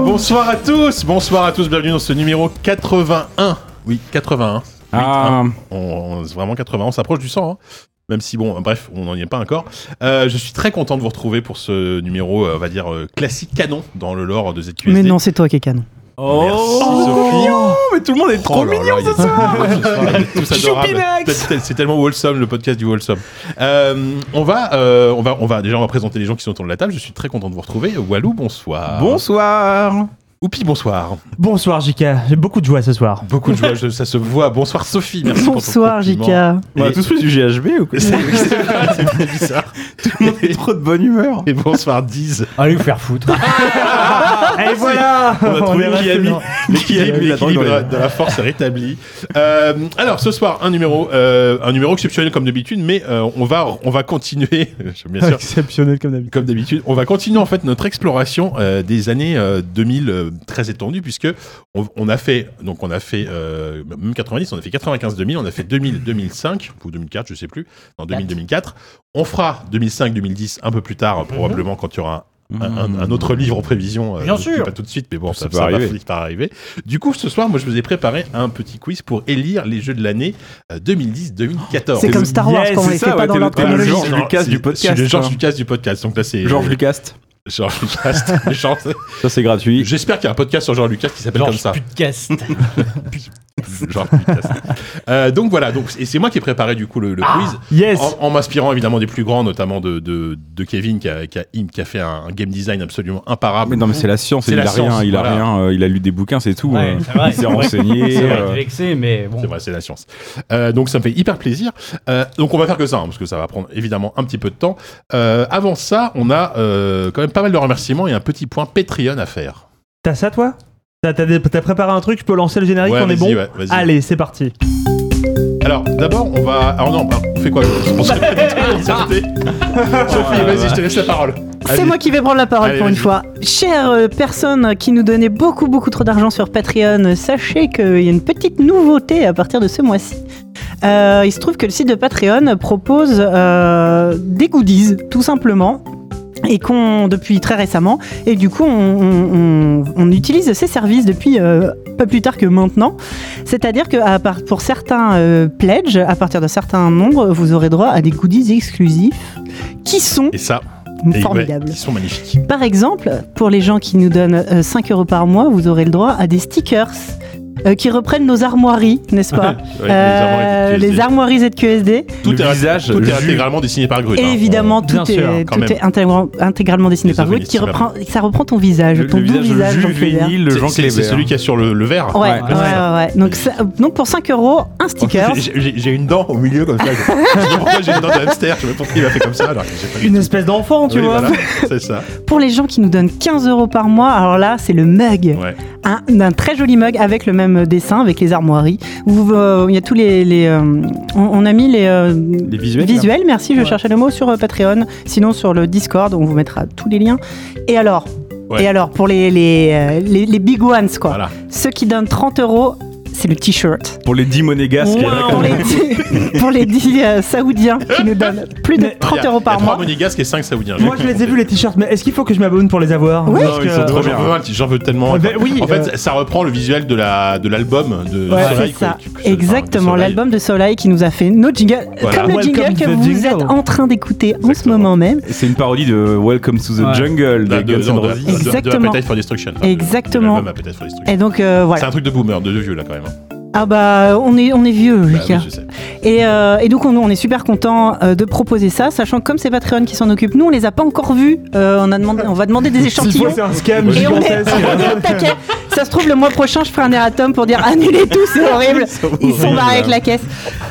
Bonsoir à tous, bonsoir à tous, bienvenue dans ce numéro 81. Oui, 81. Ah, On, on- c'est vraiment 80, on s'approche du 100. hein. Même si, bon, bref, on n'en y est pas encore. Euh, je suis très content de vous retrouver pour ce numéro, euh, on va dire, euh, classique canon dans le lore de ZQSD. Mais non, c'est toi qui es canon. Merci Sophie. Oh, mais tout le monde est trop mignon ce soir. Tous adorables. C'est- C'est tellement wholesome le podcast du wholesome. Euh, on va, euh, on va, on va déjà on va présenter les gens qui sont autour de la table. Je suis très content de vous retrouver. Walou, bonsoir. Bonsoir. Oupi, bonsoir. Bonsoir JK, j'ai beaucoup de joie ce soir. Beaucoup de joie, je- ça se voit. Bonsoir Sophie. Merci pour ton Bonsoir, compliment. Jika. On a Et- tous pris du GHB ou quoi C'est c'est très bizarre. C'est trop de bonne humeur. Et bonsoir Diz. Allez vous faire foutre. Et voilà On a trouvé est resté Miami. dans- Mais qui a Miami, eu la drogue l'équilibre dans les mains. de la force est rétabli. Euh, alors ce soir un numéro, euh, un numéro exceptionnel comme d'habitude, mais euh, on va on va continuer. Bien sûr. Exceptionnel comme d'habitude. Comme d'habitude, on va continuer en fait notre exploration euh, des années euh, 2000 euh, très étendues puisque on, on a fait donc on a fait euh, même 90, on a fait 95 2000, on a fait 2000 2005 ou 2004, je sais plus, en 2000 2004. On fera 2005 2010 un peu plus tard euh, Mhm. probablement quand il y aura un, un- un autre livre en prévision. euh, Bien je le dis sûr. Pas tout de suite, mais bon, Ça ça, peut ça va arriver. finir par arriver. Du coup, ce soir, moi, je vous ai préparé un petit quiz pour élire les jeux de l'année euh, 2010-2014. C'est le- comme Star Wars Yes, quand on c'est les ça, fait pas ouais, dans t'es le- l'ordre t'es le chronologique. Georges Non, Lucas c'est- du podcast, C'est le Georges hein. Lucas du podcast. Donc là, c'est Georges Lucas. Georges Lucas. Georges- Ça, c'est gratuit. J'espère qu'il y a un podcast sur Georges Lucas qui s'appelle comme ça. Podcast. Georges Lucas. Euh, donc voilà. Donc et c'est moi qui ai préparé du coup le, le quiz. Ah, Yes En, en m'inspirant évidemment des plus grands, notamment de, de, de Kevin qui a, qui, a, qui a fait un game design absolument imparable. Ah, Mais non, mais c'est la science. C'est Il la a science, rien. Il a voilà. rien. euh, Il a lu des bouquins, c'est tout. Ouais, euh. c'est vrai. Il s'est renseigné. C'est vrai, euh. t'es vexé, mais bon. C'est vrai, c'est la science. Euh, donc ça me fait hyper plaisir. Euh, donc on va faire que ça, hein, parce que ça va prendre évidemment un petit peu de temps. Euh, avant ça, on a euh, quand même pas mal de remerciements et un petit point Patreon à faire. T'as ça toi T'as t'as des- t'as préparé un truc, je peux lancer le générique, Ouais, on Ah est vas-y, bon ouais, vas-y. Allez, c'est parti. Alors d'abord, on va... Ah non, bah, on fait quoi On se Sophie, vas-y, je te laisse la parole. C'est moi qui vais prendre la parole Allez, pour une vas-y. fois. Chères euh, personnes qui nous donnaient beaucoup beaucoup trop d'argent sur Patreon, euh, sachez qu'il y a une petite nouveauté à partir de ce mois-ci. Euh, il se trouve que le site de Patreon propose euh, des goodies, tout simplement. Et qu'on depuis très récemment, et du coup on, on- on- on utilise ces services depuis euh, pas plus tard que maintenant. C'est-à-dire que à part- pour certains euh, pledges, à partir de certains nombres, vous aurez droit à des goodies exclusifs qui sont Et ça, et- formidables. ouais, ils sont magnifiques. Par exemple, pour les gens qui nous donnent euh, 5 euros par mois, vous aurez le droit à des stickers euh, qui reprennent nos armoiries, n'est-ce pas Ouais, Euh, Les les armes armoiries ZQSD. Tout Le est, visage, tout le est jus. intégralement dessiné par Grut. Et hein. évidemment, tout, Bien est, sûr, quand tout même. est intégralement, intégralement dessiné Les par vous, ovnis, qui c'est reprend, ça reprend ton visage, Le ton le beau visage visage, le ton juvénile, C'est- le Jean C'est c'est Cléber. celui qui est sur le, le verre. Ouais, Ouais, ouais, ouais, ouais. Donc, ça- donc pour 5 euros, un sticker, J'ai j'ai- j'ai une dent au milieu comme ça. je sais pas pourquoi j'ai une dent de hamster. Je sais pas pourquoi il a fait comme ça. Alors que j'ai pas du Une tout. espèce d'enfant, tu Oui, vois. voilà, c'est ça. pour les gens qui nous donnent 15 euros par mois, alors là, c'est le mug. Ouais. un, d'un très joli mug avec le même dessin, avec les armoiries. Vous- euh, Il y a tous les. les, euh, on, on a mis les, euh, Les visuels. hein. merci, je cherchais le mot sur euh, Patreon. Sinon, sur le Discord, on vous mettra tous les liens. Et alors Ouais. Et alors, pour les, les, euh, les, les big ones, quoi. Voilà. Ceux qui donnent 30 euros, c'est le t-shirt. Pour les dix Ah, monégasques. Wow. Pour les 10, pour les dix, euh, saoudiens qui nous donnent plus de Mais- Il 30 y a- euros par il y a mois. Trois monégasques et cinq saoudiens. Moi je les ai vus les t-shirts, mais est-ce qu'il faut que je m'abonne pour les avoir Oui. Parce Non, ils sont que- euh, trop J'en bien. veux un petit- j'en veux tellement. Ah, bah oui, en fait, euh. ça reprend le visuel de la de l'album hein, de Ouais, Soleil. c'est ça. que- que- que- Exactement, Soleil. l'album de Soleil qui nous a fait nos jingles, Voilà. comme le Welcome jingle que to the vous jingle. êtes en train d'écouter en ce Exactement. moment même. C'est une parodie de Welcome to the Ouais. De, Jungle des Bah, de, Guns N' non, de- Roses. de- de- de Exactement. Appetite for Destruction. Enfin, de- de Exactement. l'album Appetite for Destruction. Et donc euh, C'est voilà. un truc de boomer, de vieux là quand même. Bah Ah bah on est on est vieux, oui, Lucas. je sais. et, euh, et donc on, on est super content de proposer ça, sachant que comme c'est Patreon qui s'en occupe, nous on les a pas encore vus. Euh, on a demandé, on va demander des Six fois, échantillons. c'est un scam Et on est, gigantesque. on est au taquet. Ça se trouve, le mois prochain, je ferai un erratum pour dire annulez tout, c'est horrible. Ils sont barrés avec la caisse.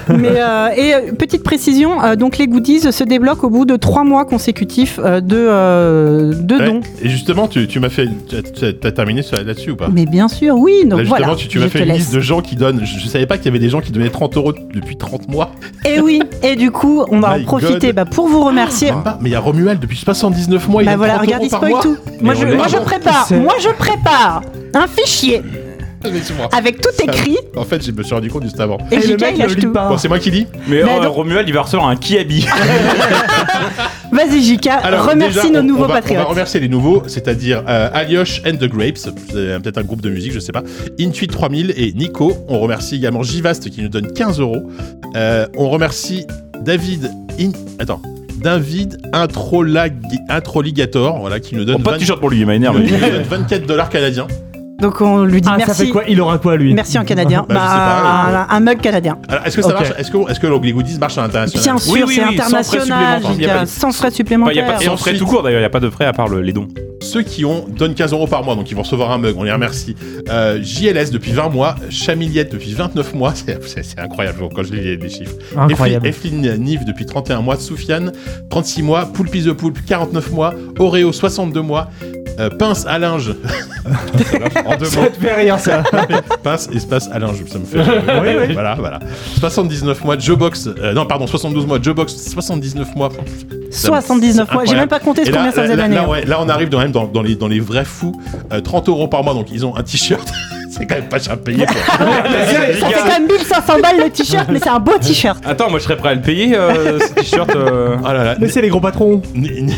Mais, euh, et euh, petite précision, euh, donc les goodies se débloquent au bout de trois mois consécutifs euh, de, euh, de Ouais. dons. Et justement, tu, tu m'as fait, tu as- tu as- t'as terminé sur- là-dessus ou pas Mais bien sûr, oui, donc Là, justement, voilà. tu, tu m'as je fait te une laisse. liste de gens qui donnent. Je, je savais pas qu'il y avait des gens qui donnaient 30 euros depuis 30 mois. Et Eh oui, et du coup, on va My en profiter God. bah, pour vous remercier. Même pas. Mais il y a Romuald depuis 79 mois. il bah donne voilà, 30 regarde, euros il par spoil mois. tout. Moi Mais je, on est moi, je vraiment- prépare, C'est- moi je prépare un fichier Excuse-moi. Avec tout Ah, écrit, En fait, je me suis rendu compte juste avant. et le JK, mec il ne lâche lit tout. pas. Bon, c'est moi qui lis. Mais Mais euh, donc- Romuald, il va recevoir un kiabi. Vas-y, JK, remercie déjà, nos on- on nouveaux va- On va patriotes. remercier les nouveaux, c'est-à-dire euh, Aliosh and the Grapes, c'est, euh, peut-être un groupe de musique, je sais pas. Intuit 3000 et Nico. On remercie également Givast qui nous donne 15 euros. Euh, on remercie David. In... Attends. David Introlag... Introligator, voilà, qui nous donne, Bon, pas 20 de t-shirt pour lui, il m'énerve. qui nous donne 24 dollars canadiens. Donc on lui dit Ah, ça fait merci. quoi Il aura quoi, lui Merci en canadien. Bah, je sais pas, Bah, un, un mug canadien. Alors, est-ce que ça Ok. marche Est-ce que, est-ce que l'Anglais Goodies marche à l'international Bien sûr, Oui, oui, oui, sans c'est frais international, supplémentaires. Il Bah, y a pas JK. de- Sans frais Enfin, il n'y a pas supplémentaires. de Et sans frais ensuite- tout court d'ailleurs, il n'y a pas de frais à part le- les dons. Ceux qui ont donnent 15 euros par mois, donc ils vont recevoir un mug, on les remercie. Euh, JLS depuis 20 mois, Chamillette depuis 29 mois, c'est c'est- c'est incroyable quand je lis les, les chiffres. Incroyable. Eflin Nive depuis 31 mois, Soufiane 36 mois, Poulpis de Poulpe 49 mois, Oreo 62 mois, euh, Pince à linge en deux mois. te fait rire, ça. Pince, espace à linge, ça me fait. euh, Oui, oui. Voilà, voilà. 79 mois, Joebox, euh, non, pardon, 72 mois, Joebox, 79 mois. 79 mois. J'ai Incroyable. même pas compté Et ce là, combien ça faisait là, d'années. là, ouais, là, on arrive dans, même dans, dans les, dans les vrais fous. Euh, 30 euros par mois, donc ils ont un t-shirt. c'est quand même pas cher de payer. quoi. Ça fait quand même 1500 balles le t-shirt, mais c'est un beau t-shirt. Attends, moi je serais prêt à le payer euh, ce t-shirt. euh. Ah là là. Mais c'est les gros patrons. Ne, ne-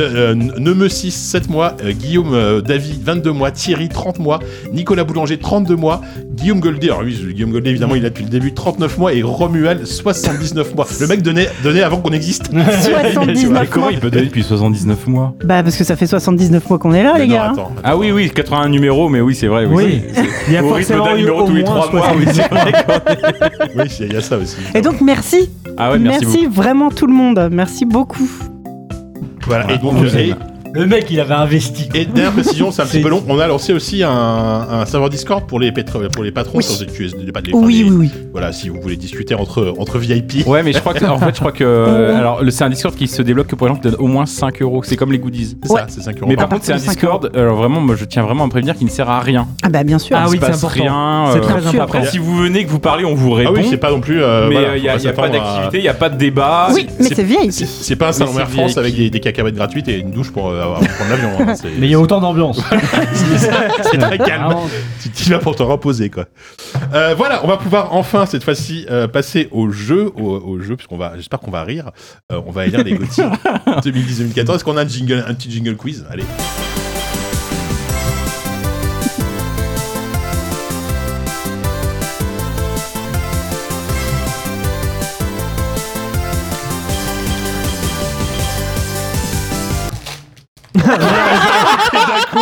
euh, ne me 6, 7 mois, euh, Guillaume euh, David, 22 mois, Thierry, 30 mois, Nicolas Boulanger, 32 mois, Guillaume Goldet, alors oui, Guillaume Goldet, évidemment, il a depuis le début, 39 mois, et Romuald, 79 mois. Le mec donnait, donnait avant qu'on existe. Mais 79 comment mois. il peut donner depuis 79 mois Bah, parce que ça fait 79 mois qu'on est là, Mais les non, gars. hein. attends, Ah oui, oui, 81 numéros, mais oui, c'est vrai. Oui. Il y a Au rythme forcément d'un eu numéro au tous les moins 3 mois. 60. oui, c'est vrai. oui, il y a- il y a ça aussi. Et donc, merci. Ah ouais, merci, beaucoup. merci vraiment tout le monde. Merci beaucoup. Voilà, et donc, euh, on vous et- aime. Le mec, il avait investi. quoi. Et dernière précision, c'est un petit C'est- peu long. On a lancé aussi un, un serveur Discord pour les, pétro- pour les patrons Oui. sur ZQSD. les- les- Oui, les- oui, oui. Voilà, si vous voulez discuter entre, entre VIP. Ouais, mais je crois que, en fait, je crois que, Oh. euh, alors, le- c'est un Discord qui se débloque que pour les gens qui donnent au moins 5 euros. C'est comme les goodies. C'est Ouais. ça, c'est 5 euros. Mais par par mois. contre, c'est un 5 Discord, alors vraiment, moi, je tiens vraiment à me prévenir qu'il ne sert à rien. Ah, bah, bien sûr. Ah Il oui, se c'est passe important. rien. C'est euh, très sûr. important. Après, si vous venez et que vous parlez, on vous Ah répond. oui, c'est pas non plus. euh, mais il voilà, n'y a, faut y a pas s'attendre à- d'activité, il n'y a pas de débat. Oui, mais c'est C'est VIP. c'est pas un salon c'est Air VIP. France avec des, des cacahuètes gratuites et une douche pour, euh, avant de prendre l'avion. hein. C'est- Mais il y a autant d'ambiance. C'est très Ah, calme. Vraiment. Tu tu vas pour te reposer, quoi. Euh, voilà, on va pouvoir enfin, cette fois-ci, euh, passer au jeu, au, au jeu, puisqu'on va, j'espère qu'on va rire. Euh, on va élire les Gauthier 2010-2014. Est-ce qu'on a un jingle, un petit jingle quiz Allez.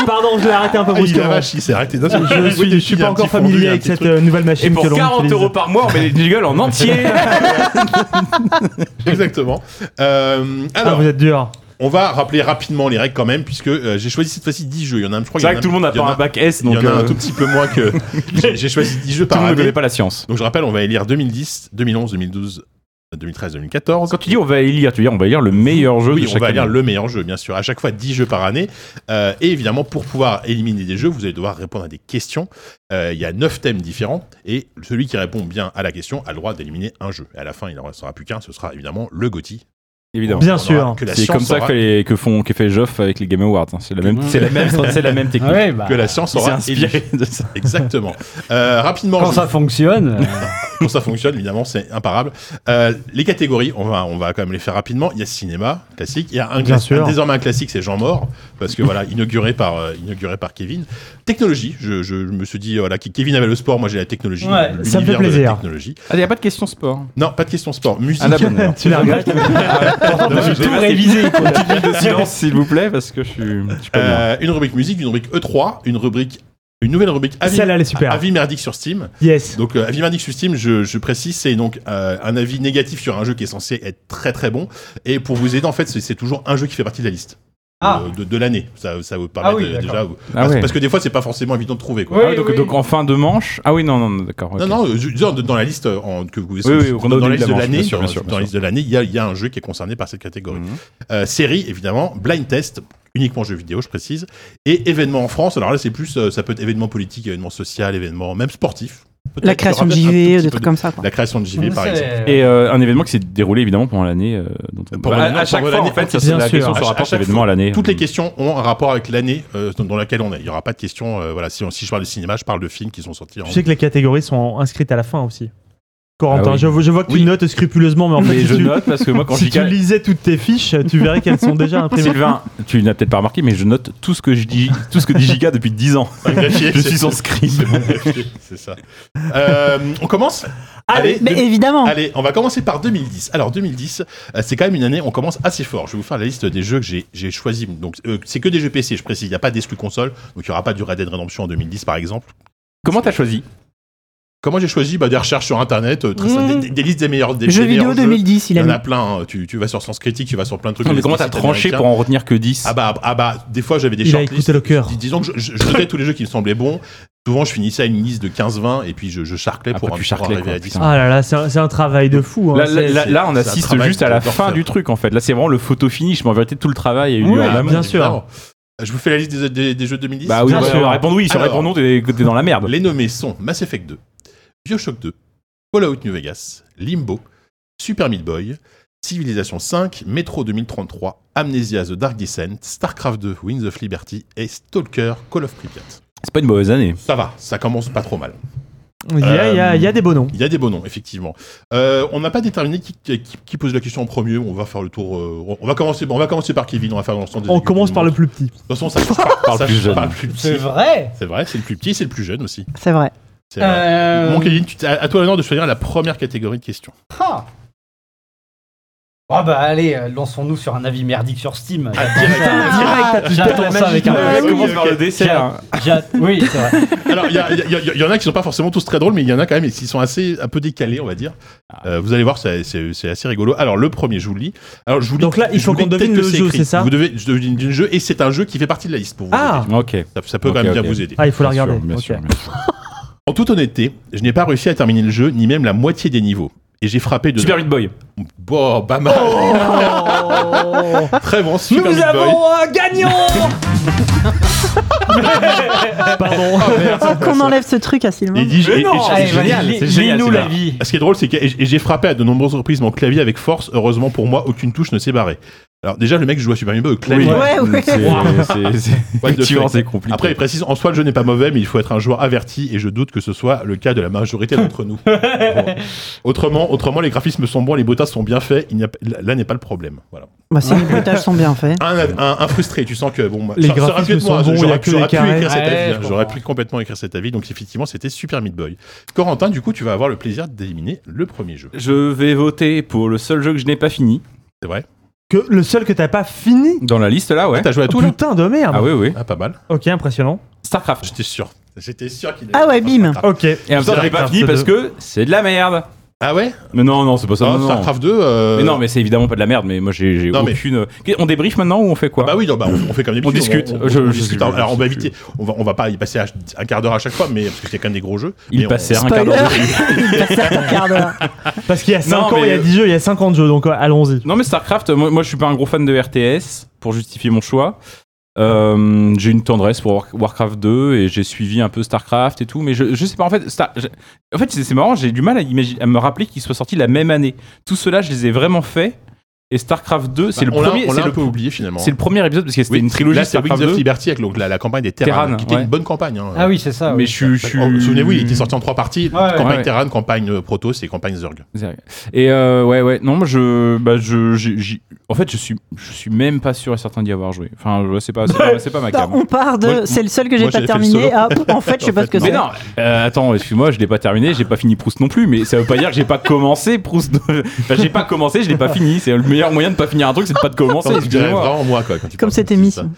Pardon, je l'ai arrêté un peu Ah, il la brusquement. vache, il s'est arrêté. d'un seul coup. Je suis, Oui, je il suis y a pas un encore petit fondu, il y familier a un avec petit cette truc. euh, nouvelle Et machine pour que l'on 40 utilise. euros par mois, on met les jingles en entier. Exactement. Euh, Ah, alors, vous êtes dur. on va rappeler rapidement les règles quand même, puisque euh, j'ai choisi cette fois-ci 10 jeux. Il y en a, un- je crois C'est qu'il y vrai en que tout le monde a il y en pas un bac S, Il y donc en a un euh, tout petit peu moins que. j'ai- J'ai choisi 10 jeux tout le par monde ne connaît année. pas la science. Donc je rappelle, on va élire 2010, 2011, 2012, 2013, 2014. Quand tu dis on va élire, tu dis on va élire le meilleur jeu oui, de on chaque va année. lire le meilleur jeu, bien sûr. À chaque fois, 10 jeux par année. Euh, et évidemment, pour pouvoir éliminer des jeux, vous allez devoir répondre à des questions. Euh, Il y a 9 thèmes différents. Et celui qui répond bien à la question a le droit d'éliminer un jeu. Et à la fin, il n'en restera plus qu'un. Ce sera évidemment le Gotti. Évidemment. Bien On sûr. aura- Que la C'est science comme ça aura- que, les- que font que fait Geoff avec les Game Awards. hein. C'est la même, c'est la même, c'est la même technique. Ah ouais, bah, que la science Il s'est aura inspiré éliminé. de ça. Exactement. Euh, rapidement, quand je- ça fonctionne, euh, quand ça fonctionne, évidemment, c'est imparable. Euh, les catégories, on va, on va quand même les faire rapidement. Il y a cinéma, classique. Il y a un, Bien cla- sûr. un- désormais un classique, c'est Jean Mort, parce que voilà, inauguré par, euh, inauguré par Kevin. Technologie, je, je me suis dit, euh, voilà, Ke- Kevin avait le sport, moi j'ai la technologie. Ouais, l'univers ça me de fait la plaisir. technologie. Il n'y a pas de question sport. Non, pas de question sport. Musique. À Ah, la bonne Ah, heure. Tu la regrettes Dommage. tout révisé. quoi. de silence, s'il vous plaît, parce que je suis, je suis pas bien. Euh, une rubrique musique, une rubrique E3, une rubrique, une nouvelle rubrique avis, Celle-là, elle est super. avis merdique sur Steam. Yes. Donc, euh, avis merdique sur Steam, je, je précise, c'est donc euh, un avis négatif sur un jeu qui est censé être très très bon. Et pour vous aider, en fait, c'est c'est toujours un jeu qui fait partie de la liste. Ah. Euh, De, de l'année. Ça, ça vous permet Ah oui, de- d'accord. déjà. vous- Ah parce, ouais. parce que des fois, c'est pas forcément évident de trouver. Quoi. Oui, Ah ouais, donc, oui. donc en fin de manche. Ah oui, non, non, non, d'accord. ok. Non, non, euh, je- dans, dans la liste euh, en- que vous pouvez Oui, oui, dans, qu'on a au dans la liste début de de la manche, l'année, bien sûr, dans, bien sûr, dans la bien liste de l'année, il y a, il y a un jeu qui est concerné par cette catégorie. Mhm. Euh, série, évidemment, blind test, uniquement jeux vidéo, je précise, et événements en France. Alors là, c'est plus, euh, ça peut être événement politique, événement social, événement même sportif. peut-être La qu'il y aura création de peut-être un tout JV, petit des peu trucs comme ça. quoi. La création de JV, par exemple. Et euh, un événement qui s'est déroulé évidemment pendant l'année. euh, dont on- Pendant à, l'année, à chaque pendant fois, l'année, en fait, ça, bien c'est la sûr. question À sur chaque- à rapport chaque événement à l'année. Toutes les questions ont un rapport avec l'année euh, dans laquelle on est. Il n'y aura pas de questions. euh, voilà, si, si je parle de cinéma, je parle de films qui sont sortis en. Tu sais que les catégories sont inscrites à la fin aussi. Corentin, Ah oui. je, vois- je vois que Oui. tu notes scrupuleusement, mais en Mais fait, Bah, si je tu, note parce que moi quand si j'y tu calme. lisais toutes tes fiches, tu verrais qu'elles sont déjà imprimées. Sylvain, tu n'as peut-être pas remarqué, mais je note tout ce que je dis, tout ce que dit Giga depuis 10 ans. Pas greffier, Je c'est- suis son scribe. c'est mon greffier, C'est ça. Euh, on commence Allez, Mais deux- évidemment. Allez, on va commencer par 2010. Alors 2010, euh, c'est quand même une année, on commence assez fort. Je vais vous faire la liste des jeux que j'ai- j'ai choisis. Donc euh, c'est que des jeux PC, je précise, il n'y a pas d'exclus console, donc il n'y aura pas du Red Dead Redemption en 2010 par exemple. Comment t'as choisi Comment j'ai choisi bah, Des recherches sur Internet, euh, très- Mmh. des, des- des listes des meilleurs des, Jeux des vidéo meilleurs jeux. 2010, il Il y a en mis. a plein, hein. tu, tu vas sur Sens Critique, tu vas sur plein de trucs. Non, mais les comment t'as sites tranché américains. pour en retenir que 10 Ah bah, ah bah, des fois j'avais des Il a shortlists. écouté le cœur. Dis- Disons que je, je, je notais tous les jeux qui me semblaient bons. Souvent je finissais à une liste de 15-20 et puis je, je charclais Ah, pour, toi, tu pour charclais, arriver quoi, à 10. putain. Ah là là, c'est un, c'est un travail de fou. hein. Là, C'est- là, là- c'est- là, on c'est un assiste travail juste à la qu'il faut fin faire. du truc en fait. Là, c'est vraiment le photo finish, mais en vérité, tout le travail a eu Oui, lieu en amont. bien sûr. Évidemment. Je vous fais la liste des, des- des jeux de 2010 Bah oui, Bien bah, sûr. répondre oui, sur Alors. répondre non, t'es t'es dans la merde. Les nommés sont Mass Effect 2, Bioshock 2, Fallout New Vegas, Limbo, Super Meat Boy, Civilization 5, Metro 2033, Amnesia The Dark Descent, StarCraft 2, Wings of Liberty et Stalker Call of Pripyat. C'est pas une mauvaise année. Ça va, ça commence pas trop mal. Il y, a- il y a- il y a des beaux noms. Euh, Il y a des beaux noms, effectivement. Euh, on n'a pas déterminé qui, qui- qui pose la question en premier. On va faire le tour. euh, on va commencer. bon, on va commencer par Kevin. On va faire l'ensemble. des On équipes commence du par le monde. plus petit. De toute façon, ça change pas. Par le ça plus change jeune. pas, le plus petit. C'est vrai C'est vrai, c'est le plus petit, c'est le plus jeune aussi. C'est vrai. C'est vrai. Euh, Mon Kevin, tu t'es- à toi l'honneur de choisir la première catégorie de questions. Ah Ah bah allez, euh, lançons-nous sur un avis merdique sur Steam. J'attends ça avec Ah, un oui, commence ok. par le dessert. J'a- Oui, c'est vrai. Alors, il y, a- il y a- il y a- il y en a qui sont pas forcément tous très drôles, mais il y en a quand même qui sont assez un peu décalés, on va dire. Ah. Euh, vous allez voir, c'est c'est- c'est assez rigolo. Alors, le premier, je vous le lis. Alors, je vous lis- Donc là, il je faut vous lis qu'on devine tel que le jeu, écrit. c'est ça Vous devez je devine le jeu, et c'est un jeu qui fait partie de la liste pour vous. Ah Ok. Ça, ça peut Ok, quand même ok. bien vous aider. Ah, il faut la Bien sûr, regarder. bien ok. sûr, bien sûr. En toute honnêteté, je n'ai pas réussi à terminer le jeu, ni même la moitié des niveaux. Et j'ai frappé de. Super Meat Boy. Bon, pas mal. très bon, Super Meat Boy. un gagnant Pardon. Ah, merde, Oh, qu'on enlève ce truc à Sylvain. Il dit, et- et- et- Allez, et- génial, vas-y, c'est lis- génial, Lis-nous c'est la bien. vie. Ce qui est drôle, c'est que et- et j'ai frappé à de nombreuses reprises mon clavier avec force. Heureusement pour moi, aucune touche ne s'est barrée. Alors déjà, le mec joue à Super Meat Boy au clavier. Oui. Ouais, ouais. C'est- c'est- c'est- What the Effectivement, fuck. c'est compliqué. Après, il précise, en soi, le jeu n'est pas mauvais, mais il faut être un joueur averti, et je doute que ce soit le cas de la majorité d'entre nous. Bon. Autrement, autrement, les graphismes sont bons, les botas sont bien faits, il n'y a, là n'est pas le problème. Voilà. Bah, si les bruitages sont bien faits. Un, un- un frustré, tu sens que bon, bah, Les ça- ça aurait graphismes pu être moi, sont bons, il y a j'aurais que pu- des j'aurais pu carrés. écrire Ouais, cet avis, je hein, comprends. j'aurais pu complètement écrire cet avis, donc effectivement, c'était Super Meat Boy. Corentin, du coup, tu vas avoir le plaisir d'éliminer le premier jeu. je vais voter pour le seul jeu que je n'ai pas fini. C'est vrai Que le seul que t'as pas fini. Dans la liste là, ouais. T'as joué à tout là Putain de merde. Ah oui, oui. Ah, pas mal. Ok, impressionnant. Starcraft. J'étais sûr. J'étais sûr qu'il Ah ouais, bim. Ok. Et en même temps, je l'ai pas Starcraft fini parce 2. que c'est de la merde. Ah ouais Mais non, non, c'est pas ça. Ah, non, non. StarCraft 2. euh, Mais non, mais c'est évidemment pas de la merde. Mais moi, j'ai j'ai Non, mais- aucune. euh, On débrief maintenant ou on fait quoi Ah bah oui, non, bah, on, on fait comme d'habitude. On discute. On, on- Je- on je- discute. je- Alors on va je- éviter, on va, on va pas y passer à- un quart d'heure à chaque fois, mais parce que c'est quand même des gros jeux. Il Mais passait hein. on- un quart d'heure. de- Parce qu'il y a 5 Non, ans, il y a mais- 10 jeux, il y a 50 jeux, donc euh, allons-y. Non, mais Starcraft, moi, moi, je suis pas un gros fan de RTS pour justifier mon choix. Euh, j'ai une tendresse pour War- Warcraft 2 et j'ai suivi un peu Starcraft et tout, mais je, je sais pas en fait. Star- je- en fait, c'est c'est marrant, j'ai du mal à, imaginer- à me rappeler qu'ils soient sortis la même année. Tout cela, je les ai vraiment faits. Et Starcraft 2, c'est le on l'a- premier, On c'est l'a un le, peu oublié finalement. Hein. c'est le premier épisode parce que c'était Oui, une trilogie Là, c'est Starcraft Wings of 2. Liberty avec donc, la, la campagne des Terran, Terran, qui était ouais. une bonne campagne. hein. Ah oui, c'est ça. Mais oui. je suis, je Oh, suis- Souvenez-vous, il était sorti en trois parties Ouais, ouais. campagne Ouais. Terran, campagne euh, Protoss et campagne Zerg. Et euh, ouais, ouais, non, moi je, bah je, j'ai- j'ai- en fait, je suis, je suis même pas sûr et certain d'y avoir joué. Enfin, je sais pas, c'est pas, c'est pas ma Bah, Non, cam. on part Ah Moi, de. C'est le seul que j'ai moi, pas j'avais fait le terminé. solo. Ah, pff, en fait, je sais En pas fait, ce que non. Mais c'est. non, euh, attends, excuse-moi, je l'ai pas terminé, j'ai pas fini Proust non plus, mais ça veut pas dire que j'ai pas commencé Proust. non- Enfin, j'ai pas commencé, je l'ai pas fini. C'est le meilleur moyen de pas finir un truc, c'est de pas de commencer. Non, je dirais excusez-moi. vraiment moi quoi. quand tu Comme parles cette ça. émission.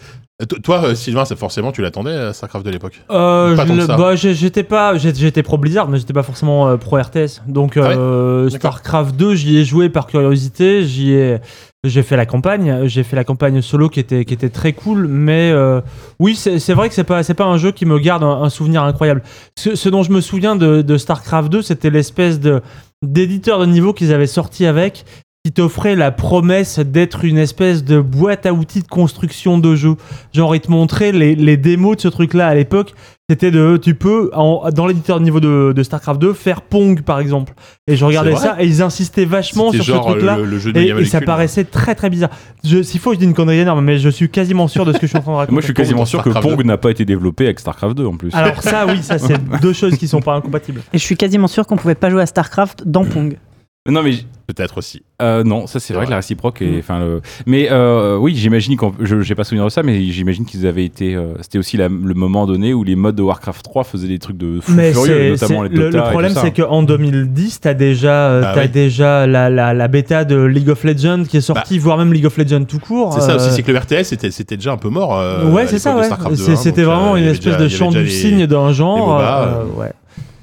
Euh, to- Toi, euh, Sylvain, ça, forcément, tu l'attendais euh, Starcraft de l'époque. Euh, Pas je tant que le- ça. bah, j'ai- j'étais pas, j'ai- j'étais pro Blizzard, mais j'étais pas forcément euh, pro RTS. Donc Ah ouais euh, D'accord. Starcraft 2, j'y ai joué par curiosité, j'y ai, j'ai fait la campagne, j'ai fait la campagne solo qui était qui était très cool, mais euh, oui, c'est c'est vrai que c'est pas c'est pas un jeu qui me garde un, un souvenir incroyable. Ce, ce dont je me souviens de, de Starcraft 2, c'était l'espèce de d'éditeur de niveau qu'ils avaient sorti avec qui t'offrait la promesse d'être une espèce de boîte à outils de construction de jeu. Genre, il te montrait les, les démos de ce truc-là à l'époque. C'était de, tu peux, en- dans l'éditeur de niveau de, de StarCraft 2, faire Pong, par exemple. Et je regardais C'est vrai ça et ils insistaient vachement C'était sur genre euh, ce truc-là. le, le jeu de Et, Megaman et ça Hercule. paraissait très très bizarre. Je- S'il faut, je dis une connerie énorme, mais je suis quasiment sûr de ce que je suis en train de raconter. Moi, je suis quasiment dans sûr que StarCraft Ah. Pong n'a pas été développé avec StarCraft 2 en plus. Alors ça, oui, ça c'est deux choses qui sont pas incompatibles. Et je suis quasiment sûr qu'on pouvait pas jouer à StarCraft dans Pong. Non, mais Peut-être aussi. Euh, non, ça c'est vrai Hmm. Ouais. que la réciproque est. Enfin, le... mais euh, oui, j'imagine qu'on. Je j'ai pas souvenir de ça, mais j'imagine qu'ils avaient été. euh, C'était aussi la- le moment donné où les modes de Warcraft 3 faisaient des trucs de fou Mais furieux, c'est- notamment c'est- les le, Dota. le et tout problème, ça. c'est qu'en 2010, t'as déjà, euh, hein. Bah t'as oui. Bah déjà la, la, la bêta de League of Legends qui est sortie, voire même League of Legends tout court. C'est ça euh, aussi, c'est que le RTS c'était, c'était déjà un peu mort. euh, à ouais, c'est l'époque ça, de ouais. StarCraft C'est- 2, hein, C'était donc, euh, vraiment il y une avait espèce déjà- il de y avait chant déjà du les- signe d'un genre. MOBA, euh, euh, ouais.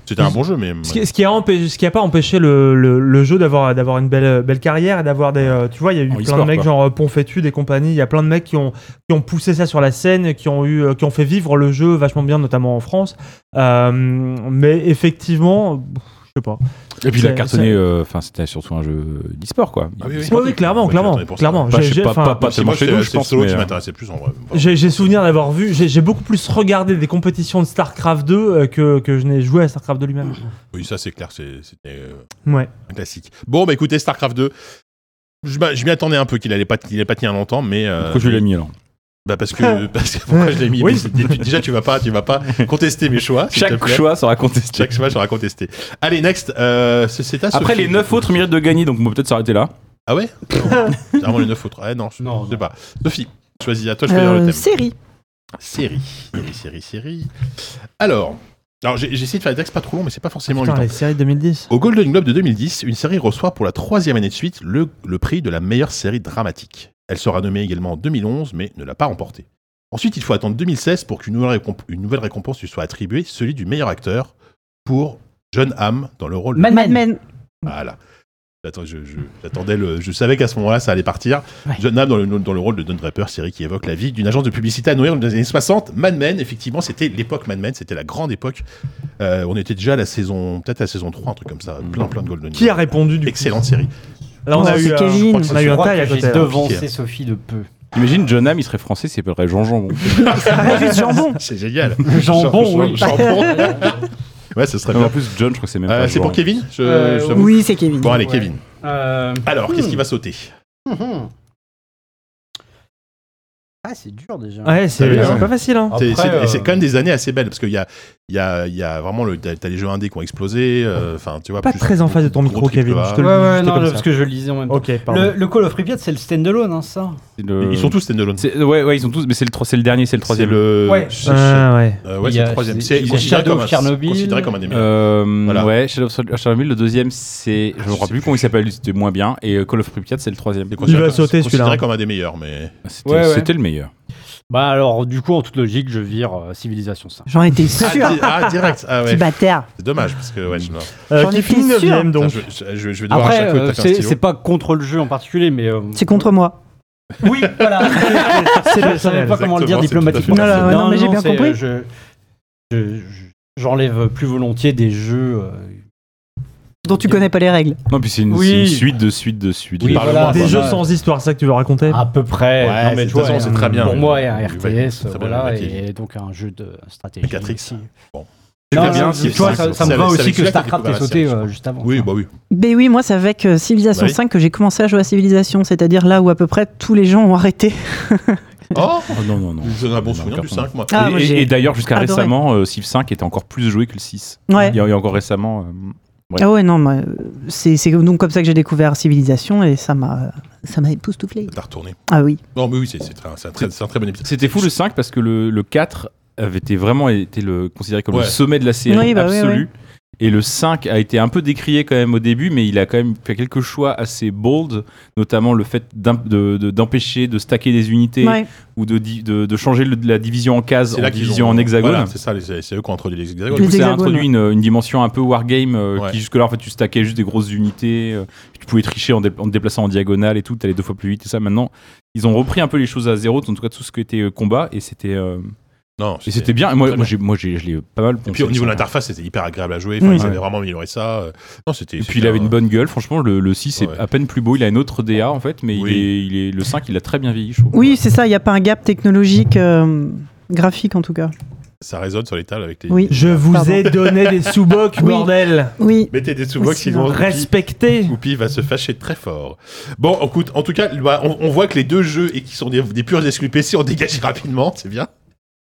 C'était un bon jeu, mais. Ce qui, ce qui a empêché- ce qui a pas empêché le, le- le jeu d'avoir d'avoir une belle euh, belle carrière et d'avoir des euh, tu vois il y a eu En plein de e-sport, mecs quoi. genre euh, Ponfétude et compagnie il y a plein de mecs qui ont qui ont poussé ça sur la scène qui ont eu euh, qui ont fait vivre le jeu vachement bien notamment en France Euh, mais effectivement je sais pas Et puis il a c'est- cartonné. c'est- euh, Enfin, c'était surtout un jeu d'e-sport quoi. Ah oui, oui. C'est oui, oui clairement Ouais, clairement j'attendais pour ça. clairement Pas, J'ai- je sais j'ai- pas, enfin, pas, pas Moi, c'est- tellement chez nous, c'est je pense. solo mais, qui euh, m'intéressait plus en vrai. Enfin, j'ai j'ai souvenir d'avoir vu j'ai j'ai beaucoup plus regardé des compétitions de Starcraft 2 euh, que que je n'ai joué à Starcraft 2 lui-même Oui, ça c'est clair, c'est- c'était euh, ouais un classique. Bon, bah écoutez, StarCraft 2. Je m'a- je m'y attendais un peu qu'il allait pas, qu'il allait pas tenir longtemps, mais euh, Pourquoi je l'ai mis alors bah parce que parce que pourquoi je l'ai mis Oui. Parce que tu- Déjà, tu vas pas, tu vas pas contester mes choix. s'il te Chaque plaît. choix sera contesté. chaque choix, j'aurais contesté. Allez, next. euh, c'est- c'est à Après, Sophie. les 9 autres méritent de gagner, donc on peut peut-être s'arrêter là. Ah ouais Non. C'est Vraiment les 9 autres. Ah non, je Non, je sais non. pas. Sophie, choisis. À toi, je choisis Euh, le thème. série. Série. Série, série, série. Alors, alors j'ai j'ai essayé de faire des textes pas trop longs, mais c'est pas Ah, forcément Putain, évident. les séries 2010 Au Golden Globe de 2010, une série reçoit pour la troisième année de suite le, le prix de la meilleure série dramatique. Elle sera nommée également en 2011, mais ne l'a pas remportée. Ensuite, il faut attendre 2016 pour qu'une nouvelle, récomp- une nouvelle récompense lui soit attribuée, celui du meilleur acteur, pour John Hamm dans le rôle de Mad Men. Men. voilà. J'attends- je, je- j'attendais le, je savais qu'à ce moment-là, ça allait partir. Ouais. John Hamm dans le, dans le rôle de Don Draper, série qui évoque la vie d'une agence de publicité à New York dans les années 60. Mad Men, effectivement, c'était l'époque Mad Men, c'était la grande époque. Euh, on était déjà à la saison, peut-être à la saison 3, un truc comme ça. Plein, plein de Golden qui a Globe. répondu du coup Excellente série. là on Oh, a c'est eu un- Kevin. je crois que c'est on a eu Je un crois taille à que côté J'ai hein. là. devancé Piqué. Sophie de peu. Imagine, John Hamm, il serait français, il s'appellerait Jean Jean. Juste jambon. C'est génial. Le jambon, Jean- oui. Jean- jambon. ouais, ce serait En bien. plus, John, je crois que c'est même Euh, pas. c'est pour Jean. Kevin je, Euh, je t'avoue. Oui, c'est Kevin. Bon, allez, Ouais. Kevin. Euh, Alors, qu'est-ce Hmm. qui va sauter hum. Ah, c'est dur déjà. Ouais, c'est T'as vu, c'est hein pas facile. Hein. C'est- Après, c'est- et euh, c'est quand même des années assez belles parce qu'il y a, il y, a, il y a vraiment le, t'as, t'as les jeux indés qui ont explosé. euh, Enfin, tu vois. Pas plus- très en face de ton gros micro, triple Kevin. A. Je te Ouais, le dis, ouais, j'étais non, comme là, ça. parce que je le lisais en même temps. Ok, pardon. Euh, Le, le Call of Pripyat, c'est le standalone, hein, ça C'est le- Ils sont tous standalone. C'est- Ouais, ouais, ils sont tous, mais c'est le, tro- c'est le dernier, c'est le troisième. C'est le. Ouais. c'est- Ah, ouais. euh, ouais, Il c'est y a- le troisième. c'est- C'est il y a considéré Shadow comme, of un- Chernobyl. considéré comme un des meilleurs. Euh, Voilà. Ouais, Shadow of Sol- Chernobyl, le deuxième, c'est. Je je sais me rappelle plus plus. comment il s'appelle, c'était moins bien. Et euh, Call of Pripyat, c'est le troisième. C'est considéré va comme- sauter, c'est celui-là. Considéré comme un des meilleurs, mais. C'était Ouais, ouais. c'était le meilleur. Bah alors, du coup, en toute logique, je vire euh, Civilisation 5. J'en étais Ah, sûr. di- ah, direct. Ah Petit ouais. bâtard. C'est dommage parce que ouais, je, non. Euh, J'en qui étais finit sûre. 9 donc. Putain, je, je- je- je vais devoir à Après, chaque fois euh, que t'as un c'est c'est stylo. pas contre le jeu en particulier, mais... euh, C'est contre moi. Oui, voilà. Je C'est savais personnel. pas comment le dire Exactement, c'est diplomatiquement. tout à fait Non, non, non, mais j'ai bien c'est, compris. euh, je- je- je- J'enlève plus volontiers des jeux. euh, Dont tu connais pas les règles. Non, puis c'est une, Oui. c'est une suite de suite de suite. Ah, Oui, de- parle-moi, voilà, quoi. Des c'est jeux ça. sans histoire, c'est ça que tu veux raconter Ah. À peu près. Ouais, Non, mais tu c'est- de toute vois, façon, c'est très bien. Pour moi, un Ouais, RTS, c'est très bien, voilà, le RTS. et donc un jeu de stratégie. Matrix. aussi. Bon. Non, C'est bien, non, c'est tu vois, bien, ça, c'est ça me avec- va c'est aussi avec que celui-là que StarCraft tu est peux sauté faire la euh, juste avant. Oui, Enfin, bah oui. Ben oui, moi, c'est avec euh, Civilization Bah oui. 5 que j'ai commencé à jouer à Civilization, c'est-à-dire là où à peu près tous les gens ont arrêté. Oh, Oh, non, non, non. j'ai un bon Non, souvenir du carton. 5 moi. Ah, et moi, et- j'ai et d'ailleurs, jusqu'à adoré. récemment, euh, Civ 5 était encore plus joué que le 6. Ouais. Il y a, il y a encore récemment. euh, Ouais. Ah ouais, non, mais, euh, c'est c'est donc comme ça que j'ai découvert Civilization et ça m'a euh, ça m'a époustouflé. T'as retourné. Ah oui. Non, mais oui, c'est c'est très- c'est un très c'est un très bon épisode. C'était fou le 5 parce que le, le 4 avait été vraiment été le, considéré comme Ouais. le sommet de la série Oui, bah oui, absolue. Et le 5 a été un peu décrié quand même au début, mais il a quand même fait quelques choix assez bold, notamment le fait d'im- de- de- d'empêcher de, stacker des unités Ouais. ou de, di- de- de changer le- la division en cases C'est en là qu'ils division ont- en hexagone. Voilà, c'est ça, les- c'est c'est eux qui ont introduit les hexagones. Du coup, ça Les a hexagones, introduit une, une dimension un peu wargame euh, Ouais. qui jusque-là en fait tu stackais juste des grosses unités, euh, puis tu pouvais tricher en, dé- en te déplaçant en diagonale et tout, t'allais deux fois plus vite et ça. Maintenant, ils ont repris un peu les choses à zéro, en tout cas tout ce qui était euh, combat et c'était euh, Non, Et c'était bien. Et très Moi, bien. moi, j'ai- moi j'ai- je l'ai pas mal poncé, Et puis au niveau de ça. l'interface, c'était hyper agréable à jouer. Enfin, ils Ouais. avaient vraiment amélioré ça. Euh, Non, c'était. euh, Et c'était puis il avait un- une bonne gueule, franchement, le, le 6 Ouais. est à peine plus beau, il a une autre DA en fait, mais il Oui. est, il est, le 5 il a très bien vieilli, je trouve. Oui, c'est ça, il n'y a pas un gap technologique, euh, graphique en tout cas. Ça résonne sur les tables avec les. Oui. Je vous Pardon. ai donné des sous-bocs, Oui. bordel. Oui. Mettez des sous-box Oui, sinon. sinon, Oupi- Respectez. Oupi va se fâcher très fort. Bon, écoute, en tout cas, bah, on, on voit que les deux jeux et qui sont des, des purs exclus PC ont dégagé rapidement, c'est bien.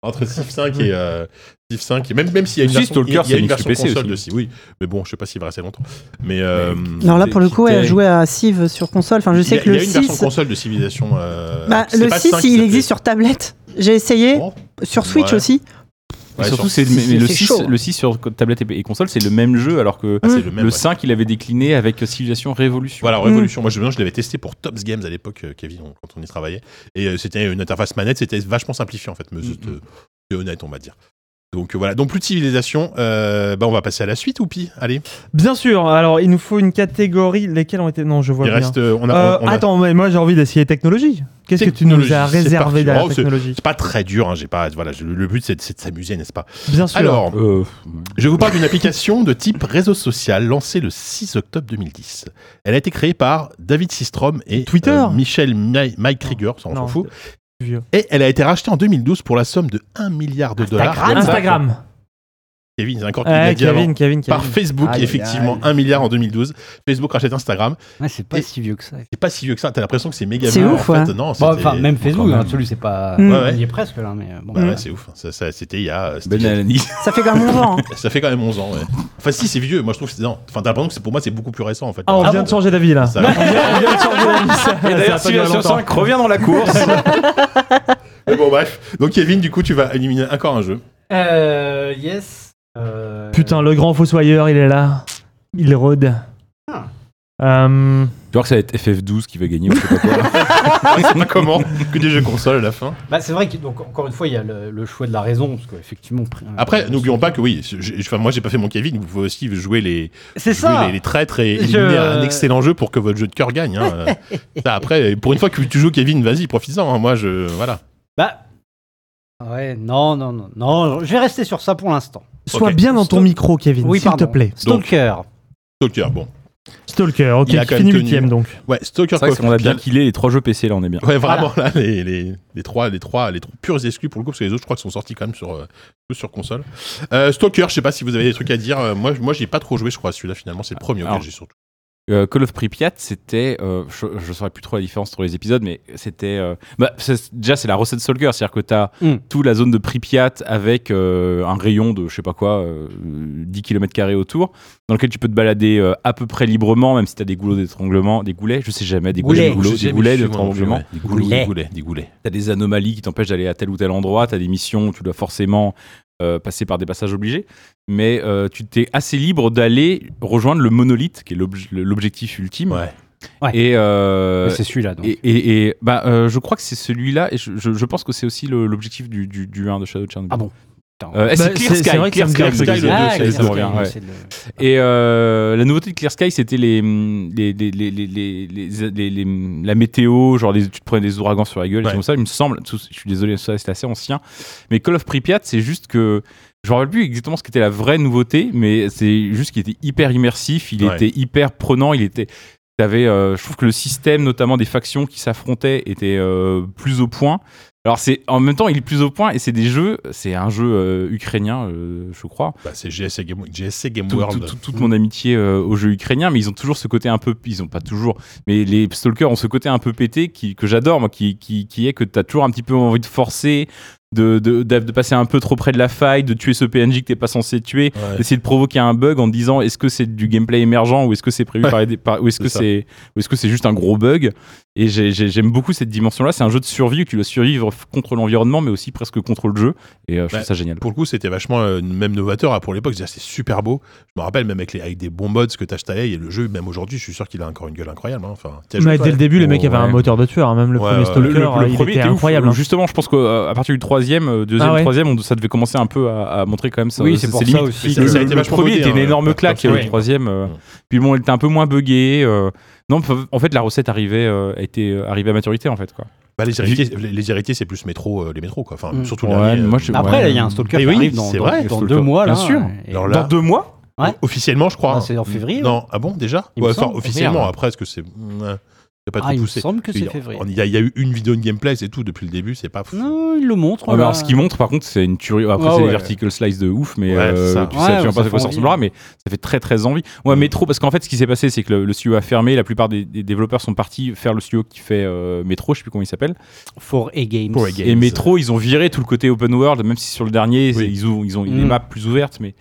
Entre Civ 5 et euh, Civ 5, et même même s'il y a une Si, version, Stalker, il y a- il y a c'est une une version exclu PC console aussi. dessus, oui. Mais bon, je sais pas s'il va rester longtemps. Mais euh, Alors là, pour le coup, Quitte elle à- jouait à Civ sur console. Enfin, je il y sais a, que il y le a une version 6. console de Civilization. euh, Bah, c'est le pas 6, 5 qui il s'appelait. existe sur tablette. J'ai essayé Bon, sur Switch Ouais. aussi. Et ouais, surtout, sur- c'est, c'est- mais le, c'est 6, chaud. le 6 sur tablette et et console, c'est le même jeu, alors que ah, c'est hum. le le, même. ouais. 5 il avait décliné avec Civilization Révolution. Voilà, Révolution. Moi, je me souviens, je l'avais testé pour Tops Games à l'époque, euh, Kevin, on- quand on y travaillait. Et euh, c'était une interface manette, c'était vachement simplifié, en fait. Mais Hum, Mhm. c'était- c'était honnête, on va dire. Donc euh, voilà. Donc plus de civilisation. euh, bah, on va passer à la suite, ou pis Allez. Bien sûr. Alors, il nous faut une catégorie. Lesquelles ont été Non, je vois Il rien. reste. euh, on a, Euh, on- on a- Attends, mais moi j'ai envie d'essayer technologie. Qu'est-ce que tu nous Technologie, as c'est parti. réservé dans la Oh, technologie C'est pas très dur, hein, j'ai pas. Voilà, je- le but c'est de, c'est de s'amuser, n'est-ce pas Bien sûr. Alors, Euh, je vous parle d'une application de type réseau social lancée le 6 octobre 2010. Elle a été créée par David Systrom et euh, Twitter Michel Mi- Mike Krieger, ça on Non, s'en fout. c'est vieux. Et elle a été rachetée en 2012 pour la somme de 1 milliard de dollars. Instagram. Comme ça, Ah, Instagram. Kevin, c'est encore qui l'a Ouais, dit avant. Eh, Kevin, Kevin, Kevin. Par Facebook, Aïe, aïe, effectivement, aïe. 1 milliard en 2012. Facebook rachète Instagram. Ouais, c'est Et- pas si vieux que ça. C'est pas si vieux que ça. T'as l'impression que c'est méga C'est vieux. ouf, en fait. ouais. Non, Bon, c'était- hein. enfin, même Facebook, quand même. dans l'absolu, c'est pas. Mm. Ouais, ouais. Il y est presque là, mais euh, bon. Bah Ouais. Mm. ouais, c'est ouf. Ça, ça- c'était il y a. euh, c'était Ben il y a- Alani. Ça fait quand même longtemps. hein. Ça fait quand même 11 ans. Ouais. Enfin, si, c'est vieux. Moi, je trouve que c'est. non. Enfin, t'as l'impression que c'est- pour moi, c'est beaucoup plus récent, en fait. Ah, on Ah vient bon de changer d'avis là. Ça- On vient- on vient de changer d'avis, ça- ça a pas duré Civilization longtemps. 5 revient dans la course. Mais bon, bref. Donc, Kevin, du coup, tu vas éliminer encore un jeu. Euh, yes. Euh, Putain, le grand fossoyeur, il est là. Il rôde. Ah. Euh, tu vois que ça va être FF12 qui va gagner, ou je sais pas quoi. On sait pas comment Que des jeux console à la fin. Bah, c'est vrai que, donc, encore une fois, il y a le, le choix de la raison, parce qu'effectivement. pr- euh, Après, n'oublions pas que oui, je- je- enfin, moi j'ai pas fait mon Kevin, vous pouvez aussi jouer les, C'est jouer ça les, les traîtres et Je- éliminer un excellent jeu pour que votre jeu de cœur gagne. hein. Ça, après, pour une fois que tu joues Kevin, vas-y, profites-en. hein. Moi, je. Voilà. Bah. Ah Ouais, non, non, non, non, je vais rester sur ça pour l'instant. Sois Ok. bien dans ton Stalk- micro, Kevin, Oui, s'il te pardon. plaît. euh, Stalker. Stalker, bon. Stalker, ok, Il a qui quand finit même tenu. huitième donc. Ouais, Stalker C'est vrai qu'on a bien Coffee. killé les trois jeux PC, là on est bien. Ouais, vraiment, là, les, les, les trois, les, trois, les trois purs exclus pour le coup, parce que les autres, je crois, que sont sortis quand même sur, euh, tous sur console. Euh, Stalker, je sais pas si vous avez des trucs à dire. Euh, Moi, moi j'ai pas trop joué, je crois. Celui-là, finalement, c'est le premier Ah, Alors, auquel j'ai surtout. Euh, Call of Pripyat, c'était, euh, je, je saurais plus trop la différence entre les épisodes, mais c'était, euh, bah, c'est- déjà c'est la recette Soldier, c'est-à-dire que t'as Mm. toute la zone de Pripyat avec euh, un rayon de, je sais pas quoi, euh, 10 km autour, dans lequel tu peux te balader euh, à peu près librement, même si t'as des goulots d'étranglement, des goulets, je sais jamais, des Goulets. goulets, Je des goulets, sais, des mais goulets je suis vraiment d'étranglement. plus, ouais. Des goulets, des Goulets. goulets, des goulets. T'as des anomalies qui t'empêchent d'aller à tel ou tel endroit, t'as des missions où tu dois forcément euh, passer par des passages obligés, mais euh, tu t'es assez libre d'aller rejoindre le monolithe, qui est l'obj- l'objectif ultime. Ouais. Ouais. Et, euh, c'est celui-là, donc. et, et- et- bah, euh, je crois que c'est celui-là, et je, je- je pense que c'est aussi le- l'objectif du, du, du 1 de Shadow Chernobyl. Ah bon. Euh, eh, Bah, c'est Clear c'est- Sky, c'est vrai que Clear ça me Sky, dit Clear quelque Sky, chose. le Ah, deux, Clear c'est Sky, le revient, ouais. c'est le- Et euh, la nouveauté de Clear Sky, c'était les, mm, les, les, les, les, les- les- les- les- mm, la météo, genre les- tu te prenais des ouragans sur la gueule, et Ouais. tout comme ça. Il me semble, tout- je suis désolé, ça c'est assez ancien, mais Call of Pripyat, c'est juste que je me rappelle plus exactement ce qu'était la vraie nouveauté, mais c'est juste qu'il était hyper immersif, il Ouais. était hyper prenant, il était. t'avais, euh, je trouve que le système, notamment des factions qui s'affrontaient, était euh, plus au point. Alors c'est en même temps, il est plus au point et c'est des jeux, c'est un jeu euh, ukrainien, euh, je crois Bah, c'est GSC Game, GSC Game tout- World. tout- tout- toute mon amitié euh, aux jeux ukrainiens, mais ils ont toujours ce côté un peu, ils ont pas toujours, mais les stalkers ont ce côté un peu pété qui, que j'adore, moi, qui, qui, qui est que t'as toujours un petit peu envie de forcer, de, de, d'a- de passer un peu trop près de la faille, de tuer ce PNJ que t'es pas censé tuer, Ouais. d'essayer de provoquer un bug en te disant est-ce que c'est du gameplay émergent ou est-ce que c'est prévu Ouais, par, les dé- par- ou est-ce c'est que ça. c'est ou est-ce que c'est juste un gros bug et j'ai- j'ai- j'aime beaucoup cette dimension là c'est un jeu de survie où tu dois survivre f- contre l'environnement mais aussi presque contre le jeu et euh, je Ouais. trouve ça génial Pour le coup, c'était vachement euh, même novateur hein, pour l'époque. C'est-à-dire, C'est super beau. Je me rappelle même avec, les, avec des bons mods que t'achetais et le jeu, même aujourd'hui, je suis sûr qu'il a encore une gueule incroyable. hein. Enfin, t'y as joué, Mais toi, dès le début, les Oh, mecs avaient un ouais. moteur de tueur. hein. Même le Ouais, premier ouais. Stalker, le, le- le il premier était était ouf. incroyable. hein. Justement, je pense qu'à à partir du troisième, euh, deuxième, Ah ouais. troisième, on- ça devait commencer un peu à, à montrer quand même ça. Oui, ça- c'est ses pour ça limites. aussi Ça- Le, que- ça a été le vachement premier buggé, était une hein, énorme ouais. claque, et Ouais. le troisième. euh, Ouais. Puis bon, il était un peu moins buggé. euh, non, en fait, la recette arrivait, euh, était euh, arrivée à maturité en fait. Quoi. Bah, les héritiers, les- les héritiers, c'est plus métro, euh, les métros, quoi. Enfin, Mm. surtout le Ouais, dernier, euh, moi, je- Après, ouais. là, il y a un stalker Eh qui oui, arrive dans, c'est dans- vrai, dans stalker. deux mois. Là, Bien sûr. Et- Alors là- Dans deux mois Ouais. officiellement, je crois. Ah, c'est en février. ouais. Non, ah bon, déjà Il me Ouais, Enfin, semble. officiellement, Merde. après, est-ce que c'est. mm, Ouais, C'est pas trop Ah, il me poussé. semble que Il y c'est a- février. on- Il y, a- il y a eu une vidéo de gameplay, c'est tout, depuis le début, c'est pas. Non, il le montre. Ouais, mais là. alors, ce qu'ils montrent, par contre, c'est une tuerie. Après, Ouais, c'est ouais. les vertical slice de ouf, mais Ouais, euh, c'est ça. tu Ouais, ouais, sais absolument pas ça à quoi fait ça envie. ressemblera, mais ça fait très très envie. Ouais, Mm. Métro, parce qu'en fait, ce qui s'est passé, c'est que le, le studio a fermé. La plupart des, des développeurs sont partis faire le studio qui fait euh, Métro, je sais plus comment il s'appelle. For A Games. Pour A Games. Et Metro, ils ont viré tout le côté open world, même si sur le dernier, Oui. ils ont, ils ont Mm. des maps plus ouvertes. Mais...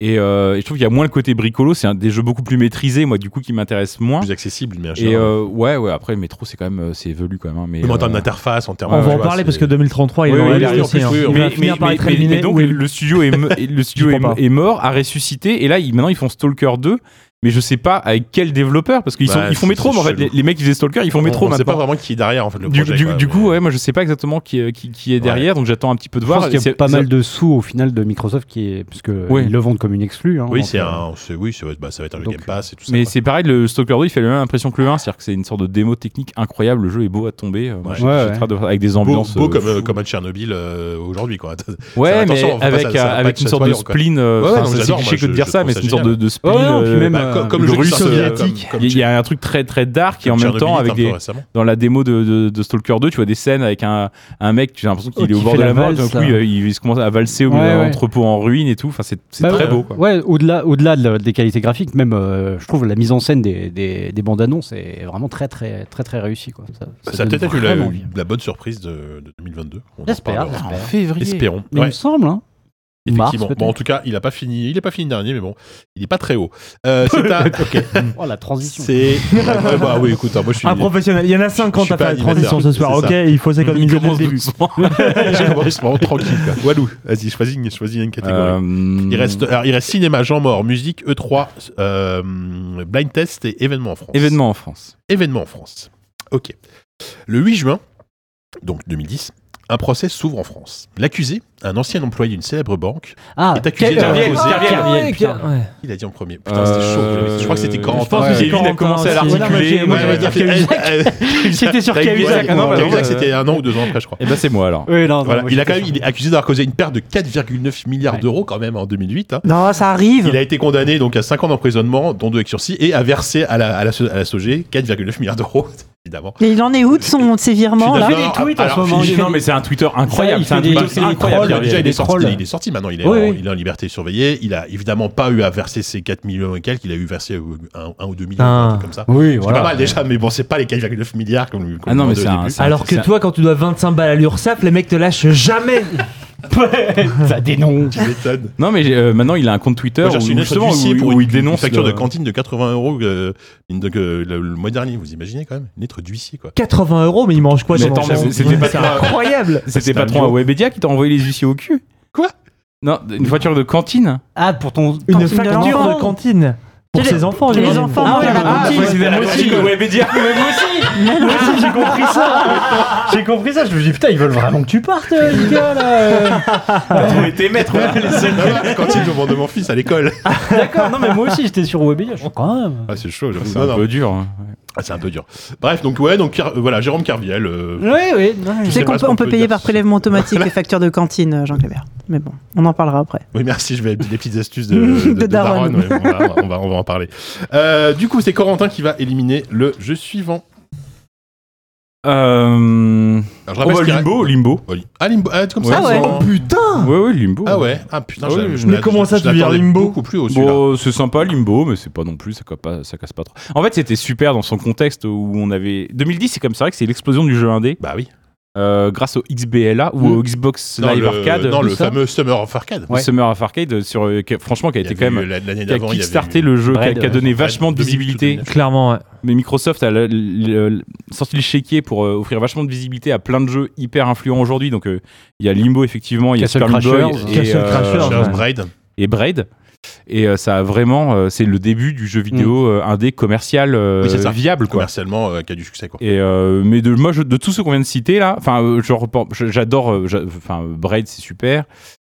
Et, euh, et je trouve qu'il y a moins le côté bricolo, c'est un des jeux beaucoup plus maîtrisés, moi, du coup, qui m'intéresse moins. Plus accessible, mais hein. Et genre- euh, ouais, ouais, après, Metro, c'est quand même euh, c'est velu quand même. hein, mais, Même en termes euh, d'interface, en termes On tu va en vois, parler c'est- parce que 2033, il est Oui, dans oui, la il liste arrive, aussi. en plus, hein. oui, Il mais, va finir mais- par mais- être mais- éliminé. mais donc Oui. le studio est, me- et le studio J'y est, crois pas. est mort, a ressuscité et là ils- maintenant ils font Stalker 2 mais je sais pas avec quel développeur parce qu'ils sont Bah, ils font c'est- métro mais en c'est fait les, chelou. les mecs qui faisaient Stalker ils font on- métro on sait pas maintenant. vraiment qui est derrière, en fait, le Du, projet. du- quoi, du mais- coup ouais moi je sais pas exactement qui euh, qui, qui est derrière donc j'attends un petit peu de Je voir. pense qu'il y a C'est- pas c'est- mal de sous au final de Microsoft qui est. Parce que Oui. ils le vendent comme une exclue. hein, Oui, donc, c'est euh, un. c'est- Oui, ça va être, bah, ça va être un jeu Donc, Game Pass et tout ça. Mais quoi. c'est pareil le Stalker 2 il fait la même impression que le 1 c'est-à-dire que c'est une sorte de démo technique incroyable le jeu est beau à tomber euh, moi, Ouais. j'ai- Ouais, j'ai ouais. très hâte de voir- avec des beau, ambiances beau euh, comme, euh, fou. comme un Tchernobyl euh, aujourd'hui, quoi. Ouais, attention, mais faut pas avec, ça- ça va pas avec être une sorte de Satellior, quoi. spleen. euh, Ouais, enfin, non, c'est- j'adore, moi, c'est chic de je- dire je ça, trouve mais ça c'est une sorte de, génial. de spleen. Ouais, non, puis euh, même, bah, euh, comme- comme le le jeu russe qui sort, euh, soviétique. Il y, a- il y a un truc très très dark et en même temps avec des dans la démo de, de, de Stalker 2 tu vois des scènes avec un, un mec tu as l'impression qu'il Oh, est au qui bord fait de la, la mort valse, d'un coup là. il, il se commence à valser au milieu Ouais, d'un ouais. entrepôt en ruine et tout enfin c'est c'est Bah très ouais. beau quoi. Ouais, au-delà, au-delà de, la- des qualités graphiques, même, euh, je trouve la mise en scène des, des, des bandes annonces est vraiment très, très, très, très réussie. Quoi. Ça, ça Ça a donne peut-être eu la, vraiment envie. la bonne surprise de, de 2022. On en J'espère, reparlera. j'espère. février Espérons. Mais Il Ouais, me semble, hein. Mars, effectivement. peut-être. Bon, en tout cas, il a pas fini. Il est pas fini dernier, mais bon, il est pas très haut. Euh, c'est un. Ok. Oh, la transition. C'est. Ouais, bah oui, écoute, hein, moi je suis. Un professionnel. Il y en a 5 Je quand suis t'as pas fait la transition ce animateur, soir. c'est Ok, il faut s'économiser dès le début. je commence vraiment tranquille. quoi. Walou, vas-y, choisis, une- choisis une catégorie. Euh, Il Hmm. reste, alors, il reste cinéma, Jean Mort, musique, E3, euh, blind test et événements en France. événement en France Événements en France. Ok. Le 8 juin, donc 2010, un procès s'ouvre en France. L'accusé, un ancien employé d'une célèbre banque, Ah, est accusé quel- d'avoir Kerviel, causé- Kerviel, Kerviel, putain. Kerviel, ouais. il a dit en premier. Putain, c'était chaud. Euh, j'avais- Je crois que c'était Corentin. je pense que Ouais. c'est Kevin a commencé à Ouais, non, mais j'ai- l'articuler moi, j'avais ouais, dit ouais. C'était sur T'as eu- Cahuzac, ouais, non, bah, Cahuzac, ouais. c'était un an ou deux ans après, je crois. et ben c'est moi alors Oui, non, non, Voilà, moi, il, a j'étais quand même, sûr. il est accusé d'avoir causé une perte de 4,9 milliards Ouais. d'euros quand même en 2008. hein. Non, ça arrive. Il a été condamné donc à 5 ans d'emprisonnement, dont 2 avec sursis, et a versé à la, à la, à la SOG 4,9 milliards d'euros, évidemment. Mais il en est où de, son, de ses virements Je suis là d'accord. tweets en Alors, ce moment, Philippe, il fait non mais c'est un Twitter incroyable fait c'est un des- Twitter il fait des incroyable trolls, Déjà, Gabriel. il, est des sorti, trolls. il est sorti maintenant, il est, Oui, en, oui. il est en liberté surveillée. Il a évidemment pas eu à verser ses 4 millions et quelques, il a eu versé euh, un, un ou 2 millions, Ah. un truc comme ça. Oui, C'est pas voilà. mal déjà, mais bon, c'est pas les 4,9 milliards comme, comme ah non on demandait mais c'est au un début. c'est un- Alors que c'est un- toi, quand tu dois 25 balles à l'URSSAF, les mecs te lâchent jamais. Ça dénonce. Tu m'étonnes. non mais j'ai- euh, maintenant il a un compte Twitter Moi, j'ai où, reçu une lettre justement d'huissier où, pour où une, il dénonce euh, une facture le- de cantine de 80 euros euh, une de- que le, le mois dernier. Vous imaginez quand même Une lettre d'huissier, quoi. 80 euros, mais il mange quoi Mais dans attends, son- mais c'était pas C'est toi. incroyable. C'était C'était un patron à duo. Webedia qui t'a envoyé les huissiers au cul Quoi Non, une voiture de cantine Ah, pour ton. Une Cantine de facture de l'enfant. cantine. Pour Les- ses enfants, les j'imagine. enfants. Ah, Ah ouais, la cantine. faut essayer d'aller aussi, Webedia j'ai compris ça. J'ai compris ça. Je me dis, putain, ils veulent vraiment que tu partes, euh, les gars, là. T'as trouvé tes maîtres là. cantine au moment de mon fils à l'école. D'accord, non, mais moi aussi, j'étais sur Webedia. Je suis quand même. Ah, c'est chaud, j'avoue. C'est Non, un non. peu dur. hein. Ah, c'est un peu dur. Bref, donc ouais, donc Car- euh, voilà, Jérôme Carviel. euh, Oui, oui. je Tu sais sais qu'on pas ce peut, on peut payer dire par sur- prélèvement automatique les factures de cantine, euh, Jean Clébert. Mais bon, on en parlera après. Oui, merci, je vais les petites astuces de, de, De de Daron. Daron. ouais, on, va, on va- on va en parler. Euh, du coup, c'est Corentin qui va éliminer le jeu suivant. Euh... Alors, Oh, bah, qu'il y a- limbo, limbo. Oh, Lim- Ah, Limbo. Ah, comme Ouais, ça ah ouais. sans- Putain Ouais, ouais, limbo. Ah ouais. Ah putain, Ah je- oui, je mais l'a- comment je- ça, je tu veux dire l'attendais Limbo beaucoup plus haut, celui-là. Bon, c'est sympa Limbo, mais c'est pas non plus, ça casse pas, ça casse pas trop. En fait, c'était super dans son contexte où on avait. 2010, c'est comme ça, c'est vrai que c'est l'explosion du jeu indé Bah oui. euh, grâce au XBLA ou Mm. au Xbox Non, Live le, Arcade. non, tout le ça. fameux Summer of Arcade. Le Summer of Arcade, sur, euh, qui- franchement, qui a Il y été quand avait même. eu la- L'année qui a d'avant, il y avait kickstarté eu- le jeu, qui a- Bread, qui a donné Bread, vachement de 2008, visibilité. 2009. Clairement, ouais. Mais Microsoft a la- le- le- sorti le chéquier pour euh, offrir vachement de visibilité à plein de jeux hyper influents aujourd'hui. Donc euh, il y a Limbo effectivement, il y a Castle Super Meat Boy Crashers. et, Castle euh, Crashers, Charles ouais. Braid. et Braid. Et euh, ça a vraiment, euh, c'est le début du jeu vidéo euh, indé commercial euh, Mm. Oui, c'est ça. viable quoi. commercialement euh, qui a du succès quoi. Et euh, mais de moi je- de tous ceux qu'on vient de citer là, enfin euh, je repen- je- j'adore, euh, j'a- enfin euh, Braid c'est super,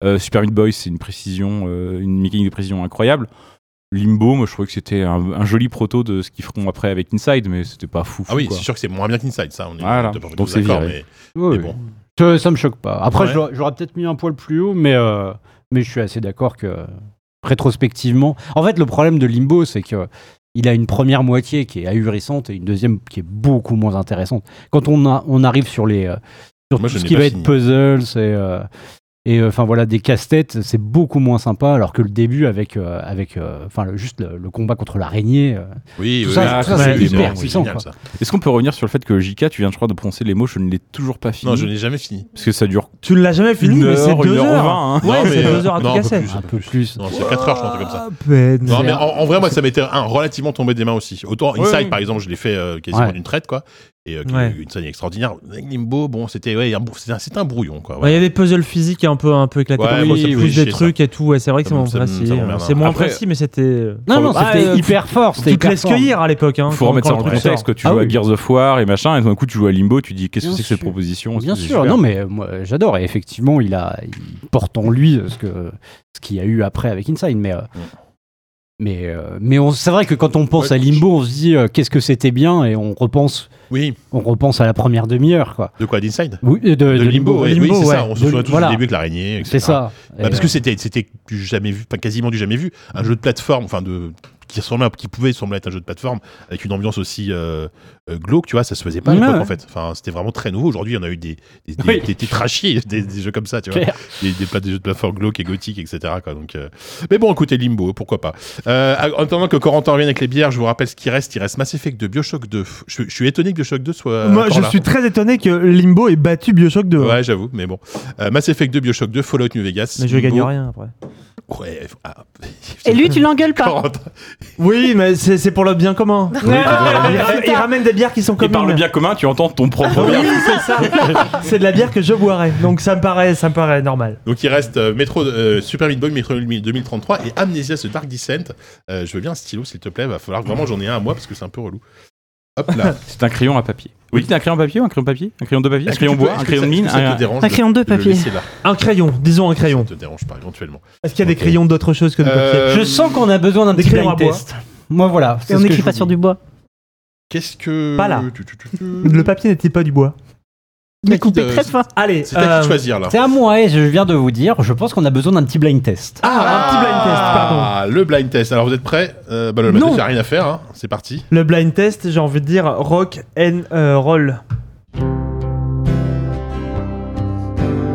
Euh, Super Meat Boy c'est une précision, euh, une mécanique de précision incroyable. Limbo, moi je trouvais que c'était un, un joli proto de ce qu'ils feront après avec Inside, mais c'était pas fou. Ah oui, c'est sûr que c'est moins bien qu'Inside, ça. On est Voilà. on est pas Donc tous c'est d'accord, viré. mais, Ouais, mais bon. Je- ça me choque pas. Après, Ouais. j'aurais- j'aurais peut-être mis un poil plus haut, mais, euh, mais je suis assez d'accord que rétrospectivement. En fait, le problème de Limbo, c'est que il a une première moitié qui est ahurissante et une deuxième qui est beaucoup moins intéressante. Quand on, a- on arrive sur les euh, sur Moi, tout je ce n'ai qui pas va fini. être puzzles et euh, et euh, enfin voilà des casse-têtes, c'est beaucoup moins sympa. Alors que le début avec euh, avec euh, enfin le- juste le, le combat contre l'araignée, euh, Oui, Tout oui, ça, oui, tout oui, oui, ça, c'est oui, hyper évidemment, oui, puissant, génial, quoi. ça. Est-ce qu'on peut revenir sur le fait que JK, tu viens, je crois, de prononcer les mots, je ne l'ai toujours pas fini. Non, je n'ai jamais fini. Parce que ça dure Tu l'as jamais fini, une mais c'est heure, une deux heure heures. vingt. hein. Ouais, Non, c'est mais, deux heures à euh, tout non, un peu casser. plus, un peu plus. Non, c'est 4 heures, je crois, un truc comme ça. Ah, peine. Non, mais un- en, en vrai, moi, ça m'était un, relativement tombé des mains aussi. Autant Ouais, Inside, ouais. par exemple, je l'ai fait euh, quasiment Ouais. d'une traite, quoi. Et euh, qui- Ouais. Inside est extraordinaire. Avec Limbo, bon, c'était ouais, un, brou- c'était un, c'était un brouillon, quoi. Ouais, Il y a des puzzles physiques un peu, un peu éclatés. Ouais, parfois, moi, c'est ça me fait plus des chier, trucs et tout. Ouais, c'est vrai que Ça c'est me- moins ça me- précis. ça m'emmerde, C'est hein. moins Après- précis, mais c'était. Non, non, Ah, c'était euh, hyper fort. C'était Tu te hyper laisses fort. cueillir à l'époque. Hein, Faut quand- remettre ça quand le en truc contexte, sort. que tu Ah joues à oui. Gears of War et machin, et d'un coup tu joues à Limbo, tu dis qu'est-ce que Bien c'est que cette sûr. proposition Bien C'est sûr, super. non mais euh, moi j'adore et effectivement il a il porte en lui euh, ce que ce qu'il y a eu après avec Inside mais euh, mais euh, mais on- c'est vrai que quand on pense Ouais, à Limbo on se dit euh, qu'est-ce que c'était bien et on repense Oui, on repense à la première demi-heure quoi. de quoi D'Inside Oui, euh, de, De de Limbo, ouais, oui, Limbo, c'est ouais. ça. On se De- souvient tous voilà, du début avec l'araignée, etc. C'est ça. Bah, Et, parce euh, que c'était c'était du jamais vu, enfin, quasiment du jamais vu, un jeu de plateforme, enfin de qui ressemblait, à- qui pouvait sembler être un jeu de plateforme avec une ambiance aussi euh, euh, glauque, tu vois, ça se faisait pas à Ouais, l'époque ouais. en fait. Enfin, c'était vraiment très nouveau. Aujourd'hui, on a eu des des, des, Oui. des tétrachiers, des, des jeux comme ça, tu vois, Clair. des, des, pas des jeux de plateforme glauques et gothiques, etc. Quoi. Donc, euh, mais bon, écoutez, Limbo, pourquoi pas. Euh, en attendant que Corentin revienne avec les bières, je vous rappelle ce qui reste. Il reste Mass Effect 2, Bioshock 2. Je, je suis étonné que Bioshock 2 soit. euh, Moi, encore je là. suis très étonné que Limbo ait battu Bioshock 2. Ouais, j'avoue, mais bon. Euh, Mass Effect 2, Bioshock 2, Fallout New Vegas. Mais je Limbo. gagne rien après. Ouais. faut- ah. Et lui, tu l'engueules pas. Corentin. Oui, mais c'est c'est pour le bien commun. Il- Il ramène des bières qui sont Et communes. Ah par le bien commun, tu entends Ah ton propre Oui, bien. c'est ça. C'est de la bière que je boirais. Donc ça me paraît, ça me paraît normal. Donc il reste euh, Metro, euh, Super Meat Boy, Metro 2033 et Amnesia The Dark Descent. Euh, je veux bien un stylo s'il te plaît, va falloir vraiment j'en ai un à moi parce que c'est un peu relou. Hop là. C'est un crayon à papier. Oui. Oui, un crayon à papier ou un crayon papier Un crayon de papier Un Est-ce que crayon tu peux- bois est-ce Un que crayon ça- de mine est-ce que ça un- te dérange Un crayon de le papier. laisser là Un crayon, disons un crayon. Ça te dérange pas éventuellement. Est-ce qu'il y a des Ok. crayons d'autre chose que de papier Euh, je sens qu'on a besoin d'un des petit crayons blind à bois. test. Moi voilà. Et c'est on ce que n'écrit je pas vous sur dis. du bois. Qu'est-ce que. Pas là. Tu- tu- tu- tu- Le papier n'était pas du bois. Mais Qui coupé te- très fin. Allez, C'est à qui euh, de choisir là C'est à moi et je viens de vous dire, je pense qu'on a besoin d'un petit blind test. Ah, un petit blind test, pardon. Ah, le blind test. Alors vous êtes prêts Euh, Bah le blind Non. test, il n'y a rien à faire, hein. c'est parti. le blind test, j'ai envie de dire rock and euh, roll.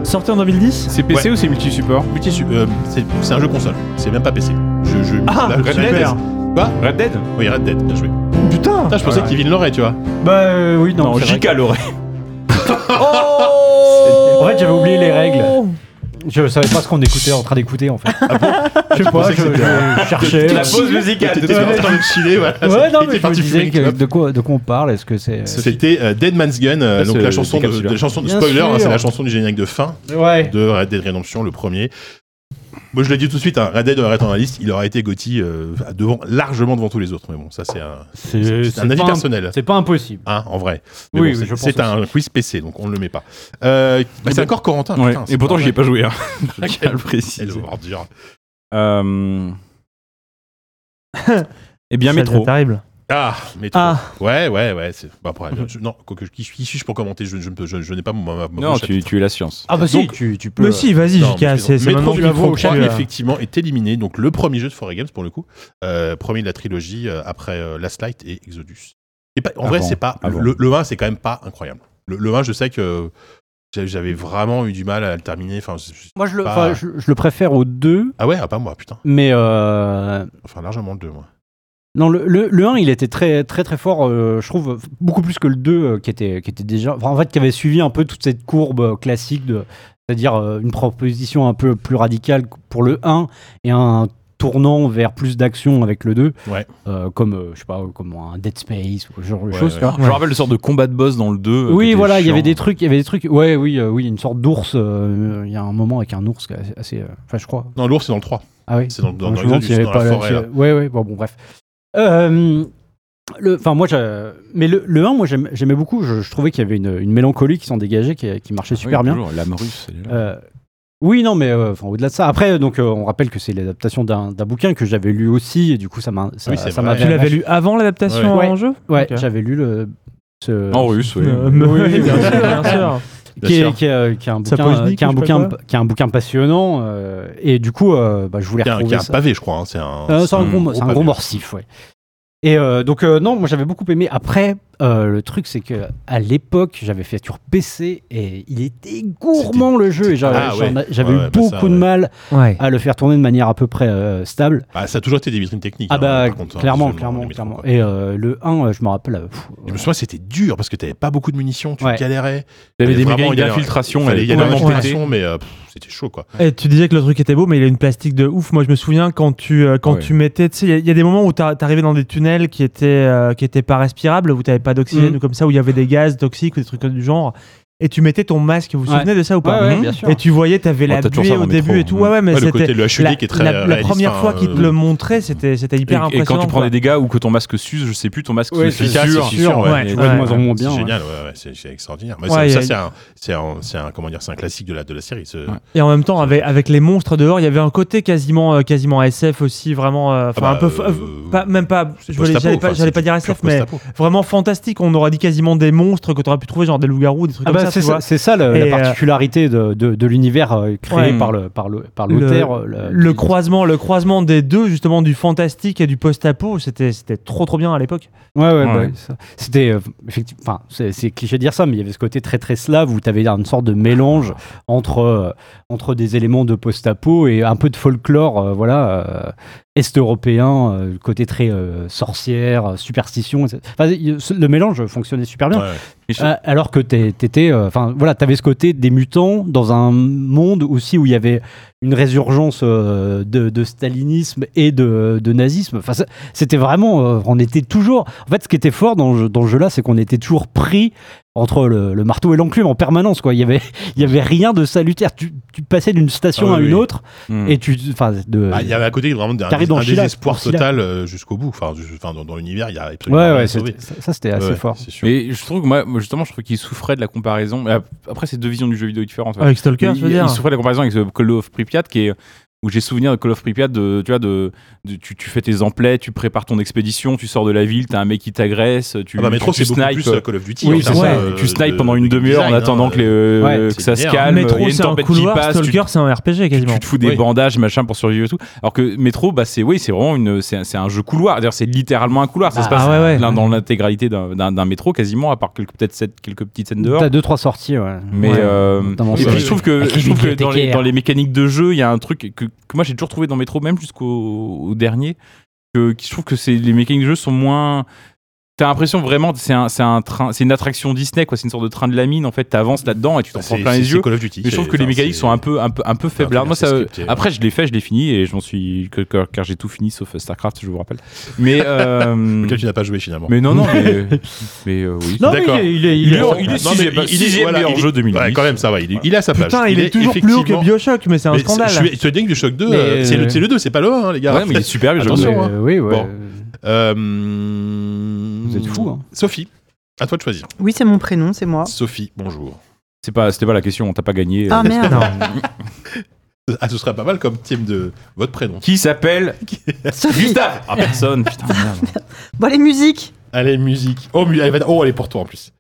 Sorti en 2010 euh, C'est PC ou c'est multi-support Multi- euh, c'est c'est un jeu console, c'est même pas PC. Je, je, Ah, la- Red Dead. super. Red Dead Oui, Red Dead, bien joué. Putain Putain, je pensais Ouais. qu'il vient l'aurait, tu vois. Bah euh, oui non. Non, c'est vrai JK l'aurait. que- En fait j'avais oublié les règles. Je savais pas ce qu'on écoutait en train d'écouter en fait. Ah Je sais pas, pensais que je, c'était je cherchais. La pause musicale. T'étais en train de chiller, voilà. Ouais, non, mais T'étais je me parti fumer disais une que- clope. de quoi, de quoi on parle Est-ce que c'est. C'était euh, Dead Man's Gun, euh, Ça, donc c'est la chanson de, décapsuleur. la chanson de Bien spoiler, hein, sûr. c'est la chanson du générique de fin Ouais. de Red Dead Redemption, le premier. Moi, je l'ai dit tout de suite, hein, Red Dead aurait été dans la liste, il aurait été Gotti euh, devant, largement devant tous les autres. Mais bon, ça, c'est un, c'est un avis personnel, C'est pas impossible. hein, en vrai. Mais Oui, bon, oui, c'est- je pense c'est un quiz PC, donc on ne le met pas. Euh, bah, c'est encore Corentin, Ouais. putain. c'est Et pourtant, pas j'y ai pas joué. Hein. vrai. Je tiens à le préciser. Quelle ordure. Euh... Eh bien, Ça devient métro. terrible. Ah, mais Ah, Ouais, ouais, ouais. c'est- Bah, après, je- non, quoi que- qui, qui suis-je pour commenter Je, je, ne peux- je- je n'ai pas mon. ma- ma- Non, mon tu, tu es la science. Ah bah si, Donc- tu, tu peux. mais si, vas-y, euh, Non, mais JK, c'est je c'est maintenant plaisante. Metro qu'il du Havre faut que tu, 3 euh, effectivement est éliminé, donc le premier jeu de Foray Games pour le coup, euh, premier de la trilogie euh, après euh, Last Light et Exodus. Et pas- Ah en vrai, Avant, c'est pas avant. le, le 1, c'est quand même pas incroyable. Le, le 1, je sais que j'a- j'avais vraiment eu du mal à le terminer. Enfin, je- je- Moi je le, Bah. enfin, je, je le préfère aux deux, ah ouais, ah, pas moi, putain. mais euh, Enfin, largement le 2, moi. non le, le, 1 il était très très très fort, euh, je trouve beaucoup plus que le 2 euh, qui était qui était déjà, enfin, en fait qui avait suivi un peu toute cette courbe euh, classique de, c'est-à-dire euh, une proposition un peu plus radicale pour le 1 et un tournant vers plus d'action avec le 2, Ouais. Euh, comme euh, je sais pas euh, comme un Dead Space ou ce genre de Ouais, choses. ouais. tu vois. Je me rappelle le sort de combat de boss dans le 2. euh, qui Oui, était voilà, il y chiant. avait des trucs, il y avait des trucs. Ouais, oui, euh, oui, une sorte d'ours. euh, Il y a un moment avec un ours qui est assez- assez. euh, Enfin, je crois. Non, l'ours, c'est dans le 3. Ah oui. C'est dans, dans, Je me dans demande Exodus, s'il y avait dans pas la la- forêt. là. si- Ouais, ouais. Bon, bon, bref. Euh, le, enfin, moi, je- mais le, le 1, moi, j'aime- j'aimais beaucoup. Je, je trouvais qu'il y avait une, une mélancolie qui s'en dégageait, qui, qui marchait Ah oui, super bien. toujours, L'âme russe, elle est là. Euh, Oui, non, mais euh, enfin, au-delà de ça. Après, donc, euh, on rappelle que c'est l'adaptation d'un d'un bouquin que j'avais lu aussi, et du coup, ça m'a. Ça, oui, c'est ça vrai. m'avait- Tu l'avais lu avant l'adaptation Ouais. en jeu Ouais, Ok. j'avais lu le. ce- En russe, oui. Euh, oui, bien sûr, bien sûr. Bien qui, sûr. est, qui, est, euh, qui est un bouquin, Sapojnik, euh, qui est un je sais bouquin, pas. qui est un bouquin passionnant euh, et du coup euh, bah, je voulais Il y a un, il y retrouver a un ça. pavé, je crois. hein, C'est un. Euh, c'est un, Mm, gros, gros c'est un pavé. gros morsif, ouais. Et euh, donc euh, non, moi j'avais beaucoup aimé. Après, euh, le truc c'est que à l'époque, j'avais fait sur PC et il était gourmand le jeu et j'avais Ah, j'en ouais. a- j'avais Ouais, eu ouais, bah beaucoup ça, de ouais. mal Ouais. à le faire tourner de manière à peu près euh, stable. Bah, ça a toujours été des vitrines techniques. ah hein, bah par contre, hein, clairement, visuellement, clairement, les vitrines, clairement. quoi. Et euh, le 1, euh, je me rappelle. euh, pff, Je me souviens, c'était dur parce que t'avais pas beaucoup de munitions, tu Ouais. galérais. Il y avait des Vraiment, méga il y a- d'infiltration. Fallait Elle y est aller complètement en complètement opération, mais euh, pff, c'était chaud, quoi. Et Eh, tu disais que le truc était beau, mais il a une plastique de ouf. Moi, je me souviens quand tu, euh, quand Ouais. tu mettais. Tu sais, il y a- il y, a des moments où t'ar- t'arrivais dans des tunnels qui étaient, euh, qui étaient pas respirables, où t'avais pas d'oxygène Mhm. ou comme ça, où il y avait des gaz toxiques ou des trucs du genre. Et tu mettais ton masque, vous vous Ouais. souvenez de ça ou pas ouais, Mhm. bien sûr. Et tu voyais, t'avais Ouais, la t'as toujours ça buée dans au le début métro, et tout. hein. Ouais, ouais, mais Ouais, le c'était. côté, le HUD la, qui est très. la- la réaliste, première enfin, fois qu'ils te euh, le montraient, c'était c'était Et, et hyper quand impressionnant. tu prends quoi. des dégâts ou que ton masque s'use, je sais plus, ton masque Ouais, se C'est c'est sûr, fissure. c'est sûr, ouais, ouais. Tu vois de ouais. moins en moins bien. C'est ouais. génial, ouais, ouais, c'est c'est extraordinaire. Mais Ouais, ça, il y ça, a- c'est un, c'est un, c'est un, comment dire, c'est un classique de la, de la série. ce- Ah Ouais. Et en même temps, avec, avec les monstres dehors, il y avait un côté quasiment, euh, quasiment SF aussi, vraiment. euh, Enfin, Ah un peu. bah, f- euh, euh, pas- même pas. c'est je voulais- post-apo, J'allais pas, enfin, j'allais c'est pas du dire pur SF, mais post-apo. vraiment fantastique. On aurait dit quasiment des monstres que tu aurais pu trouver, genre des loups-garous, des trucs Ah comme bah, ça. c'est tu ça, vois. c'est ça le- Et, euh, la particularité de, de- de l'univers euh, créé Ouais. par le par le par Le- l'auteur. Le, euh, qui- croisement, le croisement des deux, justement, du fantastique et du post-apo, c'était c'était trop trop bien à l'époque. Ouais, ouais, bah Ouais. oui, ça. c'était euh, effectivement. Enfin, c'est c'est cliché de dire ça, mais il y avait ce côté très très slave où tu avais une sorte de mélange entre euh, entre des éléments de post-apo et un peu de folklore, euh, voilà, euh, est-européen, euh, le côté très euh, sorcière, euh, superstition. etc. Enfin, il- ce- le mélange fonctionnait super bien. Ouais, ouais. Euh, Alors que t'es- t'étais, euh, enfin voilà, t'avais ce côté des mutants dans un monde aussi où il y avait une résurgence euh, de, de stalinisme et de, de nazisme. Enfin, ça- c'était vraiment, euh, on était toujours. En fait, ce qui était fort dans, le- dans ce jeu-là, c'est qu'on était toujours pris entre le, le marteau et l'enclume en permanence. Quoi, il y avait, il y avait rien de salutaire. Tu, tu passais d'une station Ah oui, à une oui. autre Mm. et tu, enfin, de. Ah, Il y avait à côté vraiment un, T'arrives dans un Sheila, désespoir dans Sheila. total euh, jusqu'au bout. Enfin, je- enfin, dans, dans l'univers, il y a absolument ouais, rien ouais, à sauver. c'était- ça, ça, c'était assez Ouais, fort. c'est sûr. Mais je trouve que moi, moi, justement, je trouve qu'il souffrait de la comparaison. Mais ap- Après, c'est deux visions du jeu vidéo différentes. ouais. Avec Stalker, il, Ah, je veux il- dire. il souffrait de la comparaison avec The Call of Pripyat, qui est où j'ai souvenir de Call of Pripyat, de, tu vois, de, de- tu, tu fais tes emplets, tu prépares ton expédition, tu sors de la ville, t'as un mec qui t'agresse, tu, Ah bah, Metro, c'est tu beaucoup plus snipes, euh, Call of Duty. Oui, en c'est termes ça. de- tu snipes euh, de- pendant une de demi-heure en design, attendant hein. que, les, euh, Ouais, que ça c'est se linéaire. calme, il y Métro, a une c'est un tempête couloir, qui passe, tu- Stalker, c'est un RPG tu, quasiment. tu te fous des Oui. bandages machin pour survivre et tout alors que métro bah c'est oui c'est vraiment une c'est un- c'est un jeu couloir d'ailleurs c'est littéralement un couloir ça se Bah, passe ouais, ouais. l'un dans l'intégralité d'un- d'un d'un métro quasiment à part quelques peut-être sept- quelques petites scènes dehors T'as deux trois sorties, ouais. mais Ouais. euh, Notamment et ça, puis oui. je trouve que, Avec les je trouve que dans, les, bibliothécaires. dans les mécaniques de jeu, il y a un truc que, que moi j'ai toujours trouvé dans Metro, même jusqu'au au dernier, que, qui- je trouve que c'est- les mécaniques de jeu sont moins. T'as l'impression vraiment, que c'est un, c'est un train, c'est une attraction Disney, quoi. C'est une sorte de train de la mine. En fait, t'avances là-dedans et tu t'en C'est- prends plein c'est- les c'est yeux. Call of Duty. Mais je trouve c'est- que les enfin, mécaniques c'est- sont un peu, un peu, un peu faibles. truc Moi, assez ça, scripté, ouais. après, je l'ai fait, je l'ai fini et je m'en suis, que- que- car j'ai tout fini sauf euh, Starcraft, je vous rappelle. Mais, euh, Auquel tu n'as pas joué finalement. mais non, non, mais, mais euh, oui. Non, mais D'accord. il est- il est- il Il est- est en- il est Non, mais sixième- il- il est- sixième voilà, meilleur il est- jeu 2008. Ouais, quand même, ça va. Il, est- il a sa place. Putain, il, est toujours plus haut que effectivement- Bioshock, mais c'est un Mais scandale. Je suis, je suis dingue du choc 2. euh, Mais- c'est le, c'est le 2, c'est pas le 1, hein, les gars. Ouais, mais il est super, le jeu. Attention, Mais, hein. euh, oui, ouais. Bon. Euh, Vous êtes fous, hein. Sophie, à toi de choisir. Oui, c'est mon prénom, c'est moi. Sophie, bonjour. C'est pas, c'était pas la question, on t'a pas gagné. Ah Euh, merde. Ah, ce serait pas mal comme thème de votre prénom. Qui s'appelle Sophie. Gustave Ah, personne, putain, merde. Bon, les musiques. Allez, musique. Oh, mu- elle va- oh, elle est pour toi en plus.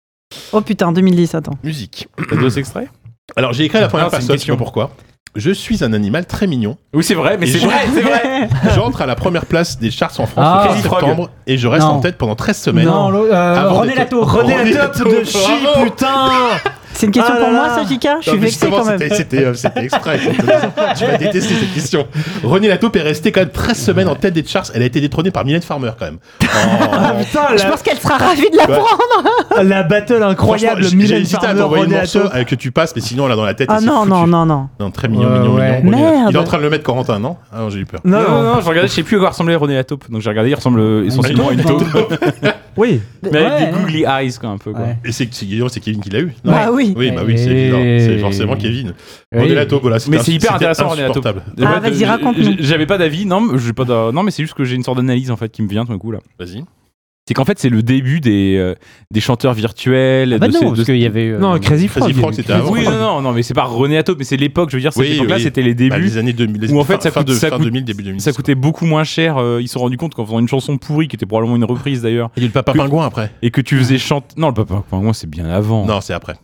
Oh putain, 2010, attends. Musique. T'as deux extraits Alors, j'ai écrit à la première Ah, c'est une personne, je sais question. pas pourquoi. Je suis un animal très mignon. Oui, c'est vrai, mais Et c'est je- vrai, c'est vrai J'entre à la première place des charts en France Ah. le 15 Crazy Frog. septembre et je reste Non. en tête pendant 13 semaines. Non, l'autre, euh, Avant René d'être- Latour. René René Latour. Latour de Chi, Bravo. putain C'est une question Ah pour là moi, là. ça, Jika Je suis Non, mais vexé justement, quand même. C'était, c'était, euh, c'était exprès. pour te dire. tu vas détester cette question. René Latope est restée quand même 13 semaines en tête des charts. Elle a été détrônée par Mylène Farmer quand même. Oh. Ah, Putain, Je la, pense qu'elle sera ravie de la Ouais. prendre. la battle Franchement, incroyable, j'ai- j'ai Mylène hésité à Farmer, t'envoyer le René morceau Atto. avec que tu passes, mais sinon, là, dans la tête. Ah c'est non, foutu. non, non, non. Non, très mignon, Ouais, mignon, ouais. mignon. René- Merde. Il est en train de le mettre Corentin, non Ah, J'ai eu peur. Non, Non, non, non, non, je regardais, je sais plus à quoi ressemblait René Latope, donc j'ai regardé, il ressemble euh, essentiellement à une taupe. Oui. Mais avec Ouais. des googly eyes, quoi, un peu. Quoi. Ouais. Et c'est, c'est, c'est Kevin qui l'a eu. non Bah oui. Oui, bah oui, c'est Et- évident. C'est forcément Kevin. René Latope, voilà. Mais c'était- c'est hyper c'était intéressant, René Latope. insupportable. Et Ah, ouais, vas-y, j'ai- raconte-nous. j'ai- J'avais pas d'avis, non, mais j'ai pas d'a- non, mais c'est juste que j'ai une sorte d'analyse en fait qui me vient tout d'un coup là. Vas-y. c'est qu'en fait c'est le début des, euh, des chanteurs virtuels. Ah bah de non, ces- de parce qu'il y avait. euh, Non, Crazy Frog. Frog, il y avait c'était Crazy avant. Ah Oui, Frog. non, non, non, mais c'est pas René Atop, mais c'est l'époque, je veux dire, cette Oui, époque-là, oui. c'était les Bah, débuts. les années 2000. les- Où en fait, fin- ça fin coûte- de- ça fin coûte- 2000, début 2000. Ça coûtait beaucoup moins cher. euh, ils se sont rendus compte qu'en faisant une chanson pourrie, qui était probablement une reprise d'ailleurs, Il y a eu le papa que- pingouin après. et que tu faisais chanter. Non, le papa pingouin, c'est bien avant. Non, c'est après.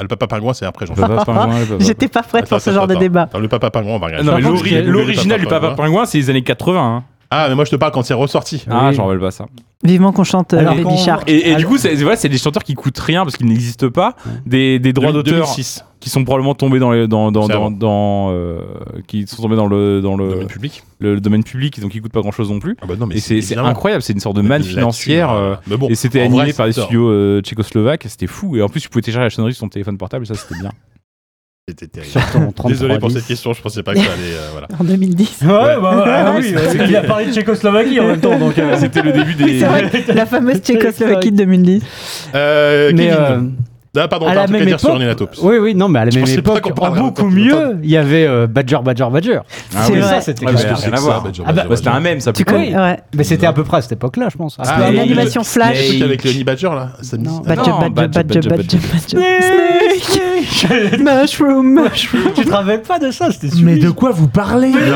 Ah, le papa pingouin, c'est après, j'en Le papa pingouin, le papa- J'étais pas prête Attends, pour ce attends, genre de attends. débat. Attends, Le papa pingouin, on va Ah, regarder. non, ça. mais Parce qu'il y a l'ori- eu le L'original du papa pingouin, c'est les années 80. hein. Ah, mais moi, je te parle quand c'est ressorti. Ah, Oui. j'en rappelle pas ça. Vivement qu'on chante euh, Alors, Baby quand- Shark. Et, et du Alors- coup, c'est voilà, c'est des chanteurs qui coûtent rien parce qu'ils n'existent pas, des, des droits d'auteur 2006. qui sont probablement tombés dans les, dans, dans, C'est dans, avant. dans, euh, qui sont tombés dans le dans le, Domaine public. le domaine public, donc ils coûtent pas grand chose non plus. Ah bah non, mais et c'est c'est évidemment. incroyable, c'est une sorte de manne Là-dessus, financière. euh, euh, mais bon, et c'était en animé vrai, par les c'était- studios euh, tchécoslovaques, c'était fou. Et en plus, tu pouvais télécharger la sonnerie sur ton téléphone portable, et ça c'était bien. C'était terrible. sur ton 33 Désolé pour dix. cette question, je pensais pas que ça allait. euh, voilà. En 2010. Ouais, bah Ah ouais, oui, oui, ouais. il a parlé de Tchécoslovaquie en même temps, donc. euh, c'était le début des. Oui, c'est vrai que la fameuse Tchécoslovaquie de 2010. Euh, Mais Kevin. euh, Ah, pardon, à t'as un la truc à même dire époque, sur Renelatops. oui, oui, non, mais à la Je même pensais pas époque, qu'on en parlerait beaucoup encore plus mieux, il y avait euh, Badger, Badger, Badger. Ah C'est oui. vrai. Ça, c'était Ouais, quelque mais chose. rien à voir. Badger, Ah bah, Badger, Bah, c'était Badger. un même, ça. Tu compte. connais ouais. Mais c'était à peu près à cette époque-là, je pense. Ah, Après, oui. L'animation Le Flash. truc avec Lenny Badger là ça me dit- Non. Ah, Badger, Non, badger, badger, badger, badger, badger. Snake. Mushroom, mushroom. tu te rappelles pas de ça, c'était Mais super. de quoi vous parlez non, Badger,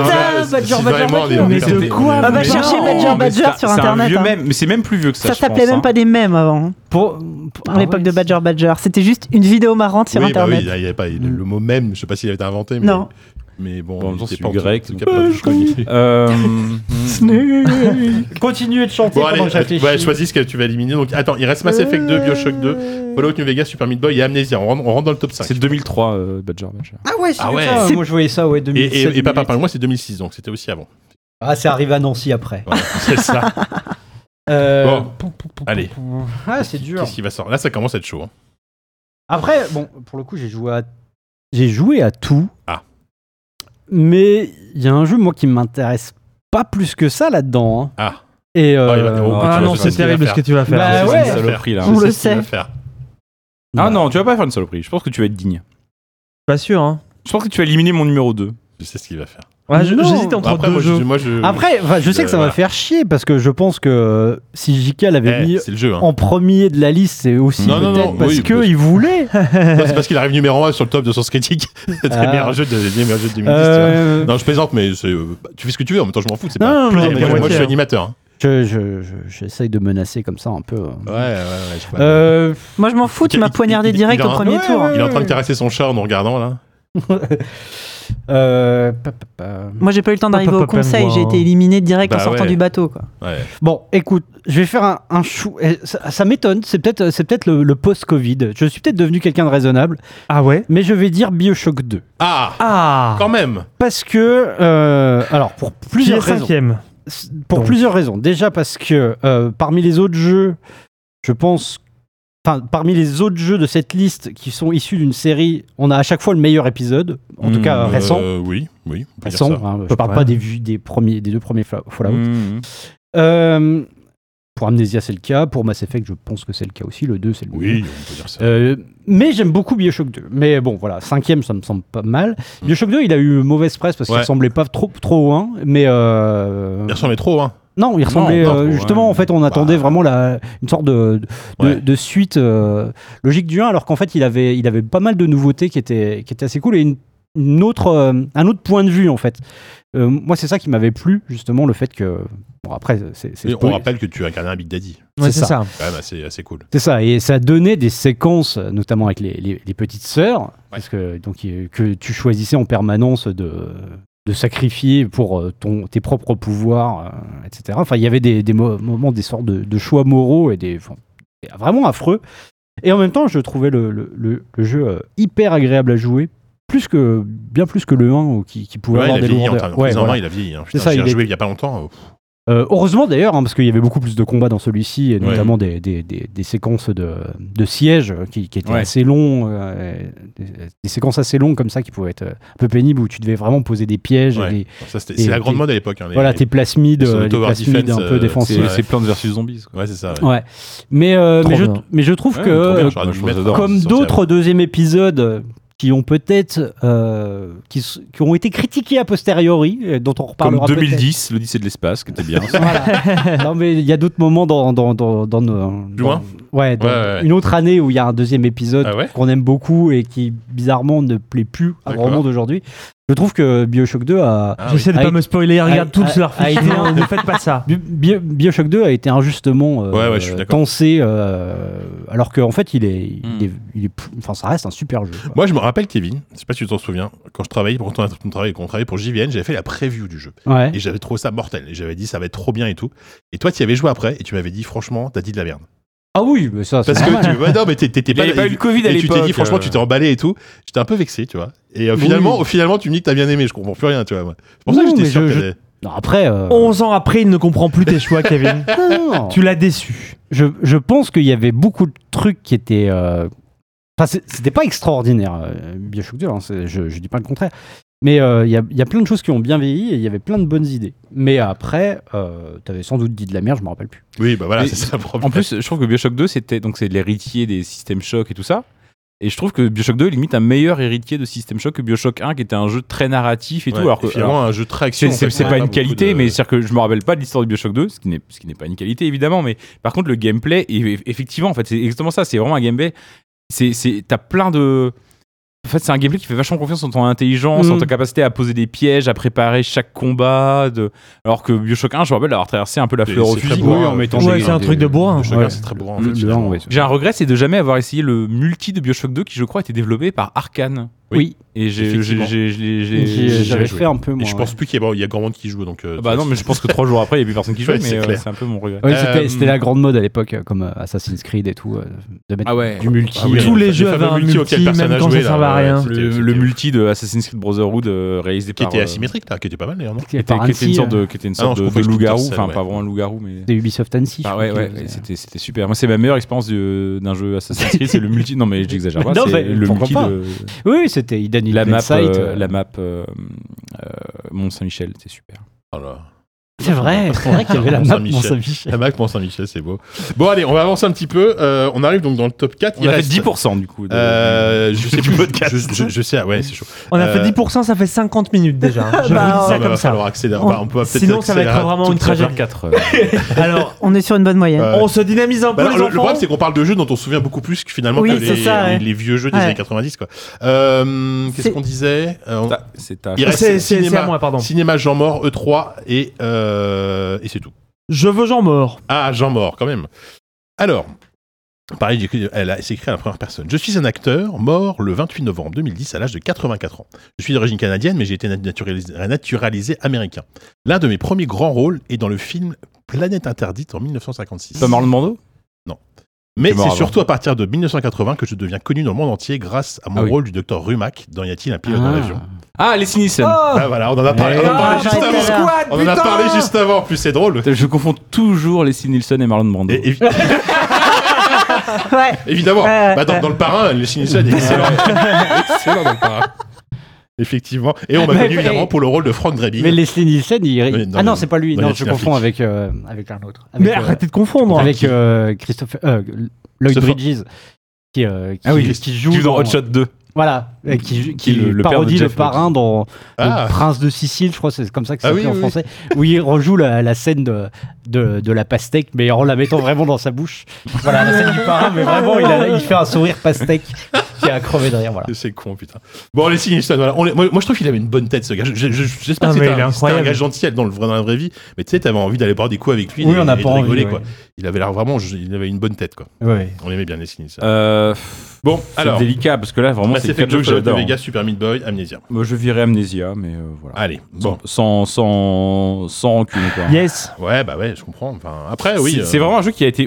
c'est- Badger, c'est Badger, vraiment Badger. des- Mais des- de des- quoi des- Ah bah, des- cherchez Non, Badger, mais Badger c'est un- sur c'est un Internet, vieux hein. mème, mais c'est même plus vieux que ça. Ça je pense, s'appelait hein. même pas des mèmes avant, Pour, à Ah l'époque de Badger Badger. C'était juste une vidéo marrante sur oui, bah Internet. oui, il y avait pas le, le mot même, je sais pas s'il avait été inventé. Mais, Non. Mais bon, Bon, en même il temps, était c'est pas en tout- grec, en tout donc- cas, pas Euh, tout connu. Euh, Continuez de chanter Bon, allez, euh, ouais, choisis ce que tu vas éliminer. Donc, attends, il reste Mass Effect 2, Bioshock 2, Fallout New Vegas, Super Meat Boy et Amnesia. On rentre, on rentre dans le top 5. c'est 2003, euh, Badger Badger. Ah ouais, c'est Ah comme ouais. ça. C'est- Moi, je voyais ça, ouais, Et, 2007. et, et Papa 2008. Parle-moi, c'est 2006, donc c'était aussi avant. Ah, c'est arrivé à Nancy après. Voilà, c'est ça. Euh, Bon, allez, Ah, c'est dur. qu'est-ce qui va sortir Là, ça commence à être chaud. hein. Après, bon, pour le coup, j'ai joué à... J'ai joué à tout. Ah. Mais il y a un jeu, moi, qui m'intéresse pas plus que ça là-dedans. hein. Ah. Et Oh, il va euh, dire, oh, putain, Ah je non, sais c'est ce qu'il va terrible ce faire. que tu vas faire. Bah Je sais ouais. C'est ce une que- saloperie là. On Je sais le ce qu'il va sait. faire. Ah non, tu vas pas faire une saloperie. Je pense que tu vas être digne. Pas sûr, hein. Je pense que tu vas éliminer mon numéro 2. Je sais ce qu'il va faire. Ouais, je- Non. J'hésite entre Après, deux moi, je- jeux. moi, je. Après, enfin, je sais que ça Voilà. va faire chier parce que je pense que euh, si JK l'avait Eh, mis c'est le jeu. hein. en premier de la liste, c'est aussi Non, non, peut-être non, parce oui, que parce- il voulait. Non, C'est parce qu'il arrive numéro 1 sur le top de Sens Critique des Ah. meilleurs jeux de, des meilleurs jeux de 2010. tu vois. Euh, Non, je plaisante, mais c'est, euh, bah, tu fais ce que tu veux. En même temps, je m'en fous. C'est Non, pas. non, non, Moi, mais moi, moitié, je suis hein. animateur. hein. je- je- je- J'essaye de menacer comme ça un peu. euh. Ouais, ouais, ouais. je sais pas. Euh, Moi, je m'en fous, tu Il- m'as il- poignardé il- direct il a au un- premier Ouais, tour. ouais. Il est en train de caresser son chat en nous regardant là. euh, pa- pa- pa- Moi, j'ai pas eu le temps d'arriver Papa au conseil, Penguin. j'ai été éliminé direct en Bah sortant ouais. du bateau. Quoi. Ouais. Bon, écoute, je vais faire un, un chou. eh, Ça, ça m'étonne, c'est peut-être c'est peut-être le, le post-Covid. Je suis peut-être devenu quelqu'un de raisonnable, Ah ouais mais je vais dire Bioshock 2. Ah, Ah quand même. Parce que. euh, alors, pour Qui est plusieurs raisons. cinquième S- Pour Donc. plusieurs raisons. Déjà parce que euh, parmi les autres jeux, je pense. Enfin, parmi les autres jeux de cette liste qui sont issus d'une série, on a à chaque fois le meilleur épisode, en tout Mmh, cas euh, récent. Euh, oui, oui. on peut dire récent ça. hein, je parle Ouais. pas des, vues- des, premiers, des deux premiers Fla- Fallout. Mmh. Euh, pour Amnesia, c'est le cas. Pour Mass Effect, je pense que c'est le cas aussi. Le 2, c'est le meilleur. Oui, on peut dire ça. Euh, mais j'aime beaucoup Bioshock 2. Mais bon, voilà, cinquième, ça me semble pas mal. Bioshock 2, il a eu mauvaise presse parce qu'il Hmm. Ouais. ressemblait pas trop, trop au 1. Mais euh, Il ressemblait trop, hein. non, il ressemblait. non, euh, trop, justement, ouais. en fait, on attendait Bah. vraiment la, une sorte de, de, Ouais. de suite euh, logique du 1, alors qu'en fait, il avait, il avait pas mal de nouveautés qui étaient, qui étaient assez cool et une, une autre, euh, un autre point de vue, en fait. Euh, moi, c'est ça qui m'avait plu, justement, le fait que. Bon, après, c'est. c'est Et on spoil- rappelle que tu incarnais un Big Daddy. Ouais, c'est c'est ça. Quand même assez, assez cool. C'est ça, et ça donnait des séquences, notamment avec les, les- les petites sœurs, parce que, donc, euh, que tu choisissais en permanence de, de sacrifier pour euh, ton, tes propres pouvoirs, euh, etc. Enfin, il y avait des, des mo- moments, des sortes de, de choix moraux et des. enfin, c'était vraiment affreux. Et en même temps, je trouvais le, le- le- le jeu euh, hyper agréable à jouer, plus que, bien plus que le 1 ou qui, qui pouvait Ouais, il avoir a des vieilli en lourdeurs. train- en Ouais, prise en main, voilà. il a vieilli. hein. Putain, C'est ça, J'y ai il est- joué il y a pas longtemps. oh. Euh, heureusement d'ailleurs, hein, parce qu'il y avait beaucoup plus de combats dans celui-ci, et notamment des, des- des- des séquences de, de sièges euh, qui, qui étaient Ouais. assez longs, euh, des, des séquences assez longues comme ça qui pouvaient être euh, un peu pénibles où tu devais vraiment poser des pièges, Ouais. et des- Ça, c'était- Et- C'est la grande et- mode à l'époque. hein, les- voilà tes plasmides, sur le euh, les tower plasmides defense, un peu euh, défensifs. C'est Ouais. c'est Plants versus Zombies. quoi. Ouais, c'est ça. ouais. Ouais. Mais, euh, Trop mais, je, bien. mais je trouve Ouais, que Trop bien, euh, j'aurais dû je le mettre m'adore. avant, comme c'est sorti d'autres deuxième épisodes, euh, qui ont peut-être euh, qui, s- qui ont été critiqués a posteriori, et dont on Comme reparlera peut-être. 2010, l'Odyssée de l'espace, qui était bien. Voilà. non mais il y a d'autres moments dans dans dans dans, nos- Plus loin dans- ouais, dans Ouais, ouais, ouais. une autre année où il y a un deuxième épisode Ah ouais qu'on aime beaucoup et qui bizarrement ne plaît plus à grand D'accord. monde aujourd'hui. Je trouve que BioShock 2 a Ah oui. J'essaie de Ah, pas me spoiler, regarde ah, tous ah, leurs ah, fichiers, il est- ne faites pas ça. Bi- Bio- Bioshock 2 a été injustement euh, Ouais, ouais, je suis d'accord. pensé, euh, alors qu'en fait, il est, il Hmm. est, il est, p- enfin, ça reste un super jeu. quoi. Moi, je me rappelle, Kevin, je sais pas si tu t'en souviens, quand je travaillais pour ton, ton travail, quand on travaillait pour JVN, j'avais fait la preview du jeu. Ouais. Et j'avais trouvé ça mortel. Et j'avais dit, ça va être trop bien et tout. Et toi, tu y avais joué après, et tu m'avais dit, franchement, t'as dit de la merde. Ah oui, mais ça, c'est Parce que normal. tu. ouais, non, mais t'é- t'étais Il n'y pas. avait pas eu le Covid à et l'époque. tu t'es dit, franchement, euh, tu t'es emballé et tout. J'étais un peu vexé, tu vois. Et euh, Oui. finalement, finalement, tu me dis que t'as bien aimé. Je comprends plus rien, tu vois. moi. C'est pour ça que Non, j'étais mais sûr je- que je- t'allais- Non, après, euh, 11 ans après, il ne comprend plus tes choix, Kevin. non, non. tu l'as déçu. je, je pense qu'il y avait beaucoup de trucs qui étaient. euh, Enfin, c'est- c'était pas extraordinaire, euh, Bioshock 2, hein, c'est- je, je dis pas le contraire. Mais euh, il y, a, il y a plein de choses qui ont bien vieilli et il y avait plein de bonnes idées. Mais après, euh, t'avais sans doute dit de la merde, je me rappelle plus. Oui, bah voilà, Mais- c'est ça le problème. En plus, je trouve que Bioshock 2, c'était donc c'est l'héritier des System Shock et tout ça. Et je trouve que Bioshock 2 est limite un meilleur héritier de System Shock que Bioshock 1, qui était un jeu très narratif et Ouais, tout. Alors que et finalement, un jeu très C'est, action. en c'est- fait, c'est on a pas une beaucoup qualité, de- mais c'est-à-dire que je me rappelle pas de l'histoire de Bioshock 2, ce qui n'est, ce qui n'est pas une qualité évidemment, mais par contre le gameplay, est- effectivement, en fait, c'est exactement ça, c'est vraiment un gameplay. C'est, c'est, t'as plein de. En fait, c'est un gameplay qui fait vachement confiance en ton intelligence, Mm. en ta capacité à poser des pièges, à préparer chaque combat. De... Alors que Bioshock 1, je me rappelle avoir traversé un peu la C'est- fleur au c'est très fusil. bourrin, quoi. en mettant Ouais, c'est un truc de bourrin. Bioshock 1, c'est très bourrin, en fait, Le- le finalement. un, ouais. J'ai un regret, c'est de jamais avoir essayé le multi de Bioshock 2 qui, je crois, était développé par Arkane. Oui. Et j'ai, j'ai, Effectivement. j'ai, je l'ai- j'ai- J'y ai- J'ai- j'y avais J'avais joué. fait un peu Et moins. je pense ouais. plus qu'il y a, bon, il y a grand monde qui joue, donc. euh, Bah tu non, vois, mais je pense que trois jours après, il n'y a plus personne qui joue, Ouais, mais c'est euh, clair. c'est un peu mon regret. Ouais, c'était, Euh, c'était la grande mode à l'époque, euh, comme euh, Assassin's Creed et tout, euh, de mettre Ah ouais. du multi. euh, Ah oui, Tous le- les le jeux fameux avaient un multi auquel multi, personne même a quand joué, ça là, servait à ouais, rien. c'était- le, c'était- le multi de Assassin's Creed Brotherhood euh, réalisé Qui par était euh, asymétrique, là, qui était pas mal d'ailleurs, non qui qui est était, par qui était une Annecy, sorte de qui était une Ah non, sorte je de- confonds de, avec loup-garou Splinter Cell, enfin pas ouais. vraiment un loup-garou mais C'était Ubisoft Annecy. Ah je ouais, crois ouais, qu'il faisait. c'était c'était super. Moi, c'est ma meilleure expérience de- d'un jeu Assassin's Creed, c'est le multi. Non, mais j'exagère pas. Non, c'est mais le pourquoi multi pas de Oui, oui, c'était Hidden la map, Inside, euh, euh, la map euh, euh, Mont Saint-Michel, c'était super. Oh là. C'est vrai, c'est vrai qu'il y avait la map Mont-Saint-Michel. Mont-Saint-Michel. La Mac pour Saint-Michel, c'est beau. Bon, allez, on va avancer un petit peu. Euh, on arrive donc dans le top 4. Il y avait reste- 10% du coup. de- Euh, je sais du plus. podcast. Je, je- je sais, ouais, c'est chaud. On a fait Euh, 10%, ça fait 50 minutes déjà. hein. Je Bah, vous dis ça Ouais, bah, comme va ça. falloir accélérer. On- Bah, on peut peut-être Sinon, ça va être accélérer. vraiment une Toute la tragédie. 24 heures. Alors, On est sur une bonne moyenne. Ouais. on se dynamise un peu, Bah, les le, le enfants. problème, c'est qu'on parle de jeux dont on se souvient beaucoup plus que finalement Oui, que les, c'est ça, ouais. les- les vieux jeux des Ouais. années 90. quoi. Euh, Qu'est-ce C'est- qu'on disait Euh, on- Ça, C'est ta. Il reste C'est- c'est- cinéma, c'est à moi, pardon. Cinéma Jean Mort, E3 et, euh, et c'est tout. Je veux Jean mort. Ah, Jean Mort, quand même. Alors, pareil, j'ai écrit- elle a- c'est écrit à la première personne. Je suis un acteur mort le 28 novembre 2010 à l'âge de 84 ans. Je suis d'origine canadienne, mais j'ai été nat- naturalisé, naturalisé américain. L'un de mes premiers grands rôles est dans le film Planète Interdite en 1956. Tom Orlando Mando Mais C'est mort c'est avant. surtout à partir de 1980 que je deviens connu dans le monde entier grâce à mon Ah oui. rôle du docteur Rumac dans Y a-t-il un pilote dans l'avion Ah, les Sinisen Ah voilà, on en a parlé, on en a Ah, parlé juste putain. avant. On en a parlé juste avant, en plus c'est drôle. Je confonds toujours les Sinilson et Marlon Brando. Et- et- Ouais. Évidemment. Ouais, Bah, dans, ouais. dans le parrain, le Sinison est excellent. excellent dans le parrain. Effectivement. Et on m'a Mais- connu évidemment pour le rôle de Frank Draby. Mais Leslie Nielsen, il... Oui, dans ah non, le- c'est pas lui. dans Non, les je Teen confonds Flick. avec, euh, avec un autre. Avec, Mais euh, arrêtez de confondre. avec euh, Christopher, euh, Lloyd Christopher- Bridges, qui, euh, qui, Ah oui, Tu qui joue joues dans Hot dans- Shot 2. Voilà, euh, qui, qui, Qui est le- le père de parodie le Jeff parrain dans Ah, Le Prince de Sicile, je crois, c'est comme ça que ça Ah s'appelle oui, en oui, français, où il rejoue la, la scène de, de, de la pastèque, mais en la mettant vraiment dans sa bouche. Voilà, la scène du parrain, mais vraiment, il, a- il fait un sourire pastèque qui a crevé derrière. Voilà. c'est con, putain. Bon, les Sinison, voilà. On les- moi, moi, je trouve qu'il avait une bonne tête, ce gars. Je- je- je- J'espère Ah, que mais c'était il est un, c'était un incroyable. gars gentil dans, le, vrai- dans la vraie vie. Mais tu sais, t'avais envie d'aller boire des coups avec lui. Oui, et- on n'a et de pas envie, rigoler, ouais. quoi. Il avait l'air vraiment, je- il avait une bonne tête, quoi. Ouais. On aimait bien les Ah, Sinison. Euh, bon, c'est alors. Bah, délicat parce que là, vraiment, Mass Ah, c'est Effect quatre jeux que Fallout, New j'adore. Vegas, Super Meat Boy, Amnesia. Moi, je virais Amnesia, mais euh, voilà. Allez, bon. Sans, sans, sans rancune, quoi. Yes. Ouais, bah ouais, je comprends. Enfin, après, oui. C'est- euh, C'est vraiment un jeu qui a, été,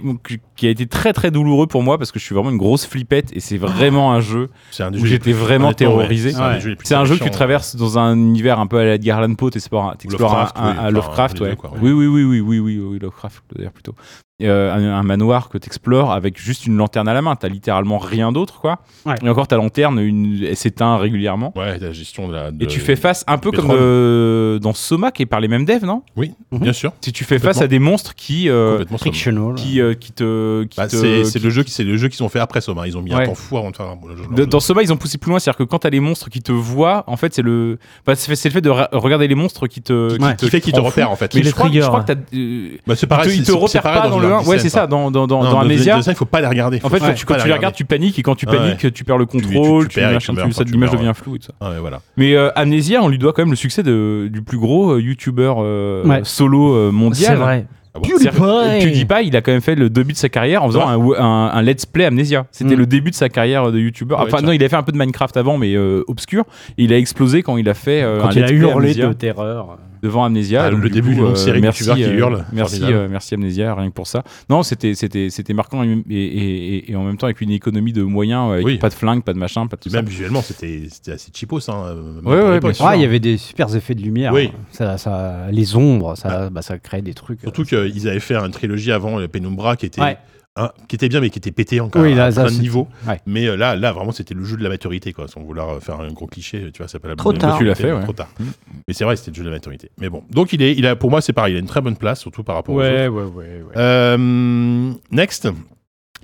qui a été très très douloureux pour moi parce que je suis vraiment une grosse flippette et c'est vraiment un jeu C'est un des où jeux les j'étais plus- vraiment honnêtement, ouais, terrorisé. C'est un, des jeux les plus C'est un jeu que tu terrifiants. traverses dans un univers un peu à la Edgar Allan Poe, t'explores un- t'explores un- Lovecraft, un- oui, un enfin, Lovecraft, les deux, ouais. quoi, ouais. Oui, oui, oui, oui, oui, oui, oui, Lovecraft d'ailleurs plutôt. euh, un, un manoir que t'explores avec juste une lanterne à la main. T'as littéralement rien d'autre, quoi. Ouais. Et encore, ta lanterne, une, elle s'éteint régulièrement. Ouais, la gestion de la. de- Et tu fais face un peu comme pétrole. euh, dans Soma, qui est par les mêmes devs, non Oui, Mhm. bien sûr. Si tu fais face Complètement. à des monstres qui, euh, Complètement Soma. Frictional. qui, euh, qui te, qui Bah, te- c'est qui- c'est le jeu qui c'est le jeu qu'ils ont fait après Soma. Ils ont mis Ouais. un temps fou avant de faire un le jeu. De- dans Soma, ils ont poussé plus loin, c'est-à-dire que quand t'as les monstres qui te voient, en fait, c'est le, bah, c'est c'est le fait de ra- regarder les monstres qui te, Ouais. qui fait qu'ils te rend fou. repèrent en fait. Mais les je crois, que- je trigger, crois que t'as, euh, Bah, c'est ils te- pareil. ils c'est- te c'est repèrent pareil pas dans le 1. Ouais, Artisan, c'est ça, dans, dans, dans, Non, dans de- de- Amnesia. de ça, il faut pas les regarder. En fait, quand Ouais, tu, faut pas quand tu les regardes, tu paniques, et quand tu Ouais. paniques, tu perds le tu- tu contrôle, tu, perds et machin, tu meurs, tout ça, enfin, tu l'image meurs, devient floue et tout ça. Ouais, voilà. Mais euh, Amnesia, on lui doit quand même le succès de, du plus gros euh, youtubeur euh, Ouais. solo euh, C'est mondial. vrai. C'est-à-dire que PewDiePie, il a quand même fait le début de sa carrière en faisant un, un- un let's play Amnesia. C'était Mm. le début de sa carrière euh, de youtubeur. Ouais, Enfin, tiens. non, il a fait un peu de Minecraft avant, mais euh, obscur. Et il a explosé quand il a fait euh, Quand un il a let's play hurlé Amnesia de terreur. devant Amnesia. Ah, Donc, le du début coup, d'une longue euh, série de merci, youtubeurs qui euh, hurlent. Merci, Formidable. euh, merci Amnesia, rien que pour ça. Non, c'était c'était c'était marquant et, et- et- et en même temps avec une économie de moyens, euh, avec Oui. pas de flingue, pas de machin, pas de tout Même ça. visuellement, c'était c'était assez cheapos. Hein, même Ouais, à ouais, l'époque. bien sûr. Ouais, il y avait des super effets de lumière. Oui. Ça, ça, les ombres, ça, bah, ça crée des trucs. Surtout qu'ils avaient fait une trilogie avant euh, Penumbra qui était, Ouais. hein, qui était bien mais qui était pété encore Oui, à là, ça, plein de c'est- niveaux. ouais. Mais euh, là, là vraiment, c'était le jeu de la maturité quoi, sans vouloir euh, faire un gros cliché. Tu vois, c'est pas la Trop bonne tard. Tu l'as maturité, fait, mais ouais. Trop tard. Mm. Mais c'est vrai, c'était le jeu de la maturité. Mais bon, donc il est, il a, pour moi, c'est pareil. Il a une très bonne place, surtout par rapport. aux autres. Ouais, ouais, ouais. ouais. Euh, next,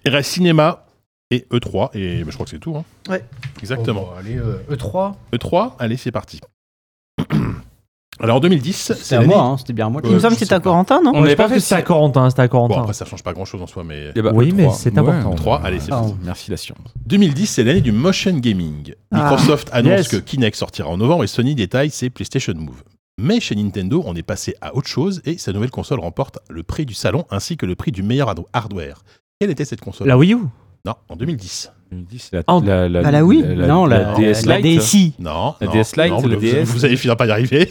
il reste cinéma et E3 et bah, je crois que c'est tout. hein. Ouais. Exactement. Bon, allez, euh, E3. E3, allez, c'est parti. Alors en 2010, C'était c'est à l'année- moi, hein, c'était bien à moi. qui- Il me Ouais, semble je que c'était sais à pas. Corentin, non On Je n'avait pas pense fait que c'est ça. à Corentin, c'était à Bon Corentin. après ça change pas grand chose en soi, mais Eh ben, Oui, E3. mais c'est Ouais. important. E3, allez c'est parti. Ah, Merci la science. 2010, c'est l'année du motion gaming. Ah. Microsoft annonce Yes. que Kinect sortira en novembre et Sony détaille ses PlayStation Move. Mais chez Nintendo, on est passé à autre chose et sa nouvelle console remporte le prix du salon ainsi que le prix du meilleur hard- hardware. Quelle était cette console La Wii U Non, en 2010. 2010, la, Ah, la, la, bah la Wii. Non, la- DS la Lite. DSI. Non, La non, DS Lite, non, vous, la vous- DS. vous allez finir par y arriver.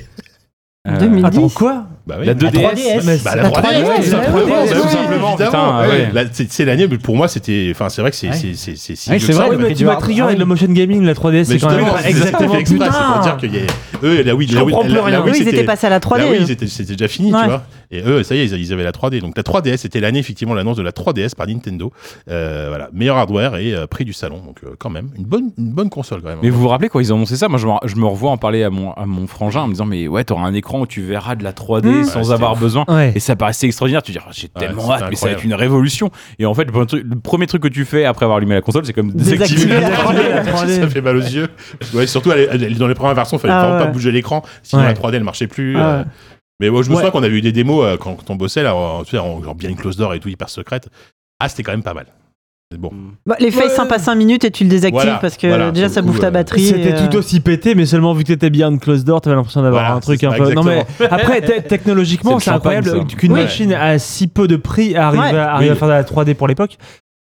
Euh, 2000. Attends, 10. quoi Bah oui. La 2DS. Mais Bah, c'est- la 3DS, la 3DS, tout simplement, ouais, bah oui, tout simplement, évidemment, putain, ouais. ouais. Là, c'est- c'est l'année, mais pour moi, c'était. Enfin, c'est vrai que c'est c'est- c'est- c'est si Ouais, vieux que c'est ça, vrai, Ouais, mais- mais fait tu du m'as hard- trigger ah avec oui. le motion gaming, la 3DS, c'est quand même justement, pas exactement, exactement. fait exprès, c'est pour Putain. dire qu'il y a- eux, la Wii, Je la Wii- comprends plus la- la rien. Wii, Oui, ils c'était- étaient passés à la 3D. Là, eux. Bah oui, c'était- c'était déjà fini, hein. Ouais. tu vois. Et eux, ça y est, ils- ils avaient la 3D. Donc la 3DS, c'était l'année, effectivement, l'annonce de la 3DS par Nintendo. Euh, voilà, meilleur hardware et euh, prix du salon. Donc euh, quand même, une bonne, une bonne console quand même. hein. Mais vous vous rappelez quand ils ont annoncé ça Moi, je me, je me revois en parler à mon, à mon frangin en me disant Mais ouais, t'auras un écran où tu verras de la 3D Mmh. Ouais, sans c'était avoir ouf. besoin. Ouais. Et ça paraissait extraordinaire. Tu dis Oh, J'ai Ouais, tellement c'était hâte, mais ça va incroyable. être une révolution. Et en fait, le premier truc, le premier truc que tu fais après avoir allumé la console, c'est comme désactiver. Désactiver. Désactiver la 3D, la 3D. ça fait mal aux yeux. Ouais, surtout, elle- elle- dans les premières versions, il fallait Ah vraiment pas ouais. bouger l'écran, sinon Ouais. la 3D, elle marchait plus. Ah euh, ouais. Mais ouais, je me Ouais. souviens qu'on avait eu des démos euh, quand, quand on bossait, là, en, tu sais, en- genre bien close door et tout, hyper secrète. Ah, c'était quand même pas mal. C'est Bon. Bah, les feuilles, ça passe 5 minutes et tu le désactives Voilà, parce que voilà, déjà pour ça le bouffe coup, ta euh, batterie. C'était euh, tout aussi pété, mais seulement vu que t'étais behind close door, t'avais l'impression d'avoir Voilà, un truc c'est un ça, peu. Non mais exactement. après, te- technologiquement, C'est c'est le champagne, incroyable ça. qu'une Ouais. machine à si peu de prix arrive, Ouais. à, arrive à Oui. faire de la 3D pour l'époque.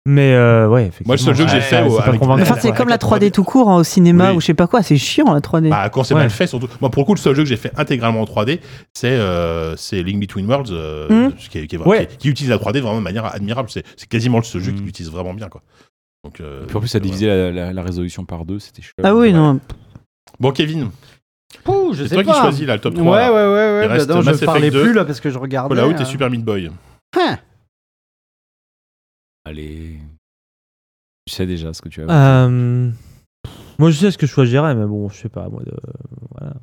Mais euh, ouais, effectivement. Moi, le seul jeu que j'ai ouais, fait, ouais, ouais, c'est pas avec- convaincant. Enfin, c'est Ouais, comme la la 3D 3D tout court hein, au cinéma Oui. ou je sais pas quoi, c'est chiant la 3D. Bah, quand c'est Mm. Ouais. mal fait, surtout. Moi, pour le coup, le seul jeu que j'ai fait intégralement en 3D, c'est euh, c'est Link Between Worlds, euh, Hmm. ce qui, est- qui est- Mm. Ouais. Mm. qui- qui utilise la 3D vraiment de manière admirable. C'est c'est quasiment le seul jeu qui Hmm. l'utilise vraiment bien. Quoi. Donc, euh, Puis en plus, ça voilà. divisait la, la- la résolution par deux. C'était chouette. ah oui, ouais. non. Bon, Kevin, Pouh, je c'est sais toi pas. qui choisis là, le top 3. Ouais, ouais, là. ouais, ouais. Il reste bah non, Mass je Effect parlais 2, plus là parce que je regardais. Fallout euh. et Super Meat Boy. Hein. Allez. Tu sais déjà ce que tu as. Euh, Moi, je sais ce que je choisirais, mais bon, je sais pas. Moi, de... voilà.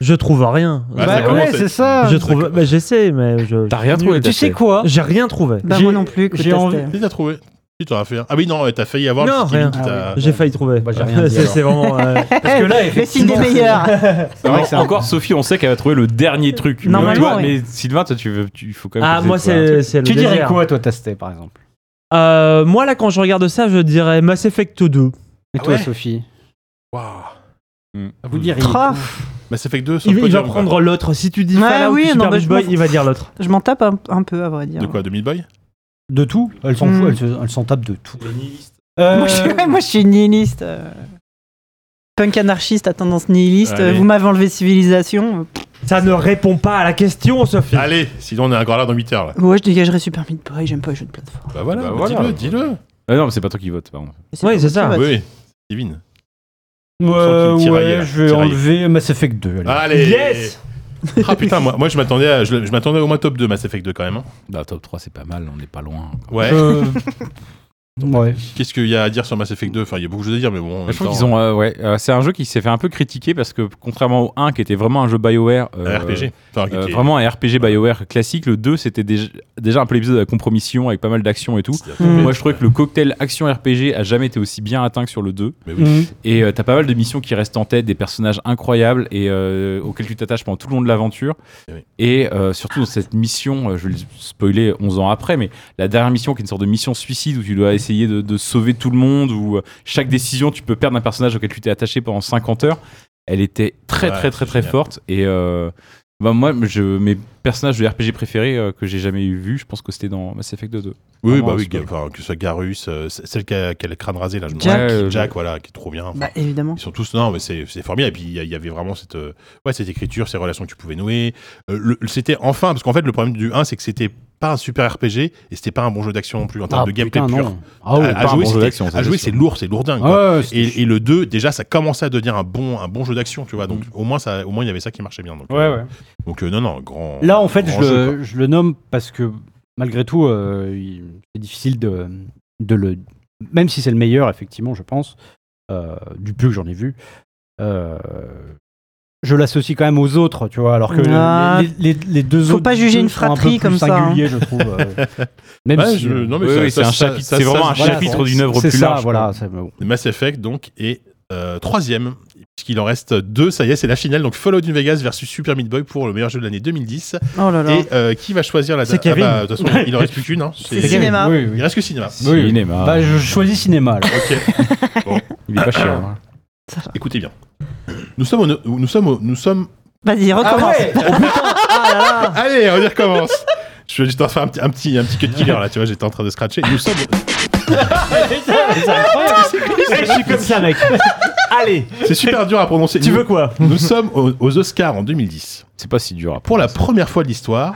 Je trouve rien. Bah, Bah ça commence ouais, à- c'est ça. je trouve. Bah, j'essaie, mais je. T'as rien trouvé. Tu t'as sais fait. quoi J'ai rien trouvé. Bah, J'ai- moi non plus. écoute, j'ai envie- c'était- Tu t'as trouvé Tu t'en as fait un. Ah oui, non, euh, t'as failli avoir Non, le petit Kevin rien. qui Ah t'a- oui. J'ai failli trouver. Bah, j'ai rien dit, C'est- c'est vraiment. euh, Parce que là, Mais c'est une des meilleures. C'est vrai que c'est un- Encore Sophie, on sait qu'elle va trouver le dernier truc. Mais Normalement, toi- ouais. Mais Sylvain, toi, tu veux, tu, faut quand même. Ah, que tu moi, aies trouvé un c'est truc. c'est le Tu dirais désert. quoi, toi, testé par exemple Euh, Moi, là, quand je regarde ça, je dirais Mass Effect 2. Et Ah toi, ouais Sophie Waouh. Hmm. Ah, Vous diriez. Ah, Mass Effect 2 sur Il, le il podium, va quoi. prendre l'autre. Si tu dis Ouais, Fallout oui, ou non, Super mais Meat je Boy, m'en il va dire l'autre. Je m'en tape un, un peu à vrai dire. De quoi, de Meat Boy De tout Elle s'en Hmm. fout, elle se- elle s'en tape de tout. Euh, Moi, je suis, moi, je suis nihiliste. euh, Punk anarchiste à tendance nihiliste. euh, Allez. Vous m'avez enlevé civilisation. Ça ne répond pas à la question, Sophie. Allez, sinon on est encore là dans 8 heures. Là. euh, Ouais, je dégagerai Super Meat Boy. J'aime pas les jeux de plateforme. Bah voilà, Bah voilà. dis-le, dis-le. Ah non, mais c'est pas toi qui vote, pardon. Et Oui, pas c'est moi ça. qui vote. Oui, oui. Kevin. Ouais, Sans qu'il tiraille, ouais, je vais tiraille. Ah. enlever Mass Effect 2. allez. Allez Yes Ah putain, moi, moi je m'attendais à- je, je m'attendais au moins top 2 Mass Effect 2 quand même. hein. Bah, top 3, c'est pas mal, on n'est pas loin. encore. Ouais. Euh, ouais. Qu'est-ce qu'il y a à dire sur Mass Effect 2 Enfin, il y a beaucoup de choses à dire, mais bon. en Je même trouve temps, qu'ils ont. euh, ouais, euh, c'est un jeu qui s'est fait un peu critiquer parce que, contrairement au 1 qui était vraiment un jeu BioWare. un euh, RPG. Enfin, qui euh, était- vraiment un RPG BioWare classique. Le 2, c'était déjà, déjà un peu l'épisode de la compromission avec pas mal d'action et tout. c'était- Mm. Moi, je trouvais que le cocktail action RPG a jamais été aussi bien atteint que sur le 2. Mais oui. Mhm. Et euh, t'as pas mal de missions qui restent en tête, des personnages incroyables et euh, auxquels tu t'attaches pendant tout le long de l'aventure. Eh oui. Et euh, surtout dans cette mission, euh, je vais le spoiler 11 ans après, mais la dernière mission qui est une sorte de mission suicide où tu dois essayer de, de sauver tout le monde, où euh, chaque décision tu peux perdre un personnage auquel tu t'es attaché pendant 50 heures. Elle était très Ouais, très très c'est très génial. forte et euh, bah, moi je, mes personnages de RPG préférés euh, que j'ai jamais eu vu, je pense que c'était dans Mass Effect 2. Oui, Vraiment, bah oui, c'est ga- enfin, que ce soit Garus, euh, c- celle qui a, qui a le crâne rasé, là, je me Jack. rappelle, Ouais, Jack, voilà, qui est trop bien. Enfin, Bah, évidemment. Ils sont tous non mais c'est c'est formidable et puis il y, a- il y avait vraiment cette euh, ouais cette écriture ces relations que tu pouvais nouer Euh, le- le- c'était enfin parce qu'en fait le problème du 1 c'est que c'était pas un super RPG et c'était pas un bon jeu d'action non plus en termes Ah, de gameplay putain, pur non. Ah ouais, à, à pas un jouer bon jeu c'était- d'action, ça, à c'est jouer, sûr. c'est lourd c'est lourdin quoi. Ah ouais, c'était- et, et le 2 déjà ça commençait à devenir un bon un bon jeu d'action tu vois donc au moins ça au moins il y avait ça qui marchait bien donc Ouais, euh, ouais. donc euh, non non grand Là, en fait, grand je, jeu, le, je le nomme parce que malgré tout, euh, il- c'est difficile de, de le. Même si c'est le meilleur, effectivement, je pense, euh, du peu que j'en ai vu, euh, je l'associe quand même aux autres, tu vois, alors que Ah. les, les- les- les deux Faut autres. pas juger jeux une sont un peu fratrie plus comme ça, hein. singuliers, je trouve. euh, même Ouais, si, je- euh, non, mais Oui, ça- oui, ça- c'est un ça- chapitre, ça- c'est ça- vraiment un voilà, chapitre c'est- d'une œuvre c'est plus ça, large. voilà. c'est- bon. Mass Effect donc est euh, troisième puisqu'il en reste deux ça y est c'est la finale donc Fallout New Vegas versus Super Meat Boy pour le meilleur jeu de l'année 2010 Oh là là. Et euh, qui va choisir la C'est date Ah Kevin. bah, De toute façon, il en reste plus qu'une. hein. C'est C'est- cinéma. Oui, oui. Il reste que cinéma. Oui. Cinéma. Bah, je choisis cinéma. alors. euh, Il est pas chiant. hein. Écoutez bien. Nous sommes, au no- nous sommes, au- nous sommes. Vas-y, recommence. Allez, on y recommence. Je suis juste en train de faire un petit, un petit, un petit cut killer là. Tu vois, j'étais en train de scratcher. Nous sommes. Je suis comme ça, mec. Allez, C'est super dur à prononcer. tu Nous- veux quoi Nous sommes aux, aux Oscars en 2010. C'est pas si dur. à Pour la première fois de l'histoire,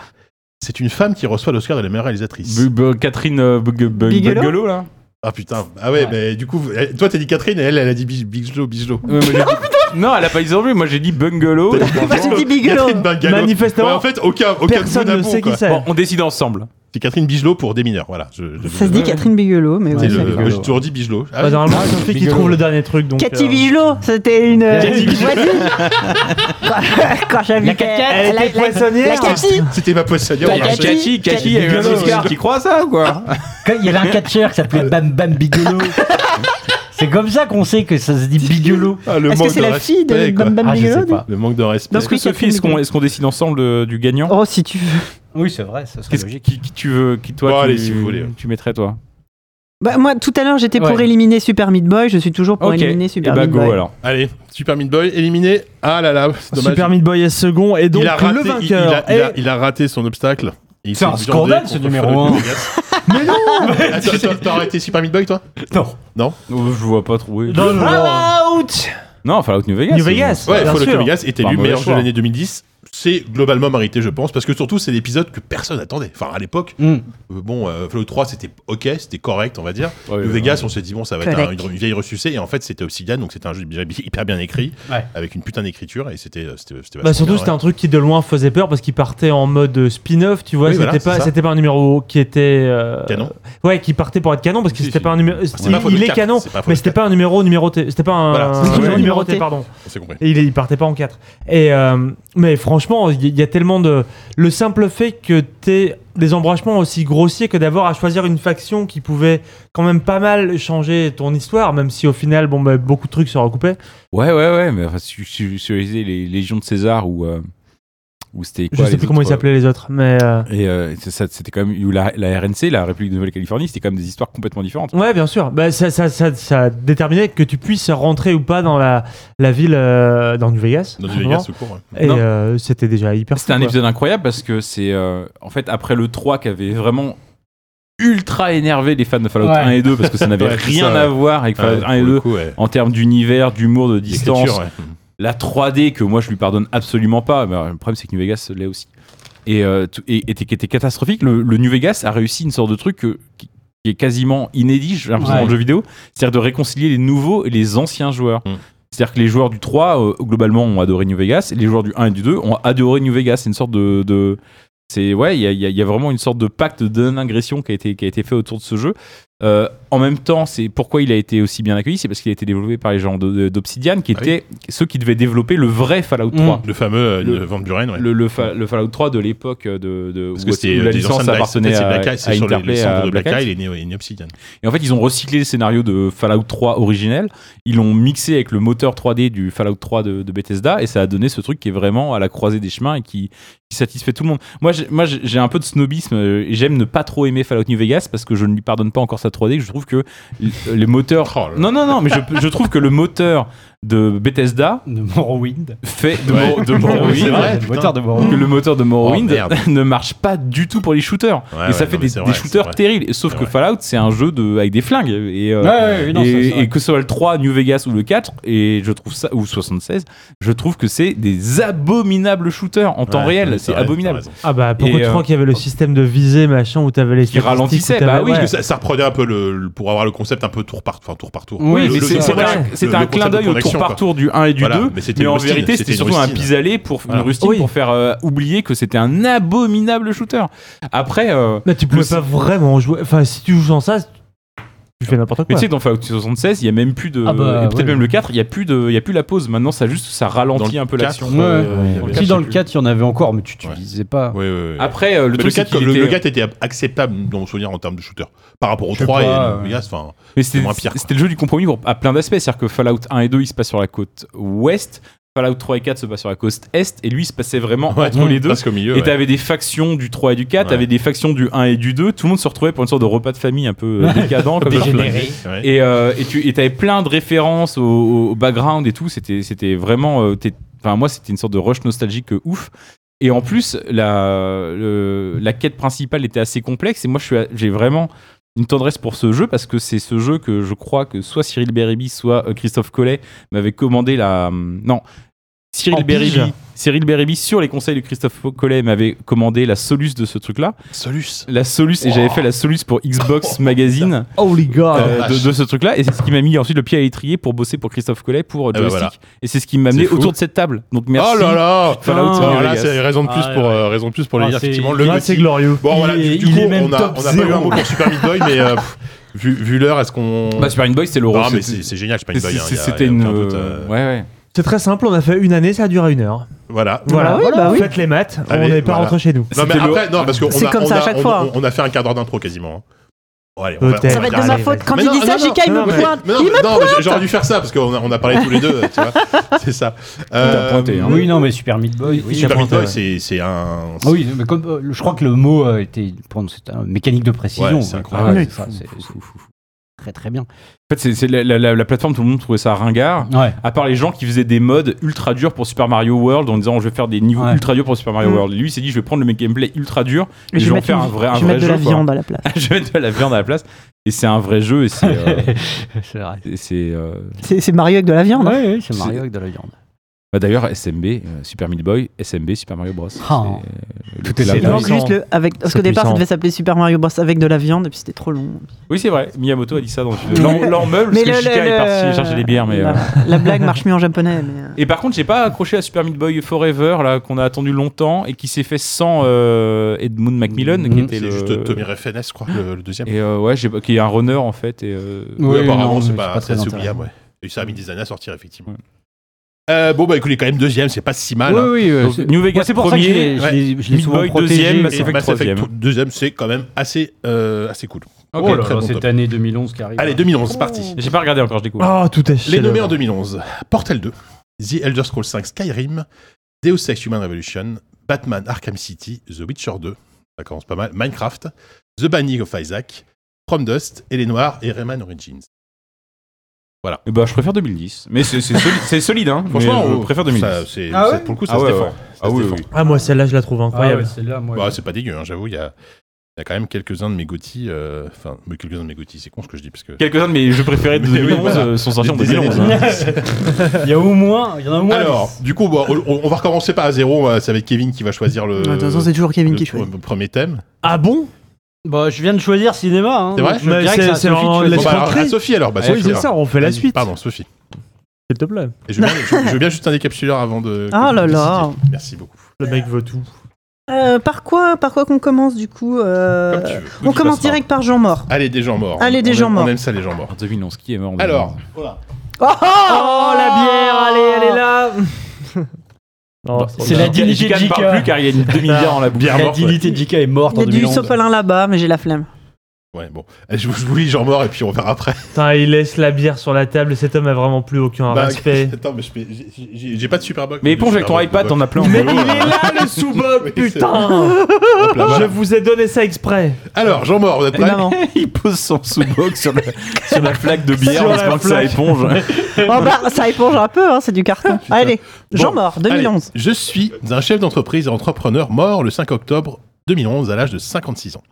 c'est une femme qui reçoit l'Oscar de la meilleure réalisatrice. Bu- bu- Catherine euh, Bug- Bug- Bigelow Bugelow, là Ah putain. Ah ouais, Ouais. mais du coup, vous- eh, toi t'as dit Catherine et elle, elle a dit Bi- Bigelow, Bigelow. Oh, Ouais, Euh, moi, j'ai dit- Non, elle a pas dit zombie, moi j'ai dit Bungalow. Moi, Bah, j'ai dit Bigelow. Catherine Bungalow. Manifestement, Ouais, en fait, aucun, aucun Personne mot ne d'amour, sait quoi. qui c'est. Bon, on décide ensemble. C'est Catherine Bigelow pour des mineurs, voilà. Je, je- Ça se dit Catherine Bigelow, mais C'est ouais. le- Bigelow, moi, j'ai ouais. toujours dit Bigelow. Ah, Bah, normalement, Ah, c'est Sophie qui Bigelow. trouve le dernier truc. Donc, Cathy euh, Bigelow, c'était une. euh, Cathy Bigelow. voisine. Quand- Quand j'ai vu qu'elle- Elle la- la- était la poissonnière. Cathy. Ah, C'était ma poissonnière. Bah, on l'a Cathy. acheté. Cathy, elle a eu un Bigelow, Oscar, ouais. tu crois ça ou quoi Quand Il y avait un catcheur qui s'appelait Bam Bam Bigelow. C'est comme ça qu'on sait que ça se dit Bigelow. Ah, le Est-ce que manque c'est de la fille de respect, quoi. Bam Bam Ah, je Bigelow sais pas. Le manque de respect. Donc, Est-ce que oui, Sophie, Catherine est-ce qu'on Bigelow. est-ce qu'on décide ensemble euh, du gagnant Oh, si tu veux. Oui, c'est vrai, ça serait Qu'est-ce qui, qui tu veux qui toi Bon, tu, allez, si vous voulez. tu mettrais toi Bah, moi, tout à l'heure, j'étais pour Ouais. éliminer Super Meat Boy. Je suis toujours pour Ok. éliminer Et Super bah Meat go Boy. alors. Allez, Super Meat Boy éliminé. Ah là là, c'est dommage. Super Meat Boy est second et donc il a raté, le il- vainqueur il, Eh. a, il a- est- il a raté son obstacle. Et il C'est s'est un viandé scandale, contre ce numéro Fallout un. New Vegas. mais non Attends, attends, t'as arrêté Super Meat Boy toi Oh, Je vois pas trop. oui. dans le Fallout Non, Fallout New Vegas. New c'est Vegas. Ouais, bien Fallout sûr. New Vegas est Pas un élu mauvais meilleur jeu choix. de l'année 2010. C'est globalement mérité, je pense, parce que surtout, c'est l'épisode que personne attendait. Enfin, à l'époque, Hmm. Mm. euh, bon, euh, Fallout 3, c'était ok, c'était correct, on va dire. bon. Ouais, Le ouais, Vegas, on s'est dit, bon, ça va être Correct. un- une, une vieille ressucée. Et en fait, c'était Obsidian, donc c'était un jeu déjà hyper bien écrit, Ouais. avec une putain d'écriture. Et c'était. euh, c'était- c'était Bah vachement surtout bien, c'était un truc qui de loin faisait peur parce qu'il partait en mode spin-off, tu vois, Oui, c'était voilà, c'est pas ça. c'était pas un numéro qui était euh, Canon. Ouais, qui partait pour être canon parce que Si, c'était si. pas un numéro c'est il, pas Fallout il est 4, canon, c'est pas Fallout mais c'était pas un numéro numéroté, c'était pas un Voilà, c'est un ça. numéro Ouais. numéroté pardon. on s'est compris. Et il, est- il partait pas en 4. Et euh, mais franchement, il y, il y a tellement de le simple fait que t'aies des embranchements aussi grossiers que d'avoir à choisir une faction qui pouvait quand même pas mal changer ton histoire, même si au final, bon, bah, beaucoup de trucs se recoupaient. Ouais, ouais, ouais, mais enfin, si si- si- si vous lisez les Légions de César ou euh, ou c'était Je quoi sais les plus comment ils autres, euh, s'appelaient les autres, mais euh, Et euh, c'est ça, c'était quand même ou la, la RNC, la République de Nouvelle-Californie, c'était quand même des histoires complètement différentes. Ouais, bien sûr. Bah, ça, ça, ça, ça déterminait que tu puisses rentrer ou pas dans la, la ville, euh, dans New Vegas. Dans du simplement. Vegas, tout court. ouais. Et Non. euh, c'était déjà hyper C'était un cool, quoi. épisode incroyable parce que c'est euh, en fait après le 3 qui avait vraiment ultra énervé les fans de Fallout Ouais. 1 et 2 parce que ça n'avait Ouais, c'est rien ça, à ouais. voir avec Fallout Ouais, 1 et pour le 2 coup, ouais. en termes d'univers, d'humour, de distance, L'écriture, ouais. la 3D que moi je lui pardonne absolument pas. Mais, euh, le problème c'est que New Vegas l'est aussi et, euh, tout- et, et était- qui était catastrophique. Le, le New Vegas a réussi une sorte de truc que- qui, qui est quasiment inédit, j'ai l'impression, Ouais. dans le jeu vidéo, c'est-à-dire de réconcilier les nouveaux et les anciens joueurs. Mm. C'est-à-dire que les joueurs du 3, euh, globalement, ont adoré New Vegas, et les joueurs du 1 et du 2 ont adoré New Vegas. C'est une sorte de. de- c'est, ouais, il y a, il y a- il y a vraiment une sorte de pacte de non-agression qui a, été, qui a été fait autour de ce jeu. Euh, en même temps, c'est pourquoi il a été aussi bien accueilli, c'est parce qu'il a été développé par les gens de- de- d'Obsidian, qui Ah oui. étaient ceux qui devaient développer le vrai Fallout 3 Le fameux euh, Le- de Van Buren, ouais. le, le, Fa- le Fallout 3 de l'époque de, de Parce où- que c'était où euh, la des licence anciens appartenait Black- c'est à, Black Eye, à c'est sur le- Interplay, les à cendres de Black Eye, Black Hat. les néo- les néopsidiens. Et en fait, ils ont recyclé le scénario de Fallout 3 originel, ils l'ont mixé avec le moteur 3D du Fallout 3 de, de Bethesda, et ça a donné ce truc qui est vraiment à la croisée des chemins et qui, qui satisfait tout le monde. Moi, j'ai- moi, j'ai j'ai un peu de snobisme, euh, et j'aime ne pas trop aimer Fallout New Vegas parce que je ne lui pardonne pas encore sa 3D, je trouve que l- les moteurs... Oh là là. Non, non, non, mais je, je trouve que le moteur de Bethesda De Morrowind. fait de, Ouais. Mor- de Oui, c'est Morrowind vrai, le putain. moteur de Morrowind. que le moteur de Morrowind Oh, merde. ne marche pas du tout pour les shooters. Ouais, et ouais, ça fait non, mais des, c'est des vrai, c'est shooters vrai. terribles. Sauf C'est que vrai. Fallout, c'est un jeu de, avec des flingues. Et, euh, Ouais, ouais, oui, non, ça, c'est et, vrai. et que ce soit le 3, New Vegas ou le 4, et je trouve ça, ou 76, je trouve que c'est des abominables shooters en temps Ouais, non, réel. mais C'est t'as raison, abominable. t'as raison. Ah bah Et, pourquoi tu euh, crois qu'il y avait le système de visée machin où t'avais les Qui ralentissait, statistiques où bah t'avais- oui, ouais. Parce que ça, ça reprenait un peu le, le- pour avoir le concept un peu tour par enfin, tour, par tour. Oui, Le- mais le- c'est le- c'est le- un, le- c'est le un concept clin d'œil de au connexion, tour quoi. par tour du 1 et du Voilà, 2. mais Mais, c'était une en rustine, vérité, c'était c'était une surtout un rustine. pis-aller pour, Ah Voilà. une rustine Oui. pour faire euh, oublier que c'était un abominable shooter. Après. euh, Mais tu Le pouvais sy- pas vraiment jouer. Enfin, si tu joues sans ça, tu fais n'importe Mais quoi. tu sais, dans Fallout 76, il y a même plus de. Ah bah, et peut-être ouais. même le 4, il y a plus de, il y a plus la pause. Maintenant, ça juste, ça Dans ralentit le un peu quatre, l'action. ouais, ouais, Euh, dans le ouais. quatre, Si dans je le sais 4, il y en avait encore, mais tu Ouais. t'utilisais pas. Ouais, ouais, ouais. plus. Après, euh, Mais le le, truc, c'est 4, qu'il le, le était- 4 était ab- acceptable dans mon souvenir en termes de shooter par rapport au Je sais 3 et pas, le ouais. Vegas. enfin, euh, mais c'était, moins pire, quoi. c'était le jeu du compromis pour- à plein d'aspects. C'est-à-dire que Fallout 1 et 2, ils se passent sur la côte ouest. Fallout 3 et 4 se passent sur la côte est. Et lui, il se passait vraiment ouais, entre les deux. Parce qu'au milieu. Et ouais. t'avais des factions du 3 et du 4, Ouais. t'avais des factions du 1 et du 2. Tout le monde se retrouvait pour une sorte de repas de famille un peu euh, décadent. comme ça. Dégénéré. Ouais. Et, euh, et tu et avais plein de références au, au background et tout. C'était c'était vraiment. euh, t'es- Enfin, moi, c'était une sorte de rush nostalgique euh, ouf. Et en plus, la, le- la quête principale était assez complexe. Et moi, je suis à- j'ai vraiment une tendresse pour ce jeu parce que c'est ce jeu que je crois que soit Cyril Beribi, soit euh, Christophe Collet m'avaient commandé la. Non. En Cyril pige. Beribi, Cyril Beribi, sur les conseils de Christophe Collet, m'avait commandé la Solus de ce truc-là. Solus. La Solus, et j'avais fait la Solus pour Xbox Magazine. Holy God Euh, Oh, vache. de, de ce truc-là. Et c'est ce qui m'a mis ensuite le pied à l'étrier pour bosser pour Christophe Collet pour euh, ben Joystick. voilà. Et c'est ce qui m'a C'est amené fou. autour de cette table. Donc merci. Oh là là Fallout Putain, New Là, Vegas. c'est raison de plus Ah, pour ouais. euh, raison de plus pour le Ah, dire c'est- effectivement le Ah, c'est motif. glorieux. Bon Il voilà, est- du, du il coup, est même on a top on a pas eu un zéro. mot pour Super Meat Boy mais euh, pff, vu vu l'heure, est-ce qu'on Bah, Super Meat Boy, c'est le Non, rôle. mais c'est- c'est c'est génial Super Meat c'est- Boy. hein, y a- C'était y a une. aucun doute, euh, euh, Ouais, ouais. C'est très simple, on a fait une année, ça a duré une heure. Ah, Voilà. Voilà, oui, bah oui. faites les maths, Allez, on n'est pas voilà. rentré chez nous. Non mais C'était le- après non parce qu'on C'est a comme on ça à a- chaque on- fois. on on a fait un quart d'heure d'intro quasiment. hein. Bon, allez, on va- on Peut-être. Ça va être de dire- ma Allez, faute. vas-y. Quand Mais il non, dit non, ça, non, JK, il non, me mais- pointe. Mais non, Il mais- me non, mais j'aurais dû faire ça parce qu'on a, on a parlé tous les deux, tu vois. C'est ça. Euh, T'as pointé, hein. Oui, non, mais Super Meat Boy. Oui, Super t'as Meat pointé, Boy, ouais. c'est c'est un. Ah oui, mais comme, euh, je crois que le mot euh, était pardon, c'est un mécanique de précision. Ouais, c'est Donc, incroyable. ouais, Oui. ça, c'est- c'est très très bien. En fait, c'est- c'est la, la- la- la plateforme, tout le monde trouvait ça ringard. Ouais. À part les gens qui faisaient des modes ultra durs pour Super Mario World en disant je vais faire des niveaux Ouais. ultra durs pour Super Mario Mm. World. Lui, il s'est dit je vais prendre le gameplay ultra dur et je Je vais vais en faire un mettre vrai, un je vais vrai mettre de jeu. la quoi. viande à la place. je vais mettre de la viande à la place. Et c'est un vrai jeu et c'est. euh, c'est vrai. et c'est, euh, C'est c'est Mario avec de la viande. hein. Ouais, ouais, c'est C'est- Mario avec de la viande. Bah, D'ailleurs, SMB, euh, Super Meat Boy, SMB, Super Mario Ah. Bros. Oh. C'est, euh, Tout est la- là. Il la- manque juste le avec parce C'est qu'au départ ça puissant. devait s'appeler Super Mario Bros avec de la viande et puis c'était trop long. Oui, c'est vrai. Miyamoto a dit ça dans le film. L'en- L'en meuble, parce que Shika est parti chercher des bières. Mais, euh. la, la blague marche mieux en japonais. Mais... euh, Et par contre, j'ai pas accroché à Super Meat Boy Forever, là, qu'on a attendu longtemps et qui s'est fait sans euh, Edmund Macmillan, qui Mhm. était C'est le. juste Tommy Refn, je crois, le, le deuxième. Et euh, ouais, j'ai pas- qui est un runner en fait. Et, euh, Oui, Oui, apparemment, non, c'est mais pas, très intéressant. oubliable. Ouais. Et ça a mis des années à sortir, effectivement. Euh, bon, bah écoute, il est quand même deuxième, c'est pas si mal. Oui, hein. oui, euh, donc, c'est- New Vegas Moi, c'est pour ça que je premier, l'ai- je l'ai- je l'ai Meat souvent Boy protégé. deuxième, Mass Et Effect Mass Effect troisième. deuxième, c'est quand même assez, euh, assez cool. Ok. Oh là là, cette année 2011 qui arrive. Allez, 2011, c'est parti. J'ai pas regardé encore, je découvre. Oh, tout est Ah, Les nommés en 2011 Portal 2, The Elder Scrolls 5 Skyrim, Deus Ex Human Revolution, Batman Arkham City, The Witcher 2, ça commence pas mal, Minecraft, The Banning of Isaac, From Dust, et Les Noirs et Rayman Origins. Et Bah, je préfère 2010. Mais c'est c'est solide, c'est solide, hein. Franchement, mais je on- préfère 2010. ça, c'est- Ah ça- ouais pour le coup, ça ah se ouais, défend. ouais. Ça Ah se oui, défend. oui. Ah, moi, celle-là, je la trouve incroyable. celle-là, moi. Bah, c'est pas dégueu, hein, j'avoue, il y a, il y a quand même quelques-uns de mes Gotti, euh, enfin, mais quelques-uns de mes Gotti, c'est con ce que je dis, parce que... Quelques-uns de mes jeux préférés de Mais oui, 2011 voilà. euh, sont sortis en Des années 2011. hein. 2011. Il y a au moins, il y en a au moins. Alors, du coup, bon, on, on va recommencer par à zéro, euh, c'est avec Kevin qui va choisir le... De toute façon, c'est toujours Kevin Euh, le qui choisit. pr- premier thème. Ah bon Bah, je viens de choisir cinéma. Hein, C'est vrai donc je Mais dirais que c'est- à c'est Sophie de vraiment choisir. Bon, bah, alors, Escroquerie. à Sophie alors, bah, Oui, Sophie, c'est alors. ça, on fait la Vas-y, suite. Pardon, Sophie. S'il te plaît. Et je, veux bien, je- je veux bien juste un décapsuleur avant de. Ah que là vous là. décidiez. Merci beaucoup. Le mec veut tout. Euh, par quoi par quoi qu'on commence du coup euh, Comme tu veux. On commence direct par Jean Mort. Allez, des gens morts. Allez, des On gens aime- morts. On aime ça, les gens morts. En 2011, qui est mort en Alors, 2011? Oh, Oh, la bière, allez, elle est là Non, Bah, C'est la dignité Jika de ne parle Jika. plus car il y a une demi-bière dans la bouche. bière La morte. ouais. dignité de JK est morte Il y en a du 2011. sopalin là-bas, mais j'ai la flemme. Ouais, bon. Eh, Je vous, je vous lis gens morts et puis on verra après. Putain, il laisse la bière sur la table, cet homme a vraiment plus aucun Bah, respect. Attends, mais je fais- j'ai- j'ai j'ai pas de superbox. Mais éponge avec ton iPad, t'en as plein. Mais il est là le sous-bob, Oui, c'est putain Je vous ai donné ça exprès Alors, gens morts, vous êtes Et prêts maman. Il pose son sous-box sur, la- sur la flaque de bière Sur en la espérant que ça flaque. éponge. Oh, bah, ça éponge un peu, hein, c'est du carton. Allez, Jean Bon, Mort, 2011. Allez, je suis un chef d'entreprise et entrepreneur mort le 5 octobre 2011 à l'âge de 56 ans.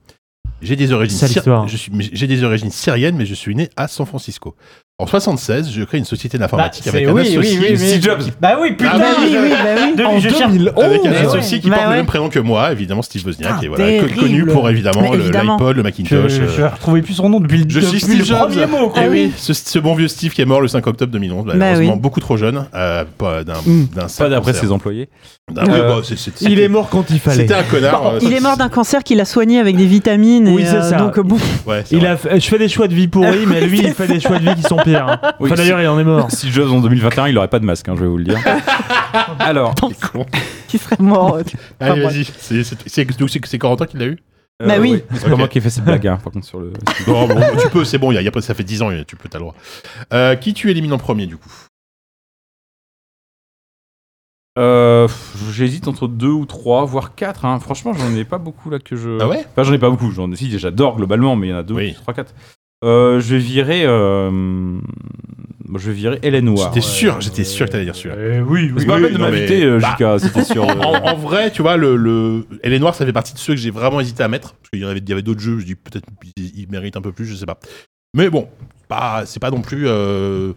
J'ai des origines Sale syr- histoire. je suis- mais j'ai des origines syriennes mais je suis né à San Francisco. En 76, je crée une société d'informatique Bah, avec c'est- un oui, associé oui, oui, qui- oui. Steve Jobs. Bah oui, Ah putain bah oui, je- oui, de- En je cherche- Oh, 2011, avec un ouais. associé qui Bah porte ouais. le même prénom que moi, évidemment Steve Wozniak, Putain, et voilà, co- terrible. connu pour évidemment Mais le- évidemment. l'iPod, Je, le Macintosh. je, euh, je retrouvais plus son nom depuis, le- Je depuis suis Steve le Jobs. premier mot. quoi. Eh Ah oui. ce, ce bon vieux Steve qui est mort le 5 octobre 2011, Bah malheureusement oui. beaucoup trop jeune, euh, pas d'un Mm. d'un Pas simple d'après cancer. ses employés. D'un- ouais, Euh, bah, c'est- c'est- Il est mort quand il fallait. C'était un connard. euh, Il est mort d'un cancer qu'il a soigné avec des vitamines. Oui, et, euh, c'est ça. donc, bon, ouais, c'est Il vrai. a fait- je fais des choix de vie Ah pourris, mais lui, il fait des choix de vie qui sont pires. hein. Oui, Enfin, D'ailleurs, il en est mort. Si Jobs en 2021, il aurait pas de masque, hein, je vais vous le dire. Alors, qui serait mort. Allez, Enfin, vas-y. C'est- c'est- C'est donc c'est- c'est Corentin qui l'a eu Bah oui. euh, ouais, c'est pas Ok. moi qui ai fait cette blague, hein, par contre, sur le. Bon, bon, tu peux, c'est bon, il y a- il y a- ça fait 10 ans, tu peux, t'as le droit. Euh, qui tu élimines en premier, du coup Euh, pff, J'hésite entre deux ou trois, voire quatre. hein. Franchement, j'en ai pas beaucoup là que je. Ah ouais Enfin, j'en ai pas beaucoup. J'en ai si j'adore globalement, mais il y en a deux, Oui. trois, quatre. Euh, je vais virer. euh, Je vais virer Hélène Noire. J'étais sûr, j'étais sûr que t'allais dire celui-là. oui, C'est pas la oui, peine de non, mais- m'inviter, euh, Bah. Jika, c'était sûr. euh. En, en vrai, tu vois, le, le... Elle est noire, ça fait partie de ceux que j'ai vraiment hésité à mettre. Parce qu'il y en avait, il y avait d'autres jeux, je dis peut-être ils ils méritent un peu plus, je sais pas. Mais bon, bah, c'est pas non plus. euh,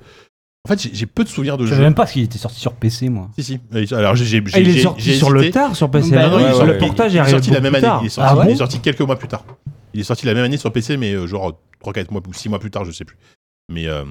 En fait, j'ai- j'ai peu de souvenirs de Je jeux. savais même pas s'il était sorti sur PC, moi. Si, si. Alors, j'ai- j'ai. j'ai- il j'ai- est sorti j'ai sur hésité. le tard sur PC. Bah hein. non, il est ouais, sorti- le portage il est est arrivé sorti la beaucoup même plus année. tard. Il est, sorti, Ah il est bon sorti quelques mois plus tard. Il est sorti la même année sur PC, mais euh, genre 3-4 mois ou 6 mois plus tard, je sais plus. Mais. euh,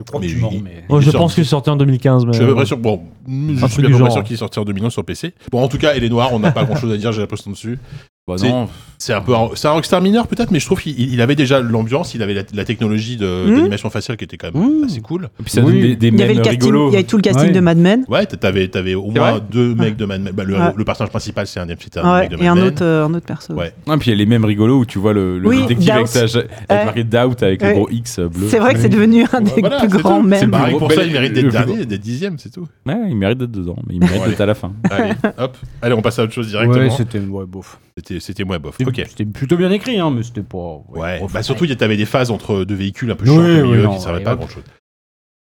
Je crois Mais que tu il- mens, il- mais- Moi, il Oh, je est sorti- pense que c'est sorti en 2015. Mais... Je suis à peu près sûr. Bon, je truc suis à du peu près genre. sûr qu'il est sorti en 2011 sur PC. Bon, en tout cas, elle est noire, on n'a pas grand chose à dire, j'ai l'impression dessus. Bah C'est- non, C'est un peu un, c'est un rockstar mineur peut-être, mais je trouve qu'il il avait déjà l'ambiance, il avait la, la technologie de- Hmm. d'animation faciale qui était quand même Hmm. assez cool. Et puis ça donne Oui. des, des Il y avait mèmes le casting, rigolos. il y avait tout le casting Ouais. de Mad Men. Ouais, t'a- t'avais avais au C'est moins vrai deux mecs de Mad Men. Bah, le, Ouais. le personnage principal, c'est un, des- c'est un Ouais, mec de Mad et un Men. autre, euh, un autre perso. Ouais. Ah, puis il y a les mêmes rigolos où tu vois le, le Oui, détective avec, Doubt. sa, ja- avec Ouais. marqué Doubt avec le Ouais. gros X bleu. C'est vrai que c'est devenu un des Voilà, plus c'est grands tout. C'est mêmes. marrant. Pareil, Le pour plus ça, gros- il mérite le d'être plus dernier, d'être dixième, c'est tout. Ouais, il mérite d'être dedans, mais il mérite Ouais. d'être à la fin. Allez, hop. Allez, on passe à autre chose Ouais, directement. c'était ouais, bof. C'était- C'était moins bof. C'était- Ok. C'était plutôt bien écrit, hein, mais c'était pas. Ouais, bof. bah surtout, il y a- t'avais des phases entre deux véhicules un peu Oui, chiants au oui, milieu non, qui servaient ouais, pas à ouais. grand chose.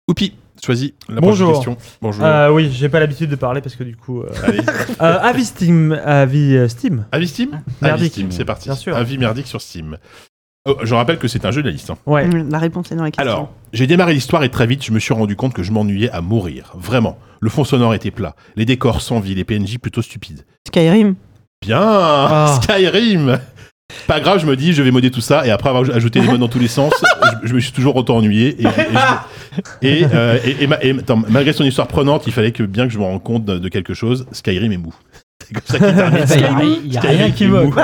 Oupi, choisis la Bonjour. prochaine question. Bonjour. Euh, oui, j'ai pas l'habitude de parler parce que du coup. euh, Allez, euh, avis Steam, avis euh, Steam. avis Steam Avis Merdique. Steam, c'est parti. Bien sûr. Avis merdique sur Steam. Oh, je rappelle que c'est un jeu de la liste. hein. Ouais. Mm, La réponse est dans la question. Alors, j'ai démarré l'histoire et très vite, je me suis rendu compte que je m'ennuyais à mourir. Vraiment. Le fond sonore était plat, les décors sans vie, les PNJ plutôt stupides. Skyrim. Bien Ah. Skyrim Pas grave, je me dis, je vais modder tout ça, et après avoir ajouté des modes dans tous les sens, je, je me suis toujours autant ennuyé. Et, et, je- et, euh, et- et ma- et- attends, malgré son histoire prenante, il fallait que bien que je me rende compte de, de quelque chose, Skyrim est mou. C'est comme ça qu'il termine. Il y a, y a rien qui Skyrim est me. mou.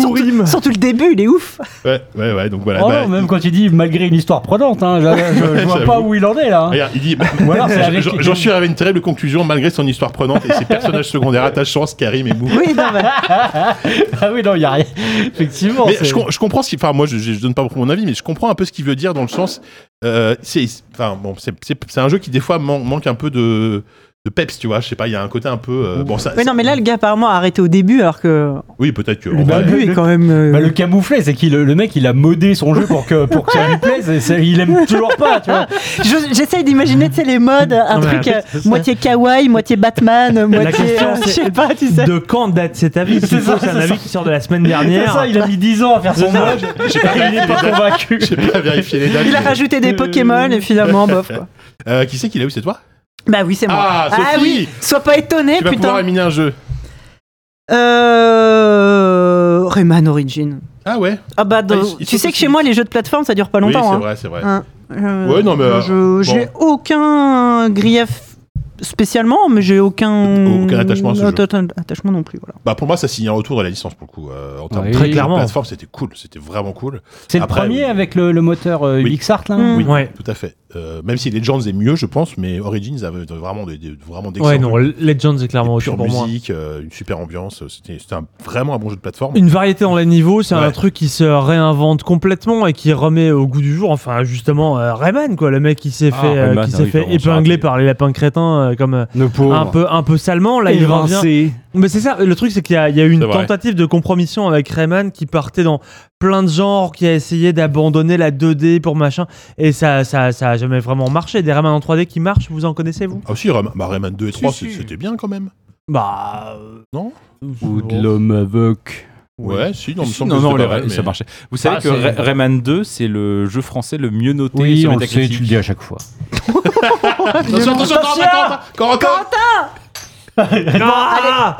Surtout, surtout le début, il est ouf. Ouais, ouais, ouais, donc voilà. Oh bah, non, même quand il dit malgré une histoire prenante, hein, je, je- je vois pas J'avoue. où il en est là. hein. Regarde, il dit, bah, Ou alors, c'est avec- j'en j'en suis arrivé à une terrible conclusion malgré son histoire prenante et ses personnages secondaires attachants, Skyrim est mou. Oui, non, mais- Ah oui, non, il y a rien. Effectivement. Mais c'est- je, com- je comprends ce qu'il. Enfin, moi, je, je donne pas beaucoup mon avis, mais je comprends un peu ce qu'il veut dire dans le sens. euh, c'est, enfin, bon, c'est, c'est- c'est un jeu qui des fois man- manque un peu de, de peps, tu vois. Je sais pas, il y a un côté un peu. euh, bon, ça. mais non, mais là, le gars apparemment a arrêté au début, alors que oui, peut-être que. en le vrai- début le- est quand même. euh, Bah, le camouflet, c'est que le, le mec il a modé son jeu pour que, pour que ça lui plaise et c'est- il aime toujours Ah, pas, tu vois. Je- J'essaye d'imaginer, tu sais, les modes, un Non, mais truc en fait, euh, c'est ça. moitié kawaii, moitié Batman, moitié. question, euh, Je c'est- sais pas, tu sais. De quand date cet avis C'est C'est ça, un c'est avis ça. qui sort de la semaine C'est dernière. ça, il a mis 10 ans à faire son mode. j'ai pas Il vérifié n'est les pas dates. convaincu. J'ai pas vérifié les dates. Il a rajouté des Pokémon et finalement, bof quoi. Euh, qui c'est qui l'a eu C'est toi Bah oui, c'est moi. Ah, Sophie oui, sois pas étonné, Tu vas pouvoir putain. éliminer un jeu. Euh. Rayman Origin. Ah ouais Ah bah, dans- Ah, ils- ils tu sont sais que tous chez moi, les jeux de plateforme, ça dure pas Oui, c'est longtemps. hein. vrai, c'est vrai. Hein, euh, Ouais, non, mais, euh, je- J'ai aucun grief spécialement, mais j'ai aucun. Aucun attachement à ce jeu. atta- attachement non plus, voilà. Bah pour moi, ça signe un retour de la licence pour le coup. euh, en termes Oui. de Très jeu de clairement. plateforme, c'était cool, c'était vraiment cool. C'est le Après, premier oui. avec le, le moteur euh, Oui. UXArt, là Mm. Oui, Ouais. tout à fait. Euh, même si Legends est mieux, je pense, mais Origins avait de- vraiment des, des- vraiment d'excellents Ouais, non, Legends est clairement Des au-dessus pure pour moi. musique, euh, une super ambiance. euh, C'était c'était un- vraiment un bon jeu de plateforme. Une variété dans les niveaux, c'est un Ouais. truc qui se réinvente complètement et qui remet au goût du jour. Enfin, justement, euh, Rayman, quoi, le mec qui s'est Ah, fait, euh, Rayman, qui ah s'est oui, fait pardon, j'ai épingler raté. par les lapins crétins, euh, comme euh, Le pauvre. un peu, un peu salement. Là, Ah, il revient. Évincé. Mais c'est ça, le truc, c'est qu'il y, a il y a eu une C'est vrai. tentative de compromission avec Rayman qui partait dans plein de genres, qui a essayé d'abandonner la 2D pour machin, et ça, ça, ça a jamais vraiment marché. Des Rayman en 3D qui marchent, vous en connaissez, vous Ah si, Rayman, bah, Rayman 2 et 3, si. c'est- c'était bien quand même. Bah. Non Ou de l'homme aveucle. Ouais, si, non, il me Non, semble non, que c'était les pas mal, Ray- ça mais- marchait. Vous savez Ah, que c'est- Ray- Rayman 2, c'est le jeu français le mieux noté Oui, sur on le sait, Metacritic. tu le dis à chaque fois. Attention, attention, Corentin, Corentin, Corentin euh,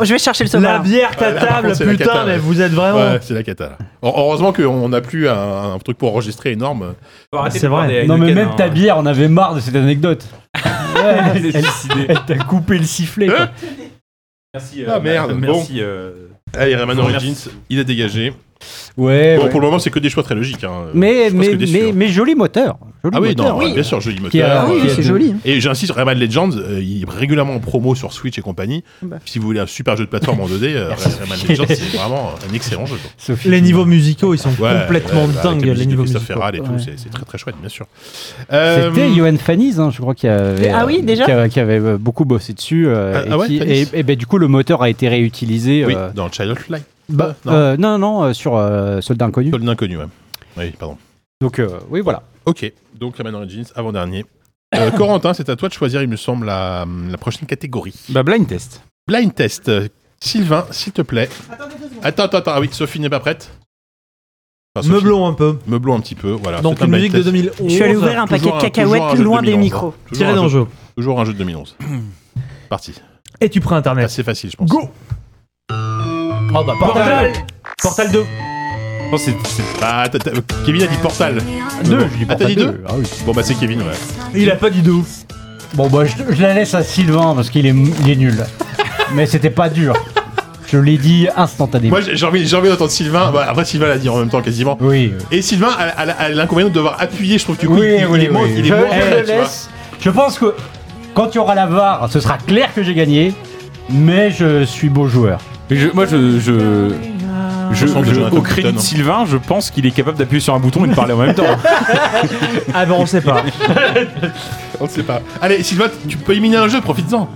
Oh, je vais chercher le La sauvage. bière, ta Ouais, là, par table, contre, c'est la putain, cata, mais ouais. vous êtes vraiment. Ouais, c'est la cata. là. Heu- Heureusement qu'on n'a plus un, un truc pour enregistrer énorme. Faut arrêter C'est de voir vrai. des Non, mais Heineken, même hein. ta bière, on avait marre de cette anecdote. Elle est suicidée. Elle t'a coupé le sifflet. Hein quoi. Merci. Ah, merde, Merci. euh, Allez, Rayman Bon, Origins, il est dégagé. Ouais, Bon, Eh ouais. pour le moment, c'est que des choix très logiques. hein. Mais, Je pense mais, que déçu, mais, hein. mais joli moteur. Joli Ah oui, moteur. hein. non, bien sûr, joli Qui a- moteur. Ah oui, euh, qui a c'est deux- joli. Et j'insiste, Rayman Legends, euh, il est régulièrement en promo sur Switch et compagnie. Bah. Si vous voulez un super jeu de plateforme en 2D, euh, Rayman Legends, c'est vraiment un excellent jeu. quoi. Sophie. Les niveaux musicaux, ils sont Ouais, complètement ouais, bah, avec dingues, la les musique de niveaux Christophe musicaux. Ferral et tout, Ouais. c'est- c'est très très chouette, bien sûr. C'était Euh, Johan Faniz, hein, je crois, qui avait, Ah oui, déjà qui a- qui avait, euh, beaucoup bossé dessus. euh, Ah- et ah ouais, qui- Faniz et- et ben, du coup, le moteur a été réutilisé. Oui, euh, dans Child of Light. bah, non. euh, non, non, non, euh, sur euh, Soldat Inconnu. Soldat inconnu, ouais. Oui, pardon. Donc, euh, oui, voilà. Ok, donc Rayman Origins, avant-dernier. Euh, Corentin, c'est à toi de choisir, il me semble, la, la prochaine catégorie. Bah, blind test. Blind test. Euh, Sylvain, s'il te plaît. Attends, attends, attends. Ah oui, Sophie n'est pas prête. Enfin, Sophie, Meublons un peu. Meublons un petit peu, voilà. Donc Ah, c'est un une blind musique de test. 2011. Je suis allé ouvrir un Toujours paquet de un- toujours cacahuètes un plus jeu de loin des 2011, hein. micros. Toujours Tiré un dans le jeu- jeu. Toujours un jeu de 2011. Parti. Et tu prends Internet. Assez facile, je pense. Go Ah, Oh bah, Portal Portal 2. Je pense que c'est- c'est- Bah, t'as- t'as- Kevin a dit Portal. Deux, bon. je Ah, dis t'as Portal dit deux deux, ah oui. Bon, bah, c'est Kevin, ouais. Il a pas dit 2. Bon, bah, je, je la laisse à Sylvain parce qu'il est, il est nul. Mais c'était pas dur. Je l'ai dit instantanément. Moi, j'ai j'ai envie, j'ai envie d'entendre Sylvain. Bah, après, Sylvain l'a dit en même temps, quasiment. Oui. euh, Et Sylvain a, a- a l'inconvénient de devoir appuyer, je trouve, du coup. oui, il, il oui, est, mo- oui. il est je, mauvais, je le tu vois. laisse. Je pense que quand il y aura la VAR, ce sera clair que j'ai gagné. Mais je suis beau joueur. Mais je- moi, je. je... Je, On sent que je- Jonathan au crédit de Newton. Sylvain, je pense qu'il est capable d'appuyer sur un bouton et de parler en même temps. Ah ben on sait pas. On ne sait pas. Allez, Sylvain, tu peux éliminer un jeu, profites-en.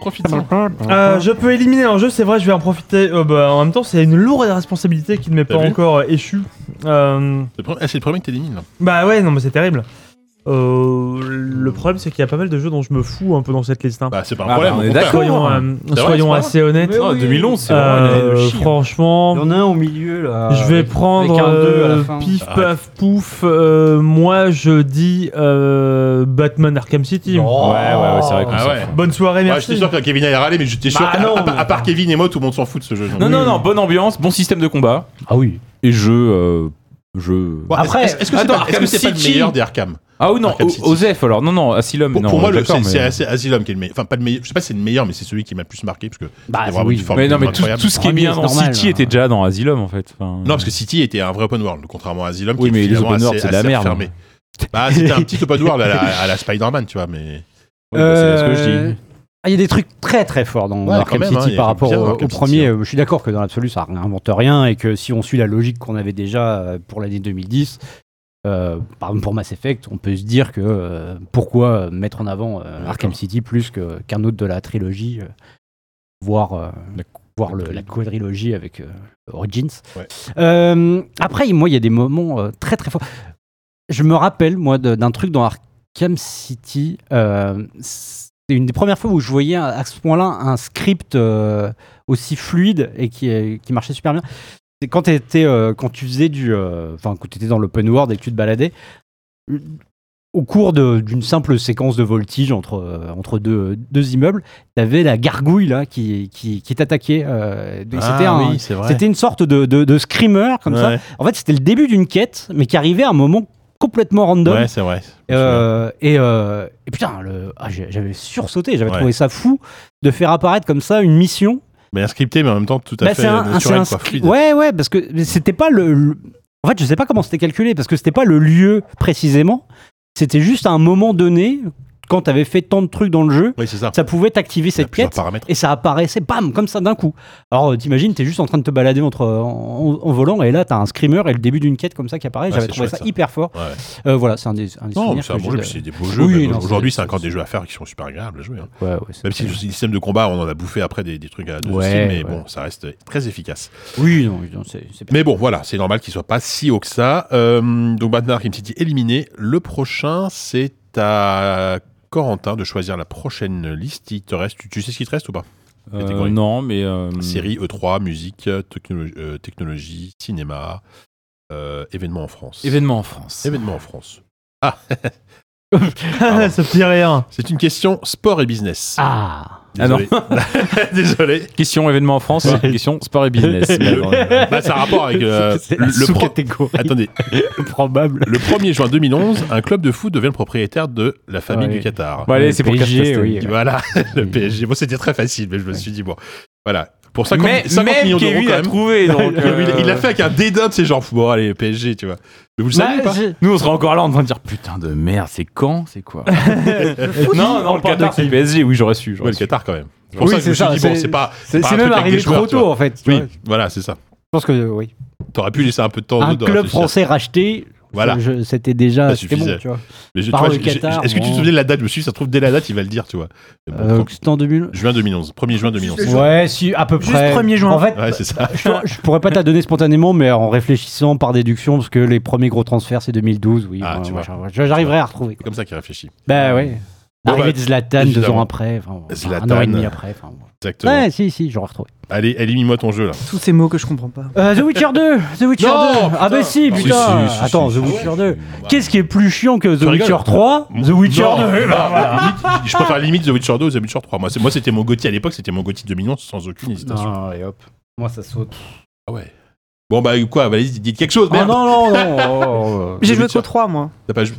Profites-en. Euh, je peux éliminer un jeu, c'est vrai, je vais en profiter. Euh, bah, en même temps, c'est une lourde responsabilité qui ne m'est pas T'as vu encore euh, échue. Euh, C'est le premier- ah, c'est le premier que t'élimines, là. bah ouais, non mais c'est terrible. Euh, le problème, c'est qu'il y a pas mal de jeux dont je me fous un peu dans cette liste. hein. Bah, c'est pas un Ah, problème. bah, on au est contraire. d'accord. soyons euh, c'est soyons pas assez honnêtes. Ah, Non, 2011, c'est vraiment une année de Euh, chien. franchement, en a un au milieu là. Je vais prendre euh, pif Arrête. paf pouf. euh, moi je dis euh, Batman Arkham City. Oh. Ouais, ouais, ouais, c'est vrai qu'on Ah s'en ouais. fout. Bonne soirée, Ouais, merci. j'étais sûr que Kevin allait râler, mais j'étais sûr Bah, qu'à non, à, part- à part mais- Kevin et moi, tout le monde s'en fout de ce jeu. Non, non, non, bonne ambiance, bon système de combat. Ah oui. Et je. euh, je... Bon, est-ce- Après, est-ce est-ce que c'est attends, pas, est-ce que c'est pas Arkham le City. meilleur des Arkham Ah ou non, Arkham O- City. Osef alors, non, non, Asylum. pour, non, pour moi, le- d'accord, c'est mais- c'est assez Asylum qui est le meilleur. Enfin, pas le meilleur. Je sais pas si c'est le meilleur, mais c'est celui qui m'a le plus marqué parce que Bah, c'était vraiment oui. une forme Mais non, mais tout, incroyable. tout ce qui est Premier, bien c'est dans normal, City hein. était déjà dans Asylum en fait. Enfin, Non, parce que City était un vrai open world, contrairement à Asylum, Oui, qui mais est les finalement open world, assez, c'est de la assez merde. hein. fermé. Bah, c'était un petit open world à la, à la Spider-Man, tu vois, mais Oui, bah, c'est ce que je dis. Ah, Il y a des trucs très très forts dans Ouais, Arkham quand même, hein, City il y a par des rapport trucs bien dans au, au Arkham City, premier. hein. euh, Je suis d'accord que dans l'absolu, ça n'invente rien et que si on suit la logique qu'on avait déjà euh, pour l'année 2010, euh, par exemple pour Mass Effect, on peut se dire que euh, pourquoi euh, mettre en avant euh, Arkham City plus que- qu'un autre de la trilogie, euh, voire, euh, voire le- la quadrilogie avec euh, Origins. Ouais. Euh, après, moi, il y a des moments euh, très très forts. Je me rappelle, moi, de- d'un truc dans Arkham City. euh, c'est une des premières fois où je voyais à à ce point-là un script euh, aussi fluide et qui, est- qui marchait super bien. C'est quand, t'étais, euh, quand tu faisais du. euh, Enfin, quand tu étais dans l'open world et que tu te baladais. euh, au cours de- d'une simple séquence de voltige entre, euh, entre deux, deux immeubles, t'avais la gargouille là qui, qui, qui t'attaquait. euh, et Ah c'était un- oui, c'est vrai. c'était une sorte de, de, de screamer comme ça. Ouais. En fait, c'était le début d'une quête, mais qui arrivait à un moment complètement random. Ouais, c'est vrai. Euh, et, euh, et putain, le- ah, j'ai- j'avais sursauté, j'avais Ouais. trouvé ça fou de faire apparaître comme ça une mission. Mais scripté, mais en même temps tout à Bah, fait c'est un- un- c'est naturel, un quoi, script- fluide. ouais, ouais, parce que c'était pas le, le- En fait, je sais pas comment c'était calculé, parce que c'était pas le lieu précisément. C'était juste à un moment donné, quand t'avais fait tant de trucs dans le jeu, Oui, c'est ça. ça pouvait t'activer Il y a cette plusieurs quête paramètres. et ça apparaissait, bam, comme ça d'un coup. Alors euh, t'imagines, t'es juste en train de te balader entre, en, en- en volant, et là t'as un screamer et le début d'une quête comme ça qui apparaît. Ouais, J'avais c'est trouvé chouette, ça. ça, hyper fort. Ouais. Euh, voilà, c'est un des, un des Non, mais souvenirs c'est que un bon j'ai jeu, de- puis c'est des beaux jeux. Oui, même non, Aujourd'hui, c'est- c'est encore des jeux à faire qui sont super agréables à jouer. hein. Ouais, ouais, c'est Même si le très- système de combat, on en a bouffé après des, des trucs à de ce Ouais, style, mais ouais. bon, ça reste très efficace. Oui, non, non, c'est c'est pas- Mais bon, voilà, c'est normal qu'il soit pas si haut que ça. Euh, donc maintenant, Arkham City éliminé. Le prochain, c'est à Corentin de choisir la prochaine liste. Il te reste, tu, tu sais ce qui te reste ou pas Euh, Catégorie. non, mais. euh, Hmm. Série, E3, musique, euh, technolo- euh, technologie, cinéma, euh, événements en France. Événement en France. Événements en France. Ah, Ce petit rien. C'est une question sport et business. Ah Désolé. Désolé. Question événement en France, Ouais. question sport et business. Mais Le- attends, Bah, ça a rapport avec euh, le, le pro- Attendez, probable. le 1er juin 2011, un club de foot devient le propriétaire de la famille Ouais. du Qatar. Bon, allez, c'est pour PSG, Castel. oui. Voilà, le PSG. Bon, c'était très facile, mais je me suis dit, bon, voilà. Pour 50, mais 50 même millions d'euros, Kevin quand a même. trouvé. donc, Kevin, euh, il l'a fait avec un dédain de ces gens. Bon, allez, PSG, tu vois. Mais Bah, vous le savez ou pas euh, Nous, on serait encore là en train de dire putain de merde, c'est quand C'est quoi Non, non, le parle Qatar, de c'est le PSG. Oui, j'aurais su. j'aurais Ouais, le su. Qatar, quand même. C'est pour ça que je me suis dit, bon, c'est pas. C'est pas un c'est truc même avec arrivé des joueurs, trop tu vois. tôt en fait. tu Oui, vois. Je voilà, c'est ça. pense que euh, oui. T'aurais pu laisser un peu de temps aux autres Un hein, de club réfléchir. français racheté, Voilà. ça, je- c'était déjà Ça c'était bon, suffisait. tu vois. Mais je- tu Par vois, le j'ai- j'ai- Qatar, Est-ce que tu te bon. souviens de la date Je me suis dit, ça se trouve, dès la date, il va le dire, tu vois. Mais bon, Euh, tant- C'était en 2000. Juin 2011, 1er juin 2011. Ouais, si à peu Juste près. 1er juin. En fait, Ouais, c'est ça. je, je pourrais pas te la donner spontanément, mais en réfléchissant par déduction, parce que les premiers gros transferts c'est 2012, oui. Ah, moi, tu moi, vois. j'arriverai- J'arriverai à retrouver. C'est comme ça qu'il réfléchit. Bah ouais. Bon, L'arrivée bah, de Zlatan deux évidemment. ans après, enfin, enfin, un an Zlatan. et demi après. enfin, bon. Exactement. Ouais, si, si, j'aurais retrouvé. Allez, élimine-moi ton jeu là. Tous ces mots que je comprends pas. Euh, The Witcher 2 The Witcher Non, 2 Ah bah si, Si, putain si, si, Attends, si, The si. Witcher 2 Qu'est-ce qui est plus chiant que The rigoles Witcher 3 The Witcher Non. 2 bah, Limite, Je préfère limite The Witcher 2 ou The Witcher 3. Moi, c'est- moi c'était mon Gotti à l'époque, c'était mon Gotti 2011 sans aucune hésitation. Non, et hop. Moi, ça saute. Ah ouais. Bon bah quoi, bah, allez-y, dites quelque chose, Ah merde. non, non, non oh, oh, oh. The J'ai joué Witcher. qu'au 3, moi. T'as pas joué-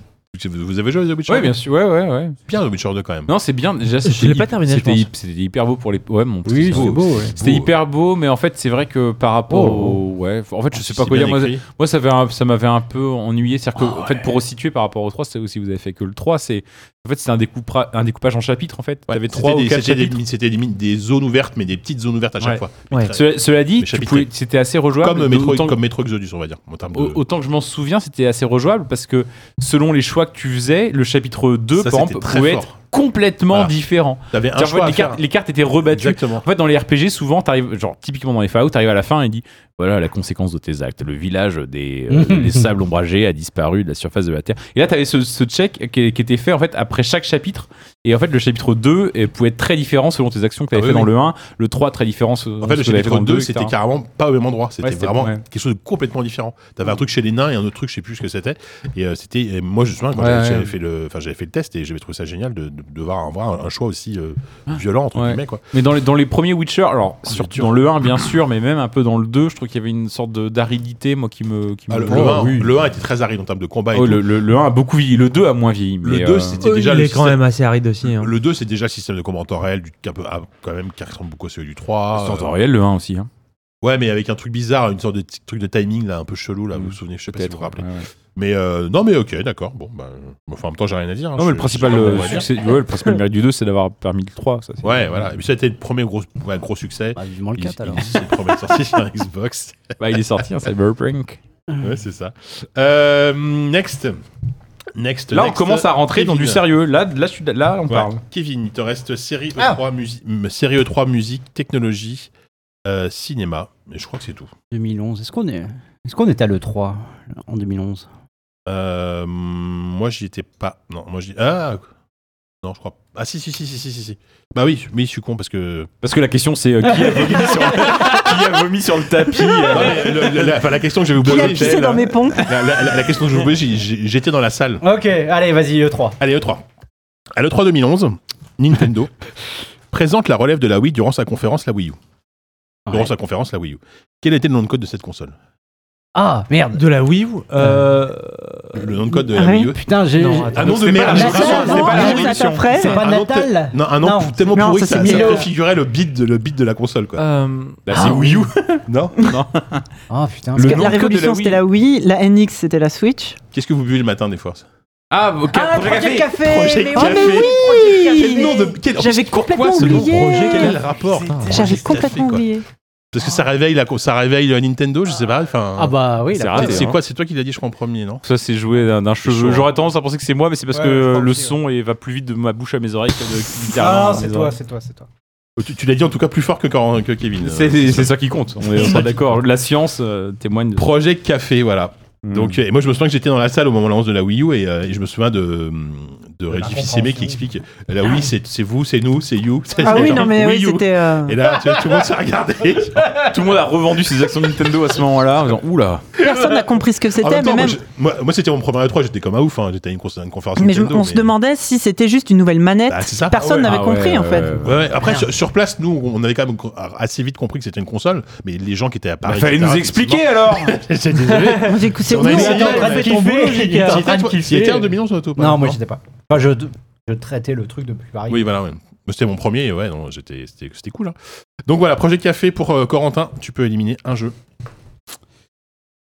Vous avez joué à The Witcher Ouais, bien sûr. Ouais, ouais, ouais. C'est bien The Witcher 2 quand même. Non, c'est bien. Déjà, l'ai c'était pas hy- terminé, je C'était pense. hy- c'était hyper beau pour les. Ouais, mon petit, Oui, c'est c'est beau. beau, ouais. C'était Beau. hyper beau, mais en fait, c'est vrai que par rapport Oh. au. Ouais, en fait, je sais pas C'est quoi Ah, bien dire. Moi, écrit. Ah, Moi, ça, avait un- ça m'avait un peu ennuyé. C'est-à-dire que, en fait, pour resituer par rapport au 3, c'est- si vous avez fait que le 3, c'est en fait, c'est un, découpra- un découpage en chapitres, en fait. T'avais C'était 3 ou des- 4 c'était des- chapitres. C'était limite des zones ouvertes, mais des petites zones ouvertes à chaque Ouais. fois. Ouais. Très- Cela, cela dit, Mais tu chapitré. pouvais- c'était assez rejouable. Comme, Metro, autant, que- comme euh, Metro Exodus, on va dire. En termes de... au- autant que je m'en souviens, c'était assez rejouable parce que selon les choix que tu faisais, le chapitre 2, Ça, par c'était exemple, très pouvait fort. être complètement Voilà. différent. T'avais un C'est-à-dire, en choix fait, à les, faire. cartes, les cartes étaient rebattues. Exactement. En fait, dans les RPG, souvent, t'arrives, genre, typiquement dans les Fallout, t'arrives à la fin et il dit voilà la conséquence de tes actes. Le village des, euh, des sables ombragés a disparu de la surface de la Terre. Et là, t'avais ce, ce check qui, qui était fait en fait après chaque chapitre. Et en fait, le chapitre 2 eh, pouvait être très différent selon tes actions que t'avais Ah oui, fait dans oui. le 1, le 3 très différent. selon En fait, ce le que t'avais chapitre dans 2, le c'était etc. carrément pas au même endroit. C'était Ouais, c'était- vraiment ouais. Mm. quelque chose de complètement différent. T'avais un truc chez les nains et un autre truc, je sais plus ce que c'était. Et euh, c'était. et Moi, je me souviens quand Ouais, j'avais- ouais. j'avais fait le, enfin, j'avais fait le test et j'avais trouvé ça génial de, de, de voir, avoir un choix aussi euh, violent entre Ah. Ouais. guillemets quoi. Mais dans les, dans les premiers Witcher, alors Ah, surtout dur. dans le 1 bien sûr, mais même un peu dans le 2, je trouve qu'il y avait une sorte de- d'aridité moi qui me qui Ah, me le, le Oh, 1, oui. le 1 était très aride en termes de combat. Et Oh, tout. le, le- le 1 a beaucoup vieilli, le 2 a moins vieilli. Le mais, 2, euh, c'était Oh, Il déjà le est quand système. même assez aride aussi. hein. Le 2, c'est déjà le système de combat en temps réel, du, qui, un peu- ah, quand même, qui ressemble beaucoup à celui du 3. Ah, C'est en temps euh, réel, le 1 aussi. hein. Ouais, mais avec un truc bizarre, une sorte de t- truc de timing là, un peu chelou Mm. là. Vous vous souvenez, je sais pas si vous vous rappelez. Ouais, ouais. Mais euh, non, mais ok, d'accord. Bon, bah, enfin, en même temps, j'ai rien à dire. hein. Non, mais Je- le principal je sais pas euh, comment on va dire. succès, ouais, le principal mérite du 2, c'est d'avoir permis le 3. Ça, c'est- Ouais, voilà. Et puis ça a été le premier gros, ouais, gros succès. Bah, vivement le Il- 4 il- alors. C'est le premier sorti sur Xbox. Bah, il est sorti, hein, Cyberpunk. Ouais, c'est ça. Euh, next. Next. Là, on next. commence à rentrer dans Kevin. du sérieux. Là, là, je suis- là on Ouais. parle. Kevin, il te reste série Ah. E3, musi- m- série E3 musique, technologie, euh, cinéma. Mais je crois que c'est tout. 2011, est-ce qu'on est... Est-ce qu'on est à l'E3 en 2011 Euh, moi, j'y étais pas. Non, moi, j'y. Ah Non, je crois. Ah si si si si si si. si. Bah oui, oui, je suis con parce que. Parce que la question c'est euh, qui, a vomi sur... qui a vomi sur le tapis euh, Non, mais Bah, le- le- la, enfin, la question que je vais vous Ah, Qui a poser. euh, c'est pissé la, dans mes pompes la- la- la- la question que je vais vous posais, j'étais dans la salle. Ok, allez, vas-y, E E3. Allez, E3. À l'E3 2011, Nintendo présente la relève de la Wii durant sa conférence, la Wii U. Durant Ouais. sa conférence, la Wii U. Quel était le nom de code de cette console Ah, merde. De la Wii U euh, Le nom de code de la Ah ouais. Wii U Putain, j'ai. Non, Un nom de C'est pas merde. la je Nathan crois. avant, C'est pas la Nathan révolution. après. C'est pas un nom te- Natal Non, un nom Non. pou- tellement Non, pourri ça, que ça, c'est ça Milo. Ah. préfigurait le beat de, le beat de la console. Quoi. euh, Bah, c'est Wii U. Non Ah putain. Le Parce que nom la de code de la révolution, Wii. c'était la Wii, la NX, c'était la Switch. Qu'est-ce que vous buvez le matin des fois ça Ah, ok. Projet Café Projet mais Oh, Café. oui. mais oui Quel nom de. quel- J'avais pourquoi complètement ce nom Quel oublié. rapport J'avais complètement oublié. Parce que ça réveille, la, co- ça réveille la Nintendo, je sais pas. Enfin, Ah bah oui, C'est la rare. c'est- c'est hein. quoi C'est toi qui l'as dit, je crois, en premier, non Ça, c'est joué d'un d'un cheveu. chaud. J'aurais tendance à penser que c'est moi, mais c'est parce Ouais, je que euh, pense le aussi, son et va plus vite de ma bouche à mes oreilles que hein, de littéralement Ah, à c'est mes toi, oreilles. c'est toi, c'est toi. Oh, Tu, tu l'as dit en tout cas plus fort que, quand- que Kevin. Euh, C'est c'est ça qui compte. On est, on est d'accord. La science euh, témoigne de. Projet Café, voilà. Donc, euh, et moi, je me souviens que j'étais dans la salle au moment de la lance de la Wii U et, euh, et je me souviens de, de Régis hein. Fils-Aimé qui explique euh, la Wii, c'est c'est vous, c'est nous, c'est you. c'est- Ah oui, genre, non, mais oui, hein. Wii U. c'était. euh, Et là, tu vois, tout le monde s'est regardé. Tout le monde a revendu ses actions Nintendo à ce moment-là. en disant, Oula. Personne n'a compris ce que En c'était, même temps, moi, mais même. je- moi, moi, c'était mon premier E3, j'étais comme un ouf, hein, j'étais à une, cons- une conférence Mais je- Nintendo. on se demandait si c'était juste une nouvelle manette. Bah, c'est ça. Personne Ah ouais. n'avait Ah compris ouais, en fait. ouais, ouais. Ouais, ouais. Après, Merde. sur, sur place, nous, on avait quand même co- assez vite compris que c'était une console, mais les gens qui étaient à Bah, Bah, Paris. etc., alors effectivement, c'est désolé. Moi, j'ai écouté- On a non, essayé, Attends, on a reste kiffé, ton boulot, Qui Jika. En train de était- qui était kiffer. en 2011 toi, toi, ou pas Non, moi j'étais pas. Enfin, je, je traitais le truc de plus varié. Oui, voilà, ouais. Mais C'était mon premier, et ouais, non, j'étais, c'était, c'était cool. hein. Donc voilà, projet café pour euh, Corentin, tu peux éliminer un jeu.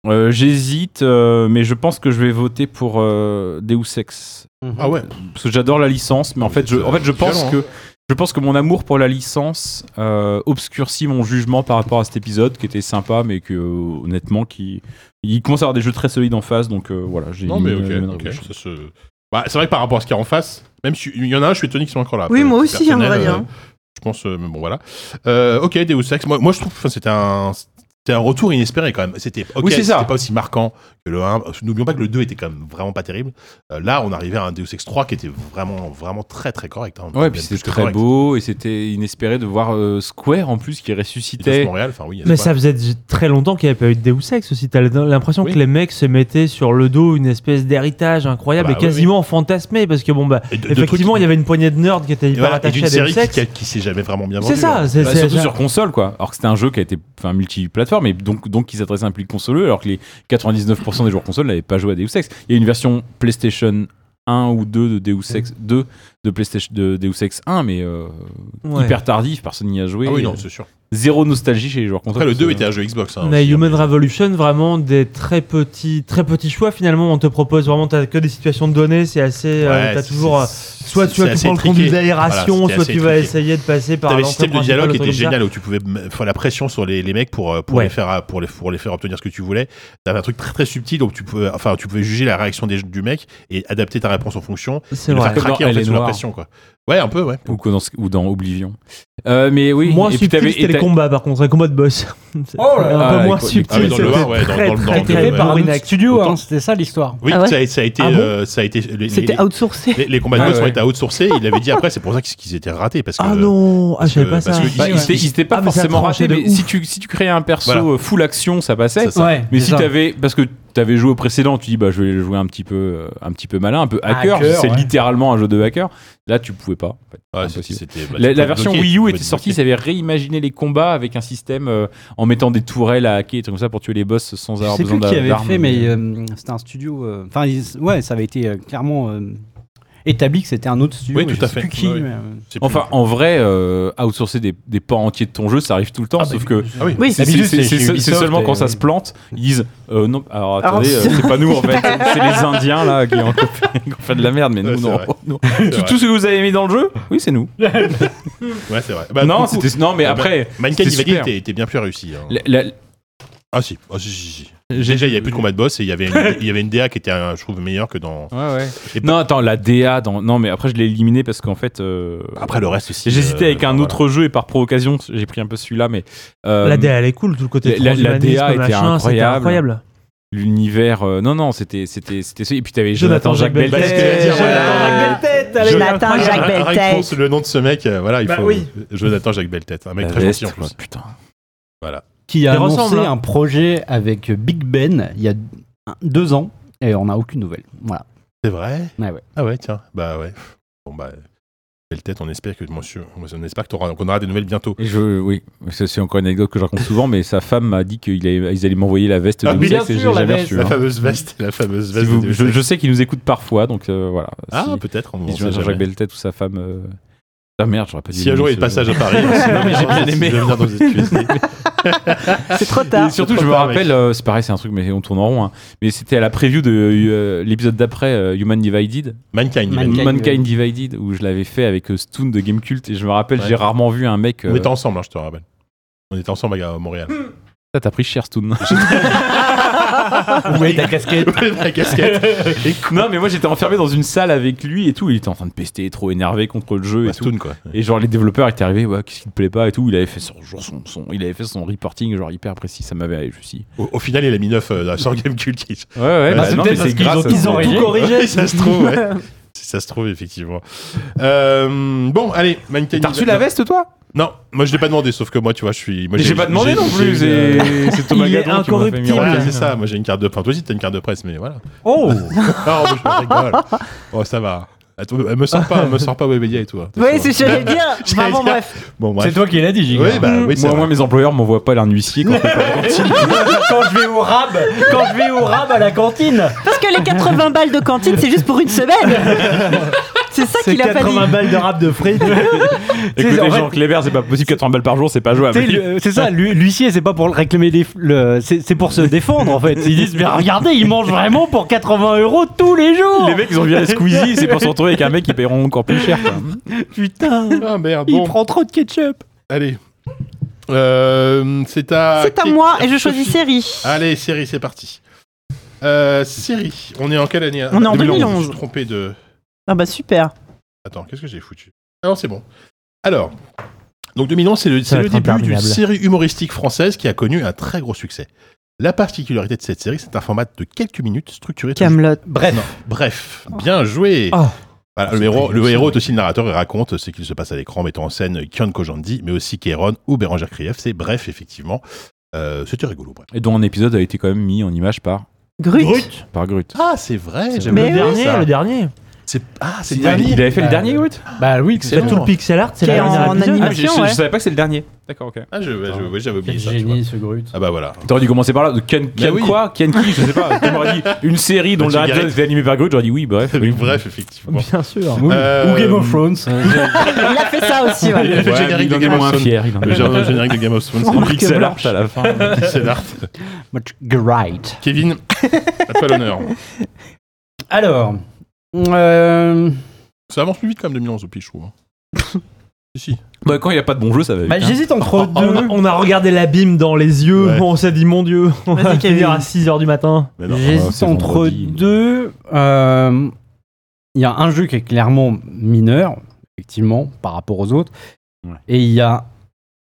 Euh, J'hésite, euh, mais je pense que je vais voter pour euh, Deus Ex. Mhm. Ah ouais, Parce que j'adore la licence, mais en fait, je, en fait, je pense violent, hein. que. Je pense que mon amour pour la licence euh, obscurcit mon jugement par rapport à cet épisode qui était sympa, mais que euh, honnêtement, qui il commence à avoir des jeux très solides en face, donc euh, voilà. j'ai non, mais ok, éliminé, euh, ok, Manor Wish. ça se- Bah, c'est vrai que par rapport à ce qu'il y a en face, même si il y en a un, je suis étonné qu'ils sont encore là. Oui, Après, moi c'est aussi, hein, on va personnel, dire. euh, Je pense, euh, mais bon, voilà. Euh, ok, Deus Ex, moi, moi, je trouve que c'était un. C'était un retour inespéré quand même. C'était ok, Oui, c'est ça. c'était pas aussi marquant que le 1. N'oublions pas que le 2 était quand même vraiment pas terrible. Euh, là, on arrivait à un Deus Ex 3 qui était vraiment, vraiment très très correct. hein. Ouais, Même puis plus c'était que très correct. beau et c'était inespéré de voir euh, Square en plus qui Et Deus ressuscitait. Montréal, enfin oui. Mais c'est ça faisait très longtemps qu'il n'y avait pas eu de Deus Ex aussi. T'as l'impression Oui. que les mecs se mettaient sur le dos une espèce d'héritage incroyable Ah bah et quasiment fantasmé parce que bon bah Et de- de effectivement trucs- il y avait une poignée de nerds qui étaient Et hyper voilà, et attachés d'une à série Deus qui, Ex. qui, qui s'est jamais vraiment bien vendue. C'est ça, hein. c'est Bah, c'est- surtout c'est- sur console quoi alors que c'était un jeu qui a été enfin multiplateforme et donc donc qui s'adressait à un public consoleux alors que les 99% des joueurs console n'avaient pas joué à Deus Ex il y a une version PlayStation 1 ou 2 de Deus Ex 2 de PlayStation de Deus Ex 1 mais euh, ouais. hyper tardif personne n'y a joué Ah oui, non, c'est sûr. zéro nostalgie chez les joueurs console Après, le 2 Euh, était un jeu Xbox. hein, On a aussi, hein, Human mais- Revolution, vraiment des très petits, très petits choix finalement. On te propose vraiment, t'as que des situations de données, c'est assez. euh, Ouais, t'as c'est- toujours. euh, c'est- soit tu, c'est vas- tu assez prends le étriqué. conduit d'aération, Voilà, c'était soit assez tu vas étriqué. essayer de passer par. T'avais le l'entrée système de principale, dialogue un qui truc était comme ça. génial où tu pouvais m- faire la pression sur les, les mecs pour, euh, pour, Ouais. les faire, à- pour, les, pour les faire obtenir ce que tu voulais. T'avais un truc très très subtil donc tu pouvais, enfin, tu pouvais juger la réaction des, du mec et adapter ta réponse en fonction. C'est Et le vrai. faire craquer Dans en fait Elle sous est la noire. pression quoi. Ouais, un peu, ouais. ou, que dans, ou dans Oblivion Euh, mais oui Moins et puis t'avais- subtil, c'était et les t'a- combats par contre, les combats de boss. C'est Oh là là. un Ah, peu moins les co- Ah, les- oui, subtil. dans le c'était 1, ouais, dans, dans, très, dans- très, dans- très ouais. Créé par ouais. une studio, hein. c'était ça l'histoire. Oui, Ah ouais ça, a- ça a été. Ah bon euh, ça a été les, les- C'était les- outsourcé. les- les combats de Ah boss ont ouais. été outsourcés. Il avait dit après, c'est pour ça qu'ils qu'ils étaient ratés. Parce que, Ah non, ah, je savais pas parce ça. que- bah, Ouais, il s'était- ouais. il s'était pas Ah, mais ça forcément tranchait raté de mais ouf. si tu si tu créais un perso Voilà. euh, full action ça passait Ça, ça- Ouais, Mais c'est si ça. t'avais, parce que t'avais joué au précédent, tu dis bah je vais jouer un petit peu, euh, un petit peu malin, un peu hacker. Hacker, c'est ouais. littéralement un jeu de hacker. Là, tu pouvais pas. en fait. Ouais, Impossible. c'était- bah, tu Ah, la, la pouvais version bloquer, Wii tu U pouvais était sortie, bloquer. ils avaient réimaginé les combats avec un système euh, en mettant des tourelles à hacker et trucs comme ça pour tuer les boss sans Je avoir sais besoin plus d'a- qui avait d'armes. fait, mais euh, c'était un studio. euh, Enfin, ils- ouais, ça avait été euh, clairement euh, établi que c'était un autre studio. Oui, mais tout je à sais fait. plus qui, Ouais, ouais. mais, euh, C'est plus- Enfin, en vrai, euh, outsourcer des, des pans entiers de ton jeu, ça arrive tout le temps, Ah, sauf bah, que. Ah oui. Oui, C'est D'habitude, c'est- c'est c'est- chez c'est Ubisoft seulement et- quand ça se plante, ils disent euh, non, alors Alors, attendez, euh, c'est- c'est pas nous en fait, c'est les Indiens là qui ont, qui ont fait de la merde, mais Ouais, nous, c'est non. vrai. Nous- C'est Tout, vrai. tout ce que vous avez mis dans le jeu, oui, c'est nous. Ouais, c'est vrai. Bah, non, du coup, c'était non, mais bah, après, Mankind c'était Divided super. était, était bien plus réussi. hein. la- la- Ah si, ah, si, si, si. Déjà, il n'y avait plus de combat de boss et il y avait une, il y avait une DA qui était, euh, je trouve, meilleure que dans. Ouais, ouais. Et- Non, attends, la DA. Dans... Non, mais après, je l'ai éliminé parce qu'en fait. euh, Après le reste aussi. J'hésitais euh, avec un voilà. autre jeu et par provocation, j'ai pris un peu celui-là, mais. euh, La DA elle est cool, tout le côté la- la transhumanisme, DA était machin, c'était incroyable. incroyable. L'univers. euh, Non, non, c'était. c'était, c'était... ce- Et puis, t'avais Jonathan Jonathan Jacques Jacques Beltet. Beltet. Parce que- euh, Jonathan Jacques euh, tête. allez. Jonathan Ah, Incroyable. Jacques Belle. Rien que Tête. pour le nom de ce mec, euh, voilà, il Bah faut. oui. Jonathan Jacques Belletête, un mec La très veste, gentil en plus. quoi, putain. qui a Ils annoncé ressemblent, hein. un projet avec Big Ben il y a un- deux ans et on n'a aucune nouvelle. Voilà. C'est vrai Ouais, ouais. Ah ouais, tiens. Bah ouais. Bon bah. Belletête, on espère que monsieur, on espère que t'auras- qu'on aura des nouvelles bientôt. Et je, oui, ça, c'est encore une anecdote que je raconte souvent, mais sa femme m'a dit qu'ils allaient, ils allaient m'envoyer la veste Ah, de bien Wizard que j'ai sûr, la jamais veste. reçue. La hein. fameuse veste, la fameuse Si veste. vous- de je, Wizard. je sais qu'ils nous écoutent parfois, donc euh, voilà. Ah Si- peut-être. on si sait jamais. Jean-Jacques Belletête ou sa femme. euh, Ah merde, j'aurais pas dû. Si un jour il est nommer de ce- passage à Paris, euh, Non, mais j'ai bien aimé. C'est trop Et tard. surtout, C'est je me trop tard, mec. rappelle, euh, c'est pareil, c'est un truc, mais on tourne en rond. hein. Mais c'était à la preview de euh, l'épisode d'après, euh, Human Divided, Mankind. Mankind. Mankind, oui. Divided, où je l'avais fait avec euh, Stoon de Game Cult. Et je me rappelle, Ouais. j'ai rarement vu un mec. euh, On était ensemble, hein, je te rappelle. On était ensemble à Montréal. Ça, t'as pris cher, Stoon. Ouais, ta casquette. la casquette. Et quoi non, mais moi, j'étais enfermé dans une salle avec lui et tout. Il était en train de pester, trop énervé contre le jeu et tout. Bastoun, quoi. Et genre les développeurs étaient arrivés, ouais, qu'est-ce qui te plaît pas et tout. Il avait fait son, genre, son, son- il avait fait son reporting genre hyper précis, ça m'avait je me suis. dit, Au, au final, il a mis 9 euh, sur Game Cult. Ouais ouais, bah, non, mais c'est grâce à ils ça. ont Corrigé. tout corrigé. ça se trouve, ouais. Si ça se trouve, effectivement. Euh, bon, allez, Mankind. T'as reçu la veste toi Non, moi je l'ai pas demandé, sauf que moi, tu vois, je suis. moi, Mais j'ai pas demandé j'ai- non plus. j'ai une, euh, C'est c'est Thomas Il est Gadon qui m'a fait incorruptible. miroiter. Voilà, c'est ça, moi j'ai une carte de presse. Toi aussi, t'as une carte de presse, mais voilà. Oh Ah, oh, je rigole. Oh, ça va. Attends, elle me sort pas, elle me sort pas Webedia et tout. hein. Oui, c'est ce que j'allais dire. J'allais Vraiment, dire- bref. Bon, C'est bref. toi qui l'as dit, Giga. Oui, bah oui, c'est Moi, vrai. moi, mes employeurs m'envoient pas l'un huissier quand je fais pas la cantine. quand je vais au rab, quand je vais au rab à la cantine, Parce que les 80 balles de cantine, c'est juste pour une semaine. C'est ça c'est qu'il a pas dit. 80 balles de rab de frites. Tu sais, en Écoutez, fait, Jean Clébert, c'est pas possible, 80 balles par jour, c'est pas jouable. Tu sais, le- C'est ça, l'hu- l'huissier, c'est pas pour le réclamer, des- le- c'est c'est pour se défendre en fait. Ils disent, mais regardez, ils mangent vraiment pour 80 euros tous les jours. Les mecs, ils ont viré Squeezie, c'est pour se retrouver avec un mec qui paieront encore plus cher. quoi. Putain, Ah merde, il bon, prend trop de ketchup. allez. Euh, c'est à. C'est à qui- moi et je choisis Sophie. série. Allez, série, c'est parti. Euh, série, on est en quelle année On est 2011. en Je me suis 2011. trompé de. Ah bah super. Attends, qu'est-ce que j'ai foutu Ah non, c'est bon. Alors, donc 2011, c'est le, Ça c'est va le être début d'une interminable. série humoristique française qui a connu un très gros succès. La particularité de cette série, c'est un format de quelques minutes structuré. toujours- Camelot. Bref. Bref, bien joué. Oh. Voilà, le, héros, le héros est aussi le narrateur et raconte ce qu'il se passe à l'écran, mettant en scène Kian Kojandi, mais aussi Kéron ou Bérangère Krief. C'est bref, effectivement. Euh, C'était rigolo. Bref. Et dont un épisode a été quand même mis en image par, Grut. par Grut. Ah, c'est vrai. j'avais Mais Le oublié dernier, ça. le dernier. C'est- Ah, c'est le Il avait dernier. fait le Bah, dernier Grut ah, Bah oui, Excellent. Tout le pixel art, c'est Qui la est en dernière épisode. anime. Ah, je, je- Version, ouais. je savais pas que c'est le dernier. D'accord, ok. Ah, je- je- oui, j'avais oublié Quel ça. tu vois. génie ce Grut. Ah bah voilà. T'aurais dû commencer par là. de Ken, Ken oui. quoi Ken qui Je sais pas. Tu m'aurais dit une série dont le Mathieu dernier épisode Garrett. était animé par Grut. J'aurais dit oui, bref. Oui, Bref, effectivement. Bien sûr. Euh, Ou Game of Thrones. Il a fait ça aussi. ouais. Le générique de Game of Thrones. fier. Il en Le est générique de Game of Thrones. moins c'est pixel pixel art à la fin. art. Pixel art. Much great. Kevin, à toi l'honneur. Alors, euh, Ça avance plus vite quand même 2011 au pire, je trouve. hein. si, si. Bah, quand il n'y a pas de bon jeu, ça va vite. bah, hein. j'hésite Oh, entre Oh, On a, deux. on a regardé l'abîme dans les yeux, Ouais. on s'est dit mon dieu, on va Kevin. finir à 6h du matin. Mais non. oh, J'hésite c'est entre vendredi. deux. euh, Il y a un jeu qui est clairement mineur, effectivement, par rapport aux autres. Ouais. Et il y a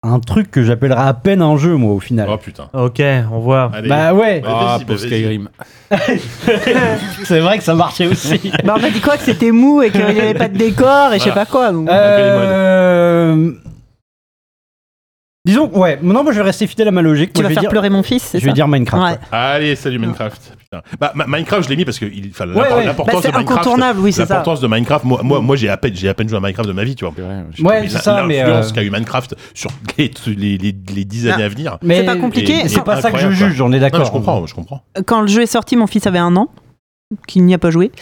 un truc que j'appellerais à peine un jeu, moi, au final. Oh putain. Ok, on voit. Allez. bah ouais, Bah, Ah, vas-y, pour bah, vas-y. Skyrim. c'est vrai que ça marchait aussi. Bah, on m'a dit quoi que c'était mou et qu'il n'y avait pas de décor et je sais pas quoi. donc. Ah, Euh, Disons, ouais, non, moi je vais rester fidèle à ma logique. Tu vas Moi, je vais faire dire- pleurer mon fils, c'est Je vais ça dire Minecraft. Ouais. ouais. Allez, salut Minecraft. Putain. Bah, Ma- Minecraft, je l'ai mis parce que il- enfin, Ouais, l'impor- ouais. Bah, l'importance c'est de Minecraft. incontournable, oui, c'est ça. L'importance de Minecraft, moi, moi, moi j'ai à peine, j'ai à peine joué à Minecraft de ma vie, tu vois. C'est vrai, je- Ouais, Mais c'est la- ça, mais. l'influence euh, qu'a eu Minecraft sur les, les, les, les dix années à venir. mais- C'est pas compliqué. Et- C'est pas ça que je Incroyable, juge, on est Non, mais d'accord. je comprends, je comprends. Quand le jeu est sorti, mon fils avait un an, qu'il n'y a pas joué.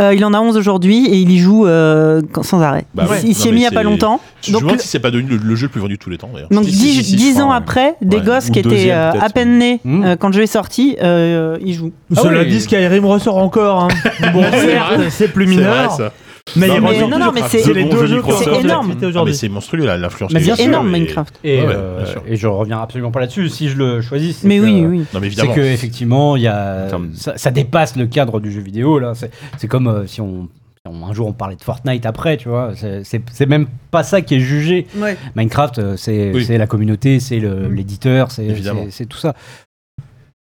Euh, il en a 11 aujourd'hui et il y joue euh, quand- sans arrêt. Bah Il- ouais. il s'y Non, est mais mis il n'y a c'est- pas longtemps. Je me Donc, demande le- si c'est pas devenu le, le jeu le plus vendu de tous les temps, d'ailleurs. Donc Si, si, 10, si, si, je ans crois, ouais. après, des Ouais. gosses Ou qui étaient deuxième, euh, peut-être, à peine nés Mm. euh, quand le jeu est sorti, euh, ils jouent. Ah Cela oui. dit, Skyrim ressort encore. hein. Bon, certes, c'est plus C'est mineur, vrai, ça. mais Non, il mais- ressort non, non, mais toujours. c'est- c'est les Bon deux jeu jeux qui Microsoft. ressortent C'est énorme. d'activité Ah, mais aujourd'hui. c'est monstrueux la- l'influence. Mais qu'il y a bien C'est dessus, énorme et- Minecraft. Et, Ouais, ouais, euh, bien sûr. et je reviens absolument pas là-dessus. Si je le choisis, c'est Mais que- euh, oui, oui. Non mais C'est évidemment. que effectivement, il y a, Attends. ça, ça dépasse le cadre du jeu vidéo là. C'est c'est comme euh, si on, si on- un jour on parlait de Fortnite après, tu vois. C'est- C'est c'est même pas ça qui est jugé. Minecraft, euh, c'est Oui. Mm. c'est la communauté, c'est le- l'éditeur, c'est- Évidemment. c'est c'est tout ça.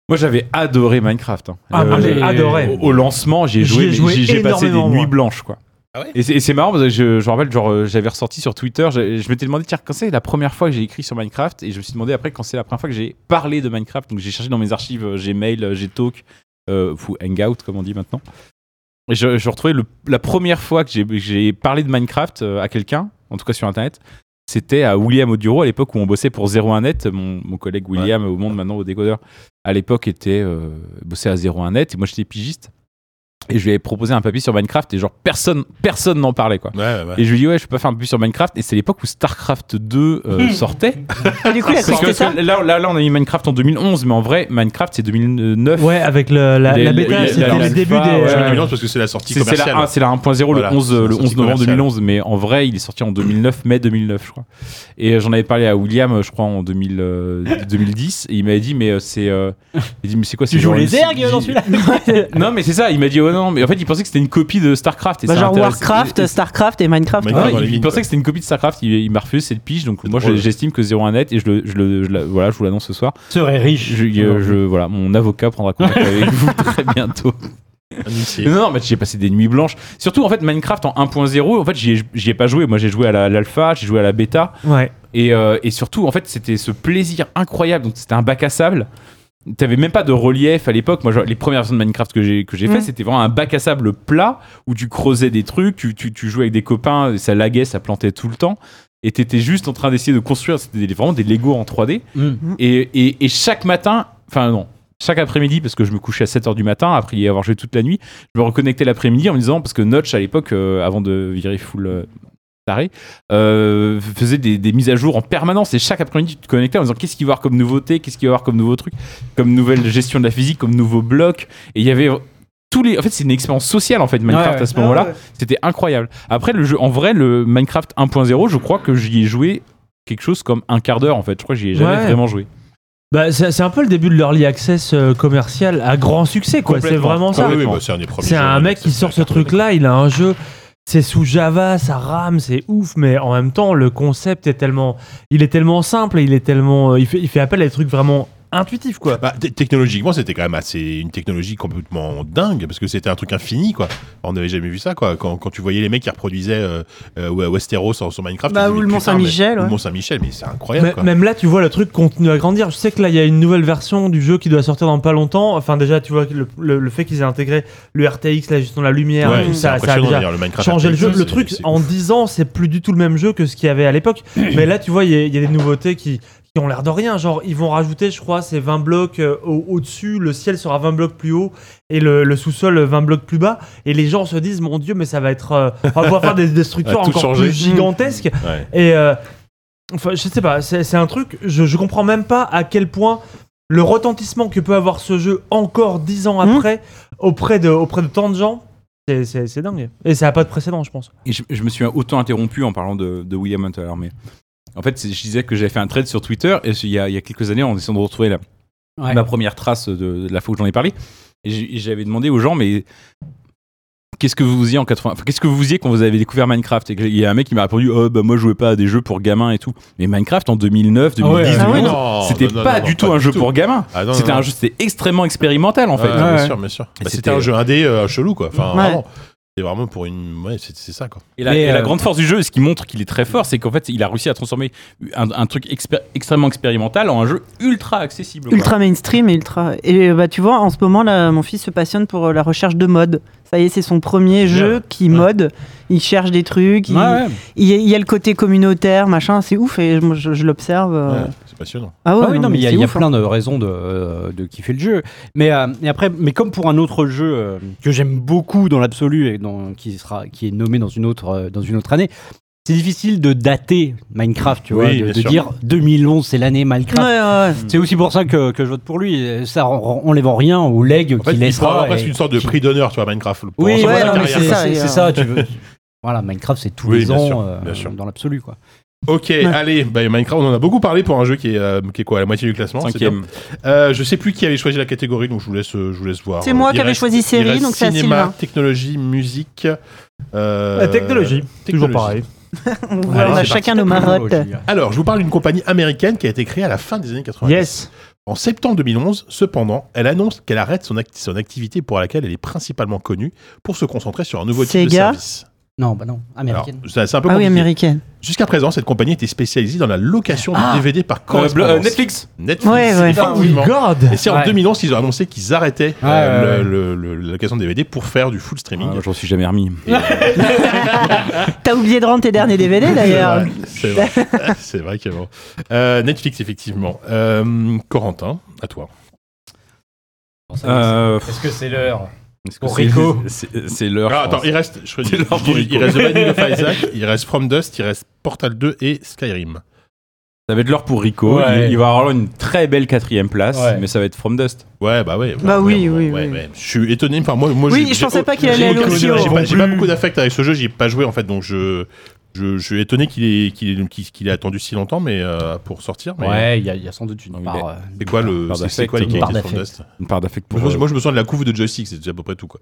Moi, j'avais adoré Minecraft. hein. Ah, moi, j'ai adoré. Au, au lancement, j'ai J'y ai joué, mais joué j'ai j'ai passé des énormément, moi. nuits blanches, quoi. Ah ouais Et c'est- et c'est marrant parce que je, je me rappelle, genre, euh, j'avais ressorti sur Twitter, je, je m'étais demandé, tiens, quand c'est la première fois que j'ai écrit sur Minecraft Et je me suis demandé après quand c'est la première fois que j'ai parlé de Minecraft. Donc j'ai cherché dans mes archives euh, Gmail, euh, Gtalk, euh, ou Hangout comme on dit maintenant. Et je, je retrouvais le- la première fois que j'ai- que j'ai parlé de Minecraft euh, à quelqu'un, en tout cas sur Internet, c'était à William Oduro à l'époque où on bossait pour 01net. Mon, mon collègue William au Monde, maintenant au décodeur, à l'époque était euh, bossait à 01net et moi j'étais pigiste. Et je lui avais proposé un papier sur Minecraft et genre personne personne n'en parlait quoi. Ouais, ouais. Et je lui ai dit ouais je peux pas faire un papier sur Minecraft et c'est l'époque où StarCraft 2 euh, sortait. Et du coup, il a Parce que- testé Ah, ça. parce que là, là là on a mis Minecraft en 2011 mais en vrai Minecraft c'est 2009. Ouais, avec le- la, Les- la les- bêta, les- c'était la- le la- début la- des. Je mets ouais. du nom parce que c'est la sortie euh, C'est c'est la, commerciale. ah, c'est la 1.0 Voilà, le 11, c'est la le sortie 11 novembre commerciale. 2011, mais en vrai, il est sorti en 2009, mai 2009, je crois. Et euh, j'en avais parlé à William, euh, je crois, en 2000, euh, 2010, et il m'avait dit, mais euh, c'est. euh, il dit, mais c'est quoi Tu c'est joues genre les une- ergues dans j'ai- celui-là Non, mais c'est ça, il m'a dit, oh non, mais en fait, il pensait que c'était une copie de StarCraft. Et Bah, ça genre intéresse- Warcraft, StarCraft et Minecraft. Minecraft. Ouais, Ah, dans les il, il mines, pensait quoi. que c'était une copie de StarCraft, il, il m'a refusé cette pige, donc C'est moi drôle. je- j'estime que 01net, et je le, je le- je la- voilà, je vous l'annonce ce soir. Serait riche. Je, euh, je- voilà, mon avocat prendra contact avec vous très bientôt. hein. Un initié. Non, non, mais j'ai passé des nuits blanches. Surtout, en fait, Minecraft en 1.0, en fait, j'y ai, j'y ai pas joué. Moi, j'ai joué à la- l'alpha, j'ai joué à la bêta. Ouais. Et, euh, et surtout, en fait, c'était ce plaisir incroyable. Donc, c'était un bac à sable. T'avais même pas de relief à l'époque. Moi, genre, les premières versions de Minecraft que j'ai que j'ai fait, Mm. c'était vraiment un bac à sable plat où tu creusais des trucs, tu, tu, tu jouais avec des copains, ça laguait, ça plantait tout le temps. Et t'étais juste en train d'essayer de construire. C'était des- vraiment des Lego en 3D. Mm. Et, et- et chaque matin, enfin non, chaque après-midi, parce que je me couchais à 7h du matin, après y avoir joué toute la nuit, je me reconnectais l'après-midi en me disant, parce que Notch à l'époque, euh, avant de virer full euh, taré, euh, faisait des, des mises à jour en permanence. Et chaque après-midi, tu te connectais en me disant, qu'est-ce qu'il va y avoir comme nouveauté, qu'est-ce qu'il va y avoir comme nouveau truc, comme nouvelle gestion de la physique, comme nouveau bloc. Et il y avait... Tous les... En fait, c'est une expérience sociale en fait, Minecraft Ouais, ouais. à ce moment-là. C'était incroyable. Après, le jeu, en vrai, le Minecraft 1.0, je crois que j'y ai joué quelque chose comme un quart d'heure en fait. Je crois que j'y ai jamais Ouais. vraiment joué. Bah, c'est c'est un peu le début de l'early access euh, commercial à grand succès, quoi. C'est Complètement. vraiment ça. Ah oui, oui, complètement. bah, c'est un des premiers C'est jeux, un oui, mec ça, qui c'est sort ce un carton. truc-là, il a un jeu. C'est sous Java, ça rame, c'est ouf, mais en même temps, le concept est tellement, il est tellement simple, et il est tellement, euh, il fait, il fait appel à des trucs vraiment intuitifs, quoi. Bah, t- technologiquement, c'était quand même assez une technologie complètement dingue parce que c'était un truc infini quoi. On n'avait jamais vu ça quoi. Quand, quand tu voyais les mecs qui reproduisaient euh, euh, ouais, Westeros sur, sur Minecraft, tu Bah, te disais, ou le mais Mont putain, Saint-Michel, mais- ouais. ou le Mont Saint-Michel, mais c'est incroyable Mais- quoi. Même là, tu vois, le truc continue à grandir. Je sais que là, il y a une nouvelle version du jeu qui doit sortir dans pas longtemps. Enfin, déjà, tu vois, que le, le- le fait qu'ils aient intégré le RTX, la gestion de la lumière, Ouais, tout c'est ah ça, ça a impressionnant, déjà d'ailleurs, le Minecraft. changer le jeu. c'est- Le truc, c'est- en 10 ans, c'est plus du tout le même jeu que ce qu'il y avait à l'époque. Mais là, tu vois, il y, a- il y a des nouveautés qui, qui ont l'air de rien. Genre, ils vont rajouter, je crois, ces 20 blocs euh, au- au-dessus, le ciel sera 20 blocs plus haut et le, le sous-sol euh, 20 blocs plus bas. Et les gens se disent, mon Dieu, mais ça va être. euh, on va pouvoir faire des, des structures tout encore changer. plus gigantesques. Ouais. Et. euh, enfin, je sais pas, c'est c'est un truc, je, je comprends même pas à quel point. Le retentissement que peut avoir ce jeu encore 10 ans Mhm. après, auprès, de, auprès de tant de gens, c'est- c'est c'est dingue. Et ça n'a pas de précédent, je pense. Et je, je me suis autant interrompu en parlant de, de William Hunter, mais en fait, c'est- je disais que j'avais fait un trade sur Twitter et il y a, il y a quelques années, en essayant de retrouver la, Ouais. ma première trace de, de la fois où j'en ai parlé, et j'ai- et j'avais demandé aux gens, mais qu'est-ce que vous faisiez en 80 enfin, Qu'est-ce que vous faisiez quand vous avez découvert Minecraft Et que- il y a un mec qui m'a répondu, oh bah moi je jouais pas à des jeux pour gamins et tout. Mais Minecraft en 2009, 2010, Ah ouais, 2011, non, c'était Oh, non, non, pas non, du tout un jeu pour gamins. Ah, non, non, C'était non. un jeu, c'était extrêmement expérimental en fait. Ouais, Bien sûr, bien sûr. Bah, c'était- c'était un jeu indé euh, chelou quoi. Enfin, Ouais. vraiment. C'était vraiment pour une. Ouais, c'est c'est ça quoi. Et la, Mais, et la euh, grande force du jeu, et ce qui montre qu'il est très fort, c'est qu'en fait, il a réussi à transformer un, un truc expé- extrêmement expérimental en un jeu ultra accessible. quoi. Euh, Ultra mainstream et ultra. Et euh, bah, tu vois, en ce moment, là, mon fils se passionne pour euh, la recherche de mode. Ça y est, c'est son premier jeu qui mode. Il cherche des trucs, il, Ouais, ouais. il y a, il y a le côté communautaire, machin, c'est ouf. Et moi, je, je l'observe. euh. Ouais, C'est passionnant. Ah ouais, Ah oui, non, mais il y a, c'est il y a ouf, hein. plein de raisons de, euh, de kiffer le jeu. Mais, euh, et après, mais comme pour un autre jeu euh, que j'aime beaucoup dans l'absolu et dans- qui, sera, qui est nommé dans une autre, euh, dans une autre année, c'est difficile de dater Minecraft, tu vois, Oui, de, bien de sûr. dire 2011 c'est l'année hein. Ouais, Minecraft. ouais, ouais. C'est aussi pour ça que, que je vote pour lui. Ça, on, on les vend rien au leg En fait, qui il faut laissera. avoir presque et- une sorte de prix d'honneur, tu vois, Minecraft. pour Oui, ensemble ouais, de non, la mais carrière, c'est quoi. ça, quoi. c'est ça. Tu veux... voilà, Minecraft c'est tous Oui, les bien ans sûr, euh, bien sûr. dans l'absolu, quoi. Ok, allez, bah, Minecraft, on en a beaucoup parlé pour un jeu qui est, euh, qui est quoi, à la moitié du classement c'est Cinquième. bien. Euh, je sais plus qui avait choisi la catégorie, donc je vous laisse, euh, je vous laisse voir. C'est moi Il qui avais reste- choisi il série, reste donc c'est à cinéma, Sylvain. technologie, musique. euh, La technologie, toujours pareil. On voit, Allez, on a c'est chacun nos Ah marottes. Alors, je vous parle d'une compagnie américaine qui a été créée à la fin des années 90. Yes. En septembre 2011, cependant, elle annonce qu'elle arrête son, acti- son activité pour laquelle elle est principalement connue pour se concentrer sur un nouveau type de Sega service. Non, bah non, Alors, américaine. ça- c'est un peu Ah oui, compliqué. américaine. Jusqu'à présent, cette compagnie était spécialisée dans la location de DVD par Euh, bl- euh, correspondance. Netflix Netflix, Ah Ouais, Oh ouais. Oh effectivement. God Et c'est en Ouais. 2011 qu'ils ont annoncé qu'ils arrêtaient euh, Ouais, ouais, ouais. le- le- le- la location de DVD pour faire du full streaming. Ah, J'en suis jamais remis. T'as oublié de rendre tes derniers DVD d'ailleurs. C'est vrai, c'est vrai. C'est vrai que bon. Euh, Netflix, effectivement. Euh, Corentin, à toi. Bon, ça va, Euh, Est-ce que c'est l'heure est-ce que pour c'est- Rico. c'est- C'est l'heure. Ah, je attends, pense. il reste, je, C'est leur je- pour il- Rico. il reste The Binding of Isaac, il reste From Dust, il reste Portal 2 et Skyrim. Ça va être l'heure pour Rico. Ouais. Il, il va avoir une très belle quatrième place, Ouais. mais ça va être From Dust. Ouais, bah ouais. Bah oui, oui, ouais, oui. ouais. Je suis étonné. Enfin, moi, moi, Oui, j'ai- je j'ai- pensais pas qu'il j'ai allait aller aucun- aussi J'ai haut. pas, j'ai pas Mm. beaucoup d'affect avec ce jeu, j'y ai pas joué en fait, donc je. Je, je suis étonné qu'il ait, qu'il ait, qu'il- qu'il ait attendu si longtemps mais, euh, pour sortir. Mais Ouais, il y, a- il y a sans doute une Oui, part. mais- euh, C'est quoi, le, Par c'est- c'est quoi les qualités d'affect, par de From d'affect. Dust Une part d'affect pour. Moi, je- euh, Moi, je me souviens de la couve de joystick, c'est à peu près tout. quoi.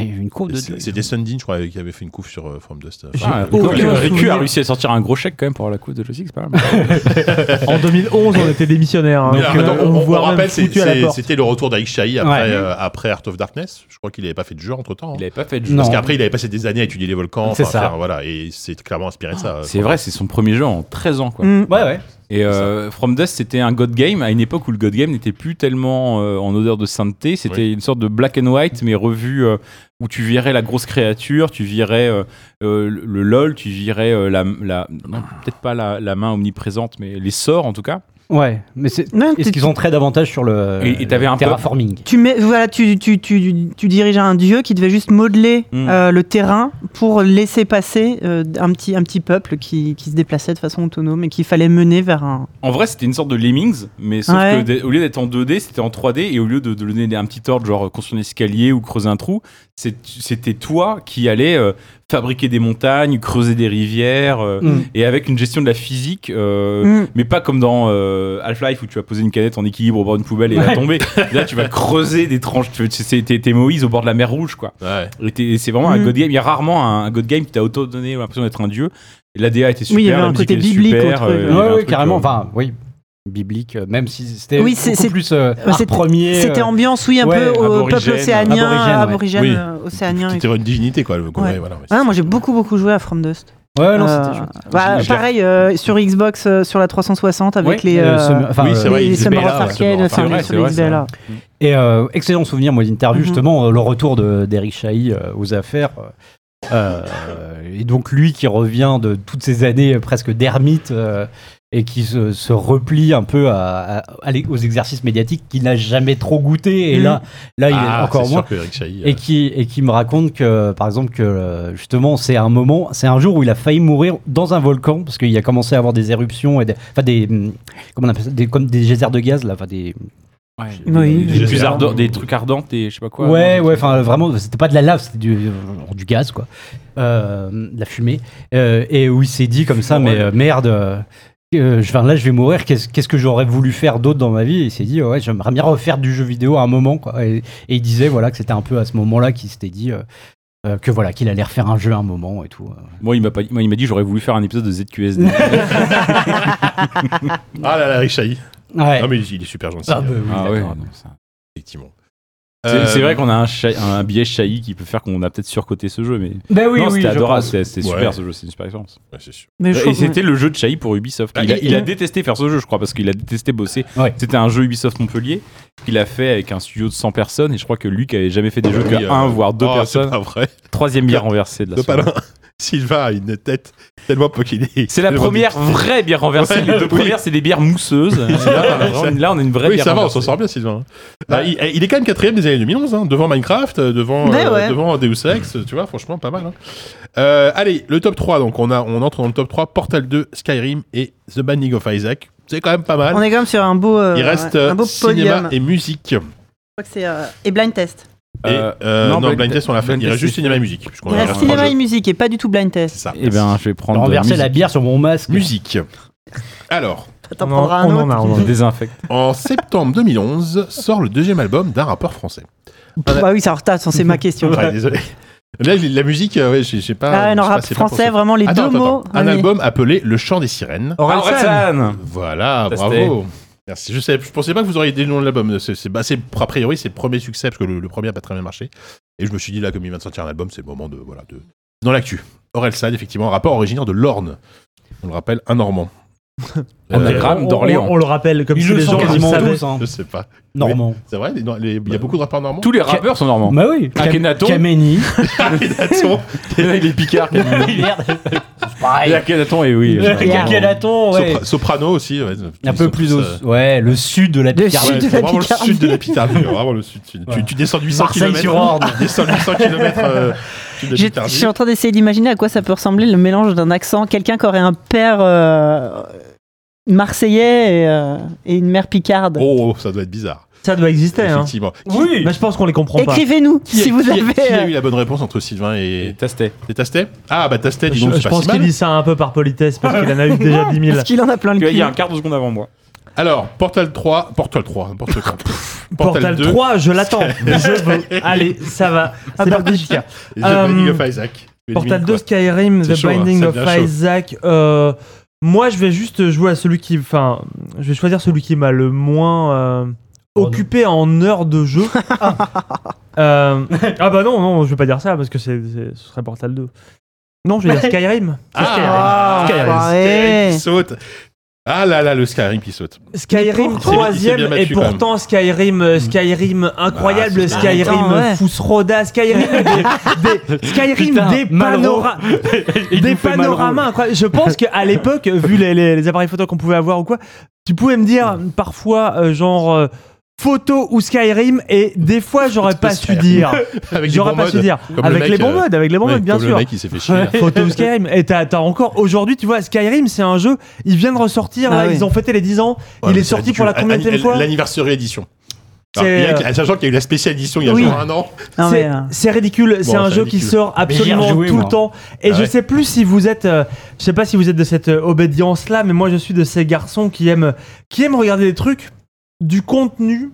une courbe de. C'est- C'était Sundin, je crois, qui avait fait une couve sur euh, From Dust. J'ai Ah, aucun Rico, Rico souvenir. a réussi à sortir un gros chèque quand même pour la coupe de Joystick, c'est pas mal. En 2011, on était démissionnaire. hein. Mais Donc, alors, euh, attends, on, on voit même rappelle, c'est- foutu à la c'est- porte. c'était le retour d'Aik Shahi après, Ouais. euh, après Art of Darkness. Je crois qu'il n'avait pas fait de jeu entre temps. Il avait pas fait de jeu. Non. Parce qu'après, il avait passé des années à étudier les volcans. C'est enfin, ça. faire- voilà, et c'est clairement inspiré de ça. euh, C'est vrai, c'est son premier jeu en 13 ans. Quoi. Mm. Ouais, ouais. Et euh, From Dust, c'était un God Game à une époque où le God Game n'était plus tellement euh, en odeur de sainteté. C'était une sorte de black and white, mais revu euh, où tu verrais la grosse créature, tu verrais euh, euh, le LOL, tu verrais euh, la. la non, peut-être pas la, la main omniprésente, mais les sorts en tout cas. Ouais, mais c'est. Non, Est-ce tu- qu'ils ont très davantage sur le, Et- et t'avais un le peu- terraforming Tu, mets, voilà, tu, tu, tu, tu diriges un dieu qui devait juste modeler Mm. euh, le terrain pour laisser passer euh, un, petit, un petit peuple qui, qui se déplaçait de façon autonome et qu'il fallait mener vers un. En vrai, c'était une sorte de Lemmings, mais sauf Ouais. que d'être- au lieu d'être en 2D, c'était en 3D, et au lieu de, de donner un petit ordre, genre euh, construire un escalier ou creuser un trou, c'est- c'était toi qui allais euh, fabriquer des montagnes, creuser des rivières, euh, Mm. et avec une gestion de la physique, euh, Mm. mais pas comme dans euh, Half-Life où tu vas poser une canette en équilibre au bord d'une poubelle et elle va Ouais. tomber. Là, tu vas creuser des tranches. Tu- tu- c'est- T'es t'es Moïse au bord de la mer Rouge, quoi. ouais. Et t'es- C'est vraiment un Mhm. god game. Il y a rarement un, un god game qui t'a auto donné l'impression d'être un dieu. Et La DA était super, Oui, il y avait la un musique côté était biblique au super, truc, hein. euh, il y Ouais, avait un ouais, truc, carrément. euh, Enfin, oui, biblique, euh, même si c'était Oui, c'est- beaucoup c'est- plus euh, Euh, art c'était- premier. C'était euh, ambiance, oui, un ouais, peu au aborigène, peuple océanien, aborigène, ouais. aborigène, Oui. euh, océanien. Qui était une divinité, quoi. le- ouais, voilà, ouais. Ah non, moi j'ai beaucoup beaucoup joué à From Dust. Ouais, non, Euh, c'était chouette. bah, Je- je- pareil euh, sur Xbox, euh, sur la 360 avec Ouais, les, euh, euh, Summer- enfin, Oui, euh, c'est vrai, les ils Summer étaient of là, ouais, Arcade, Summer of enfin, Arcade, oui, c'est sur les vrai, c'est XBLA. Et euh, excellent souvenir, moi, d'interview, Mhm. justement, euh, le retour de- d'Eric Chahi euh, aux affaires. euh, euh, et donc, lui qui revient de toutes ces années euh, presque d'ermite euh, et qui se, se replie un peu à, à- à les- aux exercices médiatiques qu'il n'a jamais trop goûté. Et Mhm. là, là il Ah, est encore c'est moins. sûr que Eric Chahi, euh, Et qui, et qui me raconte que, par exemple, que euh, justement, c'est un moment, c'est un jour où il a failli mourir dans un volcan, parce qu'il a commencé à avoir des éruptions et des. Enfin, des. hum, Comment on appelle ça des, Comme des geysers de gaz, là. Enfin, des. ouais, des, Oui. plus Généralement. ardents- des trucs ardents et je sais pas quoi. ouais, non, ouais, enfin, vraiment, c'était pas de la lave, c'était du, euh, du gaz, quoi. Euh, de la fumée. Euh, et où il s'est dit comme ça, mais euh, merde. euh, euh, je- enfin, là, je vais mourir. Qu'est-ce qu'est-ce que j'aurais voulu faire d'autre dans ma vie Et Il s'est dit, ouais, j'aimerais bien refaire du jeu vidéo à un moment. Quoi. Et, et il disait, voilà, que c'était un peu à ce moment-là qu'il s'était dit euh, euh, que voilà, qu'il allait refaire un jeu à un moment et tout. euh. Moi, il m'a pas dit- moi, il m'a dit j'aurais voulu faire un épisode de ZQSD. Ah là là, Eric Chahi. Ouais. Non, mais il il est super gentil, Ah, bah euh, oui, Ah d'accord. ouais, non, ça- effectivement. C'est Euh, c'est vrai qu'on a un, cha- un biais chahi qui peut faire qu'on a peut-être surcoté ce jeu, mais Ben Bah oui, non, oui, c'était je adorable, pense. c'était c'était Ouais. super ce jeu, c'est une super expérience. ouais, c'est sûr. Mais je Et trouve- c'était le jeu de Chahi pour Ubisoft. Il a, Ah, et- il a et- détesté faire ce jeu, je crois, parce qu'il a détesté bosser. Bah, Ouais. C'était un jeu Ubisoft Montpellier qu'il a fait avec un studio de 100 personnes, et je crois que Luc avait jamais fait des jeux Oui, que euh, un voire deux oh, personnes. C'est pas vrai. Troisième bière renversée de la Le soirée. palin, Sylvain a une tête tellement poquinée. C'est la première vraie bière renversée. Ouais, les deux oui. premières, c'est des bières mousseuses. là, on est- là, on est une vraie Oui, bière ça va, on s'en renversée. sort bien, Sylvain. Bah, il, il est quand même quatrième des années 2011, hein, devant Minecraft, euh, devant, Ouais, Ben ouais. devant Deus Ex, tu vois, franchement, pas mal. hein. Euh, allez, le top 3, donc on, a, on entre dans le top 3, Portal 2, Skyrim et The Binding of Isaac. C'est quand même pas mal. On est quand même sur un beau, euh, Il reste un euh, beau podium. cinéma et musique. Je crois que c'est, euh, et blind test. Et, Euh, euh, non, non, Blind Blind Test, on l'a fait. Blind Il reste Test, juste c'est- cinéma et musique. puisqu'on Il a- reste on a- cinéma on a- et musique et pas du tout blind test. C'est ça. Eh bien, je vais prendre. de Renverser la musique. bière sur mon masque. Musique. Alors, T'en On en- prendras un on autre. en a, on en On désinfecte. en septembre 2011 sort le deuxième album d'un rappeur français. Pff, Bah oui, c'est en retard, ça, c'est ma question. Ouais, désolé. Là, la musique, euh, ouais, je je sais pas. Ah, je sais non, pas, rap c'est pas pour français, ça. vraiment les Attends, deux attends, mots. attends. Un vas-y. album appelé Le Chant des Sirènes. Ah, Orelsan. Voilà, Ça, bravo. Merci. Je, sais, je pensais pas que vous auriez des noms de l'album. C'est, c'est- bah, c'est- a priori, c'est le premier succès, parce que le, le premier a pas très bien marché. Et je me suis dit, là, comme il vient de sortir un album, c'est le moment de, voilà, de, Dans l'actu, Orelsan, effectivement, un rappeur originaire de l'Orne. On le rappelle, un Normand. Euh, Un gramme d'Orléans. On, on le rappelle, comme Ils si le les sont gens le quasiment savaient. tous, hein. Je sais pas. Normand. C'est vrai, les- les- il y a beaucoup de rappeurs normands. Tous les rappeurs sont normands. Bah oui. Akhenaton. Kameni. Ah, Akhenaton. Il est picard. Akhenaton. Merde. C'est pareil. Et Akhenaton, et oui. Le Akhenaton, ouais. Sopra- soprano aussi. ouais. Un peu plus Ouais, au. Ouais, le sud de la Le Picardie. c'est sud de la vraiment le Picardie. sud de la Picardie, vraiment le sud. sud. Tu, tu descends de 800 Marseille km. sur Orne. descends de 800 km. de J'ai- Je Picardie. suis en train d'essayer d'imaginer à quoi ça peut ressembler le mélange d'un accent. Quelqu'un qui aurait un père euh, marseillais et, euh, et une mère picarde. Oh, oh, ça doit être bizarre. Ça doit exister. Hein. Effectivement. Oui. Mais je pense qu'on les comprend pas. Écrivez-nous Qui, si vous qui- avez. qui a euh, eu la bonne réponse entre Sylvain Et et, Tastet. et Tastet Ah, bah Tastet, dis Je, donc, c'est je pas pense si mal. qu'il dit ça un peu par politesse parce qu'il en a eu déjà 10 000. Parce qu'il en a plein le Tu vois, Il y cul. a un quart de seconde avant moi. Alors, Portal 3, Portal 3, n'importe quoi. Portal 3, je l'attends. je veux. Allez, ça Ah, va. C'est parti, Jika. et The Binding Euh, of Isaac. Tu élimines Portal 2, quoi Skyrim, C'est The chaud, hein, Binding ça of devient chaud. Isaac. euh, moi, je vais juste jouer à celui qui. Enfin, je vais choisir celui qui m'a le moins euh, Oh, occupé en heures de jeu. Ah. Euh, ah bah non, non, je vais pas dire ça parce que c'est, c'est- ce serait Portal 2. Non, je vais dire Skyrim. C'est Ah, Skyrim. Skyrim. bah, Ouais. Skyrim qui saute. Ah là là, le Skyrim qui saute. Skyrim pourquoi Il s'est bien troisième battu, et pourtant Skyrim euh, Skyrim incroyable Ah, c'est Skyrim Attends, ouais. Fousroda Skyrim des, des- Skyrim Putain, des Malraux. panoramas des panoramas incroyables. je pense qu'à l'époque vu les, les- les appareils photo qu'on pouvait avoir ou quoi tu pouvais me dire parfois euh, genre euh, photo ou Skyrim et des fois j'aurais pas su Skyrim. dire Avec des j'aurais bons pas modes. su dire Comme le avec mec, les bons euh, modes avec les bons ouais, modes bien comme sûr Le mec, il s'est fait chier. Photo Skyrim. Et t'as t'as encore aujourd'hui, tu vois, Skyrim, c'est un jeu. Il vient de ressortir. Ah là, oui. Ils ont fêté les 10 ans. Ouais, il mais est c'est sorti pour la ridicule. combien de fois L'anniversaire édition. Alors, C'est, euh, il y a- Sachant qu'il y a eu la spéciale édition il y a Oui. genre un an. Non, mais, C'est- euh, C'est ridicule. c'est un c'est jeu qui ridicule. sort absolument j'y ai rejoué, tout moi. le temps. Et Ah je ouais. sais plus si vous êtes, euh, je sais pas si vous êtes de cette euh, obédience-là, mais moi je suis de ces garçons qui aiment, qui aiment regarder des trucs, du contenu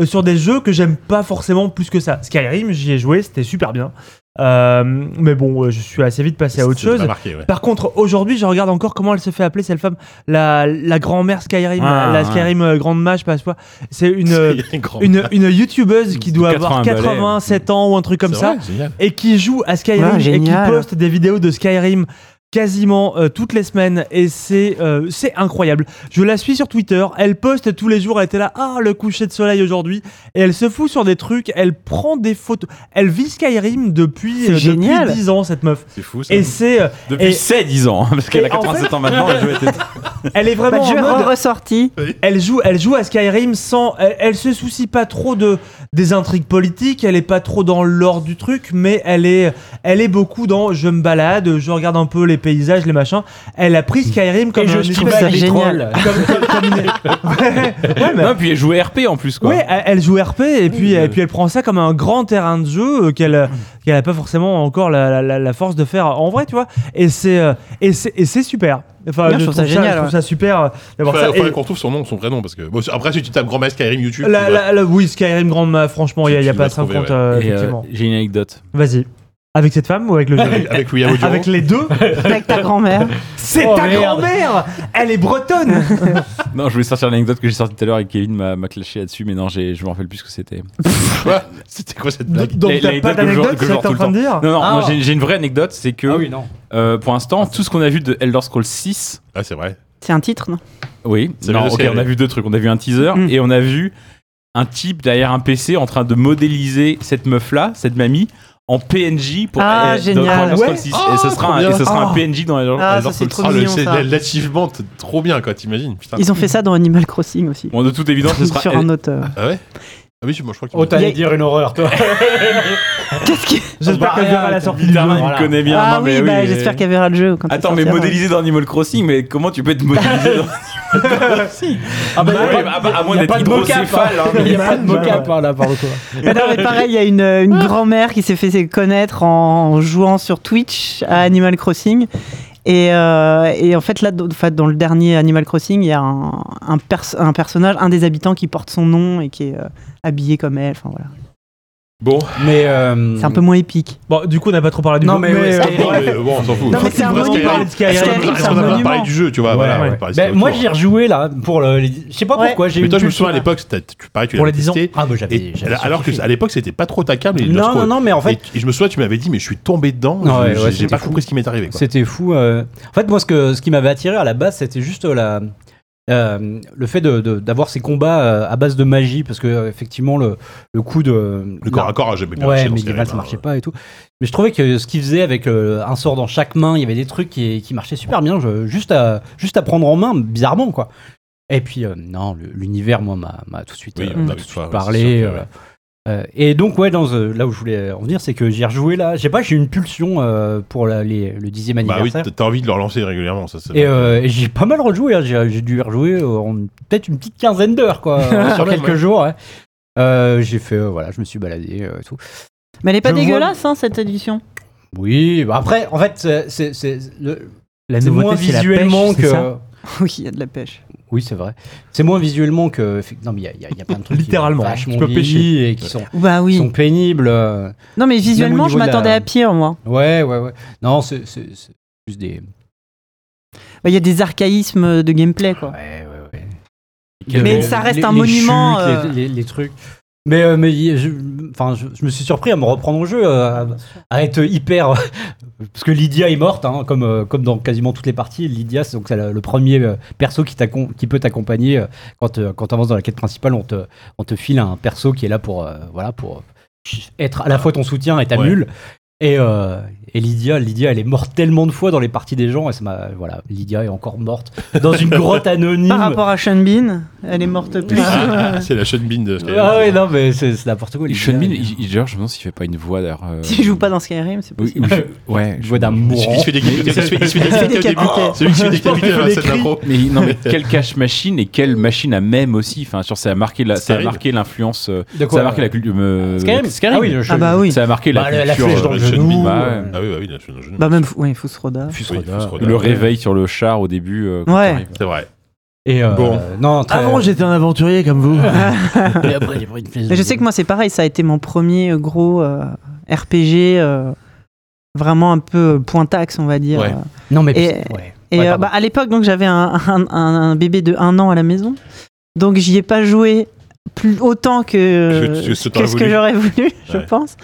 euh, sur des jeux que j'aime pas forcément plus que ça. Skyrim, j'y ai joué, c'était super bien. Euh, mais bon, euh, je suis assez vite passé à autre Ça m'a chose. marqué, ouais. Par contre, aujourd'hui, je regarde encore comment elle se fait appeler cette femme, la, la grand-mère Skyrim, Ah, la ouais. Skyrim euh, grande mage, je sais pas quoi. C'est une euh, Il y a un grand- une une youtubeuse qui doit 80 avoir balais. 87 ans ou un truc comme C'est ça vrai, génial. et qui joue à Skyrim Ah, et qui génial. poste des vidéos de Skyrim quasiment euh, toutes les semaines et c'est euh, c'est incroyable. Je la suis sur Twitter, elle poste tous les jours, elle était là ah le coucher de soleil aujourd'hui et elle se fout sur des trucs, elle prend des photos, elle vit Skyrim depuis, C'est euh, depuis génial. 10 ans cette meuf C'est fou ça. et c'est euh, Depuis Et- 7 10 ans, hein, parce qu'elle Et a en 87 ans maintenant, le jeu était. elle est bah, vraiment le jeu en mode- est ressorti. elle joue, elle joue à Skyrim sans. Elle, elle se soucie pas trop de des intrigues politiques. Elle est pas trop dans l'or du truc, mais elle est, elle est beaucoup dans. Je me balade, je regarde un peu les paysages, les machins. Elle a pris Skyrim comme Et je un suis espèce- ça pas des trolls. génial. comme- comme- comme une- Ouais, ouais, mais- Non, puis elle jouait RP en plus, quoi. Ouais, elle- elle joue RP et puis, euh. et puis elle prend ça comme un grand terrain de jeu euh, qu'elle euh, qu'elle a pas forcément encore la, la- la- la force de faire en vrai, tu vois. Et c'est euh, et c'est et c'est super. Enfin, Non, je trouve ça génial, Je trouve ouais. ça super euh, d'avoir Faudrait- ça. Et- faudrait qu'on retrouve son nom, son vrai nom. Parce que... bon, après, si tu tapes Grand Mass Skyrim YouTube, La, tu vas- la- la- oui, Skyrim Grand Ma, franchement, il n'y a, Tu- y a tu pas vas 50 trouver, ouais. euh, Et, euh, effectivement. J'ai une anecdote. Vas-y. Avec cette femme ou avec le jeu avec, avec William Auduron. Avec les deux Avec ta grand-mère. C'est Oh, ta merde. grand-mère Elle est bretonne Non, je voulais sortir l'anecdote que j'ai sortie tout à l'heure et Kevin m'a m'a clashé là-dessus, mais non, j'ai- je me rappelle plus ce que c'était. Quoi C'était quoi cette blague Donc t'as pas l'anecdote que je- d'anecdote, que c'est je ça sors que t'es en tout train de dire Non, non, Ah. non, j'ai j'ai une vraie anecdote, c'est que Ah oui, non. euh, pour l'instant, tout ce qu'on a vu de Elder Scrolls 6, Ah, c'est vrai. C'est un titre, non oui, C'est bien non, de ok, Skyrim. on a vu deux trucs. On a vu un teaser Mm. et on a vu un type derrière un PC en train de modéliser cette meuf-là, cette mamie, en PNJ pour Ah, euh, dans génial. Elder Scroll Ouais. 6. Ah, et ce trop sera, un, bien. et ce sera Ah. un PNJ dans Elder, Ah, Elder ça, c'est Scroll trop 6. Ah, le, mignon, c'est ça. la- l'achievement, t- trop bien, quoi, t'imagines. Putain. Ils ont fait ça dans Animal Crossing aussi. Bon, de toute évidence, ce sera Sur un autre. euh, Ah ouais Ah oui, je, moi, je crois qu'il Oh, Il y a- t'allais dire une horreur, toi. Qu'est-ce que. J'espère Bah, qu'elle verra rien, la t'as sortie dit du jeu. Putain, il Voilà. me connaît bien. Ah non, mais oui, bah, j'espère mais- qu'elle verra le jeu quand il Attends, mais sortira. modéliser dans Animal Crossing, mais comment tu peux être modélisé dans Ah bah, Ouais, bah, bah, à moins d'être hydrocéphale, hein, Il mais- n'y a pas de mocap hein, là, par le coup. Mais non, mais pareil, il y a une, euh, une grand-mère qui s'est fait connaître en jouant sur Twitch à Animal Crossing. Et, euh, et en fait, là, dans, enfin, dans le dernier Animal Crossing, il y a un, un, pers- un personnage, un des habitants qui porte son nom et qui est euh, habillé comme elle. Enfin, voilà. Bon, Mais euh, C'est un peu moins épique. Bon, du coup, on n'a pas trop parlé du Non, jeu, mais ouais, euh, c'est- bon, mais, euh, bon, on s'en fout. Non, mais c'est un Parce monument. qu'on a- Skyrim, Est-ce qu'on a- Skyrim, est-ce c'est un qu'on a pas monument. parlé du jeu, tu vois Ouais, voilà, ouais. on va parler de ben, ça moi autour. j'y ai rejoué là pour le. les- Je sais pas Ouais. pourquoi j'ai Mais eu toi, je me le- souviens à l'époque, t'as- tu pareil, tu Pour l'avais les 10 ans. testé. Ah bah j'avais. Et- j'avais alors que surkiffé. à l'époque, c'était pas trop ta cam. les Non Lost non Road. non mais en fait Et, et je me souviens, tu m'avais dit, mais je suis tombé dedans. Ah je- ouais, ouais, j'ai- J'ai c'était pas fou. compris ce qui m'est arrivé. quoi. C'était fou. euh. En fait, moi, ce, que, ce qui m'avait attiré à la base, c'était juste la, euh, le fait de- de- d'avoir ces combats euh, à base de magie, parce que euh, effectivement, le, le coup de Le corps à corps, j'aimais bien ouais, marcher dans ce médiéval, ça terrain, marchait hein. pas et tout. Mais je trouvais que ce qu'il faisait avec euh, un sort dans chaque main, il y avait des trucs qui, qui marchaient super bien, je- juste, à, juste à prendre en main, bizarrement, quoi. Et puis, euh, non, le- l'univers, moi, m'a m'a tout de suite, Oui, euh, on a m'a eu tout ça, de suite ouais, parlé. c'est sûr que, euh, euh, et donc, ouais, dans, euh, là où je voulais en venir, c'est que j'y ai rejoué là. Je sais pas, j'ai eu une pulsion euh, pour la- les- le dixième Bah oui, anniversaire. t'as envie de le relancer régulièrement, ça. c'est et vrai. euh, et j'ai pas mal rejoué, hein. j'ai j'ai dû y rejouer euh, en peut-être une petite quinzaine d'heures, quoi, euh, sur Quand même, quelques ouais. jours. ouais. Euh, j'ai fait, euh, voilà, je me suis baladé euh, et tout. Mais elle est pas Je vois- dégueulasse, hein, cette édition. Oui, bah après, en fait, c'est- c'est c'est le- La c'est moins nouveauté, c'est la pêche, visuellement c'est que. ça Oui, il y a de la pêche. Oui, c'est vrai. C'est moins visuellement que. Non, mais il y a- il y, a- il y a plein de trucs. qui Littéralement, sont hein, vachement tu peux vieillis et qui sont, Bah qui oui. sont pénibles. euh. Non, mais visuellement, niveau je de la- m'attendais à pire, moi. Ouais, ouais, ouais. Non, c'est c'est- c'est juste des. Bah, Il y a des archaïsmes de gameplay, quoi. Ouais, ouais, ouais. Mais ça reste un les monument, chutes, euh. les, les- les trucs. Mais, euh, mais il- je, enfin, je, je me suis surpris à me reprendre au jeu, euh, à, à être hyper. Parce que Lydia est morte, hein, comme, euh, comme dans quasiment toutes les parties. Lydia, c'est donc c'est la- le premier euh, perso qui, t'accom- qui peut t'accompagner euh, quand, euh, quand tu avances dans la quête principale. On te, on te file un perso qui est là pour, euh, voilà, pour être Ah. à la fois ton soutien et ta Ouais. mule. Et, euh, et Lydia, Lydia, elle est morte tellement de fois dans les parties des gens. Et ça m'a, voilà, Lydia est encore morte dans une grotte anonyme. Par rapport à Sean Bean, elle est morte plus. Ah, c'est la Sean Bean de Skyrim. Ah ouais, non, mais c'est c'est n'importe quoi. Et les Sean gars. Bean, il- il- d'ailleurs, je me demande s'il fait pas une voix d'ailleurs. euh, S'il joue pas dans Skyrim, c'est oui, possible. ou je- Ouais. Une je- voix d'un Il se il se mourant. fait décapiter. Il se fait- il se fait Il se fait décapiter au début. décapiter. C'est lui qui se fait décapiter dans la scène d'impro. Mais non, mais quelle cache machine et quelle machine à même aussi. Enfin, sur ça a marqué la, ça a Skyrim. marqué l'influence. euh, De Ça quoi a marqué la culture. euh, Skyrim Skyrim. Ah oui, le Ah bah oui. Ça a marqué Bah, la la- la culture. flèche dans euh, le Sean genou. Bean. bah, ouais. Ah oui, bah oui, la Sean Bean. Bah même, ouais, Ah, Fusroda. Oui, Fusroda. euh, Le réveil sur le char au début. euh, quand Ouais. t'arrives. C'est vrai. Et euh, Bon. Ah non, très- Avant, j'étais un aventurier comme vous. Et après, j'ai pris une flèche Mais je dans sais le que moi, c'est pareil, ça a été mon premier euh, gros euh, RPG, euh, vraiment un peu euh, pointaxe, on va dire. Ouais. dos. Non, mais Et- putain, ouais. Et Ouais, euh, pardon. bah, à l'époque, donc j'avais un, un- un- un bébé de 1 an à la maison, donc j'y ai pas joué plus autant que, Que- que ce que que ce que t'aurais j'aurais voulu, je Ouais. pense.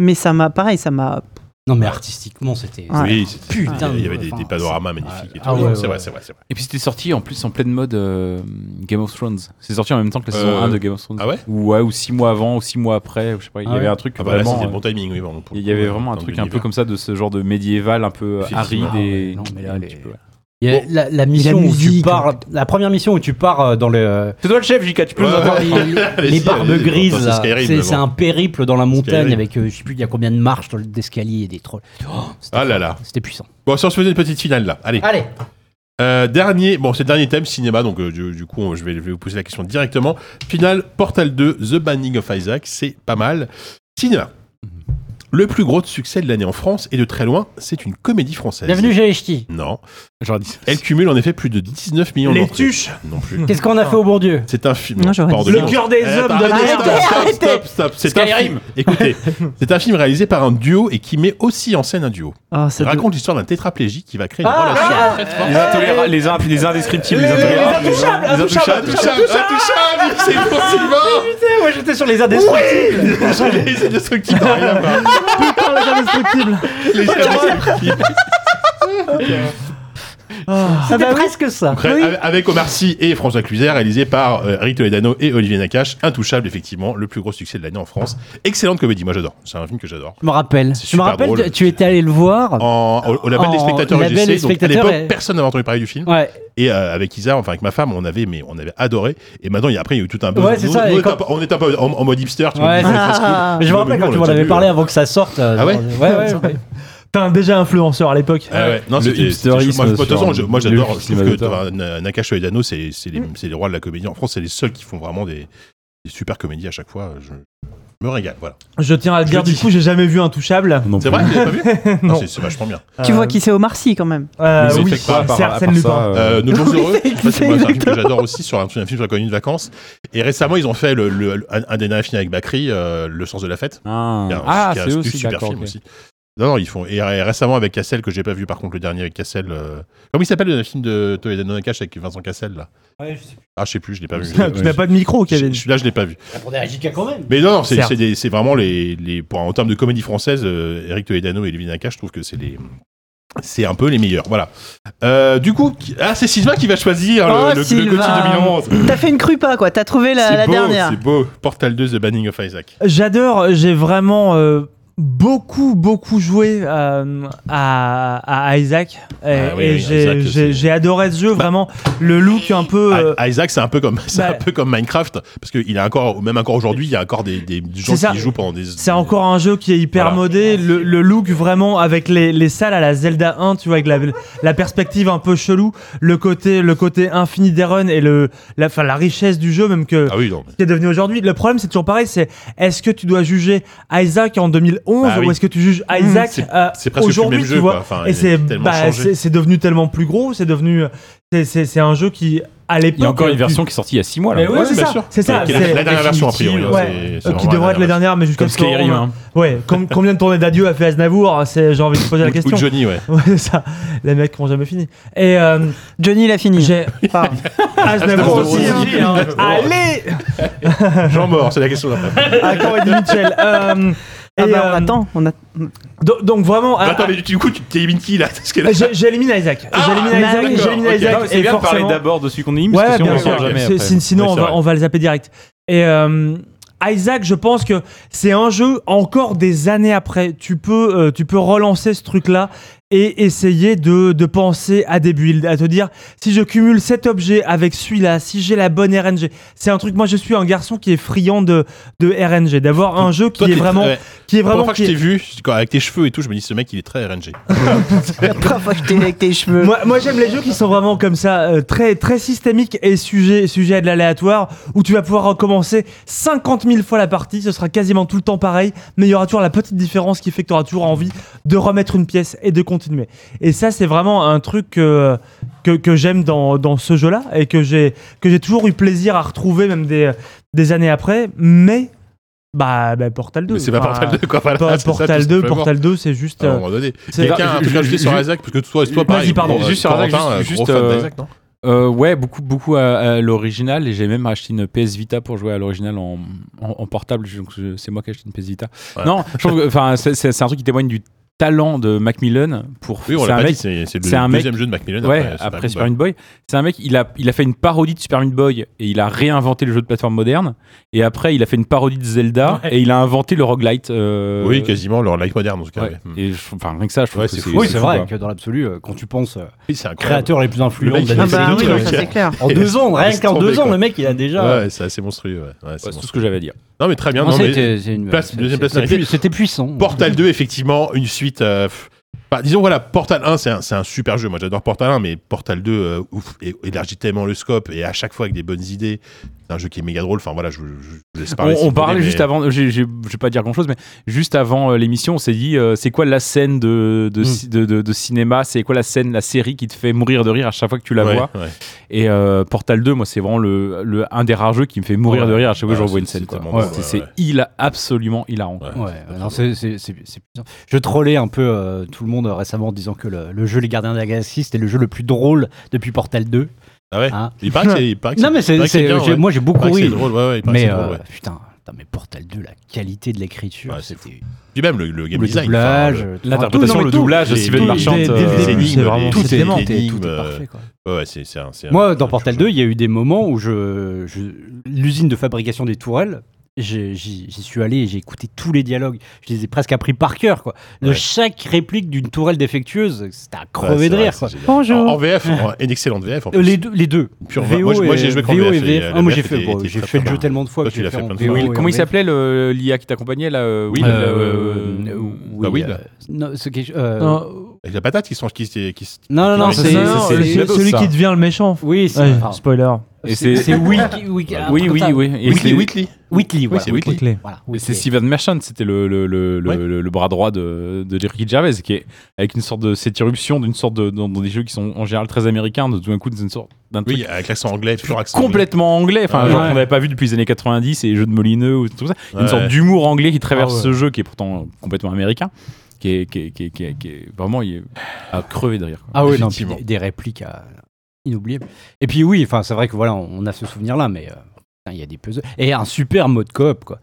Mais ça m'a, pareil, ça m'a. Non, mais artistiquement, c'était. Ouais. Oui, c'était- Putain, Il y avait mais des enfin, des panoramas magnifiques et Ah ouais, tout. C'est ouais, vrai, ouais. c'est vrai, c'est vrai. Et puis c'était sorti en plus en pleine mode euh, Game of Thrones. C'est sorti en même temps que la saison Euh, 1 de Game of Thrones. Ah ouais Ou ouais, ou six mois avant, ou six mois après, ou je sais pas. Il y Ah avait ouais. un truc Ah bah là, vraiment. c'était euh, le bon timing, oui. bon, pour- Il y avait vraiment un dans truc un peu l'univers. comme ça de ce genre de médiéval un peu euh, Effectivement. aride et. Non, mais là, les- Tu peux- Il y a la, la mission où tu musique, pars, la première mission où tu pars euh, dans le, C'est toi le chef, JK, tu peux Ouais, nous ouais. entendre. les, les Allez-y, barbes allez-y, grises, c'est là. Skyrim, c'est mais c'est bon. un périple dans la montagne Skyrim. avec euh, je sais plus il y a combien de marches dans le- d'escalier et des trolls. Oh, c'était Ah là fort. là. c'était puissant. Bon, si on se faisait une petite finale là. Allez. Allez, Ah, Euh, dernier, bon, c'est le dernier thème, cinéma, donc euh, du, du coup, on- je vais, je vais vous poser la question directement. Finale, Portal 2, The Banning of Isaac, c'est pas mal. Cinéma. Le plus gros succès de l'année en France, et de très loin, c'est une comédie française. bienvenue chez les ch'tis. Non. J'aurais dit ça. Elle cumule en effet plus de 19 millions Les d'entrées. tuches Non plus. Qu'est-ce qu'on a fait au bon Dieu C'est un film. Non, j'aurais Pas hors dit de Le question. cœur des Eh, hommes de arrêtez, la- stop, stop, stop, stop. C'est un film. Écoutez, c'est un film réalisé par un duo et qui met aussi en scène un duo. Oh, Il ça doit- raconte l'histoire d'un tétraplégique qui va créer une Ah, relation. ah, Les, intolérables, les, in- les indescriptibles, les, intolérables. les intouchables, les intouchables. Intouchable, c'est pour Sylvain. Putain, moi j'étais sur les indestructibles. Les indestructibles n'ont rien à voir. Les indestructibles. Ah. C'était presque ça. Après, avec- Avec Omar Sy et François Cluzet, réalisé par euh, Eric Toledano et Olivier Nakache. Intouchable, effectivement, le plus gros succès de l'année en France. Excellente comédie, moi j'adore. C'est un film que j'adore. Je me rappelle. C'est Je me super rappelle, drôle. tu- tu étais allé le voir. En- au, au label En des spectateurs label UGC, des donc à spectateurs l'époque, et- personne n'avait entendu parler du film. Ouais. Et euh, avec Isa, enfin avec ma femme, on avait, mais on avait adoré. Et maintenant, il y a, après, il y a eu tout un buzz. Ouais, c'est Nous- ça, nous, et on, était quand- un peu- on était un peu en, en mode hipster. Tu vois, Ouais, on disait, c'est- c'est cool. Mais je me Non, mais rappelle nous, on quand tu l'a m'en déjà avais vu, parlé ouais. avant que ça sorte. euh, Ah ouais genre, ouais, ouais. T'as un déjà influenceur à l'époque. Ah ouais. Non, Le c'était- c'était- hipsterisme Moi, de toute façon, je- moi sur j'adore. le Je trouve cinéma que d'auteur. t'as- Na- Nakache et Dano, c'est c'est les, c'est les rois de la comédie. En France, c'est les seuls qui font vraiment des, des super comédies à chaque fois. Je- me régale. Voilà. Je tiens à le Je dire, dis. du coup, j'ai jamais vu Intouchable. C'est vrai, tu l'as pas vu Non. Ah, c'est- C'est vachement bien. Tu Euh, vois qui c'est Omar Sy quand même. euh, Mais oui, c'est pas, à c'est Arsène Lupin. Euh, Nos jours Oui, heureux, je sais pas si c'est moi, c'est un film que exactement. j'adore aussi sur un, un film sur la colonie de vacances. Et récemment, ils ont fait le, le- le- un, un des derniers films avec Bakri, euh, Le sens de la fête. Ah, qui est un- Ah, qui est un c'est eux aussi, super d'accord. film ok. aussi. Non, non, ils font. Et ré- récemment avec Cassel, que j'ai pas vu par contre, le dernier avec Cassel. euh, Comment il s'appelle le film de Toledo Nakash avec Vincent Cassel là Ah, je sais plus, je l'ai pas vu. Tu n'as pas de micro, Kevin. Celui-là, je l'ai pas vu. Pour des RJK quand même. Mais non, non, c'est- Certes. c'est des- c'est vraiment les, les pour- en termes de comédie française, euh, Eric Toledano et Lévin Nakache, je trouve que c'est les c'est un peu les meilleurs. Voilà. Euh, du coup, qui- ah, c'est Sylvain qui va choisir le- Oh, le, le, Sylvain. Gauthier 2011. T'as fait une crue pas quoi, t'as trouvé la, C'est la beau, dernière. C'est beau. Portal 2, The Banning of Isaac. J'adore, j'ai vraiment euh, beaucoup, beaucoup joué euh, à, à Isaac. Et, Ah oui, et oui, j'ai- Isaac, Bah, ah, c'est- j'ai j'ai adoré ce jeu, vraiment. Le look un peu. euh, I- Isaac, c'est un peu comme c'est bah, un peu comme Minecraft parce qu'il a encore même encore aujourd'hui, il y a encore des, des gens C'est ça. qui jouent pendant des. C'est encore un jeu qui est hyper Voilà. modé. Le, le look vraiment avec les, les salles à la Zelda 1, tu vois, avec la, la perspective un peu chelou, le côté, le côté infini des runs et le, la, enfin, la richesse du jeu, même que. Ah oui, non. mais- ce Qui est devenu aujourd'hui. Le problème, c'est toujours pareil. C'est est-ce que tu dois juger Isaac en 2011 Bah oui. ou est-ce que tu juges Isaac euh, C'est presque plus le aujourd'hui même tu jeu. vois quoi. Enfin, et il c'est a tellement bah, changé. c'est c'est devenu tellement plus gros, c'est devenu c'est- c'est c'est un jeu qui à l'époque Il y a encore une tu- version qui est sortie il y a 6 mois. Là. Mais ouais, c'est bien ça, sûr. c'est ça, Qui est la, c'est- la dernière version a priori. ouais, hein, c'est- c'est euh, qui vraiment devrait être la dernière, mais jusqu'à Comme ce qu'on- Skyrim. hein. Ouais, com- combien de tournées d'adieu a fait Aznavour Ah, C'est j'ai envie de poser la Ou- question. Ou Johnny, ouais. Ouais, c'est ça. Les mecs qui ont jamais fini. Et euh, Johnny l'a fini. j'ai Pardon. Aznavour aussi. hein. Allez, Jean mort, c'est la question d'après. à quand Eddie Ah, Mitchell Euh, Ah et, bah, on euh, attend, on attend. do- Donc vraiment, à- Bah, Attends, mais du coup, tu t'élimines qui là Parce que là- j'ai- j'élimine Isaac. J'élimine bah Isaac. oui. J'élimine Ah, D'accord, ok. Isaac. Non, mais C'est et bien de parler forcément- d'abord de celui qu'on élimine, parce Ouais, que sinon bien on sûr. sort jamais. C'est- après. sin- Sinon, Oui, on c'est va, vrai. on va le zapper direct. Et euh, Isaac, je pense que c'est un jeu encore des années après. Tu peux, euh, tu peux relancer ce truc-là et essayer de, de penser à des builds, à te dire si je cumule cet objet avec celui-là, si j'ai la bonne RNG. C'est un truc. Moi, je suis un garçon qui est friand de, de RNG, d'avoir un jeu qui Toi, est t'es- vraiment, ouais. qui est La première vraiment. fois que qui je est- t'ai vu, quand- avec tes cheveux et tout, je me dis ce mec il est très RNG. Trois fois que t'es avec tes cheveux. Moi, moi, j'aime les jeux qui sont vraiment comme ça, euh, très, très systémiques et sujet, sujet à de l'aléatoire, où tu vas pouvoir recommencer 50 000 fois la partie, ce sera quasiment tout le temps pareil, mais il y aura toujours la petite différence qui fait que tu auras toujours envie de remettre une pièce et de continuer. Et ça, c'est vraiment un truc que, que, que j'aime dans, dans ce jeu-là et que j'ai, que j'ai toujours eu plaisir à retrouver, même des, des années après, mais bah, bah, Portal 2. Mais c'est pas enfin, Portal 2 quoi. voilà, Por- c'est ça, tout Portal ce 2, qu'il faut Portal 2, c'est juste. voir. À un euh, moment donné. c'est- Quelqu'un a un truc à ajouter sur Isaac, parce que toi, toi pareil. Vas-y, pardon. euh, Juste sur Isaac, Corentin, juste- gros juste, fan euh, d'Isaac, non Euh, ouais, beaucoup, beaucoup à, à l'original. Et j'ai même acheté une PS Vita pour jouer à l'original en, en- en portable. Donc je- c'est moi qui ai acheté une PS Vita. Ouais. Non, je trouve que enfin, c'est- c'est c'est un truc qui témoigne du talent de Macmillan pour Oui, on c'est l'a un pas dit, mec c'est c'est c'est un le mec- deuxième jeu de Macmillan Ouais, après Super après Meat Super Boy. Meat Boy. C'est un mec, il a, il a fait une parodie de Super Meat Boy et il a réinventé le jeu de plateforme moderne. Et après, il a fait une parodie de Zelda Ouais. et il a inventé le roguelite. euh, Oui, quasiment, leur life moderne en tout cas. ouais. ouais. Hmm. Et je- enfin, rien que ça, je trouve Ouais, que c'est c'est fou. Oui, c'est vrai quoi. que dans l'absolu, euh, quand tu penses euh, Oui, c'est incroyable. créateurs les plus influents Le mec, de la Ah c'est bah d'autres oui, décennie, trucs, non, ça euh, hein. c'est clair. En deux ans, rien Laisse qu'en tomber, deux ans, quoi. le mec, il a déjà. Ouais, c'est assez monstrueux. ouais. Ouais, c'est Ouais, c'est tout monstrueux. ce que j'avais à dire. Non, mais très bien. Non, Non, mais- c'était- c'est une- place- c'est- deuxième c'est- place c'était- C'était puissant. Portal 2, effectivement, une suite. euh, pff, bah, disons, voilà, Portal 1, c'est un, c'est un super jeu. Moi, j'adore Portal 1, mais Portal 2 euh, ouf, é- élargit tellement le scope et à chaque fois avec des bonnes idées. C'est un jeu qui est méga drôle. Enfin, voilà, je, je- je vous laisse parler. si On, on vous voulez, parlait mais- juste avant, j'ai- j'ai- je vais pas dire grand chose, mais juste avant euh, l'émission, on s'est dit euh, c'est quoi la scène de, Hmm. de, ci- de, de- de cinéma, c'est quoi la scène, la série qui te fait mourir de rire à chaque fois que tu la Ouais, vois. ouais. Et euh, Portal 2, moi, c'est vraiment le, le- un des rares jeux qui me fait mourir Ouais. de rire à chaque fois que Ah, je revois c'est- une scène. c'est quoi. tellement drôle, C'est- ouais, C'est ouais. hila- absolument hilarant. Ouais. Ouais, non, c'est- c'est c'est- c'est puissant. Je trollais un peu euh, tout le monde euh, récemment en disant que le, le jeu Les Gardiens de la Galaxie, c'était le jeu le plus drôle depuis Portal 2. Ah ouais Hein. Il paraît que c'est. il paraît que Non, mais c'est, il paraît que c'est- bien, j'ai- ouais. moi j'ai Il paraît beaucoup que c'est ri. drôle, ouais, ouais, il paraît que Mais c'est drôle, euh, ouais. putain, putain, mais Portal 2, la qualité de l'écriture, Ouais, c'est c'était Puis même le, le game le design. doublage, enfin, tout. L'interprétation, Enfin, le tout, non, mais doublage, tout, Steven tout, Merchant. dès- dès le euh, le- les début, énigmes, c'est vraiment- les- tout, est les démenté, énigmes, tout est euh, parfait. quoi. ouais, ouais, c'est- c'est un- c'est un- Moi, un dans Portal jeu. 2, il y a eu des moments où je, je- l'usine de fabrication des tourelles, j'ai- j'y j'y suis allé et j'ai écouté tous les dialogues. Je les ai presque appris par cœur. Quoi. De Ouais. chaque réplique d'une tourelle défectueuse, c'était à Ouais, crever c'est de vrai, rire. c'est quoi. génial. En, Bonjour. en VF, en- une excellente VF. En Euh, plus. Les deux, les deux. Pure VF. Moi, je- moi, j'ai joué qu'en VO VF, et et, Vf. euh, Ah, moi le j'ai VF fait, était- hein. bon, était j'ai très, fait le très jeu bien. tellement de fois Toi, que tu j'ai l'as fait fait en plein de VO fois. et en Comment il VF. s'appelait le- l'IA qui t'accompagnait là euh, Will, euh, Euh, oui, Bah, Will. euh, non, c'est quelque- euh, non, Non, Avec la patate qui sont qui, qui, qui- non, non, Non, c'est mais non, ça, non, c'est- c'est c'est- celui qui devient le méchant. Oui, c'est Ah, Ouais, enfin, spoiler. Et c'est- C'est Weekly. Oui, oui, oui. Weekly, Et c'est- Weekly. Weekly, voilà. c'est Whitley. Whitley. Voilà, Et C'est Whitley. Steven Merchant, c'était le, le, le, le- Ouais. le- le bras droit de, de Ricky Gervais, qui est avec une sorte de cette irruption d'une sorte de dans, dans des jeux qui sont en général très américains, de tout d'un coup d'une sorte d'un truc Oui, avec l'accent anglais, pur accent complètement anglais, enfin Ouais. genre qu'on n'avait pas vu depuis les années 90 et les jeux de Molineux ou tout ça. Il y a une Ouais. sorte d'humour anglais qui traverse Ah ouais. ce jeu qui est pourtant complètement américain, qui est, qui est, qui est- qui est- qui est- vraiment il est à crever derrière. Ah oui, non, puis Effectivement. des, des répliques à- inoubliables. Et puis oui, enfin, c'est vrai que voilà, on on a ce souvenir-là, mais euh, putain, il y a des puzzles et un super mode coop quoi.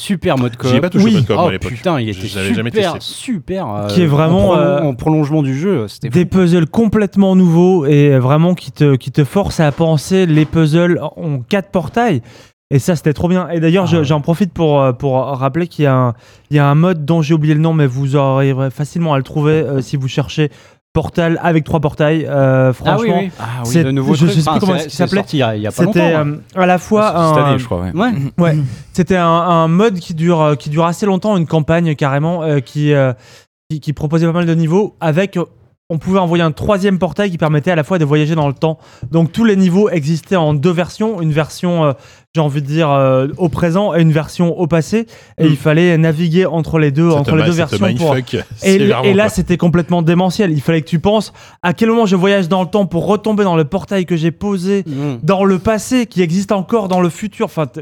Super mode coop. J'y ai pas touché au oui. mode coop, Oh, à l'époque. Putain, il était Je l'avais super, jamais testé. super. euh, Qui est vraiment, en, prolon- euh, en prolongement du jeu, c'était. Des puzzles complètement nouveaux et vraiment qui te, qui te forcent à penser les puzzles en quatre portails. Et ça, c'était trop bien. Et d'ailleurs, Ah je- j'en profite pour, euh, pour rappeler qu'il y, a un- il y a un mode dont j'ai oublié le nom, mais vous arriverez facilement à le trouver euh, si vous cherchez Portal avec trois portails. Euh, Ah franchement, oui, oui. Ah oui, c'est- de nouveau. je sais plus comment ça c'est- c'est s'appelait. sorti Il y a, il y a pas longtemps. hein. Ah, c'était euh, à la fois Cette un, année, je crois. ouais. ouais. c'était un, un mode qui dure, euh, qui dure assez longtemps, une campagne carrément, euh, qui, euh, qui, qui proposait pas mal de niveaux avec. euh, On pouvait envoyer un troisième portail qui permettait à la fois de voyager dans le temps. Donc tous les niveaux existaient en deux versions. Une version, euh, j'ai envie de dire, euh, au présent et une version au passé. Et il fallait naviguer entre les deux, entre les deux versions pour, et, et là, c'était complètement démentiel. Il fallait que tu penses à quel moment je voyage dans le temps pour retomber dans le portail que j'ai posé Mm. dans le passé, qui existe encore dans le futur. Enfin, t-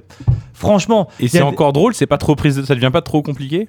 franchement, Et il y c'est a- encore drôle, c'est pas trop prise, de- ça devient pas trop compliqué.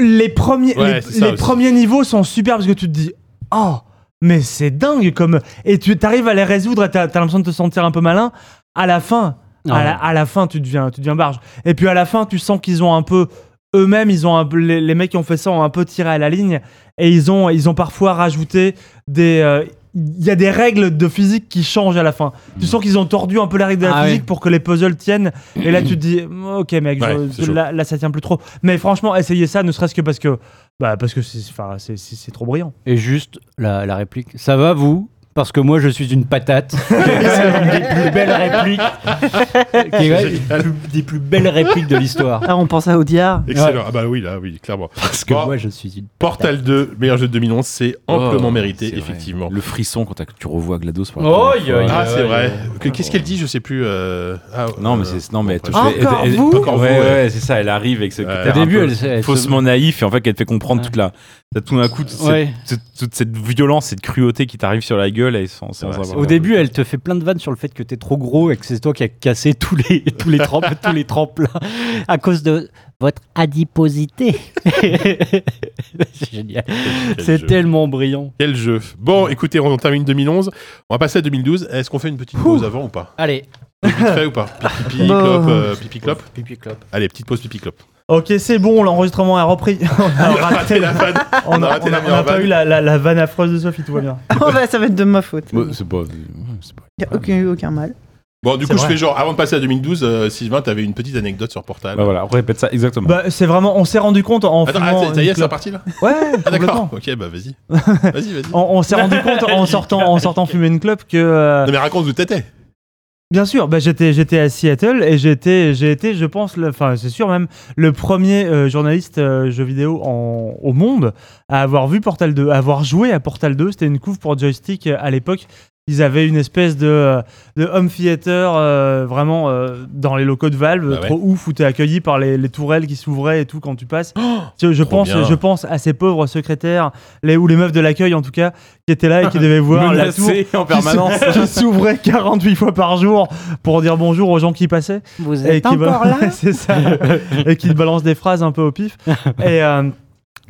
les premiers, Ouais, les, c'est ça les aussi. premiers niveaux sont super parce que tu te dis, oh, mais c'est dingue comme. Et tu arrives à les résoudre et t'as t'as l'impression de te sentir un peu malin. À la fin, Ah à, la, à la fin, tu deviens, tu deviens barge. Et puis à la fin, tu sens qu'ils ont un peu eux-mêmes, ils ont un peu- les, les mecs qui ont fait ça ont un peu tiré à la ligne et ils ont, ils ont parfois rajouté des. euh, il y a des règles de physique qui changent à la fin. Tu sens qu'ils ont tordu un peu les règles de la Ah ouais. physique pour que les puzzles tiennent. Et là, tu te dis, ok, mec, je- Ouais, c'est chaud. là, là, ça tient plus trop. Mais franchement, essayez ça, ne serait-ce que parce que, bah, parce que c'est, enfin, c'est, c'est- c'est trop brillant. Et juste la, la réplique. Ça va vous Parce que moi, je suis une patate. c'est une des plus belles répliques. Qui est- plus- des plus belles répliques de l'histoire. Ah, on pense à Audiard. Excellent. Ah bah oui, là, oui, clairement. Parce que Bon. moi, je suis une. Portal 2, meilleur jeu de 2011, c'est amplement Oh, c'est mérité, vrai. effectivement. Le frisson quand t'as- tu revois GLaDOS pour la Oh, première yo, fois. yo. Ah, Ouais, c'est ouais, vrai. ouais. Que- Qu'est-ce qu'elle dit Je sais plus. euh, ah, Non, mais euh, c'est non mais elle te Encore fait- elle- elle- vous ouais, Encore vous, ouais, ouais. c'est ça. Elle arrive avec ce Ouais. caractère un Au début, peu elle, elle se- faussement naïf et en fait qu'elle te fait comprendre Ouais. toute la t'as tout d'un coup toute, cette- Ouais. toute- toute cette violence, cette cruauté qui t'arrive sur la gueule et sans, sans Ouais, avoir- c'est Au début, elle te fait plein de vannes sur le fait que t'es trop gros et que c'est toi qui as cassé tous les tous les trempes, tous les tremplins à cause de votre adiposité. c'est génial. Quel C'est jeu. tellement brillant. Quel jeu. Bon, écoutez, on termine 2011. On va passer à 2012. Est-ce qu'on fait une petite pause avant ou pas Allez, Vite fait ou pas Pipi, Bon. clope, euh, pipi, clope. pipi clope. Allez, petite pause pipi, clope. Ok, c'est bon, l'enregistrement a repris. on a raté la la, vanne. on a a, raté on la a- on meilleure a pas vanne. eu la, la, la vanne affreuse de Sophie, tout va bien. Oh, bah, ça va être de ma faute. Ouais, Il c'est pas, ouais, c'est pas- a aucun, aucun mal. Bon, du C'est coup, je vrai. fais genre, avant de passer à 2012, euh, Sylvain, t'avais une petite anecdote sur Portal. Bah voilà, on répète ça exactement. Bah, c'est vraiment, on s'est rendu compte en Attends, fumant ah, ça y est, une c'est parti là clope- Ouais, Ah, complètement. d'accord. Ok, bah vas-y. Vas-y, vas-y. On, on s'est rendu compte en sortant, en sortant fumer une clope que. euh, Non, mais raconte où t'étais. Bien sûr, bah, j'étais j'étais à Seattle et j'étais j'ai été je pense le- enfin c'est sûr même le premier euh, journaliste euh, jeu vidéo en- au monde à avoir vu Portal 2, à avoir joué à Portal 2, c'était une couve pour joystick euh, à l'époque. Ils avaient une espèce de, euh, de home theater euh, vraiment euh, dans les locaux de Valve, Bah ouais. trop ouf, où t'es accueilli par les, les tourelles qui s'ouvraient et tout quand tu passes. je, je Oh, trop pense, bien. je pense à ces pauvres secrétaires, les, ou les meufs de l'accueil en tout cas, qui étaient là et qui devaient voir la tour Menacé en permanence. qui s- qui s'ouvrait 48 fois par jour pour dire bonjour aux gens qui passaient. Vous et qui va- C'est ça. et qui te balance des phrases un peu au pif. Et. euh,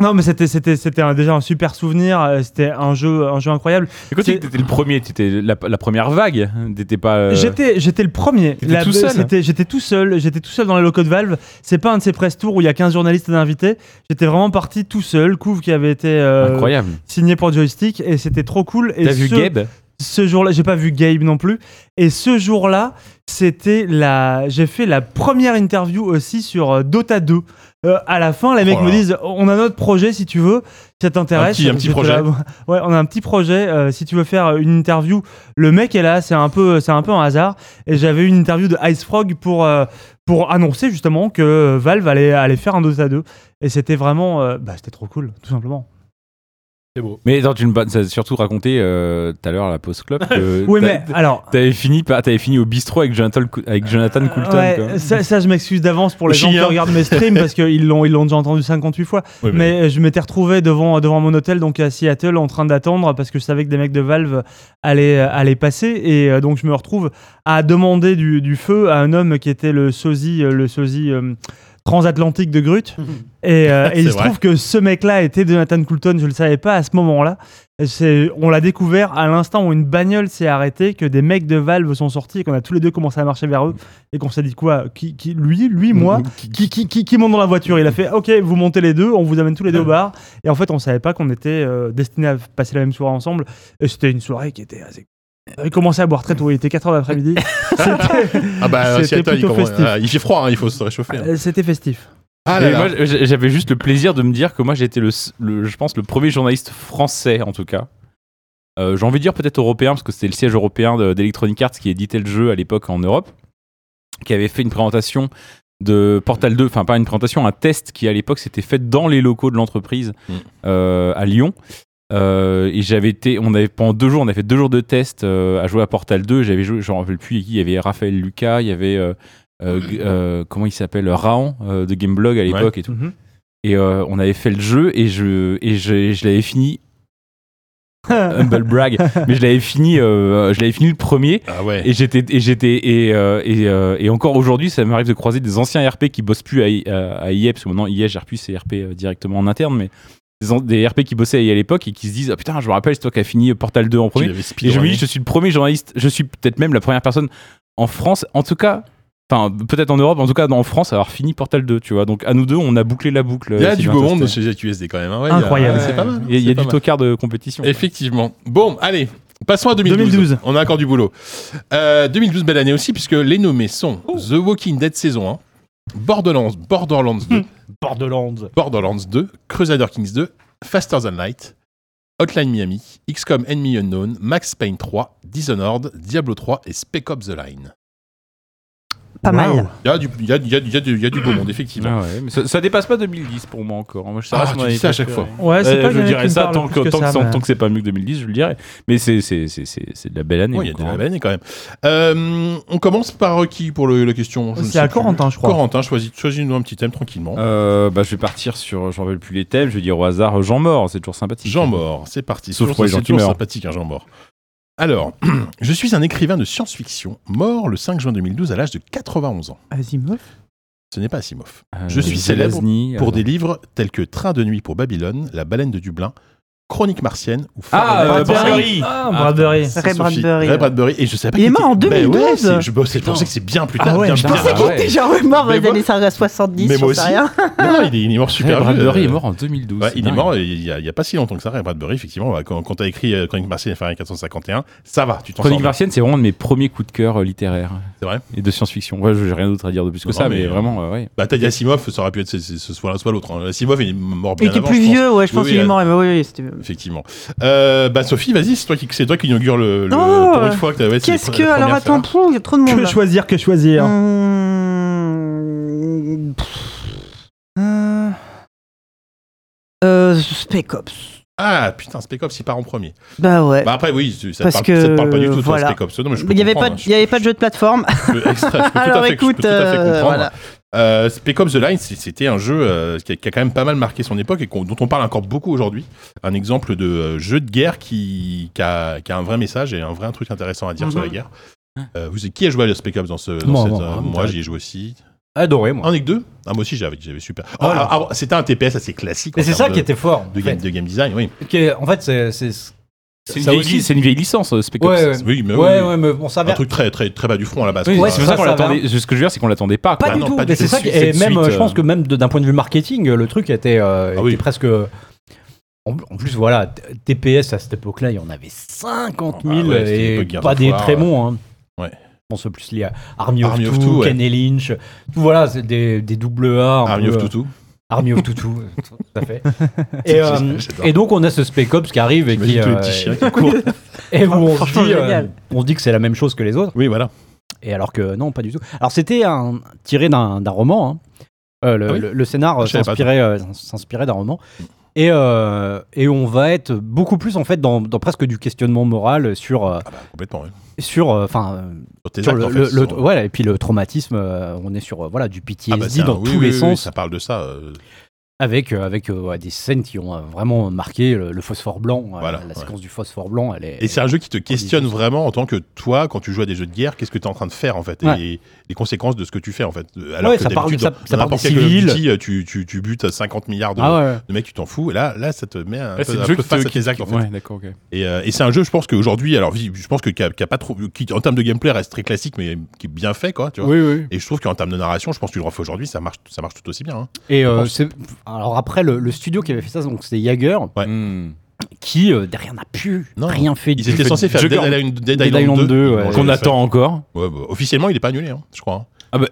non mais c'était c'était c'était un- déjà un super souvenir, euh, c'était un jeu un jeu incroyable. Et quand tu dis que t'étais le premier, t'étais la, la première vague, t'étais pas. euh, J'étais j'étais le premier. T'étais tout seul c'était- J'étais tout seul, j'étais tout seul dans les locaux de Valve. C'est pas un de ces press tours où il y a 15 journalistes d'invités. J'étais vraiment parti tout seul, couvre qui avait été euh, Incroyable. signé pour joystick et c'était trop cool. Et T'as vu ce- Gabe ce jour-là, j'ai pas vu Gabe non plus. Et ce jour-là, c'était la. J'ai fait la première interview aussi sur euh, Dota 2. Euh, à la fin, les mecs Voilà. me disent On a notre projet si tu veux, si ça t'intéresse. Oh Un petit- un petit J'étais projet. là, ouais, on a un petit projet. euh, si tu veux faire euh, une interview, le mec est là, c'est un peu, c'est un peu un hasard. Et j'avais eu une interview de Ice Frog pour, euh, pour annoncer justement que euh, Valve allait, allait faire un Dota 2. Et c'était vraiment. euh, bah, c'était trop cool, tout simplement. C'est beau. Mais dans une bonne, ça a surtout raconté euh, tout à l'heure à la post club que Oui, t'a- mais alors. t'avais fini par t'avais fini au bistrot avec Jonathan Cou- avec Jonathan Coulton. Euh, Ouais, quoi. ça, ça, je m'excuse d'avance pour les gens qui Chien. regardent mes streams parce qu'ils l'ont, ils l'ont déjà entendu 58 fois. Oui, mais- Mais euh, je m'étais retrouvé devant, devant mon hôtel, donc à Seattle, en train d'attendre parce que je savais que des mecs de Valve allaient, euh, allaient passer. Et euh, donc, je me retrouve à demander du, du feu à un homme qui était le sosie, euh, le sosie euh, transatlantique de Grut. Et, euh, et C'est il se vrai. trouve que ce mec-là était Jonathan Coulton, je le savais pas à ce moment-là. C'est- on l'a découvert à l'instant où une bagnole s'est arrêtée, que des mecs de Valve sont sortis et qu'on a tous les deux commencé à marcher vers eux et qu'on s'est dit quoi qui, qui- Lui, lui, Mm, moi qui, qui, qui, qui monte dans la voiture Il a fait Ok, vous montez les deux, on vous amène tous les deux au bar. Et en fait, on savait pas qu'on était euh, destinés à passer la même soirée ensemble. Et c'était une soirée qui était assez. Il commençait à boire très tôt, il était 4h d'après-midi. C'était- Ah bah, C'était Seattle, il, plutôt commence- festif. ah, il fait froid, hein, il faut se réchauffer. hein. euh, C'était festif. Ah Et là là. moi, j'- j'avais juste le plaisir de me dire que moi, j'étais le, s- le- je pense, le premier journaliste français, en tout cas. Euh, J'ai envie de dire peut-être européen, parce que c'était le siège européen de- d'Electronic Arts qui éditait le jeu à l'époque en Europe, qui avait fait une présentation de Portal 2, enfin pas une présentation, un test qui à l'époque s'était fait dans les locaux de l'entreprise Mm. euh, à Lyon. Euh, et j'avais été, on avait pendant deux jours, on a fait deux jours de tests euh, à jouer à Portal 2. J'avais joué, je me rappelle plus, il y avait Raphaël Lucas, il y avait euh, euh, g- euh, comment il s'appelle, Raon euh, de Gameblog à l'époque et tout. Mhm. Et euh, on avait fait le jeu et je et je, je l'avais fini. Humble brag, mais je l'avais fini, euh, je l'avais fini le premier. Ah ouais. Et j'étais et j'étais et, euh, et, euh, et encore aujourd'hui, ça m'arrive de croiser des anciens RP qui bossent plus à, I- à, à IA parce que maintenant IA gère plus ses RP euh, directement en interne, mais des, an- des RP qui bossaient à IA à l'époque et qui se disent ah putain, je me rappelle, c'est toi qui as fini Portal 2 en Tu premier. l'avais Et je me speedrunné. dis, je suis le premier journaliste, je suis peut-être même la première personne en France, en tout cas, enfin peut-être en Europe, en tout cas en France, à avoir fini Portal 2, tu vois. Donc à nous deux, on a bouclé la boucle. euh, Il y a du Sylvain beau Tostet. monde chez ZQSD quand même. hein, ouais, Incroyable. il y a- ouais, C'est pas mal. Il y a, il y a c'est pas du mal. tocard de compétition. Effectivement. Bon, allez, passons à 2012. 2012. On a encore du boulot. Euh, 2012, belle année aussi, puisque les nommés sont The Walking Dead saison 1, Borderlands, Borderlands 2, Borderlands. Borderlands 2, Crusader Kings 2, Faster Than Light, Hotline Miami, XCOM Enemy Unknown, Max Payne 3, Dishonored, Diablo 3 et Spec Ops The Line. Pas mal. Il y a du, il y a- il y a- il y a du- il y a du beau monde, effectivement. Ah ouais, mais ça, ça dépasse pas 2010 pour moi encore. hein. Moi, je sais Ah, pas si on tu a dis été ça à chaque préféré. fois. Ouais, Ah, c'est Euh, pas je le dirais mec qui me ça parle tant plus que, tant, ça, que, mais- tant que c'est pas mieux que 2010, je le dirais. Mais c'est c'est- c'est- c'est- c'est de la belle année. Ouais, il y a de encore, la hein. belle année quand même. Euh, on commence par euh, qui pour le- la question Je ne C'est sais à plus. Corentin, je crois. Corentin, choisis, choisis-nous un petit thème tranquillement. Euh, bah, je vais partir sur. J'en veux plus les thèmes. Je vais dire au hasard Jean Mort. C'est toujours sympathique. Jean Mort, c'est parti. Sauf Toujours- pour les gens c'est qui toujours meurent. sympathique, un Jean Mort. Alors, je suis un écrivain de science-fiction, mort le 5 juin 2012 à l'âge de 91 ans. Asimov Ce n'est pas Asimov. Euh, Je suis Zelazny, euh, Pour des livres tels que Train de nuit pour Babylone, La baleine de Dublin, Chronique martienne ou Ah, Fahrenheit. euh, Bradbury. Ah, Bradbury. C'est Ray Sophie. Bradbury. Ray Bradbury. Et je savais pas Il est qu'il mort était- en Ben ouais, 2012. c'est- je, bossais- je pensais que c'est bien plus tard. Ah ouais, bien je plus pensais tard. C'est qu'il était genre mort dans bah Mais les moi- années 70, mais moi j'en sais aussi. rien. Non, non, il est, il est mort super Ray vieux, Bradbury euh, est mort en 2012. Ouais, il est dingue. mort il y, a, il y a pas si longtemps que ça, Ray Bradbury, effectivement. ouais, Quand, quand t'as écrit euh, Chronique martienne et Fahrenheit 451, ça va, tu t'en sors. Chronique bien. martienne, c'est vraiment un de mes premiers coups de cœur euh, littéraires. C'est vrai Et de science-fiction. Ouais, je- j'ai rien d'autre à dire de plus que Non, ça, mais, mais, euh, vraiment, euh, ouais. Bah, t'as dit Asimov, ça aurait pu être ce, ce- ce soit l'un soit l'autre. hein. Asimov, il est mort Il bien était avant, plus je pense. vieux, ouais, je Oui, pense oui, qu'il est là- mort. mais oui, oui, c'était- Effectivement. Euh, bah, Sophie, vas-y, c'est toi qui, c'est toi qui inaugure le, le- Oh, pour euh, une fois que t'as- ouais, c'est Qu'est-ce les que. pre- les Alors premières attends, pouh, il y a trop de monde. Que là. choisir, que choisir Hum, pff, euh, euh, Spec Ops. Ah putain, Spec Ops, il part en premier. Bah ouais. Bah après, oui, tu- ça, te Parce parle, que, ça te parle pas du tout, toi, voilà. Spec Ops. Non, mais je peux il n'y avait, pas- comprendre, hein. il y avait pas de jeu de plateforme. Je peux extra- je peux tout à Alors fait- je peux écoute, tout à fait euh, comprendre. voilà. Euh, Spec Ops The Line, c'est- c'était un jeu euh, qui, a, qui a quand même pas mal marqué son époque et qu'on- dont on parle encore beaucoup aujourd'hui. Un exemple de euh, jeu de guerre qui, qui, a, qui a un vrai message et un vrai truc intéressant à dire Mhm. sur la guerre. Euh, vous, qui a joué à Spec Ops dans ce dans Moi, cette, moi, euh, moi, Moi, direct. j'y ai joué aussi. Adoré, moi. Un et que deux Ah, moi aussi, j'avais j'avais super. Oh, Ah, ouais. ah, ah, c'était un TPS assez classique. Mais en c'est ça termes qui de- était fort. en de game, fait. de game design, oui. Qui est- En fait, c'est. c'est- C'est une, ça vieille aussi. li- c'est une vieille licence, euh, Spec Ops. Ouais, ouais. Oui, mais Ouais, oui. ouais, mais on Un s'avère. truc très, très, très bas du front à la base. Oui, quoi. Ouais, c'est pour ça, ça qu'on ça l'attendait. Ce que je veux dire, c'est qu'on l'attendait pas. Pas quoi. du Bah non, tout. pas du Mais tout. c'est ça. qui- Cette Et suite, même, euh, je euh, Ah pense que même de- d'un point de vue marketing, le truc était, euh, était oui. presque. En en plus, voilà, t- TPS à cette époque-là, il y en avait 50 000 Ah ouais, c'était et l'époque guerre pas de des foire, très ouais. bons. Hein. Ouais. Je pense plus les Army of Army Two, of Two, ouais. Kenny Lynch, tout voilà, c'est des, des double A. un Army peu, of euh, Tutu. Army of Tutu, tout à fait. Et, euh, J'adore. et donc on a ce Spec Ops qui arrive et qui J'imagine tous les euh, petits chiens qui courent. et où on se Franchement, dit, euh, génial. on se dit que c'est la même chose que les autres. Oui, voilà. Et alors que non, pas du tout. Alors c'était un, tiré d'un d'un roman. hein. Euh, le, Ah oui Ah, le- le scénar euh, Je savais pas, s'inspirait euh, s'inspirait d'un roman. Et, euh, et on va être beaucoup plus en fait dans, dans presque du questionnement moral sur euh, Ah bah, complètement, ouais. sur euh, enfin Sur tes sur actes, le, en fait, le- ce le- sont- voilà, et puis le traumatisme euh, on est sur euh, voilà du pitié Ah bah, c'est un- dans oui, tous oui, les oui, sens Ça parle de ça. euh, avec euh, avec euh, ouais, des scènes qui ont euh, vraiment marqué le, le phosphore blanc euh, Voilà, la ouais. séquence du phosphore blanc elle est Et c'est un jeu qui te questionne disant ça. vraiment en tant que toi, quand tu joues à des jeux de guerre, qu'est-ce que tu es en train de faire en fait Et Ouais. les- les conséquences de ce que tu fais en fait. Euh, Alors Ouais, que ça parle- d'habitude, ça- dans- dans ça parle n'importe des quel Call of civils. Duty, euh, tu, tu, tu butes 50 milliards de, ah ouais, ouais. de mecs, tu t'en fous. Et là, là, ça te met un Ouais, peu, c'est le un jeu peu qui face te- à tes actes en fait. Ouais, d'accord, ok. Et, euh, et c'est un jeu, je pense qu'aujourd'hui, alors vi- je pense que qui a, qui a pas trop, qui en termes de gameplay reste très classique, mais qui est bien fait quoi. Tu vois oui oui Et je trouve qu'en termes de narration, je pense que tu le refais aujourd'hui, ça marche, ça marche tout aussi bien. hein. et euh, pense- c'est- alors après le, le studio qui avait fait ça donc c'était Jagger Ouais. Hmm. qui euh, derrière n'a plus Non. rien fait Ils du- étaient fait censés faire Dead Jugger- Island, Dead Dead Island Island 2, 2, ils ouais. l'ont Qu'on jamais attend encore. fait. Ouais, bah, officiellement, il est pas annulé, hein, je crois. hein. Ah bah-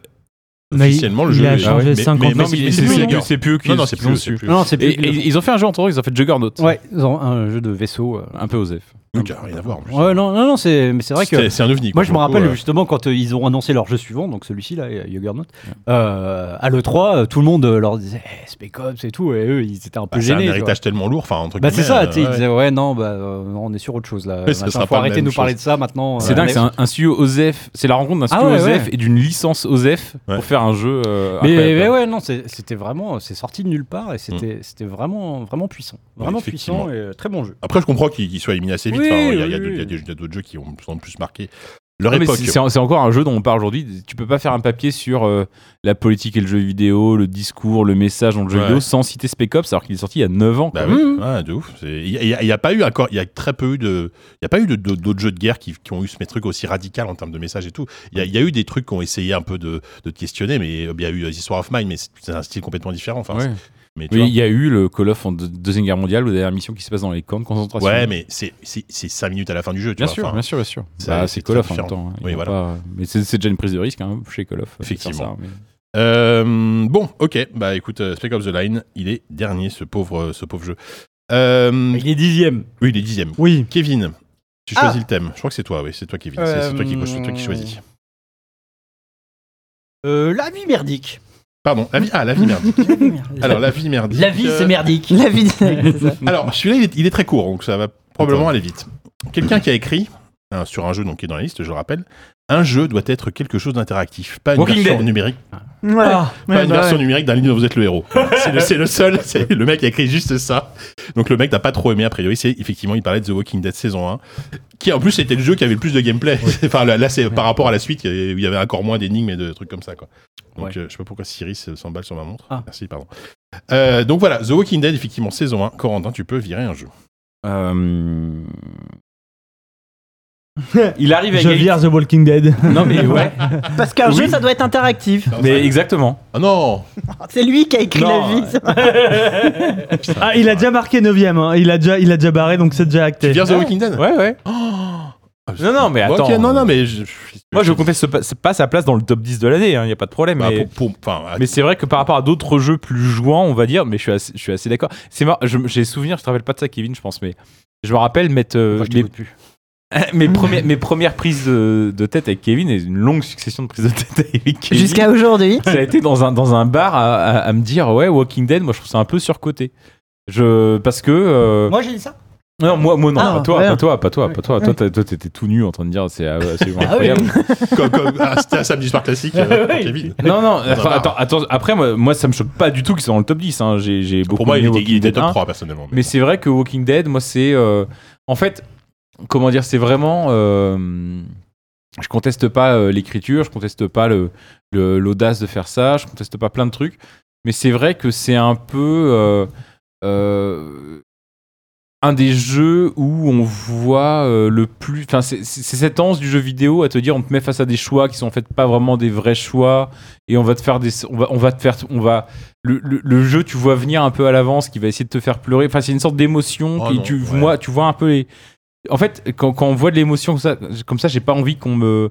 Mais il- officiellement, le il jeu. a est- changé mais- 50 mais- fois. non, mais il est- C'est c'est plus, Jagger. c'est plus qu'ils- Non, non, c'est qu'ils ont plus. su. c'est plus. non non, c'est Et, plus et ils ont fait un jeu en tour, ils ont fait Juggernaut. ouais ils ont un jeu de vaisseau euh, Un peu osef. Donc, il y a rien à voir. en plus. ouais non non, non c'est mais c'est vrai que C'est c'est un ovni. Moi, quoi, je me pour le coup, rappelle euh. justement quand euh, ils ont annoncé leur jeu suivant, donc celui-ci là, euh, Juggernaut, euh, à l'E3, euh, tout le monde euh, leur disait eh, Spec Ops et tout, et eux, ils étaient un peu Bah, c'est un gênés. tu vois. héritage tellement lourd, enfin, entre Bah, c'est guillemets, ça, euh, tu sais, ils ouais. disaient ouais, non, bah, euh, non, on est sur autre chose là. Ouais, ce machin, sera faut pas la arrêter de même nous parler chose. de ça maintenant. C'est euh, dingue, mais- c'est un, un studio OZEF. C'est la rencontre d'un studio ouais, OZEF ouais. et d'une licence OZEF Ouais. pour faire un jeu. euh, Mais, incroyable. mais ouais, non, c'est- c'était vraiment, euh, c'est sorti de nulle Mm. part et c'était c'était vraiment, vraiment puissant. Vraiment effectivement. puissant et euh, très bon jeu. Après, je comprends qu'il qu'il soit éliminé assez vite. Oui, enfin, il y a- il y a oui, d'autres- il y a oui. des- il y a d'autres jeux qui ont sont plus marqué leur Non, mais époque. c'est- C'est c'est encore un jeu dont on parle aujourd'hui. Tu peux pas faire un papier sur euh, la politique et le jeu vidéo, le discours, le message dans le jeu Ouais. vidéo sans citer Spec Ops alors qu'il est sorti il y a 9 ans. Bah quoi. oui, Mmh. ouais, de ouf. C'est- Il y a- il y a, il y a pas eu encore, il y a très peu eu de, il y a pas eu de- de- d'autres jeux de guerre qui, qui ont eu ce truc aussi radical en termes de messages et tout. Il y a, il y a eu des trucs qui ont essayé un peu de, de te questionner, mais euh, il y a eu euh, The History of Mine, mais c'est c'est un style complètement différent. Enfin, Ouais. c'est- mais tu Oui, vois. il y a eu le Call of en deux- Deuxième Guerre mondiale, la dernière mission qui se passe dans les camps de concentration. Ouais, mais c'est 5 minutes à la fin du jeu, tu Bien vois. sûr, Enfin, bien sûr, bien sûr. c'est- Bah, c'est c'est Call of très en même temps. hein. Ils Oui, vont voilà. pas- Mais c'est c'est déjà une prise de risque hein, chez Call of. euh, de faire Effectivement. ça, mais- Euh, bon, ok. Bah écoute, euh, Spec Ops The Line, il est dernier, ce pauvre, ce pauvre jeu. Euh, Il est dixième. oui, il est dixième. Oui. Kevin, tu choisis le thème. Je crois que c'est toi, oui, c'est toi, Kevin. C'est- C'est toi, qui- Euh, c'est toi qui choisis. Euh, la vie merdique. Pardon, la vie, ah, la vie merdique. Alors, la vie merdique. euh, La vie, c'est merdique. La vie. c'est ça. Alors, celui-là, il est, il est très court, donc ça va probablement aller vite. Quelqu'un qui a écrit, hein, sur un jeu donc, qui est dans la liste, je le rappelle, un jeu doit être quelque chose d'interactif, pas une Walking version Dead. numérique. Ouais. Ah. Pas Ouais, une bah version ouais. numérique d'un livre dont vous êtes le héros. Voilà, c'est, le, c'est le seul, c'est le mec qui a écrit juste ça. Donc le mec n'a pas trop aimé, a priori, c'est effectivement, il parlait de The Walking Dead saison 1, qui en plus était le jeu qui avait le plus de gameplay. enfin là, là, c'est par rapport à la suite, il y avait- il y avait encore moins d'énigmes et de trucs comme ça. Quoi. Donc Ouais. euh, je sais pas pourquoi Siri se- s'emballe sur ma montre. Ah. Merci, pardon. Euh, donc voilà, The Walking Dead, effectivement, saison 1. Corentin, tu peux virer un jeu. Euh, Il arrive à Je égalité- vire bah, The Walking Dead. Non mais ouais, Parce qu'un Oui. jeu, ça doit être interactif. mais exactement. Ah non C'est lui qui a écrit Non. la vie. ça. Ah, il a déjà marqué 9ème, hein. il, a déjà, il a déjà barré donc c'est déjà Tu acté. vires The Walking Dead Ouais ouais. Oh Ah, Non non mais bon, attends. ok, non, non, mais je- Moi je conteste pas, pas sa place dans le top 10 de l'année, il n'y a pas de problème. Bah, mais... pour- pour- enfin, Mais c'est vrai que par rapport à d'autres jeux plus jouants, on va dire, mais je suis assez, je suis assez d'accord. C'est marrant, je- j'ai souvenir, je te rappelle pas de ça, Kevin, je pense, mais je me rappelle mettre euh, Moi, je mes, t'écoute plus. mes premières, mes premières prises de, de tête avec Kevin et une longue succession de prises de tête avec Kevin. Jusqu'à aujourd'hui. Ça a été dans un, dans un bar à, à- à me dire, ouais, Walking Dead, moi je trouve ça un peu surcoté. Je, parce que. euh, Moi, j'ai dit ça. non, moi, moi non, Ah, pas, toi, ouais. pas toi, pas toi, pas toi. Toi, t'as- toi, t'étais tout nu en train de dire, c'est absolument Ah oui. incroyable. comme, comme- ah, c'était un samedi soir classique euh, pour Kevin. Non, non, a enfin, marre. attends, attends, après, moi, moi, ça me choque pas du tout qu'ils soient dans le top 10. hein. J'ai, j'ai beaucoup Pour moi, il aimé était, il Walking était Dead top 1. 3 personnellement. Mais c'est vrai que Walking Dead, moi, c'est. euh, en fait, comment dire, c'est vraiment. euh, je conteste pas euh, l'écriture, je conteste pas le, le- l'audace de faire ça, je conteste pas plein de trucs. Mais c'est vrai que c'est un peu. euh, euh, un des jeux où on voit euh, le plus. Enfin, c'est c'est- c'est cette anse du jeu vidéo à te dire on te met face à des choix qui sont en fait pas vraiment des vrais choix et on va te faire des. On va, on va te faire. On va. Le, le- le jeu, tu vois venir un peu à l'avance qui va essayer de te faire pleurer. Enfin, c'est une sorte d'émotion. Oh qui- non, tu, ouais. vois, tu vois un peu les. En fait, quand, quand on voit de l'émotion comme ça, comme ça, j'ai pas envie qu'on me.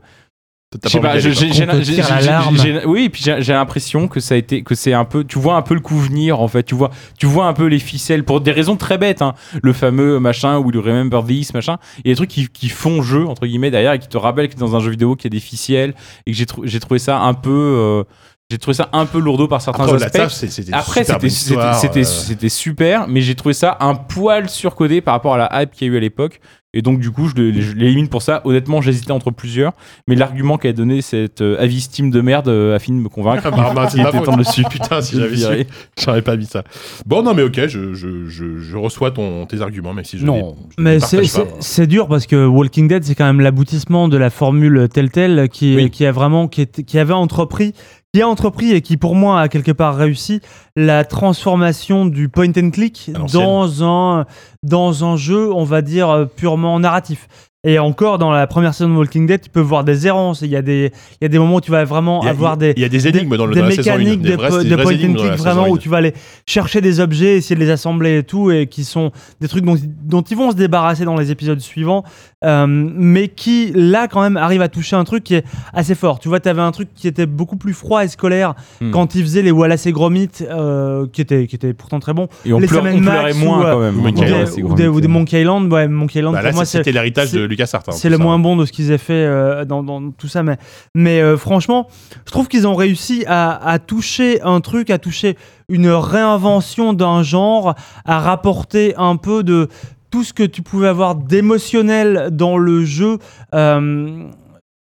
Je sais pas, j'ai- j'ai- j'ai- Qu'on te j'ai- tire la j'ai- larme. j'ai- Oui, et puis j'ai j'ai l'impression que ça a été, que c'est un peu, tu vois un peu le coup venir en fait, tu vois, tu vois un peu les ficelles pour des raisons très bêtes, hein. le fameux machin ou le remember this machin, et les trucs qui, qui font jeu entre guillemets derrière et qui te rappellent que dans un jeu vidéo qu'il y a des ficelles et que j'ai trou- j'ai trouvé ça un peu, euh, J'ai trouvé ça un peu lourdeau par certains Après, au-delà de aspects. ça, c'est- c'était super Après, c'était bonne c'était- histoire, c'était- euh, c'était super, mais j'ai trouvé ça un poil surcodé par rapport à la hype qu'il y a eu à l'époque. Et donc, du coup, je le- je l'élimine pour ça. Honnêtement, j'hésitais entre plusieurs, mais l'argument qu'a donné cette euh, avis Steam de merde euh, a fini de me convaincre. Ah, Barbara, c'est Il ma était faute. temps de le suivre. Putain, si Je le j'avais su, virais. j'aurais pas mis ça. Bon, non, mais ok, je, je, je, je reçois ton, tes arguments, même si je. Non. les- je les Mais c'est- partage pas, c'est moi. c'est dur parce que Walking Dead, c'est quand même l'aboutissement de la formule Telltale qui, Oui. qui a vraiment, qui, est- qui avait entrepris, qui a entrepris et qui pour moi a quelque part réussi la transformation du point and click À l'ancienne. dans un, dans un jeu, on va dire, euh, purement narratif. Et encore, dans la première saison de Walking Dead, tu peux voir des errances. Il y, a des- il y a des moments où tu vas vraiment Il y a- il avoir y a- des, Il y a des énigmes dans le des dans la saison une, mécaniques, des des, vraies- po- des de vraies point énigmes and dans la click saison vraiment une. où tu vas aller chercher des objets, essayer de les assembler et tout, et qui sont des trucs dont, dont ils vont se débarrasser dans les épisodes suivants, euh, mais qui là quand même arrivent à toucher un truc qui est assez fort. Tu vois, t'avais un truc qui était beaucoup plus froid et scolaire Hmm. quand ils faisaient les Wallace et Gromit, euh, qui étaient qui étaient pourtant très bons, Et on, Les pleure- semaines on pleurait max moins ou, euh, quand même. ou hein, des- ou dans des, ces ou des- ou des groupes. Monkey Island. Ouais, Monkey Island Bah, pour moi là, c'est c'était l'héritage c'est- de Lucas Sartre. c'est le moins bon de ce qu'ils aient fait euh, dans, dans tout ça, mais, mais euh, franchement, je trouve qu'ils ont réussi à, à toucher un truc, à toucher une réinvention d'un genre, à rapporter un peu de tout ce que tu pouvais avoir d'émotionnel dans le jeu. euh,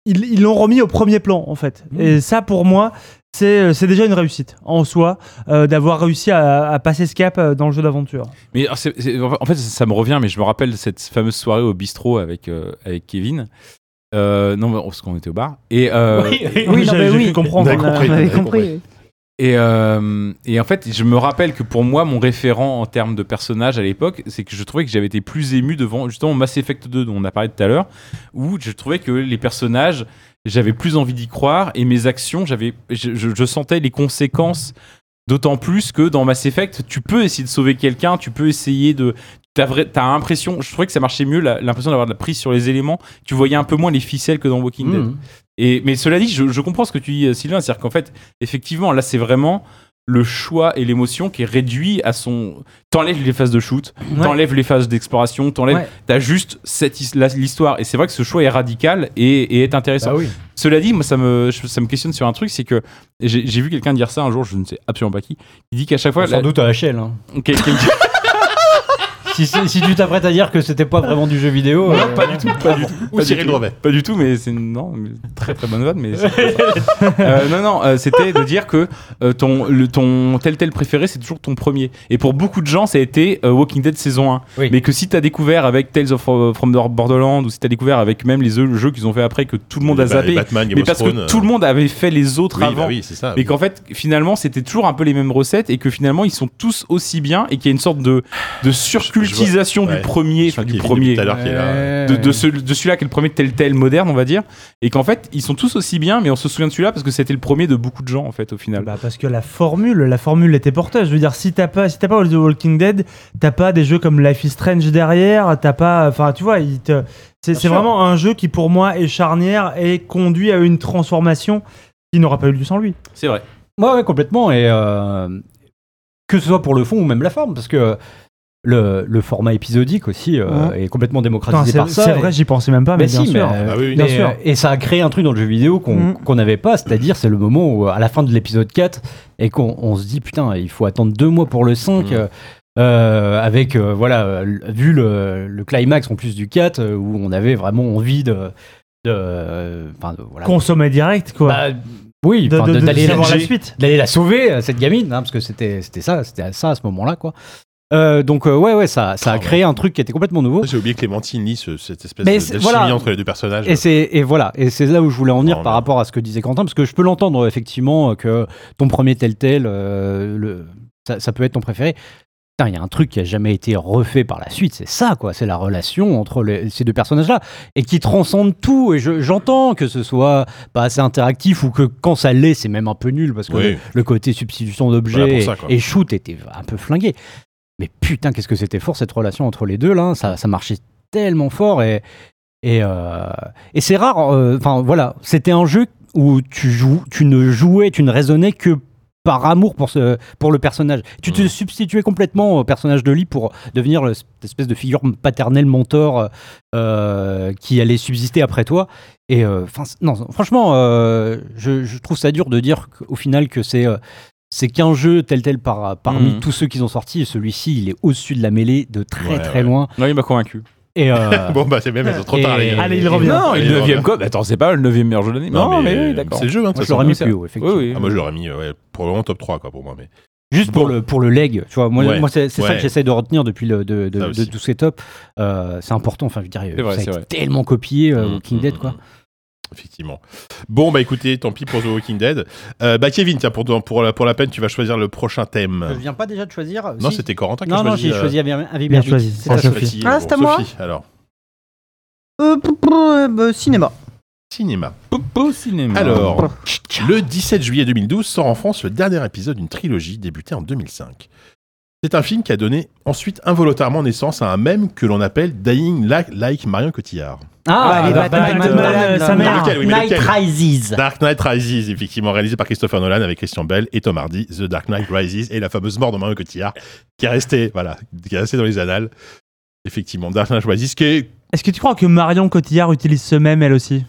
ils ils l'ont remis au premier plan, en fait. Et ça, pour moi, c'est c'est déjà une réussite en soi euh, d'avoir réussi à, à passer ce cap euh, dans le jeu d'aventure. Mais alors, c'est- c'est- en fait, ça me revient, mais je me rappelle cette fameuse soirée au bistrot avec, euh, avec Kevin. Euh, non, mais- parce qu'on était au bar. Et, euh, Oui, non, j'ai- mais j'ai oui. pu comprendre. Bah, On avait On a- compris, on avait on avait compris. Et, euh, et en fait, je me rappelle que pour moi, mon référent en termes de personnage à l'époque, c'est que je trouvais que j'avais été plus ému devant justement Mass Effect 2 dont on a parlé tout à l'heure, où je trouvais que les personnages, j'avais plus envie d'y croire et mes actions, j'avais, je, je- je sentais les conséquences. D'autant plus que dans Mass Effect, tu peux essayer de sauver quelqu'un, tu peux essayer de. T'as, vrai- t'as l'impression, je trouvais que ça marchait mieux, la- l'impression d'avoir de la prise sur les éléments. Tu voyais un peu moins les ficelles que dans Walking Dead. Mmh. Et, mais cela dit, je, je comprends ce que tu dis, euh, Sylvain. C'est-à-dire qu'en fait, effectivement, là, c'est vraiment le choix et l'émotion qui est réduit à son. T'enlèves les phases de shoot, Ouais. t'enlèves les phases d'exploration, t'enlèves. Ouais. T'as juste cette his- la- l'histoire. Et c'est vrai que ce choix est radical et, et est intéressant. Bah oui. Cela dit, moi, ça me, je- ça me questionne sur un truc, c'est que j'ai j'ai vu quelqu'un dire ça un jour, je ne sais absolument pas qui. Il dit qu'à chaque fois. Sans la- doute à HL. hein. Quel- quel- si, c'est- si tu t'apprêtes à dire que c'était pas vraiment du jeu vidéo. euh, pas du tout, pas du tout. Ou pas du Cyril tout. Drevet. Pas du tout, mais c'est non, mais très très bonne vanne, mais c'est pas ça. Euh, non non, euh, c'était de dire que euh, ton le ton tel tel préféré c'est toujours ton premier. Et pour beaucoup de gens, ça a été euh, Walking Dead saison 1. Oui. Mais que si t'as découvert avec Tales of euh, from the Borderlands ou si t'as découvert avec même les jeux jeux qu'ils ont fait après que tout le monde a Bah, les zappé, Batman, Game mais of parce Thrones, que tout le monde avait fait les euh, autres oui, bah avant. oui, c'est ça. Mais qu'en fait, finalement, c'était toujours un peu les mêmes recettes et que finalement, ils sont tous aussi bien et qu'il y a une sorte de, de surcultisation Je- je vois. du premier, Je enfin crois du qu'il est premier, tout à l'heure qui est là. de, de ce- de celui-là qui est le premier tel tel moderne, on va dire, et qu'en fait, ils sont tous aussi bien, mais on se souvient de celui-là parce que c'était le premier de beaucoup de gens, en fait, au final. Bah, parce que la formule, la formule était porteuse. Je veux dire, si t'as pas, si t'as pas The Walking Dead, t'as pas des jeux comme Life is Strange derrière, t'as pas, enfin, tu vois, il te- c'est c'est vraiment un jeu qui pour moi est charnière et conduit à une transformation qui n'aurait pas eu lieu sans lui. C'est vrai. Ouais, ouais, complètement. Et euh, que ce soit pour le fond ou même la forme, parce que le, le format épisodique aussi euh, est complètement Putain, démocratisé C'est par ça. c'est et- vrai, j'y pensais même pas, mais, mais bien si, sûr. mais, Ah oui, oui. mais, Bien sûr. euh, et ça a créé un truc dans le jeu vidéo qu'on Mhm. qu'on n'avait pas, c'est-à-dire c'est le moment où, à la fin de l'épisode 4, et qu'on on se dit, putain, il faut attendre deux mois pour le 5, Mhm. euh, euh, avec, euh, voilà, euh, vu le, le climax en plus du 4, euh, où on avait vraiment envie de... de- enfin, de- voilà. Consommer direct, quoi. Bah, oui, de, enfin, de- de- de d'aller savoir la chercher- suite. d'aller la sauver euh, cette gamine hein, parce que c'était c'était ça c'était ça à ce moment là quoi Euh, donc euh, ouais ouais ça ça a Ah, créé un truc qui était complètement nouveau J'ai oublié que Clémentine lit ce- cette espèce Mais de- c'est- d'alchimie voilà. entre les deux personnages. et c'est et voilà et c'est là où je voulais en venir Non, par mais- rapport à ce que disait Quentin parce que je peux l'entendre effectivement euh, que ton premier tel tel euh, le ça, ça peut être ton préféré Putain, il y a un truc qui a jamais été refait par la suite, c'est ça quoi, c'est la relation entre les- ces deux personnages-là et qui transcende tout. Et je- j'entends que ce soit pas assez interactif ou que quand ça l'est, c'est même un peu nul parce que Oui. le- le côté substitution Voilà d'objets pour ça, quoi. et shoot était un peu flingué. Mais putain, qu'est-ce que c'était fort cette relation entre les deux là, hein. ça, ça marchait tellement fort et, et, euh, et c'est rare. euh, Enfin voilà, c'était un jeu où tu, joues, tu ne jouais, tu ne raisonnais que par amour pour, ce, pour le personnage. Tu Mmh. te substituais complètement au personnage de Lee pour devenir le- cette espèce de figure paternelle, mentor euh, qui allait subsister après toi. Et euh, 'fin, c'est- non, franchement, euh, je, je trouve ça dur de dire au final que c'est. euh, c'est qu'un jeu tel tel par, parmi Mhm. tous ceux qu'ils ont sortis, et celui-ci il est au-dessus de la mêlée de très Mmh. Ouais, très ouais. loin. Non, il m'a convaincu. Et euh, Bon, bah, c'est même, c'est trop Et- tard, les gars. Allez, il revient. Non, Allez, il il le 9 revient. comme. Attends, c'est pas le 9 meilleur jeu de l'année. Non, mais, oui, d'accord. C'est le jeu, hein, de moi, toute je l'aurais mis façon. plus haut, Oui, effectivement. oui. Ah, moi, je l'aurais mis, euh, ouais, probablement top 3, quoi, pour moi. Mais... Juste pour le pour le leg, tu vois. Moi, Ouais. moi c'est c'est ça Ouais. que j'essaie de retenir depuis le de, de, Ça de aussi. tous ces tops. Euh, c'est important. Enfin, je veux dire, C'est vrai, ça a c'est été vrai. tellement copié euh, Mm, Walking mm, Dead, mm, quoi. mm. Effectivement. Bon, bah écoutez, tant pis pour The Walking Dead. Euh, bah, Kevin, tiens, pour, pour, la, pour la peine, tu vas choisir le prochain Je thème. viens pas déjà de choisir. Non, c'était Corentin qui a Non, non, j'ai euh, choisi avec avec bien Berwick. choisi. C'est Ah, ta- Sophie. Ah, c'est à moi Sophie, alors. Euh, pou- pou- euh, bah, cinéma. Cinéma. Popo cinéma. Alors, le 17 juillet 2012 sort en France le dernier épisode d'une trilogie débutée en 2005. C'est un film qui a donné ensuite involontairement naissance à un mème que l'on appelle Dying Li- Like Marion Cotillard. Ah, les Batman, Batman, sa mère. lequel, oui, mais Night lequel Rises. Dark Knight Rises, effectivement, réalisé par Christopher Nolan avec Christian Bell et Tom Hardy. The Dark Knight Rises et la fameuse mort de Marion Cotillard qui est restée, voilà, qui est restée dans les annales. Effectivement, Dark Knight Rises, qui est- Est-ce que tu crois que Marion Cotillard utilise ce même elle aussi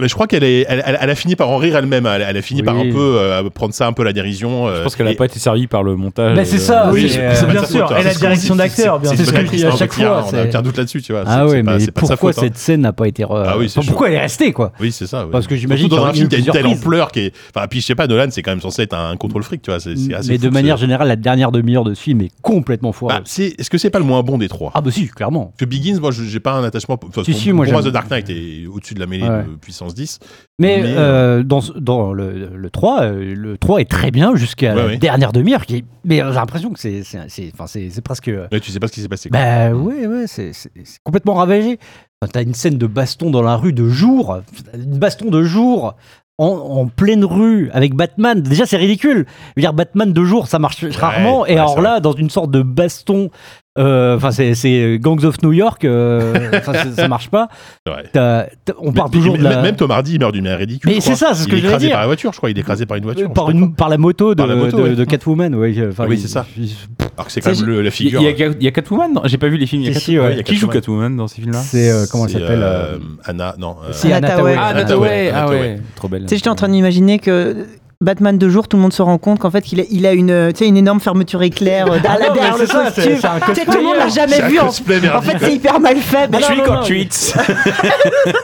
mais je crois qu'elle est, elle, elle- elle a fini par en rire elle-même. hein. Elle, elle a fini Oui. par un peu euh, prendre ça un peu à la dérision. Je euh, pense qu'elle et- a pas été servie par le montage. Mais c'est euh, ça, Ah oui, c'est- euh, c'est pas bien de sa sûr, faute, et hein. la C'est- direction c'est- d'acteur, bien c'est- sûr. C'est ce que C'est ce que je dis à chaque fois, hein. On a c'est- aucun doute là-dessus, tu vois. Ah C'est- ouais, c'est pas- mais c'est pas de sa pourquoi faute, hein. cette scène n'a pas été. re- Ah oui, c'est Enfin, chaud. pourquoi elle est restée, quoi Oui, c'est ça. oui. Parce que j'imagine Surtout dans qu'il y un film aurait eu qui a une telle surprise. ampleur qui est. Enfin, puis je sais pas, Nolan, c'est quand même censé être un contrôle fric, tu vois. C'est c'est assez. Mais fou de que manière ce- générale, la dernière demi-heure de ce film est complètement Bah, foireuse. c'est- Est-ce que c'est pas le moins bon des trois Ah bah si, clairement. Parce que Begins, moi, je- j'ai pas un attachement. Enfin, Si, pour, si, moi, pour moi, The j'aime. Dark Knight est au-dessus de la mêlée Ouais. de puissance 10. Mais, Mais, euh, dans, ce- dans le, le 3, euh, le 3 est très bien jusqu'à Ouais, la ouais. dernière demi-heure. qui est- Mais euh, j'ai l'impression que c'est c'est- c'est- enfin, c'est- c'est presque... euh, Ouais, tu sais pas ce qui s'est passé. quoi. Bah ouais, ouais, c'est c'est- c'est complètement ravagé. Enfin, T'as une scène de baston dans la rue de jour, une baston de jour en, en pleine rue avec Batman. Déjà, c'est ridicule. Je veux dire, Batman de jour, ça marche rarement. ouais, et alors c'est là, dans une sorte de baston, euh, enfin, c'est- c'est Gangs of New York, euh, enfin, c'est- ça marche pas. C'est vrai. T'as- t'as- on Mais- parle mais- toujours de mais- la. Même Tom Hardy, il meurt d'une manière ridicule. Mais je crois. c'est ça, c'est ce que Il est j'allais écrasé dire. par la voiture, je crois. Il est écrasé par une Euh, voiture. par, je sais pas une, par la moto de, Par la moto, de- oui. de Catwoman, ouais, je- enfin, Oui, il- c'est ça. il- quoi. Alors que c'est quand Ça, même le- la Il y, figure. a- il y a- il y a Catwoman non J'ai pas vu les films. Il y a Si, Catwoman. si, ouais, il y a Qui joue Catwoman. Catwoman dans ces films-là C'est euh, comment elle C'est, s'appelle euh, euh, Anna, non. euh, c'est Anna Hathaway. Hathaway. Ah, Anna Nataway. Hathaway, Ah Hathaway. ouais. Trop belle. Tu sais, j'étais en train d'imaginer que Batman de jour, tout le monde se rend compte qu'en fait, il a, il a une, euh, tu sais, une énorme fermeture éclair euh, derrière, Ah non, derrière mais le c'est ça, c'est- costume. c'est un Tu sais, Tout le monde l'a C'est jamais un vu. En, cosplay en merdique. fait, c'est hyper mal fait. mais- Tweet non, or non, tweets.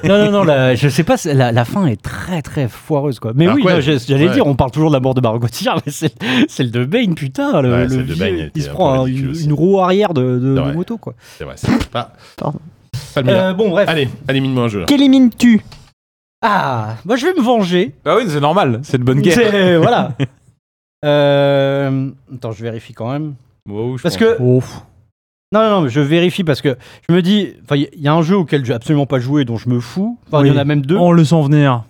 Non, non, non, la, je sais pas, c'est- la, la fin est très très foireuse quoi. Mais Ah, oui, ouais. non, j'ai- j'allais Ouais. dire, on parle toujours de la mort de Margot Cotillard, mais c'est celle de Bane, putain. Le, Ouais, le celle de vieux, Bane, elle il se était un prend peu un- ridicule une, aussi. une roue arrière de, de- C'est de vrai. moto quoi. C'est vrai, c'est pas. Pardon. Pas le meilleur. Euh, bon, bref. Allez, allez, mine-moi un jeu. là. Qu'élimines-tu Ah, moi je vais me venger. Bah oui, c'est normal. C'est de bonne guerre. C'est- voilà. Euh, attends, je vérifie quand même. Wow, Bah je Parce pense. que. Non, non, non, mais je vérifie parce que je me dis, enfin, il y- y a un jeu auquel j'ai absolument pas joué, dont je me fous. Enfin, il y Oui. en a même deux. On le sent venir.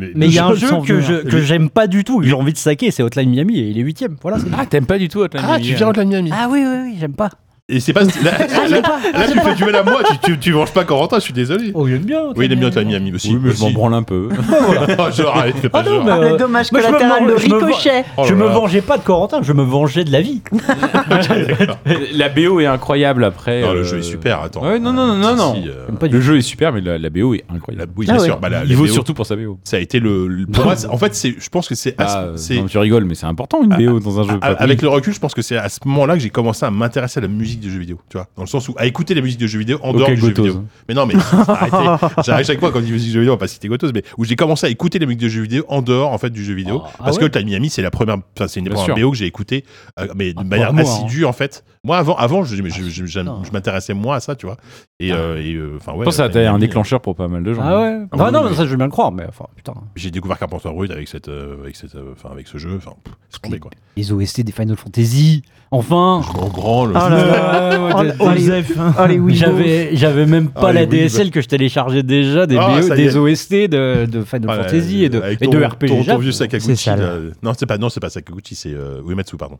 Mais il y a Je un le jeu sens que venir. je- que j'aime pas du tout, que j'ai envie de saquer, c'est Hotline Miami et il est huitième. Voilà. c'est- Ah, t'aimes pas du tout Hotline Ah, Miami, tu viens hein. de la Miami. Ah oui, oui, oui, j'aime pas. Et c'est pas. Là, Ah, là- là, tu fais du mal à moi, tu, tu, tu manges pas Corentin, je suis désolé. Oh, j'aime bien. Oui, il aime bien toi, Hotline Miami. Miami aussi. Oui, mais je m'en Aussi. branle un peu. Oh, genre, allez, fais pas Ah non, genre. mais- Ah, Euh, le dommage moi, je me collatéral demande- de je me- ricochet. Oh là je me là. vengeais pas de Corentin, je me vengeais de la vie. La BO est incroyable après. Non, le euh, jeu est super, attends. Ouais, non, non, non, non. Si, non. si, euh, J'aime pas Le du jeu est super, mais la, la BO est la- incroyable. oui, bien Ah sûr. Bah, la- Il la vaut BO, surtout pour sa BO. Ça a été le. le- pour moi, c'est- en fait, c'est. Je pense que c'est. à ce- Ah, euh, c'est- non, tu rigoles, mais c'est important une Ah, BO dans un jeu. à- avec le recul, je pense que c'est à ce moment-là que j'ai commencé à m'intéresser à la musique du jeu vidéo. Tu vois, dans le sens où à écouter la musique de jeu vidéo en dehors du jeu vidéo. Mais non, mais arrêtez. J'arrête chaque fois quand je dis musique de jeu vidéo, on va pas citer Gotos, mais où j'ai commencé à écouter la musique de jeu vidéo en dehors en fait du jeu vidéo. Ah, ah parce ouais que Time Miami, c'est la première, enfin, c'est une des Bien premières sûr. BO que j'ai écouté, euh, mais de Ah, manière pas moi, hein. assidue en fait. Moi, avant, avant, je, mais je, Ah, je- je- putain. je m'intéressais moins à ça, tu vois. Et, euh, et, euh, enfin Je ouais. pense que ça a Time été un Miami, déclencheur pour pas mal de gens. Ah ouais. Ah oui, non, oui. mais ça je veux bien le croire, mais enfin putain. J'ai découvert Carpenter Brut avec cette, euh, avec cette, euh, enfin avec ce jeu. Enfin, pff, c'est tombé quoi. Les OST des Final Fantasy, enfin. Je m'en branle. Ah Oh là là. Oh, Ouais, oh, les- Joseph. Oh, les Wiggles. J'avais, j'avais même pas Ah, la les DSL que je téléchargeais déjà des, Ah, BO ça y est. des OST de, de Final Ah, Fantasy et de, avec et ton- de RPG. Ton, ton Jap. vieux Sakaguchi. C'est sale. là. Non, c'est pas, non, c'est pas Sakaguchi, c'est euh, Uematsu, pardon.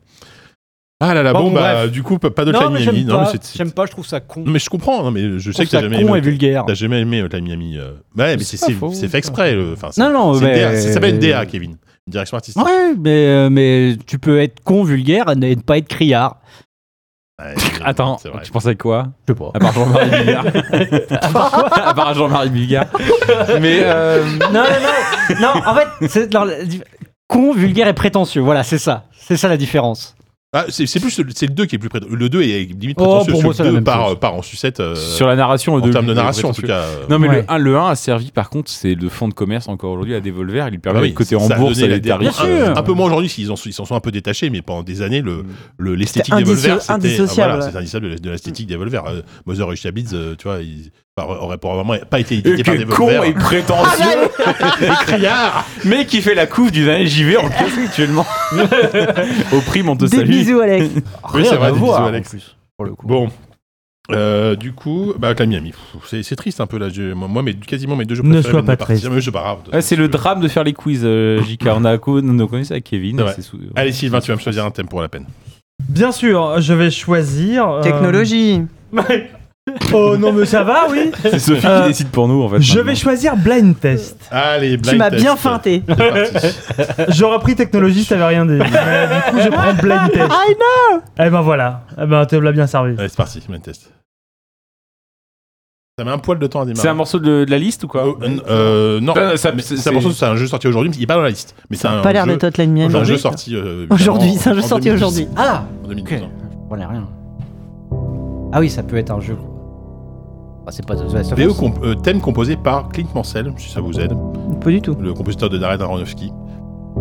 Ah là là, Bon, bon, bah, bref. du coup, pas de Non, Time mais Miami. j'aime Non, mais pas, c'est- c'est- j'aime pas, je trouve ça con. Non, mais je comprends, non, mais je sais Je que trouve ça t'as jamais aimé. con et vulgaire. T'as jamais aimé euh, Time Miami. euh, Ouais, mais c'est C'est pas c'est- faux. c'est fait exprès. le- Enfin, c'est- Non, non, c'est une mais- euh, DA, Ça s'appelle une DA, Kevin. Une direction artistique. Ouais, mais, euh, mais tu peux être con, vulgaire et ne et ne pas être criard. Ouais, Attends, c'est vrai. tu pensais à quoi Je sais pas. Ah, À part Jean-Marie Bigard. à part Jean-Marie Bigard. Mais euh, Non, non, non. non, en fait, c'est non, la dif- con, vulgaire et prétentieux. Voilà, c'est ça. C'est ça la différence. Ah, c'est c'est plus le, c'est le 2 qui est plus près. Le 2 est limite Oh, prétentieux. pour moi, sur c'est le 2 la même part, chose. euh, part en sucette euh, sur la narration, le en deux- termes de le narration en prétentieux. tout cas. euh, Non mais Ouais. le 1, le 1 a servi par contre c'est le fond de commerce encore aujourd'hui à Devolver, il lui permet bah de oui, côté ça en a donné bourse et la les dernière- tarifs. un- euh, Un peu moins aujourd'hui, s'ils en sont- ils s'en sont un peu détachés, mais pendant des années, le- le- l'esthétique C'était Devolver, indisso- c'était ah, indissociable, voilà, ouais. c'est indissociable de la- de l'esthétique Devolver. Euh, Mother Russia Beats, euh, tu vois, il enfin, aurait probablement pas été édité par Quel con Devolver. et prétentieux criard Ah bah Mais qui fait la couve du dernier JV en plus actuellement Au prix on te Des salue bisous, Alex. Euh, Oui, c'est vrai, des bisous, voir, en Alex. plus, pour le coup. Bon. Euh, du coup, bah, avec la Miami, Pff, c'est c'est triste un peu là. Je- moi, mais quasiment mes deux jeux Ne préférés. sois viennent de pas partir, triste. mais c'est pas grave. Ah, c'est le drame de faire les quiz, euh, JK. On a, co- on a connu ça avec Kevin. C'est vrai. c'est sous- euh, Allez, Sylvain, tu vas me choisir un thème pour la peine. Bien sûr, je vais choisir. euh, Technologie. oh non, mais ça va, oui. C'est Sophie Euh, qui décide pour nous en fait. Je maintenant. vais choisir blind test. Allez, Tu blind m'as test. bien feinté. C'est parti. J'aurais pris technologie, ça avait rien dit. Mais du coup, je prends blind test. Ah, I Eh ben voilà. Eh ben, te l'as bien servi. Allez, c'est parti, blind test. Ça met un poil de temps à démarrer. C'est un morceau de, de la liste ou quoi Oh, euh, euh, non, Euh, ça- Mais c'est- c'est un morceau, c'est un jeu sorti aujourd'hui, mais il est pas dans la liste. Mais c'est un Pas l'air jeu- d'être Hotline c'est Miami. un jeu sorti euh, évidemment, Aujourd'hui, c'est un jeu en sorti 2010, aujourd'hui. Ah, en 2012, ok. hein. Je connais rien. Ah oui, ça peut être un jeu. Bah, c'est pas The Last of VO Us. comp- euh, thème composé par Clint Mansell, si ça vous aide, Pas du tout. le compositeur de Darren Aronofsky.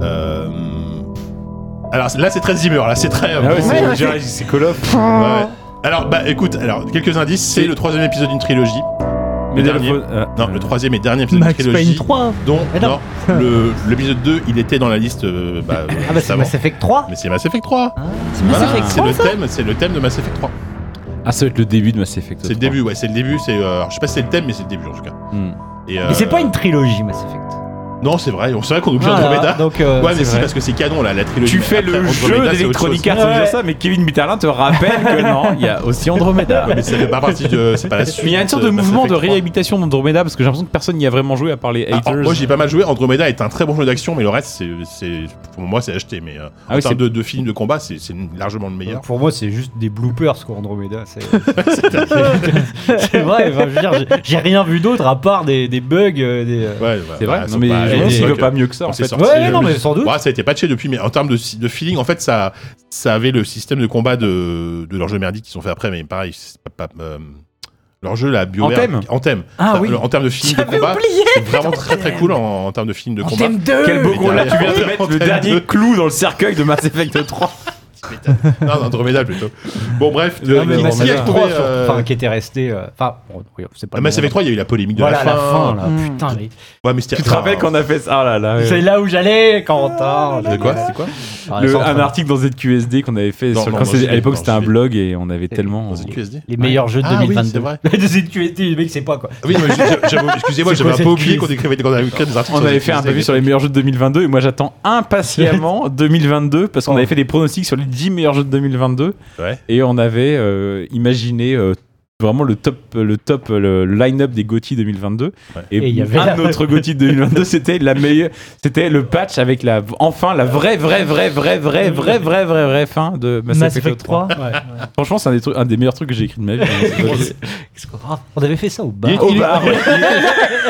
Euh, Alors là, c'est très Zimmer, là, c'est très. euh, Ah ouais, c'est Ouais, ouais. Gérard- c'est Call of. Ouais. Alors, bah écoute, alors quelques indices. C'est le troisième épisode d'une trilogie. Mais dernier. le- euh, Non, le troisième et dernier épisode d'une Max Payne trilogie. 3. Dont Mais non. non, le l'épisode 2, il était dans la liste. euh, bah, euh, Ah bah juste c'est avant. Mass Effect Ah, 3 Mais c'est Mass Effect 3. C'est Mass Voilà, Effect c'est 3, le ça thème, c'est le thème de Mass Effect 3. Ah, ça va être le début de Mass Effect. C'est le 3. début, ouais, c'est le début. C'est, euh, alors, je sais pas si c'est le thème, mais c'est le début en tout cas. Hmm. Et, euh, Mais c'est pas une trilogie, Mass Effect. Non, c'est vrai. C'est vrai qu'on est obligé Voilà, d'Andromeda. donc, euh, ouais, mais c'est si vrai. parce que c'est canon là, la trilogie. Tu fais Après, le jeu Andromeda, c'est autre d'Electronic chose. Arts, c'est déjà ça, mais Kevin Mitterlin te rappelle que non, il y a aussi Andromeda. Ouais, mais ça fait pas partie de. C'est pas la suite. Mais il y a une sorte de Mass mouvement de Effect 3. réhabilitation d'Andromeda parce que j'ai l'impression que personne n'y a vraiment joué à part les Ah, haters. moi j'ai pas mal joué. Andromeda est un très bon jeu d'action, mais le reste, c'est, c'est- pour moi, c'est acheté. Mais euh, Ah en oui, termes c'est- de, de films de combat, c'est, c'est largement le meilleur. Euh, Pour moi, c'est juste des bloopers, quoi, Andromeda. c'est- C'est vrai, enfin, je veux dire, j'ai- j'ai rien vu d'autre à part des, des bugs, euh, des. euh, Ouais, ouais, c'est voilà, vrai, non Ah, mais pas- je les- me demande les- s'il veut bah, que- pas mieux que ça en c'est fait. sorti, Ouais, je- non, mais sans doute. Ouais, ça a été patché depuis, mais en termes de, de feeling, en fait, ça, ça avait le système de combat de, de leurs jeux merdiques qui sont faits après, mais pareil, c'est pas, pas- euh, leur jeu, la bio En thème. En thème. Ah Ça, oui. le- En termes de film de combat, c'est vraiment très très cool en, en termes de film de combat. Quel beau Mais con là, tu viens derrière- de mettre le Antenne deux. dernier clou dans le cercueil de Mass Effect 3. Non, non, Andromeda plutôt. Bon, bref, Ah, mais qui- Mass qui a Effect trouvé, 3, euh, Enfin, qui était resté. euh, Enfin, bon, oui, c'est pas. Ah, le Mass moment. Effect 3, il y a eu la polémique de la Voilà la fin. fin, là. Hmm. Putain, mais. Ouais, mais c'était- Tu te rappelles enfin, qu'on a fait ça Ah là là. ouais. C'est là où j'allais, Quentin. De quoi C'est quoi Ah, Le- c'est en train un de- article dans ZQSD qu'on avait fait Non, sur- non, quand non, c'était- je à l'ai- non, l'époque c'était je un l'ai. blog et on avait tellement Dans une QSD Les meilleurs jeux de Ah oui, c'est 2022. vrai. Des QSD, le mec, c'est pas quoi. Ah Oui, non, mais j'ai- j'avoue, excusez-moi, C'est j'avais un quoi peu cette oublié crise qu'on écrivait qu'on avait écrit des articles. On sur avait les fait un QSD. pavé sur les meilleurs jeux de 2022 et moi j'attends impatiemment 2022 parce qu'on avait fait des pronostics sur les 10 meilleurs jeux de 2022 Ouais. et on avait euh, imaginé euh, vraiment le top le top le line-up des GOTY 2022 Ouais. et, Et il y avait un la- autre GOTY 2022 c'était la meilleure c'était le patch avec la enfin la vraie vraie vraie vraie vraie vraie vraie vraie vraie fin de Mass, Effect 3. Franchement c'est un des trucs- un des meilleurs trucs que j'ai écrit de ma vie. Qu'est-ce qu'on- ah, on avait fait ça au bar. Au bar, ouais.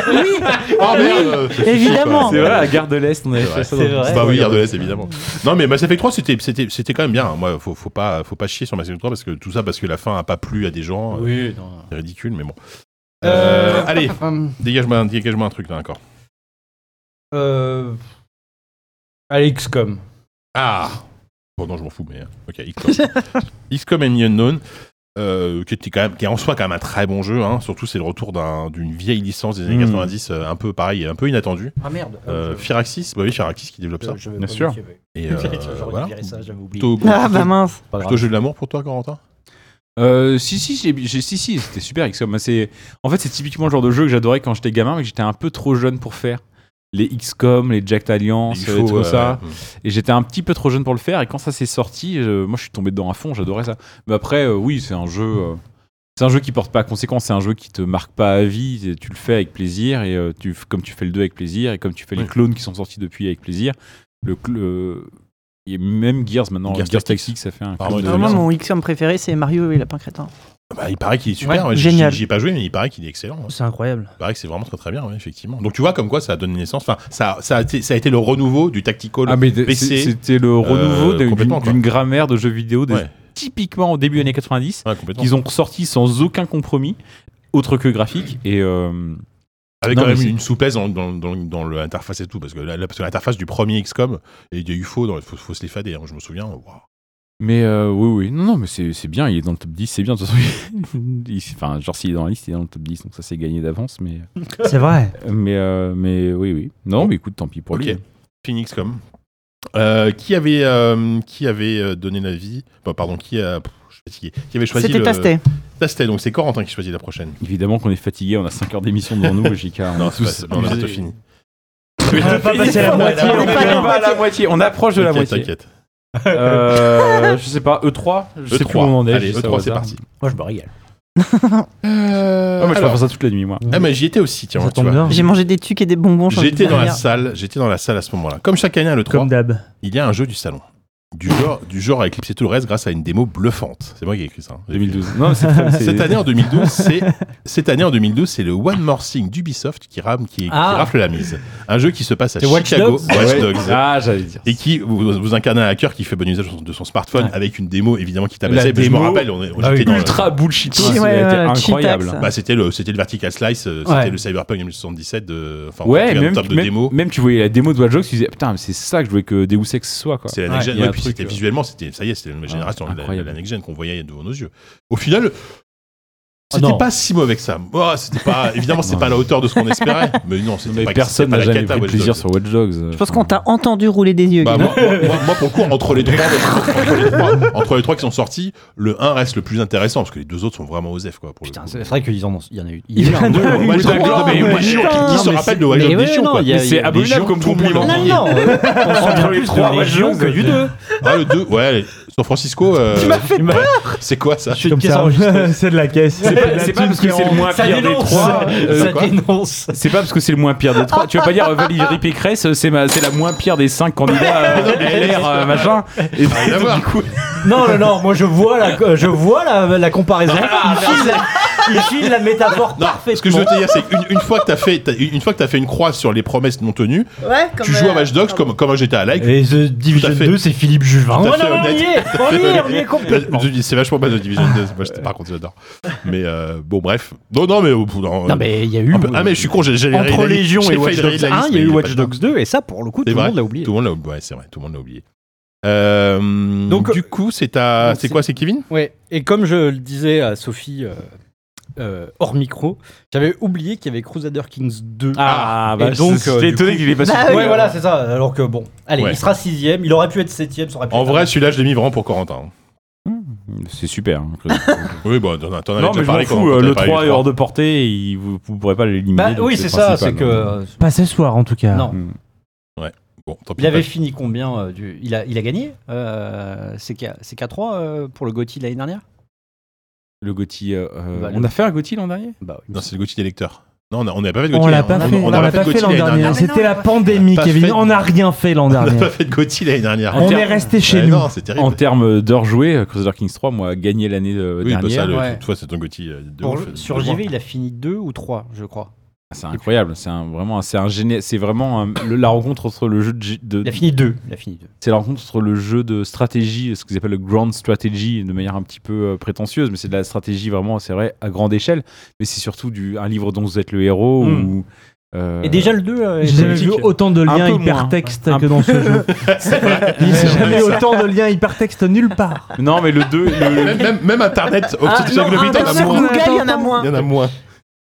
Oh merde euh, c'est- Évidemment. C'est vrai, à Gare de l'Est, on avait C'est fait vrai. ça. C'est dans- vrai. Bah oui, Herdelès, évidemment. Non, mais Mass Effect 3, c'était, c'était, c'était quand même bien. Moi, faut, faut pas, faut pas chier sur Mass Effect 3 parce que tout ça, parce que la fin a pas plu à des gens. Oui, non. C'est ridicule, mais bon. Euh, allez, Hum. dégage-moi, un- dégage-moi un truc là encore. Euh. Allez, XCOM. Ah Bon, non, je m'en fous, mais. euh, Ok, XCOM. XCOM and the Unknown, euh, qui, était quand même, qui est en soi quand même un très bon jeu. hein. Surtout, c'est le retour d'un- d'une vieille licence des années Mm. Hmm. 90, euh, un peu pareil, un peu inattendue. Ah merde. Euh, Firaxis, bah oui, Firaxis qui développe ça. Euh, Bien sûr. Et euh, voilà. J'aurais viré ça, j'avais oublié. Plutôt, Ah bah mince. Pas grave. plutôt jeu de l'amour pour toi, Corentin Euh, si si j'ai, j'ai- si si c'était super XCOM c'est en fait c'est typiquement le genre de jeu que j'adorais quand j'étais gamin mais que j'étais un peu trop jeune pour faire les XCOM les Jack Alliance Il euh, faut, tout euh, ça mm. et j'étais un petit peu trop jeune pour le faire et quand ça s'est sorti euh, moi je suis tombé dedans à fond j'adorais ça mais après euh, oui c'est un jeu euh, c'est un jeu qui porte pas à conséquence c'est un jeu qui te marque pas à vie et tu le fais avec plaisir et euh, tu f- comme tu fais le 2 avec plaisir et comme tu fais les Oui. clones qui sont sortis depuis avec plaisir le, cl- le- il y a même Gears maintenant. Gears Gears, Tactics. Tactics, ça fait un. Pardon, club de- Ah désolé. Vraiment, mon X-Homme préféré, c'est Mario et hein. Lapin Crétin. Bah, il paraît qu'il est super. ouais, j'y- génial. J'y ai pas joué, mais il paraît qu'il est excellent. ouais. C'est incroyable. Il paraît que c'est vraiment très très bien, ouais, effectivement. Donc tu vois comme quoi ça a donné naissance. Enfin, ça, ça, a été, ça a été le renouveau du tactical. Ah mais de- PC, c'est- c'était le renouveau de- complètement, d'une quoi. d'une grammaire de jeux vidéo des- Ouais. typiquement au début années 90 Ouais, complètement. qu'ils ont ressorti sans aucun compromis autre que graphique et euh, Avec Non, quand mais même c'est- une souplesse dans, dans, dans, dans l'interface et tout, parce que la- la- parce que l'interface du premier XCOM et il y a UFO, il faut, faut se les fader. hein, je me souviens. waouh. mais euh, oui oui non non mais c'est c'est bien il est dans le top 10 c'est bien de toute façon il- enfin genre s'il est dans la liste il est dans le top 10 donc ça c'est gagné d'avance mais C'est vrai. mais euh, mais oui oui non mais écoute tant pis pour Ok. lui Phoenix comme. Euh, qui avait euh, qui avait euh, donné l'avis Bah, Pardon, qui a pff, je suis fatigué. Qui avait choisi C'était le- Tastet. Tastet, donc c'est Corentin qui choisit la prochaine. évidemment qu'on est fatigué on a 5 heures d'émission devant nous JK on Non, est c'est pas, tous ça, non, là, abusés. t'as fini. On va pas passer à la moitié. on est pas à la moitié on approche de la T'inquiète, moitié t'inquiète. Euh, je sais pas, E3 Je sais plus où E3. on en est. E Allez, je sais E3, au c'est hasard. parti. Moi, je me régale. Euh, Ah, moi, je peux alors- faire ça toute la nuit, moi. Ah, mais j'y étais aussi, tiens. Ça tu tombe vois. bien. J'ai mangé des tucs et des bonbons. j'ai envie de J'étais dans la dire. salle, j'étais dans la salle à ce moment-là. Comme chaque année à l'E3, Comme d'hab. il y a un jeu du salon. Du genre, du genre à éclipser tout le reste grâce à une démo bluffante. C'est moi qui ai écrit ça. hein. 2012. Non, mais c'est très- c'est- Cette année en 2012, c'est cette année en 2012, c'est le One More Thing d'Ubisoft qui, rame, qui, qui Ah. rafle la mise. Un jeu qui se passe à C'est Watch Chicago, Dogs Watch Dogs, Ah, j'allais dire. et qui vous, vous incarnez un hacker qui fait bon usage de son- de son smartphone avec une démo évidemment qui La tabassait. Je me démo- rappelle, on est Ah j'étais oui. dans le- Ultra bullshit. hein. Ouais, c'était ouais, ouais, cheat incroyable. axe. bah, c'était le c'était le vertical slice, euh, c'était Ouais. le Cyberpunk 2077 de euh, enfin en tout Ouais, cas, même, en termes de même, démo. même tu voyais la démo de Watch Dogs, tu disais putain, mais c'est ça que je voulais que Deus Ex soit quoi. C'est la next Ouais, gen. il y a Ouais, un puis truc, c'était ouais. visuellement, c'était ça y est, c'était la nouvelle Ah, génération, la- la, incroyable. next gen qu'on voyait devant nos yeux. Au final, Ah c'était non. pas si mauvais que ça. Oh, c'était pas évidemment c'est Non, pas à la hauteur de ce qu'on espérait, mais non, c'était Mais pas personne c'était pas n'a la jamais cata pris de Watch plaisir Dogs. sur Watch Dogs. Je pense qu'on t'a entendu rouler des yeux. Bah, Guillaume. moi, moi- moi, pour le coup, entre les, trois, entre, les trois, entre les trois qui sont sortis, le 1 reste le plus intéressant parce que les deux autres sont vraiment aux F. Quoi, pour Putain, le coup. c'est vrai qu'ils en ont. Il y en a eu. Il y en a Ouais, deux, ouais, oui, ouais, oui, je- d'accord, mais mais- moi, je- Qui se mais rappelle c'est- de Watch mais Dogs ouais, des chiens, non, quoi. il y a- Mais c'est il y a- abominable les comme gens, tout le monde Ah compliment. Non, en riait. entre les trois Watch Dogs, que du deux. Ah, le 2, ouais, San Francisco. euh, C'est quoi ça Je suis une Comme caisse ça, enregistrée. c'est de la caisse. C'est pas, c'est pas thune parce que qui c'est le rentre. moins pire des trois. euh, Ça quoi. C'est pas parce que c'est le moins pire des trois. Tu vas pas dire euh, Valérie Pécresse, c'est ma- c'est la moins pire des cinq candidats euh, LR euh, machin. Et Rien à voir. Non, non, non, moi je vois la, je vois la, la comparaison. Ah, Il file la, il file la métaphore Non, parfaite. ce que je veux te dire, c'est qu'une une fois que t'as fait, t'as- une fois que t'as fait une croix sur les promesses non tenues, tu joues à Watch Dogs comme, comme un GTA Like. Et The Division Tout à fait. 2, c'est Philippe Juvin. Tout à Oh, fait non, on y honnête. est, on y est, on y est complètement. Je dis, C'est vachement pas The Division 2. Moi, je- par contre, j'adore. Mais euh, bon, bref. Non, non, mais. au bout d'un- Non, mais il y a eu. Un peu- Ah, mais je suis con, j'ai j'ai Entre réalisé- Légion j'ai et failli Watch Dogs réaliser la 1, liste, il y a mais eu pas Watch le temps. Dogs 2, et ça, pour le coup, C'est tout le vrai. monde l'a oublié. Tout le monde l'a oublié. Ouais, c'est vrai, tout le monde l'a oublié. Euh, Donc, du coup, c'est à. donc C'est c'est- quoi, c'est Kevin Ouais, et comme je le disais à Sophie euh, euh, hors micro, j'avais oublié qu'il y avait Crusader Kings 2. Ah, bah, bah, donc, c'est- j'étais j'étais étonné qu'il est passé. Bah, oui. Ouais, voilà, c'est ça. Alors que bon, Allez, Ouais. il sera sixième, il aurait pu être septième, ça aurait pu En être- vrai, celui-là, je l'ai mis vraiment pour Corentin. hein. C'est super. hein, que- Oui, bon, t'en t'en avais déjà non, mais je m'en parlé quand fous. on euh, t'avait Le parlé du 3 est hors de portée. et il- vous, vous pourrez pas l'éliminer. Bah, donc oui, c'est ça, c'est que. principal. hein. euh, Pas ce soir en tout cas. Non. Mm. Bon, tant pis, Il avait pas- fini combien euh, du... il, a, il a gagné euh, CK, CK3 euh, pour le GOTY l'année dernière Le Gotti. euh, euh, Bah, le- on a fait un Gotti l'an dernier Bah oui. Non, c'est le Gauthier des lecteurs. Non, on a- on n'avait pas fait de On Gauthier. l'a pas fait. On a l'a pas de fait l'an Gauthier l'année dernier. C'était la pandémie, pas Kevin. fait. On n'a rien fait l'an On n'a dernier. pas fait de Gauthier l'année dernière. On terme- est resté Ah, chez Ouais, nous. Non, c'est terrible. En termes d'heures jouées, euh, Crusader Kings 3, moi, a gagné l'année euh, Oui, bah ça, dernière. le- ouais. toi, c'est ton Gauthier euh, de Pour- ouf, de sur loin. JV, il a fini 2 ou 3, je crois. Ah, C'est incroyable. C'est un- vraiment, un- c'est un génie- C'est vraiment un- le- la rencontre entre le jeu de, G- de- Il a fini 2. Il a fini 2. c'est la rencontre entre le jeu de stratégie, ce qu'ils appellent le grand strategy, de manière un petit peu euh, prétentieuse, mais c'est de la stratégie vraiment, c'est vrai, à grande échelle. Mais c'est surtout du, un livre dont vous êtes le héros. Mm. Ou, euh, Et déjà le 2 euh, est J'ai jamais vu politique. autant de Un liens peu moins. hypertextes Un que dans ce jeu. Il n'y a jamais autant de liens hypertextes nulle part. Non, mais le 2, Même, même, même Internet, au petit non, siècle de 8, il y en a Internet, moins. Google, il y en a Il y moins. en a moins.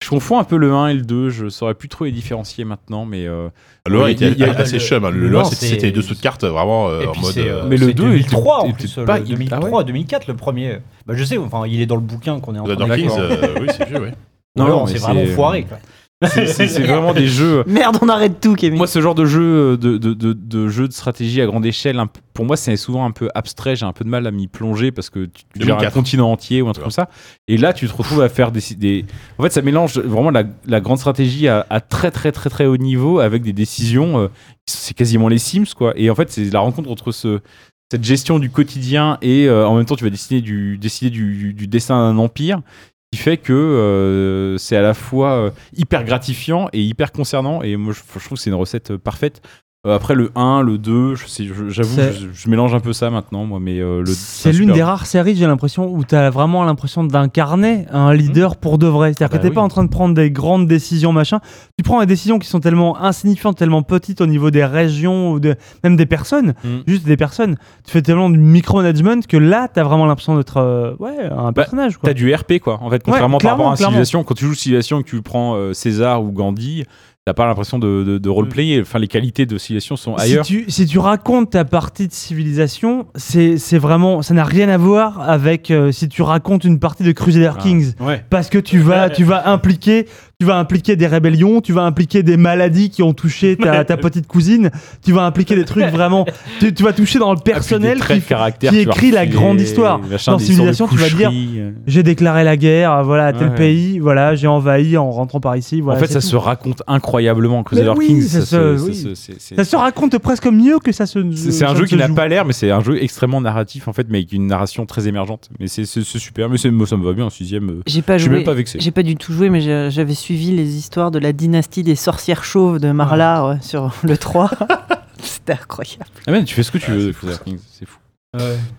je confonds un peu le 1 et le 2, je saurais plus trop les différencier maintenant, mais, euh, Le 1 Oui, était il y a- assez le- chum. hein. Le le 1, un, c'était c'est- c'était les deux sous de cartes vraiment euh, Et en puis mode. c'est, euh, euh, mais le c'est 2 était- 2003 en était plus, pas- le il- 2003, ah ouais. 2004 le premier. Bah je sais, enfin il est dans le bouquin qu'on est en train Crusader de Kings, lire. euh, oui, c'est vieux, oui. Ou alors, Non, on mais s'est vraiment c'est- foiré. quoi. C'est- C'est c'est vraiment des jeux. Merde, on arrête tout, Kevin. Moi, ce genre de jeu euh, de, de, de, de jeu de stratégie à grande échelle, un p- pour moi, c'est souvent un peu abstrait. J'ai un peu de mal à m'y plonger parce que tu, tu gères un 2004. continent entier ou un truc comme ça. Et là, tu te retrouves à faire des. des- En fait, ça mélange vraiment la, la grande stratégie à, à très, très, très, très haut niveau avec des décisions. euh, qui sont- c'est quasiment les Sims, quoi. Et en fait, c'est la rencontre entre ce. Cette gestion du quotidien et euh, en même temps tu vas décider du, décider du, du destin d'un empire qui fait que euh, c'est à la fois euh, hyper gratifiant et hyper concernant et moi je, je trouve que c'est une recette euh, parfaite Euh, après le 1 le 2 je sais- je- j'avoue C'est- je, je mélange un peu ça maintenant moi mais euh, le C'est l'une des rares séries, j'ai l'impression, où tu as vraiment l'impression d'incarner un leader pour de vrai. C'est-à-dire Ah bah que t'es oui. pas en train de prendre des grandes décisions, machin. Tu prends des décisions qui sont tellement insignifiantes, tellement petites au niveau des régions, ou de, même des personnes. Mm. Juste des personnes. Tu fais tellement du micromanagement que là, tu as vraiment l'impression d'être euh, ouais, un personnage. Quoi. Bah, T'as du RP quoi, en fait, contrairement par clairement, rapport à clairement. Civilization, quand tu joues Civilization et que tu prends euh, César ou Gandhi, t'as pas l'impression de, de, de roleplayer, enfin les qualités de Civilization sont Mm. Si ailleurs. tu, si tu racontes ta partie de civilisation, c'est c'est vraiment, ça n'a rien à voir avec euh, si tu racontes une partie de Crusader Ah. Kings. Ouais. Parce que tu vas, tu vas impliquer, tu vas impliquer des rébellions, tu vas impliquer des maladies qui ont touché ta, ta petite cousine, tu vas impliquer des trucs vraiment, tu, tu vas toucher Ah, dans le personnel. très qui- qui écrit la grande histoire. Dans Civilization, tu vas dire, J'ai déclaré la guerre, euh, voilà, à tel Ouais. pays, voilà, j'ai envahi en rentrant par ici, voilà. en fait, c'est ça tout. se raconte incroyablement. Crusader oui, Kings, ça se- oui. se- c'est- c'est- ça se raconte presque mieux que ça se. C'est c'est un ça jeu se qui n'a joue. pas l'air, mais c'est un jeu extrêmement narratif en fait, mais avec une narration très émergente. Mais c'est c'est- c'est super, mais c'est- moi, ça me va bien. Un sixième, Ah, euh, J'ai pas je suis joué. même pas vexé. J'ai pas du tout joué, mais j'ai- j'avais suivi les histoires de la dynastie des sorcières chauves de Marla ouais, sur le 3. C'était incroyable. Ah man, tu fais ce que tu veux. Crusader Kings, c'est fou.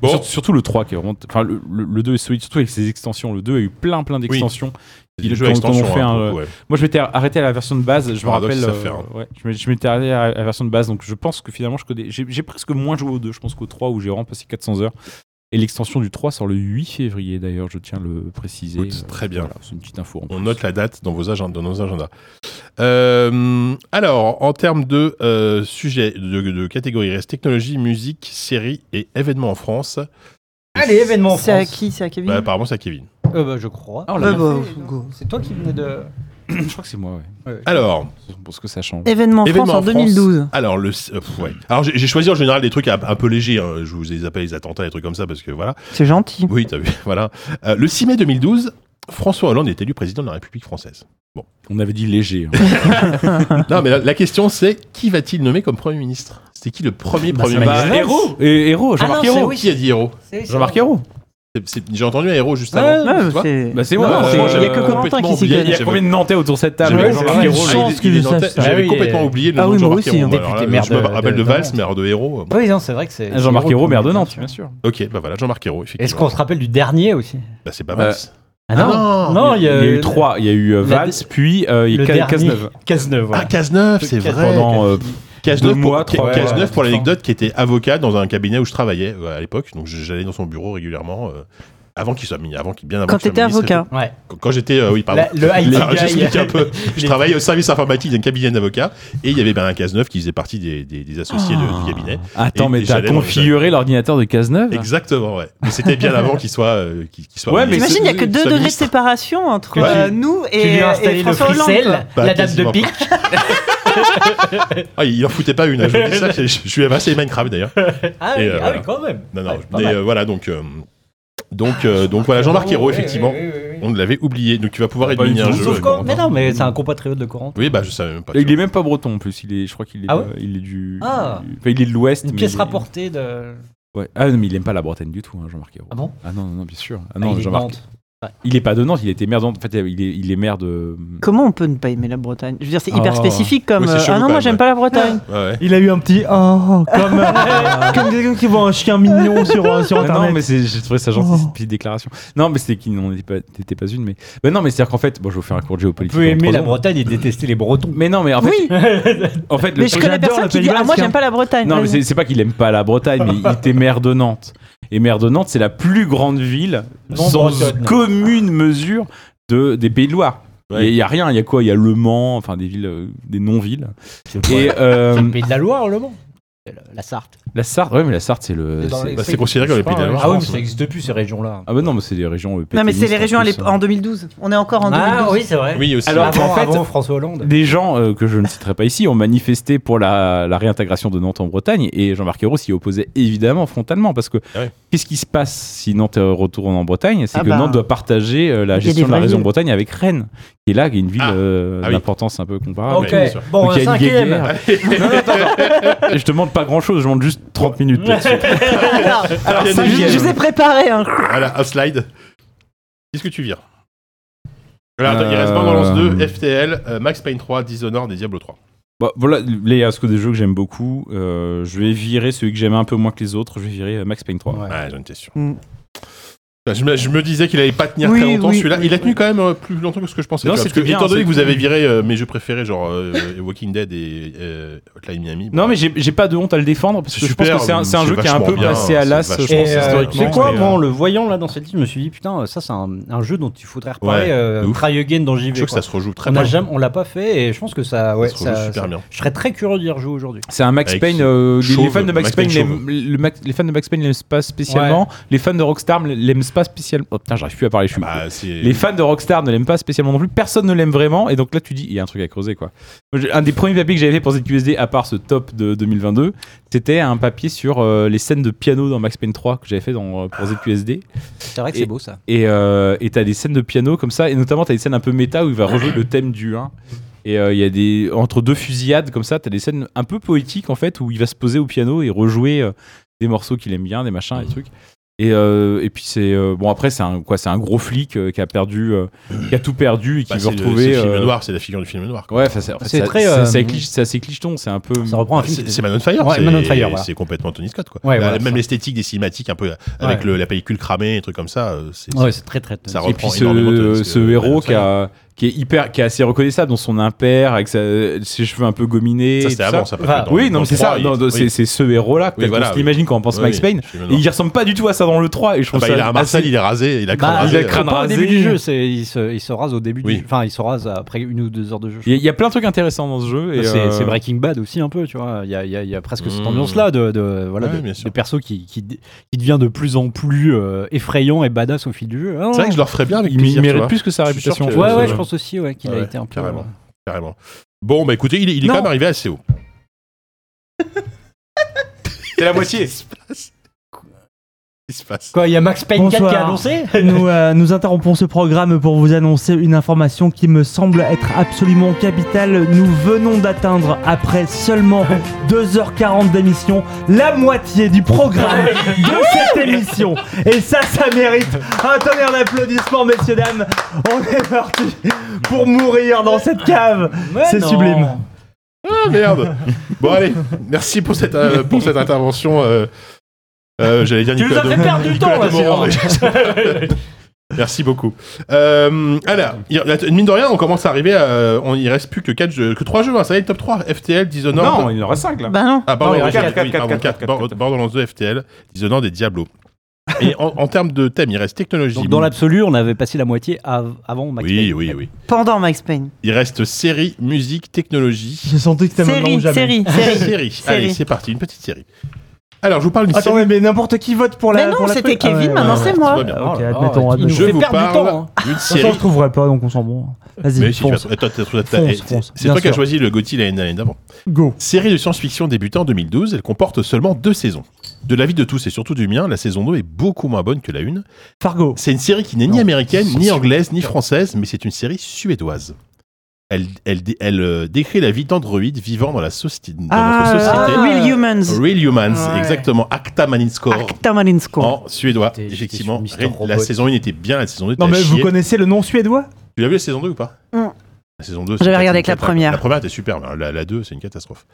Bon. Surt- surtout le 3 qui est vraiment. Enfin, le, le- le 2 est solide, surtout avec ses extensions. Le 2 a eu plein, plein d'extensions. Il Il- joue quand- à quand on extension. fait hein, un- pour le coup, ouais. Moi, je m'étais arrêté à la version de base. Je me Paradoxe, rappelle. ça euh, fait, hein. ouais, je m'étais- je m'étais arrêté à la version de base, donc je pense que finalement, je connais. J'ai j'ai presque moins joué au 2. Je pense qu'au 3 où j'ai vraiment passé 400 heures. Et l'extension du 3 sort le 8 février d'ailleurs, je tiens à le préciser. Écoute, Euh, très bien. voilà, c'est une petite info. en On plus. note la date dans, vos agendas, dans nos agendas. Euh, alors, en termes de euh, sujets, de, de catégories, il reste technologie, musique, série et événements en France. Allez, événement en C'est à France. qui C'est à Kevin Bah, apparemment, c'est à Kevin. Euh, bah, je crois. Ah, on l'a Ouais, bien bah, fait, go. C'est toi qui venais de. je crois que c'est moi, ouais. Alors, Pour ce que ça change. Événement en France événements en 2012. Alors, le, euh, pff, ouais. alors j'ai j'ai choisi en général des trucs un, un peu légers. hein. Je vous appelle les attentats, les trucs comme ça, parce que voilà. C'est gentil. Oui, t'as vu. Voilà. Euh, le 6 mai 2012, François Hollande est élu président de la République française. On avait dit léger. hein. non, mais la, la question, c'est qui va-t-il nommer comme Premier ministre C'était qui le premier Premier Bah, ministre Bah, héros Et héros, Jean-Marc Ayrault. Qui a dit héros Jean-Marc Héros. C'est- c'est- J'ai entendu un héros juste Ouais, avant. ouais, tu vois c'est- Bah, c'est Ah, Non, moi, non, euh, c'est- Il y euh, a que Corentin qui complètement s'y oublié. Il y connaît. a combien de Nantais autour de cette table J'avais ouais, Jean-Marc aucune Ayrault, il est- chance. qu'il il est le nantais. sache, ça. J'avais Ah oui, complètement euh, oublié le ah nom de oui, moi Jean-Marc aussi, Ayrault. hein. Alors là, Député maire Je me de- rappelle de- de Valls, de- maire de héros. Oui, non, c'est vrai que c'est. c'est Jean-Marc Hérault Héros, qui maire venait de ça. Nantes, bien sûr. Ok, bah voilà, Jean-Marc Ayrault, Est-ce qu'on effectivement. se rappelle du dernier aussi Bah, c'est pas mal. Ah non. Non, il y a eu trois. Il y a eu euh, la- Valls, puis euh, il y Le a Ca- dernier. Cazeneuve. Cazeneuve, Ah, voilà. Cazeneuve, c'est Cazeneuve. vrai. Pendant euh, Cazeneuve, deux pour, mois, trois, Ca- ouais, Cazeneuve, ouais, pour ouais. l'anecdote, qui était avocat dans un cabinet où je travaillais euh, à l'époque. Donc je- j'allais dans son bureau régulièrement. euh, avant qu'il soit mis, avant qu'il bien avant Quand qu'il soit t'étais ministre. avocat. Ouais. Quand, quand j'étais, euh, oui, pardon. La- le IT Alors, guy. J'explique un peu. Je Les- travaillais au service informatique d'un cabinet d'avocats et il y avait Bernard Cazeneuve qui faisait partie des, des- des associés de- Oh. du cabinet. Ah. Attends, Et- et mais t'as j'allais dans le- configuré l'ordinateur de Cazeneuve Exactement, ouais. Mais c'était bien avant qu'il soit, euh, qu'il qu'il soit. Ouais, ministre. mais T'imagines, il y a que Qu'il deux soit degrés de ministre. séparation entre Ouais. euh, nous Tu et, lui et as installé le François Hollande. quoi. fricelle, Bah, la dame de quasiment. pique. Ah, il en foutait pas une. hein, Je, vous dis ça, je, je suis avancé Minecraft d'ailleurs. Ah Et, oui, euh, ah voilà. oui, quand même. Non, non. Ouais, pas mais mal. euh, voilà, donc. euh, donc, euh, donc voilà, Jean-Marc Hérault, Oui, oui, effectivement, oui, oui, oui. on l'avait oublié, donc tu vas pouvoir Pas éliminer du un tout, jeu. Sauf euh, quand- Corentin. Mais non, mais c'est un compatriote de Coran. Oui, bah je savais même pas. tu Il vois. est même pas breton en plus. Il est, je crois qu'il est, Ah ouais euh, il est du, Ah. du- enfin, il est de l'Ouest. Une mais pièce il est- rapportée de. Ouais. Ah non, mais il aime pas la Bretagne du tout, hein, Jean-Marc Ayrault. Ah bon Ah non, non, non, bien sûr. Ah Ah, non, il est de Jean-Marc. Nantes. Il est pas de Nantes. Il était maire de Nantes. En fait, il est, il est maire de. Comment on peut ne pas aimer la Bretagne Je veux dire, c'est Ah. hyper spécifique comme. Oui, c'est euh, chelou, ah non, quand moi même, j'aime ouais. pas la Bretagne. Ouais, ouais. Il a eu un petit oh comme, euh, comme quelqu'un qui voit un chien mignon sur, euh, sur Ah internet. non, mais c'est- j'ai trouvé ça gentil Oh. cette petite déclaration. Non, mais c'était qu'il n'en était pas, t'étais pas une. Mais bah non, mais c'est à dire qu'en fait, bon, je vais vous faire un cours de On géopolitique. peut dans aimer trois la ans. Bretagne et détester les Bretons. Mais non, mais en fait, Oui, en fait, le mais je truc- connais j'adore personne le qui Pays dit Ah, moi Basque, j'aime hein. pas la Bretagne. Non, mais c'est- c'est pas qu'il aime pas la Bretagne, mais il était maire de Nantes. Et maire de Nantes, c'est la plus grande ville, Non sans bretonne. commune mesure, de, des Pays de Loire. Il Ouais. y, a rien, il y a quoi Il y a Le Mans, enfin des villes, euh, des non-villes. C'est Et, euh, Mais de la Loire, le Mans. la, la Sarthe. La Sarthe, ouais, mais la Sarthe, c'est le. Dans c'est- les- Bah, c'est considéré comme les pays hein. de la Ah oui, mais France. ça n'existe plus ces régions-là. Ah, bah non, mais c'est les régions. euh, Non, mais c'est pétainistes, les en régions à plus, l'ép- hein. en 2012. On est encore en 2012. Ah c'est vrai. Oui, aussi. Alors, avant, en fait- avant François Hollande. Des gens euh, que je ne citerai pas ici ont manifesté pour la, la réintégration de Nantes en Bretagne et Jean-Marc Ayrault s'y opposait évidemment frontalement parce que Ah ouais. qu'est-ce qui se passe si Nantes euh, retourne en Bretagne C'est Ah que bah, Nantes doit partager euh, la il y a gestion des de la vraies région villes. Bretagne avec Rennes qui est là qui est une ville Ah, euh, ah oui. d'importance un peu comparable. mais bien sûr. Oh, ok, bon, Donc, il y un a une cinquième. guéguerre. Non, non, attends, attends. Je demande pas grand chose, je demande juste 30 minutes là-dessus. Alors, il y a des Je villes- vous ai préparé. hein. Voilà, un slide. Qu'est-ce que tu vires Voilà, attends, il reste Euh, Borderlands 2, FTL, euh, Max Payne 3, Dishonored et Diablo 3. Bon, voilà les ascos des jeux que j'aime beaucoup. Euh, je vais virer celui que j'aime un peu moins que les autres. Je vais virer euh, Max Payne 3. Ouais, j'en étais sûr. Mm. Bah, Je me, je me disais qu'il allait pas tenir Oui, très longtemps oui, celui-là. oui, il a tenu quand même euh, plus longtemps que ce que je pensais. Non, tu vois, parce c'était que, bien, étant donné que c'était- vous avez viré euh, mes jeux préférés, genre euh, euh, Walking Dead et euh, Hotline Miami. Non, bah, mais j'ai j'ai pas de honte à le défendre parce que C'est je super, pense que c'est un, c'est un c'est jeu qui est un vachement peu bien, passé à c'est l'as, je vachement pense, bien. Et, euh, historiquement. C'est quoi, mais, moi, en euh, le voyant là dans cette liste, je me suis dit, putain, euh, ça, c'est un, un jeu dont il faudrait reparler. Ouais, euh, de ouf. Try Again dans je JV. trouve que quoi. ça se rejoue très On n'a bien. jamais- on l'a pas fait et je pense que ça, ouais, se rejoue ça- super ça- bien. Je serais très curieux d'y rejouer aujourd'hui. C'est un Max Avec Payne. ce euh, les- les chauve, fans de Max, Max Payne Payne, l'aiment- le Max- les fans de Max Payne l'aiment pas spécialement. Les fans de Rockstar ne l'aiment pas spécialement. Oh putain, j'arrive plus à parler. Je suis. Bah, c'est- les fans de Rockstar ne l'aiment pas spécialement non plus. Personne ne l'aime vraiment. Et donc là, tu dis, il y a un truc à creuser, quoi. Moi, j'ai- Un des premiers papiers que j'avais fait pour ZQSD, à part ce top de 2022, c'était un papier sur euh, les scènes de piano dans Max Payne 3 que j'avais fait dans, euh, pour ZQSD. Ah. C'est vrai que Et- c'est beau ça. Et euh, et t'as des scènes de piano comme ça, et notamment t'as des scènes un peu méta où il va rejouer le thème du 1. Et euh, il y a des. Entre deux fusillades comme ça, t'as des scènes un peu poétiques en fait, où il va se poser au piano et rejouer euh, des morceaux qu'il aime bien, des machins, Mhm. des trucs. Et, euh, et puis c'est. euh, bon, après, c'est un, quoi, c'est un gros flic euh, qui a perdu. euh, qui a tout perdu et qui bah, veut c'est le- retrouver. c'est le film euh, noir, c'est la figure du film noir. quoi. Ouais, enfin, c'est en fait, C'est ça- très, c'est euh, assez clich- c'est assez clicheton, c'est un peu. Ça reprend un film. C'est c'est Man on Fire, Ouais, c'est- Man on Fire, voilà. c'est complètement Tony Scott quoi. Ouais, Bah, voilà, même ça. l'esthétique des cinématiques un peu euh, avec Ouais. le- la pellicule cramée et trucs comme ça, euh, c'est Ah Ouais, c'est très très. ça Et reprend puis énormément de- ce, de- ce euh, de- héros de- qui, a- qui est hyper, qui est assez reconnaissable dans son impair, avec sa- ses cheveux un peu gominés. ça et c'était tout ça. avant ça. Enfin, pas dans- oui, dans non, mais c'est trois, ça. il- non, oui. c'est- C'est ce héros-là Oui, que voilà, on s'imagine quand on pense Oui, Max oui, Payne. film Et noir. il y ressemble pas du tout à ça dans le 3 et je Ah trouve bah, ça il a un assez- sale, il est rasé, il a crâne Bah, rasé. il a euh, crâne Pas au rasé. début du jeu, c'est- il se, il se rase au début du Oui. jeu. Enfin, il se rase après une ou deux heures de jeu. je Il y a- il y a plein de trucs intéressants dans ce jeu. et, Bah, C'est euh, c'est Breaking Bad aussi un peu, tu vois. Il y a, il y a- il y a presque cette Mmh. ambiance-là de, de- voilà, Ouais, de, bien sûr. de perso qui, qui, qui devient de plus en plus euh, effrayant et badass au fil du jeu. Ah, C'est vrai que je le referais bien avec Il plaisir, tu mérite vois. plus que sa Je suis sûr réputation. que- Ouais, Ouais, ouais, ouais. je pense aussi ouais, qu'il Ouais, a été un peu. euh, carrément. carrément. Bon, bah écoutez, il est, il est Non. quand même arrivé assez haut. C'est la moitié. Il se passe. Quoi, il y a Max Payne 4 qui a Bonsoir. annoncé Nous, euh, nous interrompons ce programme pour vous annoncer une information qui me semble être absolument capitale. Nous venons d'atteindre, après seulement 2h40 d'émission, la moitié du programme de cette émission. Et ça, ça mérite un tonnerre d'applaudissements, messieurs, dames. On est parti pour mourir dans cette cave. C'est sublime. Ah merde Bon, allez, merci pour cette, euh, pour cette intervention. euh, euh, J'allais dire Nicolas. Tu nous as fait perdre du temps, Merci beaucoup. Euh, alors, il- la- mine de rien, on commence à arriver à. On, il reste plus que 4 jeux, que 3 jeux, hein, ça y est, le top 3. FTL, Dishonored. Non, il en reste 5 là. Bah non. Ah, pardon, Non, il y a oui, quatre, oui, pardon, quatre, quatre, quatre, quatre, Bord- quatre. Borderlands 2, FTL, Dishonored et Diablo. Et en, en termes de thème, il reste technologie. Donc dans l'absolu, on avait passé la moitié av- avant Max Oui, Payne. oui, oui. Pendant Max Payne. Il reste série, musique, technologie. J'ai senti que t'as maintenant ou Série, série, jamais. série. série. Allez, Série. c'est parti, une petite série. Alors, je vous parle d'une série. Attendez, mais n'importe qui vote pour la. Mais non, pour la c'était truc. Ah Kevin, ouais, maintenant ouais, c'est ouais. Tout moi. va bien. Ok, Oh, admettons. oh, il nous Je fait vous perdre du temps, parle hein. d'une Ça, je série. trouverai pas, donc on s'en branle. hein. Mais Vas-y, si, tu fonce. vas- toi, t'as- toi, t'as- Fonce, t'as- fonce. eh, C'est toi Bien qui as sûr. choisi le Gauthier l'année l'année d'avant. Go. Série de science-fiction débutée en 2012, elle comporte seulement deux saisons. De l'avis de tous et surtout du mien, la saison 2 est beaucoup moins bonne que la 1. Fargo. C'est une série qui n'est ni américaine, ni anglaise, ni française, mais c'est une série suédoise. Elle, elle, dé- elle, euh, décrit la vie d'androïdes vivant dans, la société, dans notre société. Real Humans. Real Humans, Ah, Ouais. exactement. Acta Maninscore Acta Malinsko. en suédois. J'étais- j'étais Effectivement, sur Mr. la Robot. saison 1 était bien, la saison 2 était Non, mais vous chier. connaissez le nom suédois Tu l'as vu la saison 2 ou pas Mm. La saison 2. c'est J'avais regardé une avec la catastrophe. première. La première était super, mais la, la 2, c'est une catastrophe.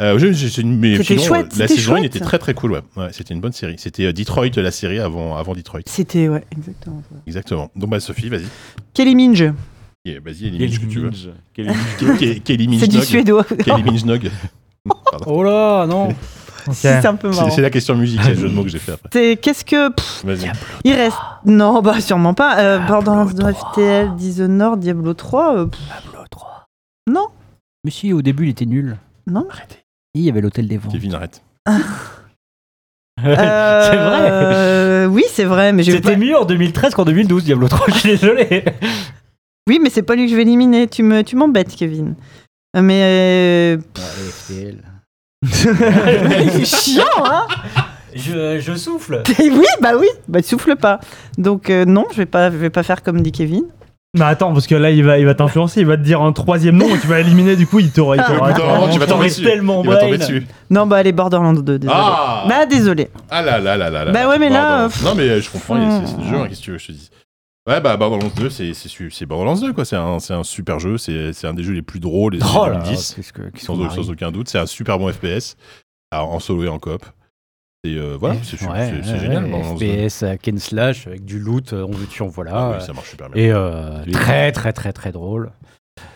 Euh, je- je- c'est une- mais C'était sinon, euh, chouette, La c'était saison 1 chouette. était très très cool, ouais. Ouais, c'était une bonne série. C'était euh, Detroit, la série avant, avant Detroit. C'était, ouais, exactement. ça. Exactement. Donc, bah, Sophie, vas-y. Kelly Minge. Et Vas-y, élimine ce que tu veux. Quel image. Ke- Ke- Kelly C'est du Minjnog. suédois. Kelly Minjnog. Pardon. Oh là, non. C'est un peu C'est marrant. c'est la question musique, c'est le jeu de mots que j'ai fait après. C'est- Qu'est-ce que. pff, Vas-y. Il reste. Non, bah sûrement pas. Euh, Borderlands 2, FTL, Dishonored, Diablo 3. euh, pff, Diablo 3. Non. Mais si, au début, il était nul. Non. Il y avait l'hôtel des vents. Kevin, arrête. C'est vrai. Euh, oui, c'est vrai, mais j'ai C'était mieux en 2013 qu'en 2012, Diablo 3, je suis désolé. Oui, mais c'est pas lui que je vais éliminer. Tu me, tu m'embêtes, Kevin. Euh, Mais euh, il est chiant, hein Je, je souffle. Oui, bah oui, bah souffle pas. Donc euh, non, je vais pas, je vais pas faire comme dit Kevin. Mais attends, parce que là, il va, il va t'influencer, il va te dire un troisième nom et tu vas éliminer, du coup, il t'aura. il t'aura- Au bout d'un moment, tu vas tomber dessus. tellement Il va tomber brain. dessus. Non, bah allez Borderlands 2, désolé. Ah Bah désolé. Ah là là là là là. Bah là. ouais, mais là, Pardon. euh, pff. Non, mais je comprends, il y a- c'est c'est le Hmm. jeu, hein, qu'est-ce que tu veux que je te dise Ouais, bah Borderlands 2, c'est- c'est su- c'est Borderlands 2, quoi. C'est un, c'est un super jeu, c'est c'est un des jeux les plus drôles des Oh années là là, 2010, qu'est-ce que- qu'est-ce qu'on sans, arrive. sans aucun doute. C'est un super bon FPS, alors, en solo et en coop. Et euh, voilà, c'est su- Ouais, c'est- c'est ouais, génial, ouais, Borderlands 2. FPS à euh, Ken Slash avec du loot, euh, on veut tu en Ah voilà. oui, ça marche super bien. et euh, très très très très drôle.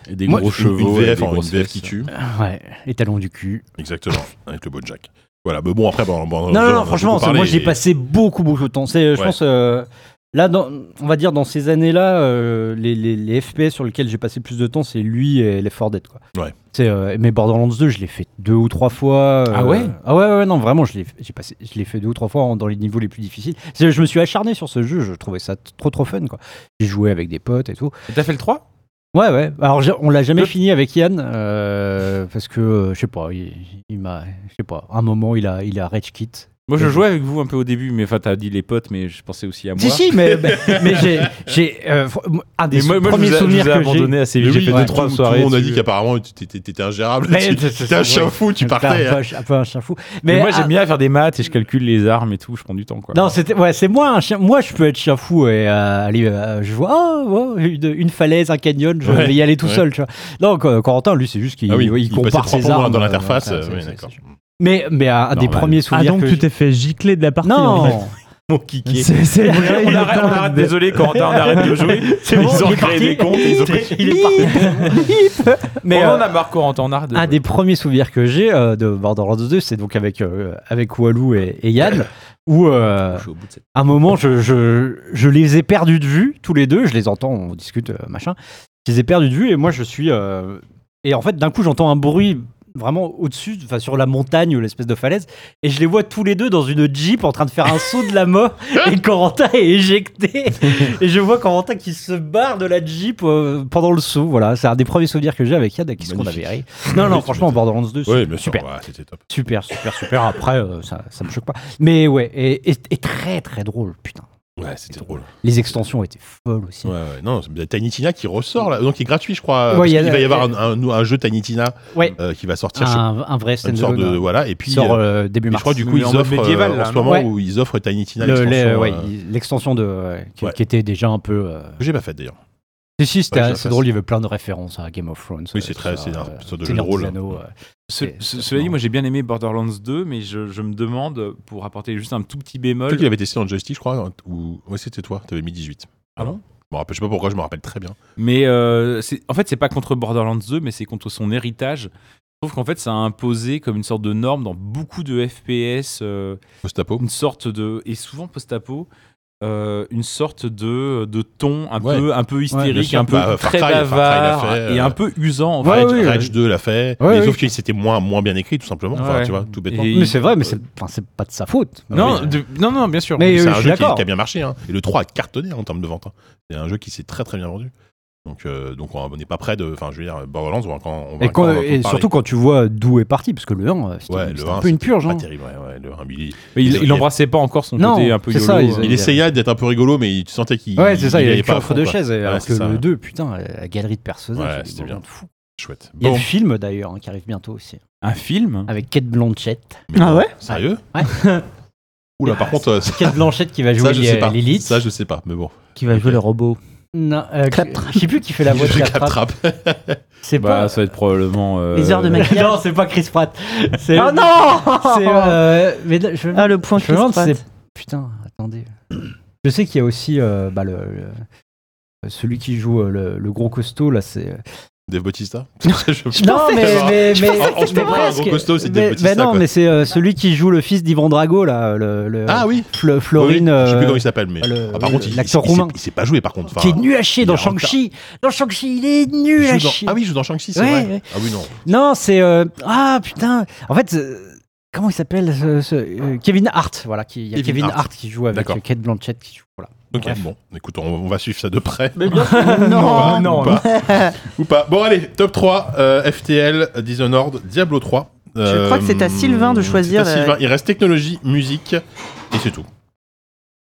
Et des Moi, gros une- Une chevaux. et des VF, en- une grosses VF fesses. qui tue. Ouais, et talons du cul. Exactement, avec le beau Jack. Voilà, mais bon, après, Borderlands 2. Non, non, non, franchement, c'est- moi j'ai passé beaucoup, beaucoup de temps. C'est, je Ouais. pense, euh, là, dans- on va dire dans ces années-là, euh, les, les- les FPS sur lesquels j'ai passé le plus de temps, c'est lui et les 4 Dead, quoi. Ouais. C'est, euh, mais Borderlands 2, je l'ai fait deux ou trois fois. euh, Ah ouais Ah ouais, ouais, ouais, non, vraiment, je l'ai, j'ai passé, je l'ai fait deux ou trois fois en- dans les niveaux les plus difficiles. C'est- je me suis acharné sur ce jeu, je trouvais ça t- trop, trop fun, quoi. J'ai joué avec des potes et tout. Et T'as fait le 3 Ouais, ouais. Alors, j'ai- on l'a jamais fini avec Yann, euh, parce que, euh, je sais pas, il, il m'a, je sais pas, un moment, il a, il a rage quit. Moi, je jouais avec vous un peu au début, mais enfin, t'as dit les potes, mais je pensais aussi à moi. Si, si, mais, mais, mais j'ai. j'ai euh, fr- un des Mais moi, moi, je premiers vous ai- je souvenirs vous ai que j'ai. abandonné assez vite. J'ai fait deux, 2-3 Tout le soirées. monde a dit dessus. qu'apparemment, tu- t'étais t'étais ingérable. Mais- tu- T'étais un chien fou, tu partais. Un hein. peu, un peu un chien fou. Mais, Mais, moi, j'aime ah, bien faire des maths et je calcule les armes et tout. Je prends du temps, quoi. Non, c'était ouais, c'est moi un chien. Moi, je peux être chien fou et euh, aller. euh, je vois ah, oh, une, une falaise, un canyon. Je Ouais, vais y aller tout ouais. seul, tu vois. Donc, euh, Corentin, lui, c'est juste qu'il Ah oui, il il passait compare trois ses points armes dans euh, l'interface. ça, euh, c'est- oui, c'est- d'accord. Mais, mais un, un des Normal. premiers Ah, souvenirs donc que tu j'ai- t'es fait gicler de la partie en fait. Non, Mon kiki. C'est- c'est- On arrête, on arrête, on arrête, désolé, Corentin, on arrête de jouer. ils bon, ont il créé est parti. des comptes, ils ont il est parti. Mais mais on euh, en a marre, Corentin, on arrête de Un jouer. des premiers souvenirs que j'ai euh, de Borderlands 2, c'est donc avec, euh, avec Walou et, et Yann, où euh, Je suis au bout de cette- à un moment, je, je, je les ai perdus de vue, tous les deux, je les entends, on discute, euh, machin. Je les ai perdus de vue et moi, je suis. euh, et en fait, d'un coup, j'entends un bruit vraiment au-dessus, enfin sur la montagne ou l'espèce de falaise, et je les vois tous les deux dans une jeep en train de faire un saut de la mort, et Corentin est éjecté, et je vois Corentin qui se barre de la jeep euh, pendant le saut, voilà, c'est un des premiers souvenirs que j'ai avec Yann, qu'est-ce qu'on avait Magnifique. ri. Non, non, Oui, tu franchement, m'étonnes. Borderlands 2, Oui, super, bien sûr, super, ouais, c'était top. super, super, super. après, euh, ça, ça me choque pas. Mais ouais, et, et- et très très drôle, putain. Ouais, c'était drôle. Les extensions étaient folles aussi. Ouais, ouais, non, c'est- Tiny Tina qui ressort, là. donc qui est gratuit, je crois. Ouais, parce il y a- qu'il va y avoir un, un- un jeu Tiny Tina Ouais. euh, qui va sortir. je sais Un, un vrai pas, une sorte stand-alone. de hein. voilà. Et Qui puis, sort euh, euh, début et je mars. crois du coup mais ils en mode offrent euh, médiéval, en là, ce non moment Ouais. où ils offrent Tiny Tina. Le- l'extension, le- ouais, euh, il- L'extension de euh, qui, Ouais. qui était déjà un peu. euh, que j'ai pas fait d'ailleurs. Si, si, c'était Ouais, je la c'est fasse. drôle, il y avait plein de références à Game of Thrones. Oui, euh, c'est tout très- ça, c'est un euh, sorte de Seigneur jeu de rôle. des Anneaux, euh. Ce- c'est- ce- c'est Cela dit, marrant. moi, j'ai bien aimé Borderlands 2, mais je, je me demande, pour apporter juste un tout petit Toi bémol, qui l'avais testé dans Joystick, je crois. hein, Ou ouais, c'était toi. T'avais mis 18. Ah bon Je me rappelle- Je sais pas pourquoi, je me rappelle très bien. Mais euh, c'est- en fait, c'est pas contre Borderlands 2, mais c'est contre son héritage. Je trouve qu'en fait, ça a imposé comme une sorte de norme dans beaucoup de FPS, euh, Postapo. une sorte de et souvent post-apo, euh, une sorte de, de ton un Ouais. peu un peu bien hystérique, sûr. un peu Bah, Far très Cry, Far Cry l'a bavard fait, euh, et un peu usant. En Ouais, fait. Rage, oui, Rage oui. 2 l'a fait, Ouais, mais oui. sauf que c'était moins, moins bien écrit, tout simplement. Enfin, Ouais. tu vois, tout bêtement. Et- Mais c'est vrai, mais c'est enfin, c'est pas de sa faute. Non, Mais- de- non, non, bien sûr. Mais c'est euh, un je suis jeu qui, d'accord. qui a bien marché. hein. Et le 3 a cartonné hein, en termes de vente. hein. C'est un jeu qui s'est très très bien vendu. Donc, euh, donc on n'est pas près de. Enfin, je veux dire, Borderlands, on va encore. On va Et, encore quand- entendre et parler. surtout quand tu vois d'où est parti, parce que le 1, euh, c'était Ouais, c'était le 1, un peu une purge. Pas hein. terrible, ouais, ouais, le 1 Billy. Mais il, Il- il embrassait pas encore son Non, côté un peu c'est yolo. ça, ils- euh, Il essaya d'être un peu rigolo, mais il- tu sentais qu'il. Ouais, c'est ça, il, y allait avait pas à pas fond, de quoi. chaise. alors c'est que ça. le 2, putain, la galerie de personnages. Ouais, c'est c'était des bien. moments de fou. Chouette. Il y a Bon, le film d'ailleurs hein, qui arrive bientôt aussi, Un film. avec Kate Blanchett. Ah ouais sérieux Ouais. Oula, par contre, euh, ça, Kate Blanchett qui va jouer ça, je sais Lily pas. Lilith. Ça, je sais pas, mais bon. Qui va jouer le robot Non, euh, Claptrap. je sais plus qui fait la voix de Je Claptrap. captrape. C'est Bah, pas. ça va être probablement. euh, Les heures de maquillage. non, c'est pas Chris Pratt. C'est. Ah non C'est. euh, mais là, je. Ah le point je me Chris demande, Pratt. c'est. Putain, attendez. Je sais qu'il y a aussi euh, bah, le, le- celui qui joue euh, le, le gros costaud là, c'est. Dave Bautista Je- Non, pensais- mais, mais, je mais- pensais que c'était mais- pas un gros costaud, c'est Dave mais- Bautista, mais non, quoi. mais c'est euh, celui qui joue le fils d'Ivan Drago, là, le, le- Ah oui Fl- Euh, Florine, Oui, oui, Je sais plus euh, comment il s'appelle, mais. le- Ah, par contre, il- l'acteur il- il s'est- roumain. Il s'est pas joué, par contre. enfin, qui est nul à chier il dans est en retard. Shang-Chi. Dans Shang-Chi, il est nul il à joue dans- chier. Ah oui, il joue dans Shang-Chi, c'est Ouais, vrai. ouais. Ah oui, non. Non, c'est. euh, Ah putain En fait, euh, comment il s'appelle ce, ce- euh, Kevin Hart, voilà. qui- Il y a Kevin Kevin Hart. Hart. qui joue avec D'accord. euh, Kate Blanchett qui joue. Voilà. Ok, bon, écoute, on, on va suivre ça de près. Ah, Non, Ou pas. Ou pas. Bon, allez, top 3, euh, FTL, Dishonored, Diablo 3. Je crois que c'est à Sylvain de choisir euh, c'est à la- Sylvain. Il reste technologie, musique, et c'est tout.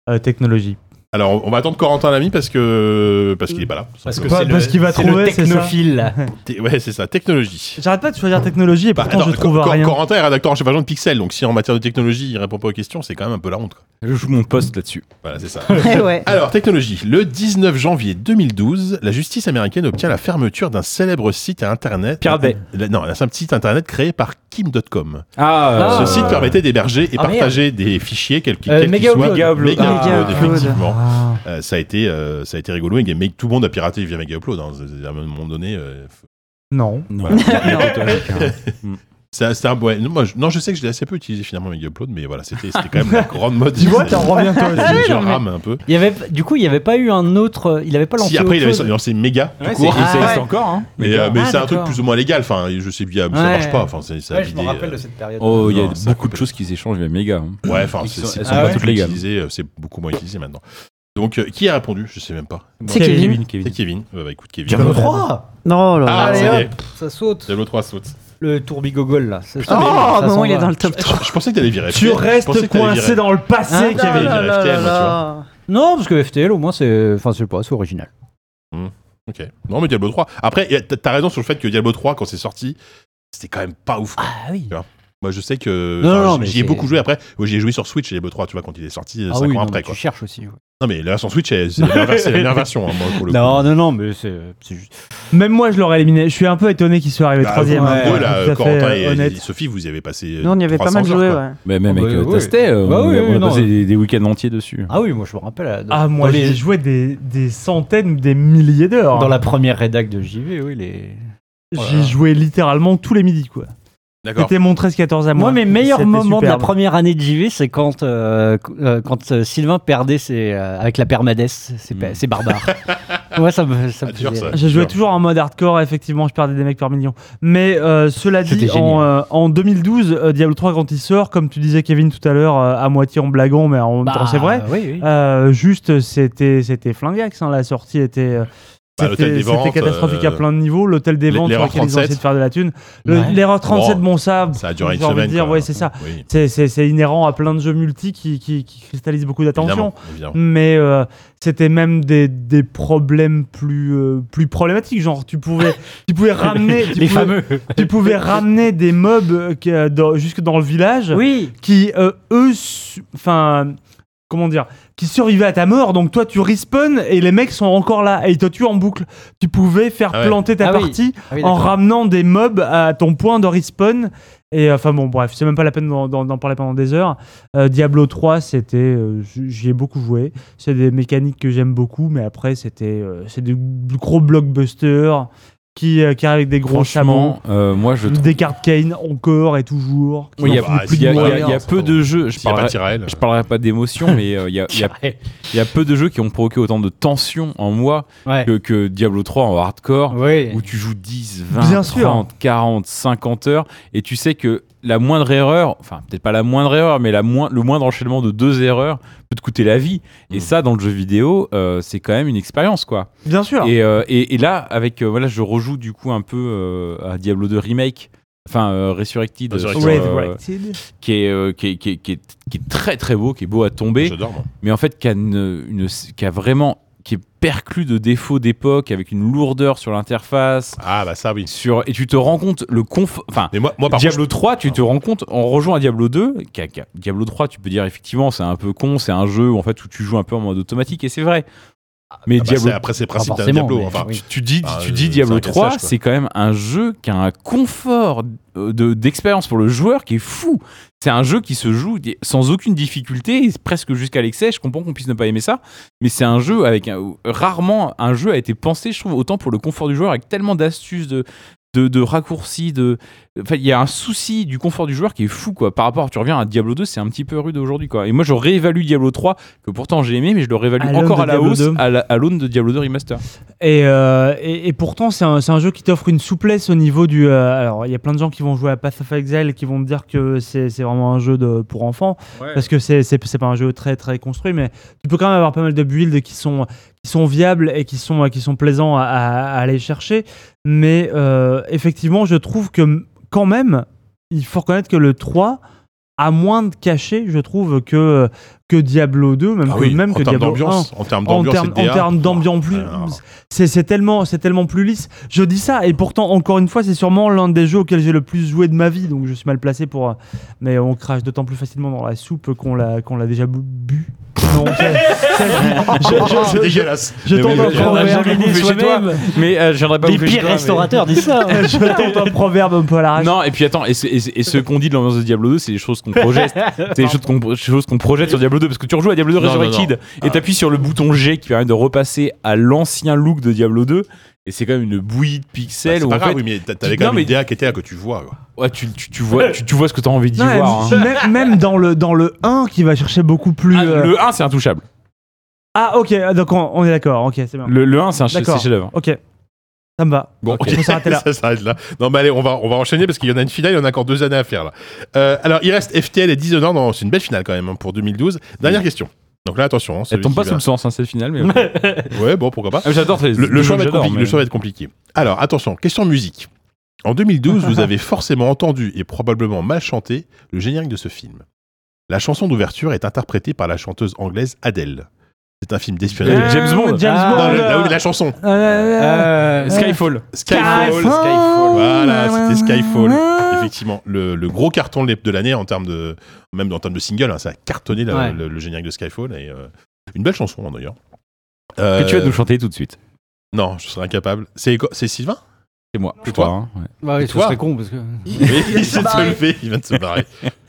Euh, technologie. Alors, on- on va attendre Corentin l'ami parce que parce qu'il est pas là. Parce que Pas- c'est parce le, qu'il va c'est trouver, le c'est ça. technophile. Té- Ouais, c'est ça, technologie. J'arrête pas de choisir technologie et Bah, pourtant attends, je trouve Cor- rien. Corentin est rédacteur en chef agent de Pixel, donc si en matière de technologie il répond pas aux questions, c'est quand même un peu la honte. quoi. Je joue mon poste là-dessus. Voilà, c'est ça. Eh ouais. Alors, technologie. Le 19 janvier 2012, la justice américaine obtient la fermeture d'un célèbre site à internet. Pirate Bay. Euh, Non, c'est un petit site internet créé par Kim.com. Ah, Ce site permettait d'héberger et Ah, partager des fichiers, quels qu'ils Euh, quels qu'ils Mega soient. Upload. Mega Upload. Mega Mega Upload, Upload. effectivement. Ah. Euh, ça, a été, euh, ça a été rigolo. Et mais tout le monde a piraté via Mega Upload. hein. À un moment donné, euh, Non. Non, Voilà. non. ça- c'est un. ouais, non, moi, je, non, je sais que je l'ai assez peu utilisé finalement Mega Upload, mais voilà, c'était c'était quand même la grande mode. Tu vois, t'en reviens toi Je- aussi. je rame un peu. Il y avait, du coup, il n'y avait pas eu un autre. euh, Il avait pas lancé. Si après, il autre avait chose. lancé Mega. tout Ouais, c'est- court. il Ah, existe ouais. encore. Hein. Mais, euh, mais Ah, c'est un truc d'accord. plus ou moins légal. Enfin, je sais bien, ça Ouais. marche pas. Enfin, c'est ça euh, Ouais, je me rappelle de cette période. Oh, il y a Non, ça, beaucoup de complètement. choses qui s'échangent via méga. hein. Ouais, enfin, Ils c'est sont- c'est- elles c'est sont pas toutes toutes légales. utilisé, euh, C'est beaucoup moins utilisé maintenant. Donc, euh, qui a répondu Je sais même pas. C'est Kevin. Mmh. C'est Kevin. Ouais, bah écoute, Kevin. Diablo 3 Non, là. Ah, Allez, ça y est. hop, ça saute. Diablo 3 saute. Le tourbigogol là. ça- Oh, ça bon, s'en il est va. dans le top 3. Je, je pensais que t'allais virer. Tu Je pensais que restes t'allais virer. coincé dans le passé, Ah, Kevin. là, là, FTL, moi, tu vois. Non, parce que FTL, au moins, c'est. Enfin, je sais pas, c'est original. Ok. Non, mais Diablo 3. Après, y a- t'as t'as raison sur le fait que Diablo 3, quand c'est sorti, c'était quand même pas ouf. quoi. Ah oui. Moi, je sais que. Non, enfin, non, j'y- mais J'y ai c'est- Ah beaucoup joué après. Moi, J'y ai joué sur Switch, Diablo 3, tu vois, quand il est sorti 5 ans après, tu quoi. cherches aussi. ouais. Non, mais là, sur Switch, c'est c'est la dernière- c'est la dernière version, hein, moi, pour le coup. Non, non, non, mais c'est c'est juste. Même moi, je l'aurais éliminé. Je suis un peu étonné qu'il soit arrivé Bah, troisième. vous hein, deux, là, tout à fait, Corentin euh, et, honnête. et Sophie, vous y avez passé. Nous, on y avait pas mal 300 heures, joué, quoi. ouais. Mais même Ah, avec bah, euh, oui. Tastet, euh, Bah on, oui, a- oui, on a non. passé des, des week-ends entiers dessus. Ah oui, moi, je me rappelle. euh, dans- Ah, moi, dans j'ai les- joué des, des centaines ou des milliers d'heures. Dans la première rédac de JV, oui, les. J'ai joué littéralement tous les midis, quoi. D'accord. C'était mon 13-14 à moi. Moi, mes meilleurs C'était moments de la superbe. première année de JV, c'est quand, euh, qu- euh, quand euh, Sylvain perdait ses, euh, avec la permadès, ses, pa- Mm. ses barbares. Moi, ça me, ça me Hmm. Ah, dur, faisait- ça. Je jouais Dur. toujours en mode hardcore, effectivement, je perdais des mecs par million. Mais euh, cela dit, C'était en, génial. euh, en 2012, euh, Diablo 3, quand il sort, comme tu disais, Kevin, tout à l'heure, euh, à moitié en blaguant, mais en même temps, Bah, c'est vrai. Oui, oui. Euh, juste, c'était c'était flingax. hein, la sortie était. euh, Bah, l'hôtel c'était des ventes, c'était catastrophique à euh, plein de niveaux. L'hôtel des l'e- ventes sur l'erreur lequel ils ont essayé de 37. faire de la thune. Le- Ouais. L'erreur 37, Bon, bon, ça. Ça a duré une j'ai envie de semaine. dire, quoi. ouais, c'est ça. Oui, c'est- C'est c'est inhérent à plein de jeux multi qui, qui, qui cristallisent beaucoup d'attention. évidemment, évidemment. Mais euh, c'était même des, des problèmes plus, euh, plus problématiques. Genre, tu pouvais, tu pouvais ramener. Tu pouvais- Les fameux. tu pouvais ramener des mobs euh, qui, euh, dans- jusque dans le village Oui. qui, euh, eux, su- enfin, comment dire, qui survivaient à ta mort. Donc toi, tu respawn et les mecs sont encore là et ils te tuent en boucle. Tu pouvais faire Ah ouais. planter ta Ah oui. partie Ah oui, en d'accord. ramenant des mobs à ton point de respawn. Et euh, enfin bon, bref, c'est même pas la peine d'en- d'en d'en parler pendant des heures. Euh, Diablo 3, c'était, euh, j- j'y ai beaucoup joué. C'est des mécaniques que j'aime beaucoup, mais après, c'était, euh, c'est des gros blockbusters qui, euh, qui arrivent avec des gros chameaux. Franchement, euh, moi je trouve. Des cartes Kane encore et toujours. Il y a, Bah, il y a- il y a- il y a c'est peu pas de jeux. Je S'il y a pas parlerai, de Tyrell, je parlerai pas d'émotion, mais euh, il y, a, il y Ah, a- il y a peu de jeux qui ont provoqué autant de tension en moi Ouais. que, que Diablo 3 en hardcore. Oui. où tu joues 10, 20, Bien 30, sûr. 40, 50 heures et tu sais que la moindre erreur, enfin peut-être pas la moindre erreur, mais la moin- le moindre enchaînement de deux erreurs peut te coûter la vie. Et Mm. ça, dans le jeu vidéo, euh, c'est quand même une expérience, quoi. Bien sûr. Et, euh, et- et là, avec euh, voilà, je rejoue du coup un peu euh, à Diablo 2 remake. Enfin, euh, Resurrected, euh, Resurrected. sur, Red euh, Rated. qui, est, euh, qui, est, qui est- qui est- qui est très très beau, qui est beau à tomber j'adore. moi. mais en fait qui a, une- une- qui a vraiment qui est perclus de défauts d'époque avec une lourdeur sur l'interface Ah, bah ça, oui. sur et tu te rends compte le conf enfin Mais moi, moi par Diablo contre. 3, tu te rends compte, en rejoint à Diablo 2, qui a- qui a- Diablo 3, tu peux dire effectivement c'est un peu con, c'est un jeu en fait où tu joues un peu en mode automatique et c'est vrai. Mais Ah bah, Diablo c'est- Après, c'est le principe d'un forcément, Diablo. mais- Enfin, oui. tu dis, Ah, tu euh, dis c'est Diablo un cassage, 3, quoi. c'est quand même un jeu qui a un confort euh, de- d'expérience pour le joueur qui est fou. C'est un jeu qui se joue di- sans aucune difficulté, et presque jusqu'à l'excès. Je comprends qu'on puisse ne pas aimer ça, mais c'est un jeu avec un- rarement un jeu a été pensé, je trouve, autant pour le confort du joueur avec tellement d'astuces de de, de raccourcis, de enfin il y a un souci du confort du joueur qui est fou quoi. Par rapport, tu reviens à Diablo 2, c'est un petit peu rude aujourd'hui quoi. Et moi je réévalue Diablo 3 que pourtant j'ai aimé, mais je le réévalue À l'aune encore de à la Diablo hausse 2. à la- à l'aune de Diablo 2 remaster. Et, euh, et, et pourtant, c'est un, c'est un jeu qui t'offre une souplesse au niveau du. euh, alors, il y a plein de gens qui vont jouer à Path of Exile et qui vont me dire que c'est c'est vraiment un jeu de, pour enfants. Parce que c'est- c'est c'est pas un jeu très très construit, mais tu peux quand même avoir pas mal de builds qui sont, qui sont viables et qui sont, qui sont plaisants à, à- à aller chercher. Mais euh, effectivement, je trouve que m- quand même, il faut reconnaître que le 3 a moins de cachet, je trouve, que, que Diablo 2, même Ah que, oui, même en que termes Diablo 1 d'ambiance, en termes en d'ambiance, termes et de en DA, termes d'ambiance plus alors. c'est c'est tellement c'est tellement plus lisse je dis ça et pourtant encore une fois c'est sûrement l'un des jeux auxquels j'ai le plus joué de ma vie donc je suis mal placé pour euh, mais on crache d'autant plus facilement dans la soupe qu'on l'a qu'on l'a déjà bu- bu non, c'est- c'est- je- je- C'est dégueulasse. je Mais tente oui, un oui, oui. On a proverbe. jamais bouffé chez toi. Mais euh, je viendrai pas Les bouffer chez pires toi, mais- restaurateurs disent ça. je tente un proverbe un peu à l'arrache Non, et puis attends, et ce, et ce- et ce qu'on dit de l'ambiance de Diablo 2, c'est des choses qu'on projette. c'est des choses qu'on des choses qu'on projette sur Diablo 2, parce que tu rejoues à Diablo 2 Non, non, Resurrected, et t'appuies sur le bouton G qui permet de repasser à l'ancien look de Diablo 2, et c'est quand même une bouillie de Bah, pixels C'est où pas en grave, fait, oui, mais t'a- t'avais tu- quand non, même une mais- DA qui était à que tu vois. quoi. ouais, tu, tu- tu vois, tu, tu vois ce que t'as envie d'y voir. hein. même, même dans le dans le 1 qui va chercher beaucoup plus Ah, euh, le 1, c'est intouchable. ah ok ah, donc on, on est d'accord ok c'est bien Le, le 1, c'est un chef- D'accord. c'est chef-d'œuvre. ok ça me va Bon, Ok, on peut s'arrêter là. ça s'arrête là. Non, mais allez, on va, on va enchaîner parce qu'il y en a une finale, il y en a encore deux années à faire là. Euh, alors, il reste FTL et Dishonored. Non, C'est une belle finale quand même hein, pour 2012. Dernière question. Donc là, attention. hein, Elle celui tombe qui pas va- sous le sens, hein, cette finale, mais. Ouais, bon, pourquoi pas. Ah, J'adore les- Le, le choix va être j'adore, compliqué, mais- le choix va être compliqué. Alors, attention, question musique. En 2012, vous avez forcément entendu et probablement mal chanté le générique de ce film. La chanson d'ouverture est interprétée par la chanteuse anglaise Adele. C'est un film d'espionnage. Euh, James Bond. James Ah, Bond Non, le- la, oui, la chanson. Euh, Skyfall. Skyfall. Skyfall. Skyfall. Voilà, c'était Skyfall. Effectivement, le, le gros carton de l'ép- de l'année en termes de, même en termes de single, hein, ça a cartonné la- Ouais. le, le générique de Skyfall et euh, une belle chanson hein, d'ailleurs. Que tu vas Euh, nous chanter tout de suite. Non, je serais incapable. C'est c'est Sylvain. C'est moi, je toi. crois. hein, ouais. Bah Et oui, ce toi serait con parce que. Oui, il vient de se lever, il vient de se barrer.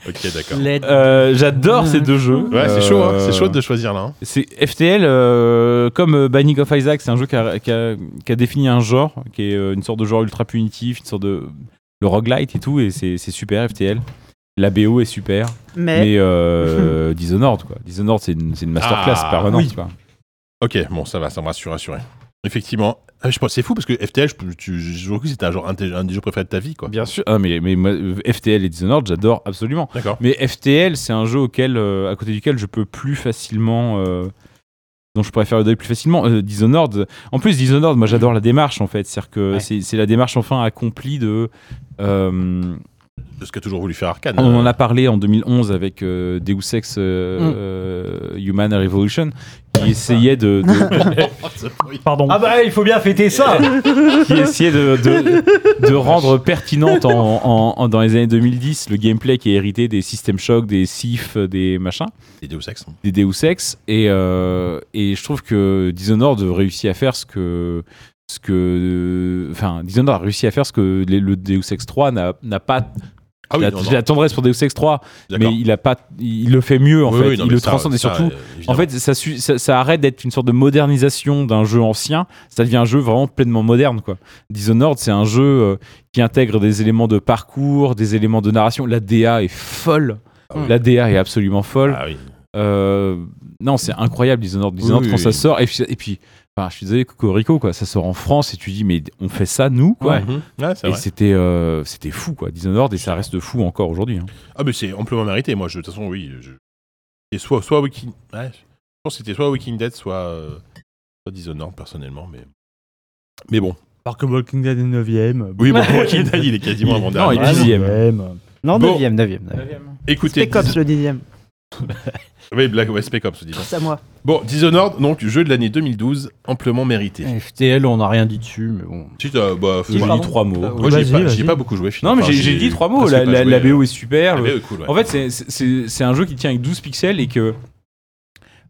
Ok, d'accord. Euh, J'adore ces deux jeux. Ouais, c'est chaud, hein, Euh, c'est chaud de choisir là. hein. C'est FTL, euh, comme euh, Binding of Isaac, c'est un jeu qui a, qui a- qui a défini un genre, qui est euh, une sorte de genre ultra punitif, une sorte de le roguelite et tout, et c'est c'est super FTL. La BO est super, Mais mais euh, Dishonored quoi. Dishonored c'est une, c'est une masterclass Ah, permanente. oui. quoi. Ok, bon, ça va, ça me rassure, rassuré. Effectivement, Ah, je pense c'est fou parce que FTL, je, peux- tu- je- je trouve que c'était un genre un, des- un des jeux préférés de ta vie, quoi. Bien sûr. Ah, mais, mais moi, euh, FTL et Dishonored j'adore absolument. D'accord. Mais FTL c'est un jeu auquel, euh, à côté duquel je peux plus facilement euh, dont je pourrais faire le deuil plus facilement. Euh, Dishonored, en plus, Dishonored, moi j'adore la démarche en fait. C'est-à-dire que Ouais. c'est c'est la démarche enfin accomplie de. euh, Ce qu'a toujours voulu faire Arkane. Ah, on en euh, a parlé en 2011 avec euh, Deus Ex euh, Mm. euh, Human Revolution qui essayait de, de- pardon Ah bah il faut bien fêter ça qui essayait de, de- de rendre pertinente en- en- en- dans les années 2010 le gameplay qui est hérité des System Shock, des Sif, des machins. les Deus Ex. des Deus Ex et, euh, et je trouve que Dishonored réussit à faire ce que ce que enfin Dishonored a réussi à faire ce que les- le Deus Ex 3 n'a n'a pas Ah oui, la, non, non, j'ai la tendresse pour Deus Ex 3 d'accord. mais il a pas il le fait mieux en Oui, fait oui, non, il mais le ça, transcende et ça, surtout euh, en évidemment. fait, ça, su- ça, ça arrête d'être une sorte de modernisation d'un jeu ancien. Ça devient un jeu vraiment pleinement moderne. Quoi. Dishonored, c'est un jeu euh, qui intègre des éléments de parcours, des éléments de narration. La DA est folle. Ah oui. La DA est absolument folle. Ah oui. Euh, non, c'est incroyable Dishonored. Dishonored Oui, quand oui, ça oui. sort, et puis, et puis enfin, je suis désolé, Cocorico, quoi, ça sort en France, et tu dis, mais on fait ça nous, quoi. Mhm. Ouais, c'est Et vrai. c'était euh, c'était fou, quoi. Dishonored, et ça reste fou encore aujourd'hui. hein. Ah, mais c'est amplement mérité. Moi, je- de toute façon, oui. Je... Et soit, soit Waking. ouais, je pense que c'était soit Waking Dead, soit, euh, soit Dishonored, personnellement. Mais, mais bon. Par que Walking Dead est 9ème. Oui, bon, Waking Dead, il est quasiment Ah, avant Non, il dernier. est dixième. Bah, Non, Bon. 9ème, 9ème. Écoutez. Spec Ops le dixième. Oui, Black ouais, Spec Ops, dis donc. C'est à moi. Bon, Dishonored, donc jeu de l'année 2012, amplement mérité. FTL, on n'a rien dit dessus, mais bon. Si, t'as- bah, faut- J'ai dit trois mots. Moi, j'y ai Vas-y, pas, vas-y. j'y ai pas beaucoup joué. Non, mais j'ai- j'ai dit trois mots. La, la- la BO est super. le- Ah, euh, cool, ouais. En fait, c'est- c'est c'est- c'est un jeu qui tient avec 12 pixels et que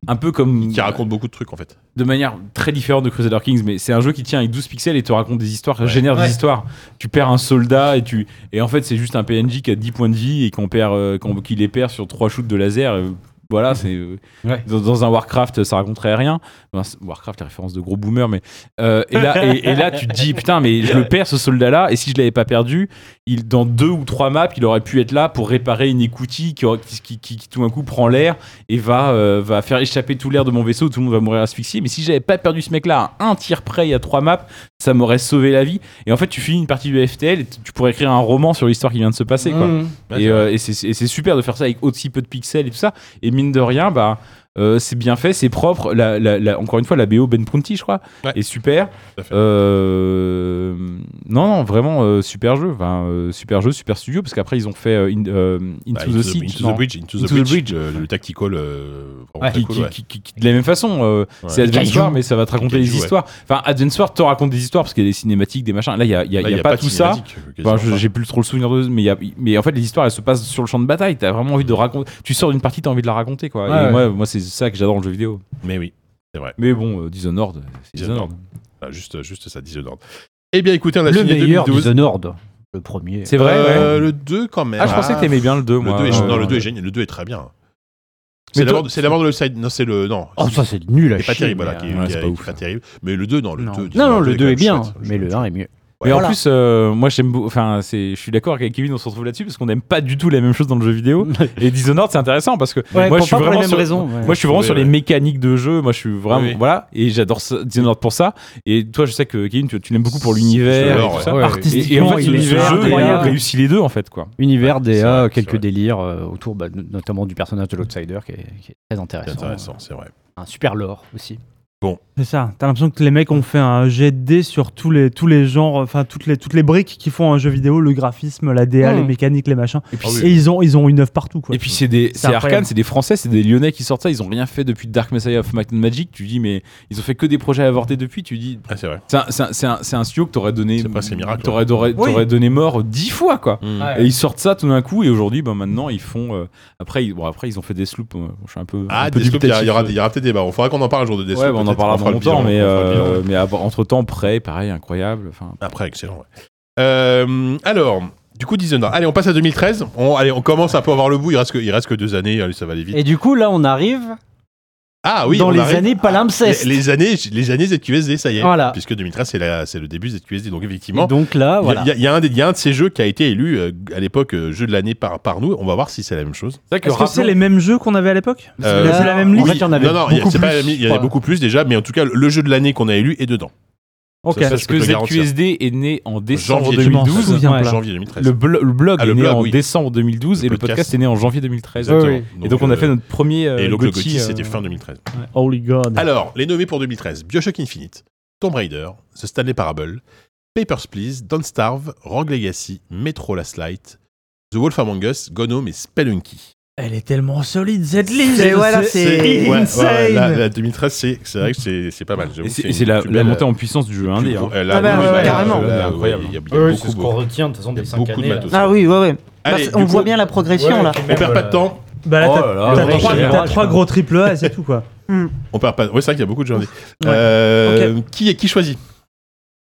un peu comme Qui raconte beaucoup de trucs en fait. de manière très différente de Crusader Kings, mais c'est un jeu qui tient avec 12 pixels et te raconte des histoires, génère des Ouais. histoires. Tu perds un soldat et tu et en fait c'est juste un PNJ qui a 10 points de vie et qu'on perd, euh, qu'on- qui les perd sur trois shoots de laser. euh, voilà, c'est euh, Ouais. dans, dans un Warcraft, ça raconterait rien. Enfin, c'est- Warcraft, la référence de gros boomer, mais euh, et là et, et là tu te dis putain, mais je le perds ce soldat-là et si je l'avais pas perdu, il dans deux ou trois maps, il aurait pu être là pour réparer une écoutille qui, aurait- qui, qui- qui- qui, tout d'un coup prend l'air et va, euh, va faire échapper tout l'air de mon vaisseau, tout le monde va mourir asphyxié. Mais si j'avais pas perdu ce mec-là à un tir près, il y a trois maps, ça m'aurait sauvé la vie. Et en fait, tu finis une partie du FTL et t- tu pourrais écrire un roman sur l'histoire qui vient de se passer. Quoi. Hmm. Ouais, et c'est euh, et c'est et c'est super de faire ça avec aussi peu de pixels et tout ça. Et mine de rien, bah. euh, c'est bien fait, c'est propre. La, la- la- encore une fois, la BO Ben Prunty, je crois, Ouais. est super. Tout à fait. Euh, non, non, vraiment euh, super jeu, Enfin, euh, super jeu, super studio. Parce qu'après, ils ont fait euh, In- euh, Into Bah, the Siege, Into non. the Bridge, Into the Into the Bridge, Bridge. Le, le tactical. euh, vraiment Ouais. très qui, cool, qui- ouais. qui- qui- qui- de la même façon, euh, c'est Les Advance kaijus. War, mais ça va te raconter Les les kaijus, ouais. histoires. Enfin, Advance War te raconte des histoires parce qu'il y a des cinématiques, des machins. Là, il n'y a, il y a- Là, il y a pas, de tout ça. cinématique, euh, quasiment Enfin, Bah, je- pas. j'ai plus trop le souvenir de, mais, il y a- mais en fait, les histoires, elles se passent sur le champ de bataille. T'as vraiment envie de raconter. Tu sors d'une partie, t'as envie de la raconter, quoi. Ouais, Et ouais. moi, moi, c'est ça que j'adore dans le jeu vidéo. Mais oui, Mais bon, euh, Dishonored, c'est Dishonored. Dishonored. Ah, juste, juste ça, Dishonored. Eh bien, écoutez, on a Le signé meilleur 2012. Dishonored. Le premier. C'est vrai. ouais. Euh, Le 2 quand même. Ah, je pensais que t'aimais bien le 2 Le moi. 2 est, Euh, non, le 2 est génial, le 2 est très bien. Mais C'est toi- la mort- c'est la mort de l'Upside. Non, c'est le. Non, Oh, ça, c'est nul à c'est pas chier, terrible, mais, voilà, qui, euh, est- ouais, qui c'est est- pas qui est ouf. pas terrible. Mais le 2, non, le 2. Non. disons, Non, non, le quand 2 est même bien, chouette, je mais trouve le 1 est mieux. Mais en Voilà. plus, euh, moi j'aime, beau- enfin, c'est, je suis d'accord avec Kevin, on se retrouve là-dessus parce qu'on n'aime pas du tout la même chose dans le jeu vidéo. et Dishonored, c'est intéressant parce que Ouais, moi, pour je suis pas pour les vraiment mêmes sur, raisons. ouais. Moi, je suis vraiment Oui, sur les ouais. mécaniques de jeu. Moi, je suis vraiment. Oui, oui. Voilà. Et j'adore ça- Dishonored pour ça. Et toi, je sais que Kevin, tu, tu l'aimes beaucoup pour l'univers. J'adore, et tout ouais. ça. Ouais, Et, et en fait, il est ce jeu incroyable. réussit les deux, en fait, quoi. Univers des c'est A, vrai, quelques c'est vrai. délires euh, autour bah, no- notamment du personnage de l'Outsider qui est, qui est très C'est intéressant. intéressant, c'est vrai. Un super lore aussi. C'est ça. T'as l'impression que les mecs ont fait un jet de dés sur tous les, tous les genres, enfin toutes les, toutes les briques qui font un jeu vidéo, le graphisme, la DA, Mmh. les mécaniques, les machins. Et puis, Ah oui. Et ils ont, ils ont une œuvre partout quoi. Et puis c'est des, C'est c'est incroyable. Arkane, c'est des Français, c'est des Lyonnais qui sortent ça. Ils ont rien fait depuis Dark Messiah of Might and Magic. Tu dis mais ils ont fait que des projets avortés depuis. Tu dis Ah, c'est vrai. c'est un, c'est un, c'est un- c'est un studio que t'aurais donné, C'est pas ses miracles, t'aurais, t'aurais- Oui. t'aurais donné mort dix fois quoi. Hmm. Ah, Ouais. Et ils sortent ça tout d'un coup et aujourd'hui, ben maintenant ils font. euh, après, ils, bon, après ils ont fait des sloops. je suis un peu. un Ah, peu des slopes, il y a- il y aura, dubitatif. il y aura peut-être des barres. Il faudra qu'on en parle un jour de Deathloop. Ouais, bah, on en peut-être. parlera fera dans le longtemps, bilan, mais, on fera le bilan. euh, mais entre temps, prêt, pareil, incroyable. Enfin, Après, excellent. ouais. Euh, alors, du coup, Dishonored. Allez, on passe à 2013. On, allez, on commence un peu à voir le bout. Il reste que, il reste que deux années. Allez, ça va aller vite. Et du coup, là, on arrive ah oui, dans on les arrive- années palimpsestes. les, les années, les années ZQSD, ça y est. Voilà. Puisque 2013, c'est la- c'est le début ZQSD. Donc, effectivement, Et donc là, Il y a- Ah, voilà. Il y, a- il y a un des- il y a un de ces jeux qui a été élu euh, à l'époque euh, jeu de l'année par, par nous. On va voir si c'est la même chose. c'est vrai Est-ce que c'est les mêmes jeux qu'on avait à l'époque Euh, C'est la même en liste. fait, il y en avait non, non, il y a- beaucoup c'est pas la plus, même- il y en a voilà. beaucoup plus déjà, mais en tout cas, le jeu de l'année qu'on a élu est dedans. Ok. ça, parce je peux que te le garantir. ZQSD est né en décembre Janvier, je m'en 2012. souviens. Ouais. Janvier 2013. Le, blo- le blog Ah, est le né blog, en oui. décembre 2012 Le et le podcast. podcast est né en janvier 2013. Exactement. oui. Et donc on a euh, fait notre premier euh, Et donc, le Gotti, Gotti, euh, c'était fin 2013. Holy God. Alors, les nommés pour 2013 Bioshock Infinite, Tomb Raider, The Stanley Parable, Papers, Please, Don't Starve, Rogue Legacy, Metro Last Light, The Wolf Among Us, Gnome et Spelunky. Elle est tellement solide cette liste. C'est- voilà, c'est- ouais, ouais, insane. la, la 2013, c'est c'est vrai que c'est c'est pas mal. j'avoue, Et c'est une et c'est la, plus la belle- montée en puissance du jeu indé. hein. Euh, là, Ah bah, oui, ouais, bah, carrément. là, C'est incroyable. ouais, Il y a, il y a Ouais, c'est beaucoup, ce qu'on retient de toute façon il y a des 5 beaucoup de années. là. matos. Ah oui, ouais, ouais. Allez, Parce- on du voit coup, bien la progression Ouais, là. puis On même, perd pas de euh, temps. Bah là, Oh t'as- là là, t'as le trois- régime. t'as trois gros triple A et c'est tout quoi. On perd pas. Ouais, c'est vrai qu'il y a beaucoup de gens. Euh, Qui est qui choisit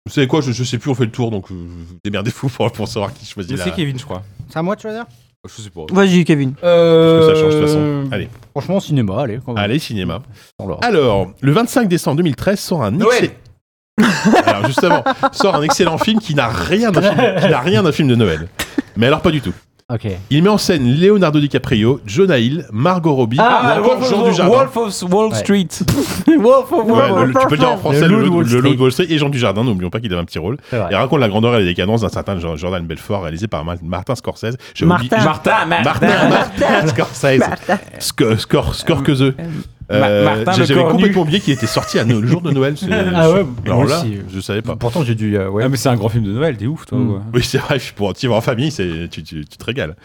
Vous savez quoi je, je sais plus. On fait le tour, donc euh, démerdez-vous pour, pour savoir qui choisit. Mais la- C'est Kevin, je crois. C'est à moi de choisir Je sais pas. Vas-y, Kevin. Parce que ça change de toute Euh, façon. Allez. Franchement, cinéma, allez. quand même. Allez, cinéma. Dans l'ordre. Alors, le 25 décembre 2013 sort un Noël. excellent. alors justement, sort un excellent film qui n'a rien d'un film, qui n'a rien d'un film de Noël. Mais alors pas du tout. Ok. Il met en scène Leonardo DiCaprio, Jonah Hill, Margot Robbie, ou encore Jean Dujardin. Ah, Wolf of Wall Ouais. Street. Ouais, le- le- tu peux le dire en français, Le le, Loup de Loup- Wall le Loup de Street. Wall Street et Jean Dujardin, n'oublions pas qu'il avait un petit rôle. C'est vrai. Et raconte la grandeur et la décadence d'un certain Jean- Jordan Belfort réalisé par Ma- Martin Scorsese. J'ai oublié- Martin. Martin, Martin. Martin, Martin Scorsese. Sco- Score, score que the. Ma- Martin le J'avais cornu. complètement oublié qu'il était sorti à no- le jour de Noël. c'est- Ah ouais, Alors moi là, aussi. je savais pas. Pourtant, j'ai dû. euh, ouais. Ah, mais c'est un grand film de Noël, t'es ouf, toi. Mm. ouais. Oui, c'est vrai, pour tu y vas en famille, c'est- tu, tu- tu te régales.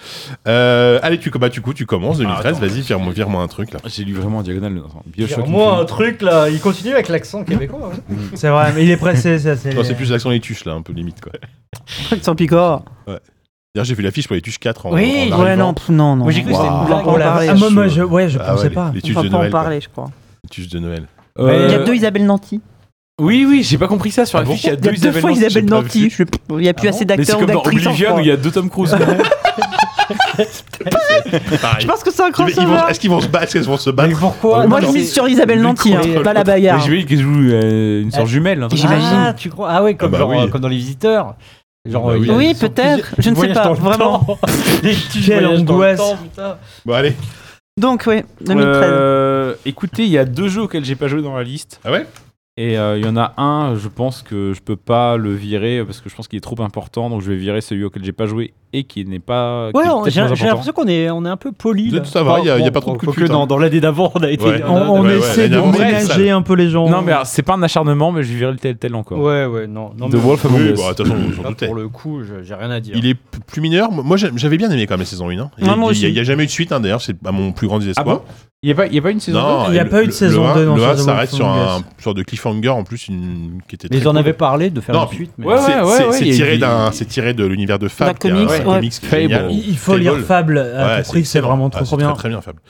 Euh, allez, tu, bah, du coup, tu commences Ah, 2013, vas-y, vire-moi vire-moi un truc là. J'ai lu vraiment en diagonale. le- Bioshock. Tire-moi un Infinite. truc là, il continue avec l'accent québécois. hein. C'est vrai, mais il est pressé, ça c'est. Euh. Non, Hmm. c'est plus l'action des tuches là, un peu limite quoi. Truc sans picor. D'ailleurs, j'ai vu l'affiche pour les tuches 4 en. en ouais, arrivant. non, pff, non, non. Moi, j'ai cru que c'était On une va blague. pas en Oh la parler. vache. Ah, moi, moi, je, ouais, je Ah ouais, pensais les- pas. les tuches On de va pas en Noël, quoi. parler, je crois. Tuche de Noël. Euh, Il y a deux Isabelle Nanty. Oui, oui, j'ai pas compris ça sur Ah la bon fiche. Il y a Il y a deux deux Isabelle fois Nanty, Isabelle j'ai pas Nanty. vu. Je- Il n'y a plus assez Mais c'est d'acteurs ou comme dans d'actrices en Oblivion où France. il y a deux Tom Cruise. quoi. Pareil. Je pense que c'est un Ils- ils vont- crossover. Est-ce qu'ils vont se battre Est-ce qu'elles vont se Mais battre pourquoi Moi, je Non, mise sur Isabelle du Nanty, contre- hein, pas la Mais Bayard. J'imagine qu'elle joue euh, une sœur jumelle. un truc. J'imagine. Ah, tu crois Ah ouais, comme, Ah bah genre, oui. euh, comme dans les visiteurs. Genre, Bah euh, oui. il y a- Oui, ils sont peut-être. plusieurs- Je ne sais voyages pas, dans le vraiment. temps. Les petits Quelle voyages dans le angoisse. temps, putain. Bon, allez. Donc, oui, 2013. Euh, écoutez, il y a deux jeux auxquels j'ai pas joué dans la liste. Ah ouais Et euh, il y en a un, je pense que je peux pas le virer parce que je pense qu'il est trop important, donc je vais virer celui auquel j'ai pas joué et qui n'est pas. qui est Ouais, on- peut-être j'ai moins j'ai important. l'impression qu'on est, on est un peu poli. Vous là. êtes- ça va, Enfin, il y a- il y a bon, pas trop de faut coups de que pute, dans, hein. dans l'année d'avant, on a été. Ouais. On, on Ouais, ouais, l'année essaie de avant, c'est ménager sale. un peu les gens. Non, mais alors, c'est pas un acharnement, mais je vais virer le tel tel encore. Ouais, ouais, non. non The Wolf Among Oui, bah. Us. bon, de toute façon, on s'en Là, doutait. pour le coup, je- j'ai rien à dire. Il est p- plus mineur. Moi, j'ai- j'avais bien aimé quand même la saison 1. hein. Il Ouais, moi n'y a, aussi. il y a jamais eu de suite, hein, d'ailleurs. C'est à mon plus grand Ah désespoir. bon Il y a pas, il y a pas une saison non, deux Il y a et pas eu de le- saison le deux 1, dans le Shadow 1 of s'arrête the sur un Fungus. sur de cliffhanger en plus une, qui était Mais très ils en cool. avaient parlé de faire Non, une puis- suite. mais- Ouais, ouais, C'est- ouais, c'est- ouais, c'est il y a tiré eu- d'un c'est tiré de l'univers de Fable D'un qui est un- comics, un ouais. comics qui est Fable. génial. Ah, Il il faut Fable. lire Fable Oh. Ouais, à tout prix, c'est excellent. vraiment Ah, trop c'est trop bien. Très, très bien, Fable.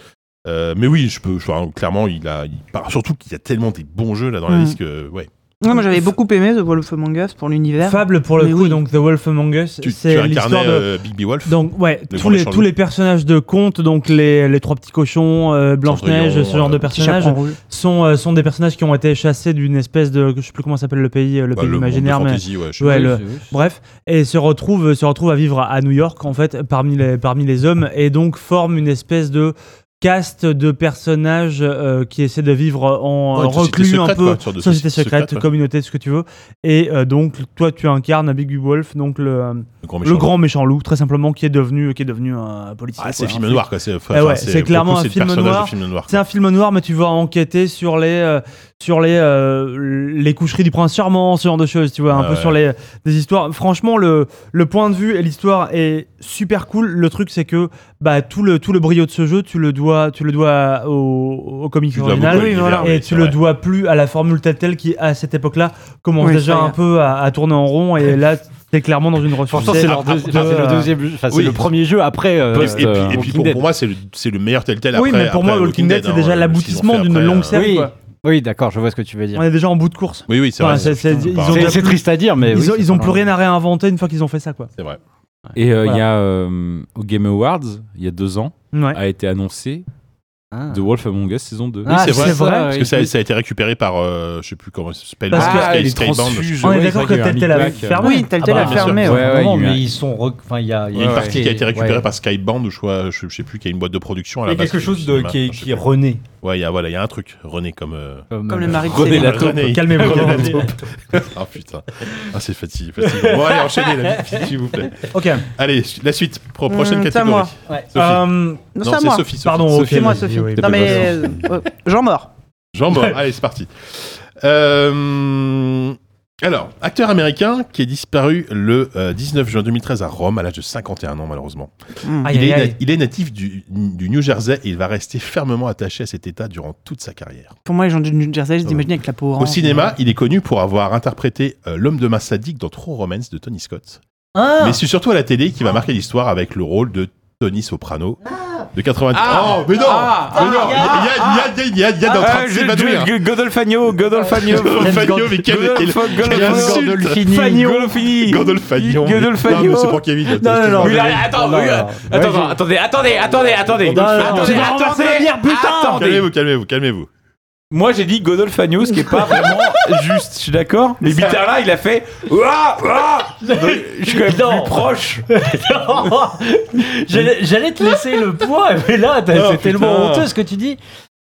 Euh, mais oui, je peux. je- enfin, clairement, il a. il part- surtout qu'il y a tellement des bons jeux là dans la Mm. liste que ouais. Ouais, moi, j'avais beaucoup aimé The Wolf Among Us pour l'univers. Fable pour le Mais coup, oui. donc The Wolf Among Us, Tu, tu c'est incarnais l'histoire de. euh, Big B Wolf. Donc ouais, Le tous grand les, méchant tous loup. les personnages de conte, donc les, les trois petits cochons, euh, Blanche-Neige, Cendrillon, ce genre euh, de Petit chaperon personnages, rouge. sont, euh, sont des personnages qui ont été chassés d'une espèce de... Je sais plus comment s'appelle le pays, euh, le Bah, pays le monde de imaginaire, mais... fantasy, ouais, je sais Ouais, pas. le- Bref, et se retrouvent, se retrouvent à vivre à- à New York, en fait, parmi les, parmi les hommes, et donc forment une espèce de caste de personnages euh, qui essaient de vivre en Ouais, une société reclus un secrète, peu quoi, une sorte de société société secrète, secrète, ouais. communauté ce que tu veux et euh, donc toi tu incarnes Big Wolf donc le, euh, Le grand méchant le loup. grand méchant loup très simplement qui est devenu qui est devenu un policier Ah, c'est quoi, hein, film un noir quoi. C'est enfin, Eh ouais, c'est- c'est pour le coup, clairement un c'est le film personnage de noir. film noir. C'est un film noir, mais tu vas enquêter sur les, euh, sur les, euh, les coucheries du prince charmant, ce genre de choses, tu vois, un Ah peu ouais. sur les des histoires. Franchement, le, le point de vue et l'histoire est super cool. Le truc, c'est que bah, tout le tout le brio de ce jeu, tu le dois, tu le dois au, au comic Tu dois original. beaucoup à l'univers, oui, Et c'est tu le vrai. dois plus à la formule telle telle qui, à cette époque-là, commence Oui, déjà ça y est. un peu à, à tourner en rond. Et là, t'es clairement dans une ressource. Ah Pourtant, c'est leur deuxi- enfin, c'est le deuxième jeu. Enfin, c'est Oui. le premier jeu après. euh, Et, et puis, et puis Walking pour, Dead. pour moi, c'est le, c'est le meilleur tel tel. Oui, après- mais pour après moi, Walking Dead, c'est hein, déjà euh, l'aboutissement ce qu'ils ont fait d'une après, longue euh, série. Oui. quoi. Oui, d'accord, je vois ce que tu veux dire. On est déjà en bout de course. Oui, oui, c'est Enfin, vrai. c'est- c'est- putain, ils par- ont- C'est c'est triste à dire, mais. ils, Eh oui, ont, c'est ils ont pas plus mal. rien à réinventer une fois qu'ils ont fait ça, quoi. C'est vrai. Et euh, il Voilà. y a euh, au Game Awards, il y a deux ans, Ouais. a été annoncé The Wolf Among Us saison 2. Ah, c'est vrai. vrai, Parce que ça, ça a été récupéré par, euh, je sais plus comment ça s'appelle, Parce que- Sky- Ah, les Skybound. transfuges, On est ouais, d'accord c'est vrai que qu'il y a eu un Telltale avait mid-back, euh, fermé. Oui, tel tel Ah a bah, bien fermé. sûr. ouais. Ouais, ouais, Non, il y a eu un- mais ils sont. rec- Enfin, il y a. Il y a une Ouais, partie qui a été ouais. récupérée par Skybound, ou je, crois- je, je sais plus, qui a une boîte de production à Il la y a base. quelque du chose de, cinéma, qui, est, je sais qui est plus. rené. Ouais, il y a, voilà, il y a un truc, René, comme. euh, Comme le mari de René Céline. la taupe. René. Calmez-vous. Ah putain. Ah, c'est fatigué. fatigué. Bon, allez, enchaînez, la- s'il vous plaît. ok. Allez, la suite. Pro- prochaine Hmm, c'est à catégorie. moi. Sophie. Euh, Non, non, c'est à c'est moi. Sophie, Sophie. pardon. C'est ok, moi, vas-y, Sophie. oui. Non, mais. euh, Jean mort. Jean Mort, allez, c'est parti. Euh, alors, acteur américain qui est disparu le euh, 19 juin 2013 à Rome à l'âge de 51 ans, malheureusement. Aïe, Il est, aïe, na- aïe. il est natif du, du New Jersey et il va rester fermement attaché à cet état durant toute sa carrière. Pour moi, les gens du New Jersey, je les imagine avec la peau orange. Au cinéma, il est connu pour avoir interprété euh, l'homme de main sadique dans True Romance de Tony Scott. Ah. Mais c'est surtout à la télé qu'il va marquer l'histoire avec le rôle de Tony Soprano de 93. oh, mais non Ah, Mais non Il y a- il y a- il y a- il y a dans Ah, train de je- s'évanouir. je- Godolfagno, Godolfagno, Godolfagno, hein. mais quel- quel- quel insulte. Godolfini, Gandolfagnon. Gandolfagnon. Non, mais c'est pour Kevin. non, non, Ah, Oui, là, là, attends, Non, oui, non, euh, non. attends, Ouais, attendez, attendez, attendez, attendez, Non, non, non, attendez, j'ai renversé la bière, putain. attendez. Calmez-vous, calmez-vous, calmez-vous. Moi, j'ai dit Godolfagno, ce qui est pas vraiment juste. Je suis d'accord. Mais Bitterla, il a fait. Ouah, ouah. Donc, Je suis quand même Non. plus proche. J'allais j'allais te laisser le poids, mais là, t'as- Oh, c'est tellement putain. honteux ce que tu dis.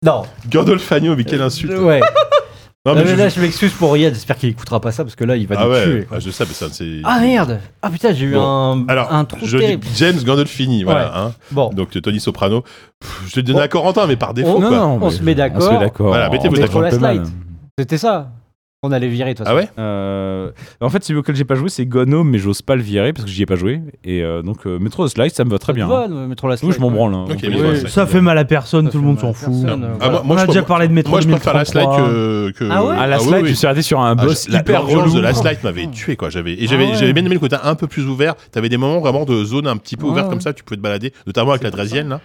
Non, Gandolfagnon, mais quelle insulte. ouais. Non, Non, mais mais je- là, je m'excuse pour Riyad. J'espère qu'il écoutera pas ça parce que là, il va Ah nous ouais, tuer. ouais, je sais, mais ça, c'est. Ah merde Ah putain, j'ai eu Bon. un, Alors, un trou je dis terrible. James Gandolfini, voilà. hein. Bon, Donc, Tony Soprano. Pff, je l'ai donné à Corentin, mais par défaut, non, quoi. non, on se met On se met d'accord. d'accord. Voilà, mettez-vous On est d'accord. un peu mal. C'était ça. On allait virer, de toute Ah façon. ouais Euh, en fait, celui auquel j'ai pas joué, c'est Gono, mais j'ose pas le virer parce que j'y ai pas joué. Et euh, donc, euh, Metro Slide, ça me va très bien. hein. Metro Last Nous, je m'en branle. hein. Ok, On peut y oui, aller. oui. Ça fait mal à personne, tout le monde s'en fout. personne. Ah, moi- On je a déjà peux- parlé de métro. Moi, je préfère la slide 2033. que. que- Ah ouais Ah, la oui, slide, oui. je suis arrêté sur un Ah, boss je- la hyper l'ambiance relou. de la slide m'avait tué quoi. J'avais et j'avais Ah ouais. j'avais bien aimé le côté un peu plus ouvert. T'avais des moments vraiment de zone un petit peu Ah ouverte ouais. comme ça. Tu pouvais te balader, notamment avec la draisienne là.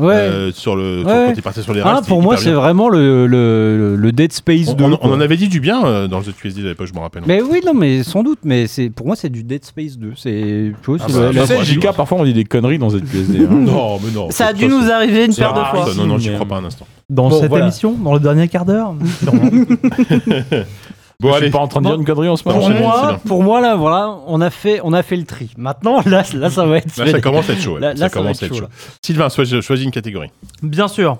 euh, sur le sur- Ouais. quand il partait sur les rails. Ah, c'était pour moi, hyper c'est bien. vraiment le, le, le Dead Space 2. On, on- quoi. on en avait dit du bien euh, dans le QSD à l'époque, je me rappelle. Mais oui, non, mais sans doute, mais c'est pour moi, c'est du Dead Space 2. C'est. tu vois, Ah c'est bah, la- la- bah, sais, JK, parfois on dit des conneries dans ZQSD. hein. Non, mais non. Ça a de dû toute nous façon, arriver une c'est paire de rare, fois. ça. Non, non, j'y crois pas un instant. Dans Bon, cette voilà. émission, dans le dernier quart d'heure. Bon, je allez. suis pas en train de dire une connerie en ce moment. Non, Pour c'est bien, c'est moi, bien. pour moi, là, voilà, on a fait, on a fait le tri. Maintenant, là, là, ça va être. Là, ça commence à être chaud. ouais. Là- là, ça ça va commence à être être chaud, chaud. Sylvain, sois- choisis une catégorie. Bien sûr.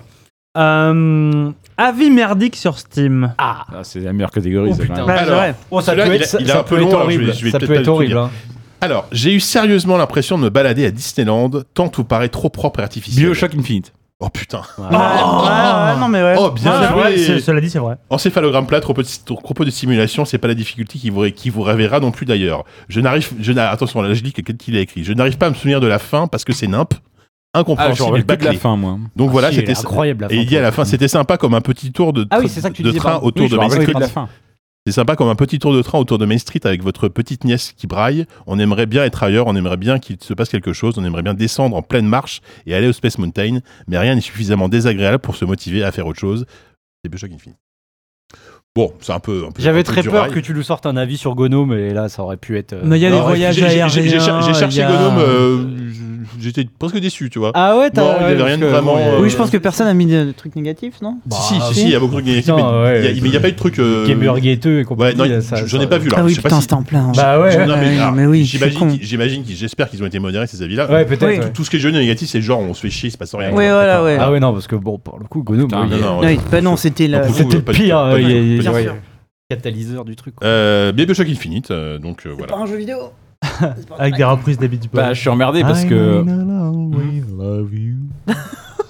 Euh, avis merdique sur Steam. Ah, c'est la meilleure catégorie. Oh, ça, quand putain. même. Alors, Oh, ça Celui-là, peut il a- être, ça- il a ça un peu peut être long, alors je vais- horrible. je vais ça peut-être pas peut être le tout horrible. dire. hein. Alors, j'ai eu sérieusement l'impression de me balader à Disneyland, tant tout paraît trop propre et Bah, artificiel. Bioshock Infinite. Oh putain. Ouais, ouais, ouais, non, mais ouais. Oh, bien Ouais, c'est vrai, joué. c'est- Euh, Cela dit, c'est vrai. Encéphalogramme plat, trop peu de, propos de simulation, c'est pas la difficulté qui vous, qui vous ravera non plus d'ailleurs. Je n'arrive, je n'a- attention, là je lis quel qu'il a écrit. Je n'arrive pas à me souvenir de la fin parce que c'est nimp, Ah, je incompréhensible et rappelle plus de bâclé. la fin, moi. Donc voilà, Ah, Si, elle c'était est incroyable. Et il dit à la fin, c'était sympa comme un petit tour de, Ah oui, tra- c'est ça que tu de disais, train pardon. autour Oui, de je me Main rappelle Street. plus de la la fin. C'est sympa comme un petit tour de train autour de Main Street avec votre petite nièce qui braille. On aimerait bien être ailleurs, on aimerait bien qu'il se passe quelque chose, on aimerait bien descendre en pleine marche et aller au Space Mountain, mais rien n'est suffisamment désagréable pour se motiver à faire autre chose. C'est Bioshock Infinite. Bon, c'est un peu. un peu- un J'avais peu très dur à peur aller. que tu nous sortes un avis sur Gono, mais là, ça aurait pu être. euh, Mais il y a Non, les ouais, voyages j'ai- j'ai- aériens. j'ai- j'ai cher- J'ai cherché il y a- Gnome, euh, j- j'étais presque déçu, tu vois. Ah ouais, t'as. Non, il y avait ouais, rien de parce que, vraiment, bon, il y a- euh, Oui, je pense que personne n'a mis de, de trucs négatifs, non Si, si, si, si. il y a beaucoup de trucs négatifs, mais Putain, ouais. il n'y a, pas eu de truc. euh, Gamer Ghetto et Ouais, compagnie. non, là, ça- j'en ai ça- pas vu là. Ah oui, Je sais pas putain, si- c'était en plein. Bah ouais. Non, Ouais, mais, alors, mais oui, je suis j'imagine, con. qu'ils- j'imagine qu'ils- j'espère qu'ils ont été modérés ces avis-là. Ouais, peut-être. Oui. ouais. Tout ce qui est jaune et négatif, c'est genre on se fait chier, il se passe rien. Oui, voilà, ouais. Ah ouais, non, parce que bon, pour le coup, Gono, Putain, bon, il est- Non, non, Non, oui, bah non, c'était la. Pour le coup, c'était pas du tout, pire. pas euh, du il tout, y a- pas du Bien tout. sûr. Catalyseur du truc. quoi. Euh, mais Bioshock Infinite, euh, donc euh, voilà. un jeu vidéo. Avec des reprises d'habits du Bah, peuple. je suis emmerdé parce que. Hmm. Bah,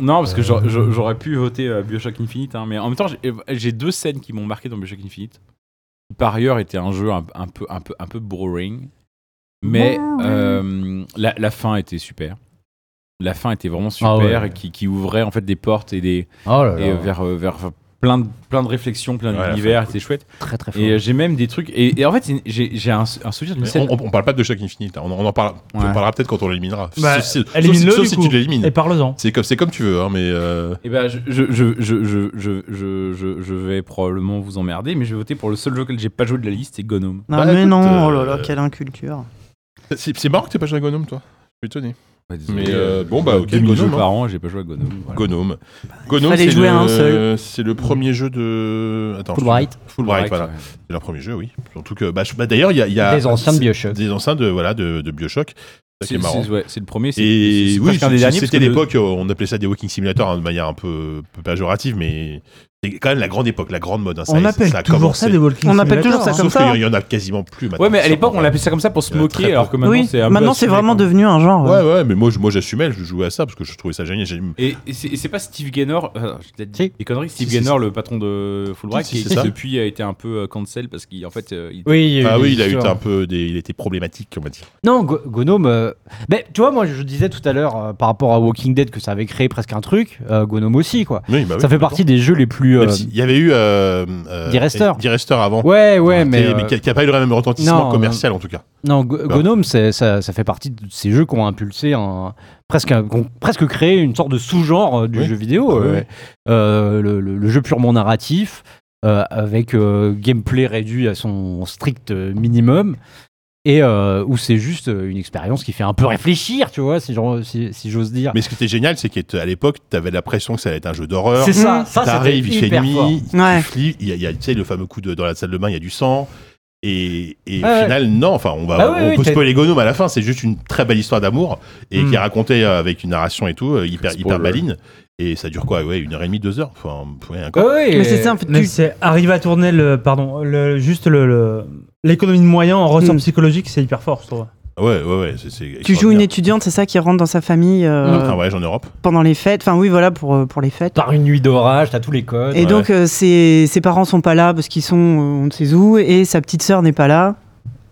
Non, parce que Euh. j'aurais- j'aurais j'aurais pu voter euh, Bioshock Infinite, hein, mais en même temps, j'ai- j'ai deux scènes qui m'ont marqué dans Bioshock Infinite. qui, Par ailleurs, était un jeu un, un peu, un, peu, un peu boring, mais Ah euh, la, la fin était super. La fin était vraiment super Ah ouais. et qui, qui ouvrait en fait des portes et des Oh là et là. vers, euh, vers plein de, plein de réflexions, plein Ouais, la fin d'univers, c'était chouette. Très très fort. Et euh, j'ai même des trucs. Et, et en fait, c'est- j'ai j'ai un, un souvenir d'une Mais scène. On, on- on parle pas de Bioshock Infinite, hein. on, on en parle, on Ouais. parlera peut-être quand on l'éliminera. Bah, Sauf si- sauf si- élimine-le, sauf du si coup. tu l'élimines. Et parle-en. C'est comme, c'est comme tu veux, hein, mais. euh, Eh ben, je, je, je, je, je, je, je, je- je vais probablement vous emmerder, mais je vais voter pour le seul jeu que j'ai pas joué de la liste, c'est Gnome. Non, Bah, mais écoute, non, oh là euh, là, quelle inculture. C'est c'est marrant que t'aies pas joué à Gnome, toi. Je suis étonné. Mais, euh, bon, bah, ok, 2000 jeux Gnome, par an, j'ai pas joué à Mmh, Gnome. voilà. Gnome. Gnome, fallait c'est jouer à un le, seul. c'est le premier jeu de. Attends, Fulbright. je- Fulbright, voilà. ouais. C'est leur premier jeu, oui. Surtout que. Bah, je- bah, D'ailleurs, il y a, il y a- Des anciens de c'est- Bioshock. Des anciens de, voilà, de, de Bioshock. Ça qui C'est est marrant. c'est- ouais, c'est le premier. c'est- Et c'est oui, presque un des c'est- derniers, c'était parce que l'époque, euh, on appelait ça des walking simulators hein, de manière un peu, peu péjorative, mais c'est quand même la grande époque, la grande mode. hein, ça- On ça appelle a toujours commencé. ça des Walking On appelle toujours ça Simulator, comme Sauf ça. qu'il y en a quasiment plus le- maintenant. Ouais, mais à l'époque, on l'appelle l'appelait ça comme ça pour se Il y en a très moquer, alors que maintenant, oui, c'est un peu maintenant c'est assumé, vraiment quoi. devenu un genre. Ouais, ouais, mais moi, je- moi j'assumais, je jouais à ça parce que je trouvais ça génial. J'ai- Et, et c'est et c'est pas Steve Gaynor, euh, je t'ai dit Si. des conneries, Steve Si, si, Gaynor, le patron de Fulbright, Si, si, qui, c'est qui ça. depuis a été un peu euh, cancel parce qu'en fait, euh, il- Oui, il y Ah des oui, il a eu histoires. un peu des. Il était problématique, on va dire. Non, Go- Gnome. euh, Mais tu vois, moi, je disais tout à l'heure euh, par rapport à Walking Dead que ça avait créé presque un truc. euh, Gnome aussi, quoi. Oui, bah oui, ça fait complètement. partie des jeux les plus. euh, Même s'il y avait eu. euh, euh, Des resteurs. Des resteurs avant. Ouais, ouais, qui mais. était- euh, qui a- qui a pas eu le même retentissement non, commercial en tout cas. Non, Go- Bah. Gnome, c'est- ça, ça fait partie de ces jeux qui ont impulsé un. Presque, un- qui ont presque créé une sorte de sous-genre euh, du Oui. jeu vidéo. Ah, euh, oui, euh, le, le- le jeu purement narratif, euh, avec euh, gameplay réduit à son strict euh, minimum. Et euh, où c'est juste euh, une expérience qui fait un peu réfléchir, tu vois, si, j'en- si- si j'ose dire. Mais ce qui était génial, c'est qu'à l'époque, t'avais l'impression que ça allait être un jeu hein. d'horreur. C'est Mmh. ça, ça Ah, c'était T'arrives, il fait hyper fort. nuit, Ouais. tu flippes, il y a, il y a, tu sais, le fameux coup de, dans la salle de bain, il y a du sang. Et, et Ah au ouais. final, non, enfin, on va, Bah oui, on oui, peut t'es- spoiler Gnome à la fin, c'est juste une très belle histoire d'amour et Hmm. qui est racontée euh, avec une narration et tout, euh, hyper, hyper Spoiler. maline. Et ça dure quoi, ouais, une heure et demie, deux heures, enfin, ouais, encore. Ah ouais, Mais et- c'est ça, en fait. Mais tu- c'est arriver à tourner le, pardon, le, juste le- le, l'économie de moyens en ressort Mm. psychologique, c'est hyper fort, je trouve. Oh. Ouais, ouais, ouais, c'est- c'est. Tu joues une extraordinaire. étudiante, c'est ça, qui rentre dans sa famille euh, Un voyage en Europe. pendant les fêtes. Enfin, oui, voilà, pour, euh, pour les fêtes. Par une nuit d'orage, t'as tous les codes. Et Ouais. donc, euh, ses, ses parents sont pas là parce qu'ils sont euh, on ne sait où, et sa petite sœur n'est pas là.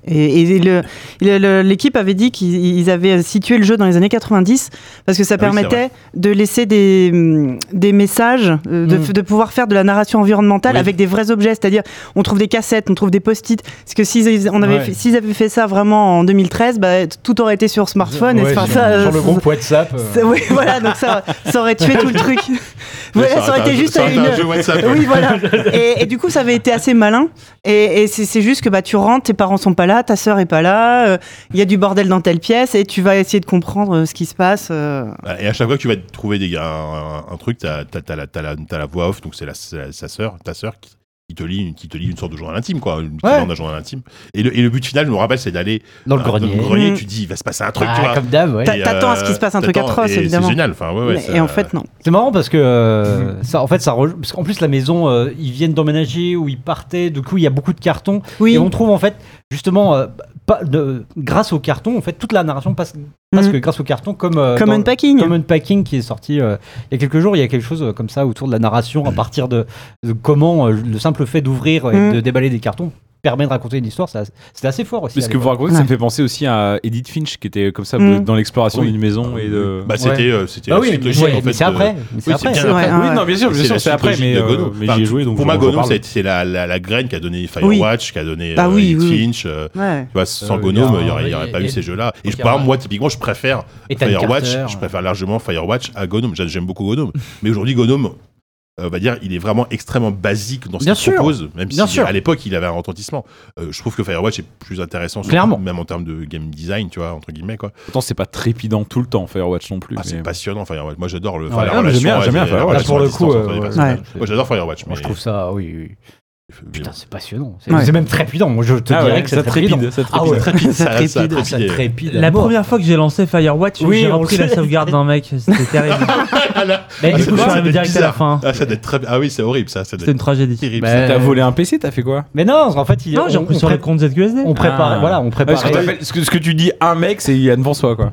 Et, et le- le- le- l'équipe avait dit qu'ils ils avaient situé le jeu dans les années 90 parce que ça c'est permettait de laisser des, hum, des messages, euh, de, Mm. de pouvoir faire de la narration environnementale Oui. avec des vrais objets, c'est-à-dire on trouve des cassettes, on trouve des post-it. Parce que s'ils ils- on avait Ouais. fait- s'ils avaient fait ça vraiment en 2013, bah, tout aurait été sur smartphone. et, Ouais, enfin, sur, ça, euh, sur le ça- groupe WhatsApp. euh, ça- oui, voilà, donc ça, ça aurait tué tout le truc. Voilà, ça aurait été juste ça aurait été une, un jeu WhatsApp. oui, voilà. Et, et du coup, ça avait été assez malin. Et, et c'est c'est juste que bah, tu rentres, tes parents sont pas là, ta sœur est pas là, euh, il y a du bordel dans telle pièce et tu vas essayer de comprendre euh, ce qui se passe. euh. Et à chaque fois que tu vas trouver des, un, un- un truc, t'as t'as- t'as la, t'as la, t'as la voix off, donc c'est la, c'est la- sa sœur, ta sœur qui, qui te lit, une- qui te lit une sorte de journal intime, quoi, une petite Ouais. bande d'un journal intime. Et le, et le but final, je me rappelle, c'est d'aller Dans le euh, grenier. Mm. tu dis, il va se Bah, passer un truc, Ah, tu vois. comme d'hab, ouais. T'as- Et, euh, T'attends à ce qu'il se passe un truc t'attends, atroce, et évidemment. C'est génial, enfin, ouais, ouais, Mais- c'est, et en euh, fait, non. C'est marrant parce que euh, Mhm. ça, en fait, ça re- parce qu'en plus la maison, euh, ils viennent d'emménager ou ils partaient. Du coup, il y a beaucoup de cartons Oui, et on trouve en fait justement euh, pas de- grâce aux cartons, en fait, toute la narration passe parce Mhm. que grâce aux cartons comme euh, comme dans- un packing. Common Packing qui est sorti euh, il y a quelques jours, il y a quelque chose euh, comme ça autour de la narration à partir de, de comment euh, le simple fait d'ouvrir et Mm. de déballer des cartons permet de raconter une histoire, ça- c'était assez fort aussi. Mais ce à que vous l'époque. racontez, ça me fait penser aussi à Edith Finch qui était comme ça Mm. dans l'exploration Oui. d'une maison et de. Bah, c'était, euh, c'était Bah la oui, suite mais- logique, ouais, en fait. Ah mais c'est de- après, mais c'est Oui, après. c'est bien C'est vrai, après. hein. Ah oui, non, bien sûr, bien C'est la sûr, c'est suite après, logique mais, de euh, Gono. mais Enfin, j'y ai joué donc. Pour je moi, vous en Gono, parle. ça a été- c'est la, la, la graine qui a donné Firewatch, qui a donné Bah euh, oui, Hit oui, oui. Finch. euh, Ouais. Tu vois, sans Euh, Gonome, il n'y y a- aurait, il y aurait et- pas eu et- ces jeux-là. Et donc, je, il y par exemple, aura- moi, typiquement, je préfère Ethan Firewatch. Carter. je préfère largement Firewatch à Gonome. J'a- J'aime beaucoup Gonome. Mais aujourd'hui, Gonome, euh, on va dire, il est vraiment extrêmement basique dans ce Bien qu'il sûr. propose, même Bien si sûr. à l'époque, il avait un retentissement. Euh, je trouve que Firewatch est plus intéressant, surtout, Clairement. même en termes de game design, tu vois, entre guillemets, quoi. Pourtant, c'est pas trépidant tout le temps, Firewatch non plus. Ah, c'est mais- Ah passionnant, Firewatch. Moi, j'adore le. Ouais, enfin, la non, mais relation, j'aime bien, ouais, j'aime bien la Firewatch. relation Là, pour à le distance coup, entre les euh, personnages. ouais. Moi, j'adore Firewatch. Moi, je mais- trouve ça, oui, oui. Putain, c'est passionnant. C'est Ouais. c'est même trépidant. Moi, je te Ah dirais ouais, que c'est ça trépidant. trépide, ça Ah trépide. ouais. Trépide, ça trépide. ça Ah, ça trépide. trépide. La première fois que j'ai lancé Firewatch, Oui, j'ai on repris le la sait. sauvegarde d'un mec, c'était terrible. Ah, là, Mais ah, du ça doit- ça coup, je suis doit arrivé être direct à la bizarre. fin. Ah, ça doit être très- ah oui, c'est horrible ça. Ça doit C'était être une tragédie. terrible. Mais- T'as volé un PC, t'as fait quoi Mais non, en fait, il, Non, j'ai on, repris on sur pré- le compte ZQSD. on prépare. Ah. Voilà, on prépare. Ah, ce, que t'appelles- ce que, ce que tu dis, un mec, c'est Yann François, quoi.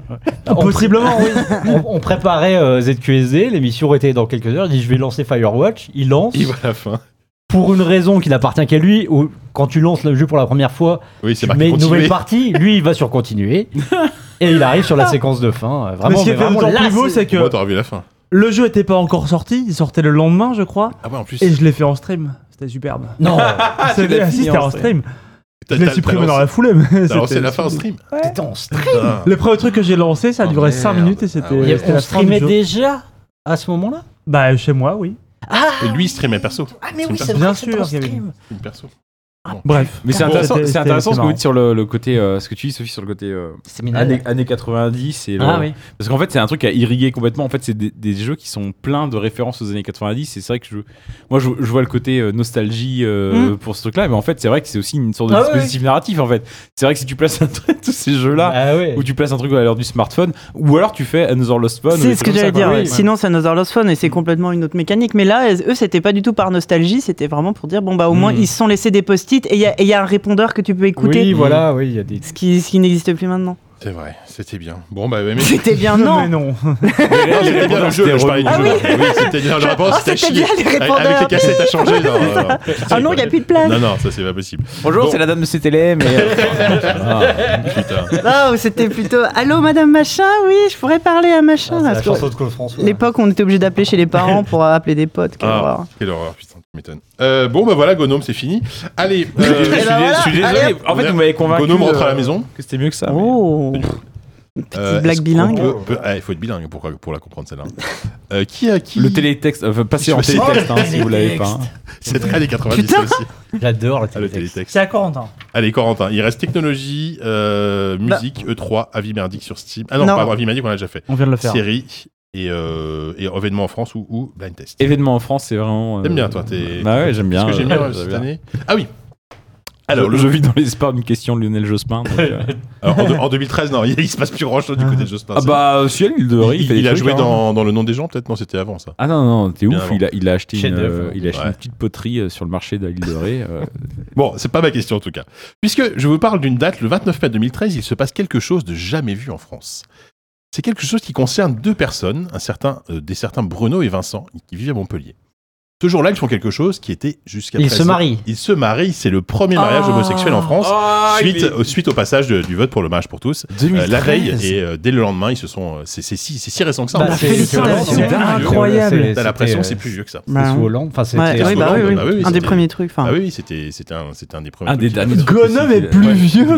Possiblement, oui. on, on préparait euh, ZQSD, l'émission était dans quelques heures. Il dit Je vais lancer Firewatch. Il lance. Il voit la fin. Pour une raison qui n'appartient qu'à lui, ou quand tu lances le jeu pour la première fois, Oui, c'est tu marqué mets une continuer. nouvelle partie. Lui, il va sur continuer. et il arrive sur la séquence de fin. euh, Mais Vraiment, ce qui mais était vraiment d'autant là, plus beau, c'est que Moi, t'aurais vu la fin. le jeu était pas encore sorti, il sortait le lendemain, je crois, Ah ouais, en plus. et je l'ai fait en stream. C'était superbe. Non, euh, Ah, c'était l'as ah, si, fini c'était en en stream. t'as- Je l'ai t'as- supprimé t'as dans la lancé- foulée, mais T'as lancé la fin en c'était- stream. t'étais en stream. Putain. Le premier truc que j'ai lancé, ça a duré 5 minutes et c'était. Ah ouais. c'était On la fin du streamait jeu. déjà à ce moment-là Bah, chez moi, oui. Bah. Et lui, il streamait perso. Ah, mais oui, Bien sûr, Kevin. perso. Bref. Mais c'est Bon, intéressant, c'était- c'est c'était- intéressant ce que c'était vous marrant. dites sur le, le côté, euh, ce que tu dis Sophie sur le côté euh, années, années 90 et le- Ah oui. parce qu'en fait c'est un truc à irriguer complètement. En fait c'est des, des jeux qui sont pleins de références aux années 90 et c'est vrai que je, moi je, je vois le côté euh, nostalgie euh, pour ce truc-là, mais en fait c'est vrai que c'est aussi une sorte de Ah ouais, dispositif narratif en fait. C'est vrai que si tu places un truc tous ces jeux-là Ah ouais. où tu places un truc à l'heure du smartphone ou alors tu fais Another Lost Phone. ou des C'est ce que trucs j'allais comme ça, dire. quoi. ouais. Ouais. Sinon, c'est Another Lost Phone et c'est complètement une autre mécanique. Mais là, eux, c'était pas du tout par nostalgie, c'était vraiment pour dire bon, bah au moins, Mm. ils se sont laissés des post-it et il y, a- et il y a un répondeur que tu peux écouter. Oui, Mm. voilà, oui, il y a des. Ce qui, ce qui n'existe plus maintenant. C'est vrai, c'était bien. Bon, bah, mais. mais- C'était bien, Mais non non. Non, c'était bien le jeu, je parlais du Ah jeu. Oui, c'était bien, je Oh, réponse, c'était c'était chier. bien les Avec les répondeurs cassettes à changer. non, non, non. Ah non, il n'y a plus de place Non, non, ça, c'est pas possible. Bonjour, Bon. c'est la dame de CTL, mais Putain. Ah, ou c'était plutôt Allô, madame machin Oui, je pourrais parler à Ah, machin. Parce que de Claude François. L'époque, où on était obligé d'appeler chez les parents pour appeler des potes. quelle horreur. Ah, quelle horreur, putain, tu m'étonnes. Euh, bon, bah voilà, Gonome, c'est fini. Allez, euh, je, suis, je suis désolé. ben allez, en fait, vous m'avez convaincu. Gonome rentre à la euh, maison. Que c'était mieux que ça. mais- Oh Une petite Euh, blague est-ce qu'on bilingue. peut- peut- ah, Il faut être bilingue pour, pour la comprendre, celle-là. Euh, qui a qui Le télétexte, euh, enfin, passez en Je sais. télétexte hein, si vous l'avez pas. hein. C'est très des 90 Putain. aussi. J'adore la Ah, le télétexte. C'est à Corentin. Allez, Corentin, il reste technologie, euh, Bah. musique, E3, avis merdique sur Steam. Ah non, Non. pardon, avis merdique, on l'a déjà fait. On vient de le faire. Série et, euh, et événement en France ou, ou blind test. Événement en France, c'est vraiment. euh, T'aimes bien, toi, t'es. Bah ouais, j'aime bien. Qu'est-ce que j'aime euh, bien euh, j'aime cette bien. année Ah oui Alors, Alors, le le jeu vit dans l'espoir d'une question de Lionel Jospin. donc, euh. Alors, en, de- en 2013, non, il, il se passe plus grand chose du côté de Jospin. ah bah, euh, ciel, il devrait. il, fait il des a trucs, joué hein. dans, dans le nom des gens, peut-être Non, c'était avant ça. Ah non, non, t'es Bien ouf, avant. il a, il a acheté, Chef une, d'œuvre. euh, il a acheté Ouais. Bah, une petite poterie euh, sur le marché de la l'île de Ré. euh. Bon, c'est pas ma question en tout cas. Puisque je vous parle d'une date, le 29 mai 2013, il se passe quelque chose de jamais vu en France. C'est quelque chose qui concerne deux personnes, un certain, euh, des certains Bruno et Vincent, qui vivent à Montpellier. Ce jour-là, ils font quelque chose qui était jusqu'à Ils présent- se marient. Ils se marient. C'est le premier mariage Ah. homosexuel en France. Ah, il Suite, est- au- suite au passage de- du vote pour le mariage pour tous, euh, la veille et euh, dès le lendemain, ils se sont. euh, C'est c'est si, c'est si récent que ça. en Bah, plus. c'est- félicitations. c'est incroyable. hein. T'as l'impression que euh, c'est plus vieux que ça. Bah, sous Hollande. Enfin, c'était. ouais, c'était oui, bah, oui, Hollande, oui. bah oui, oui, un des c'était- premiers trucs. enfin. Ah oui, oui, c'était c'était un, c'était un des premiers. Un des trucs derniers. qui- Bonhomme est plus vieux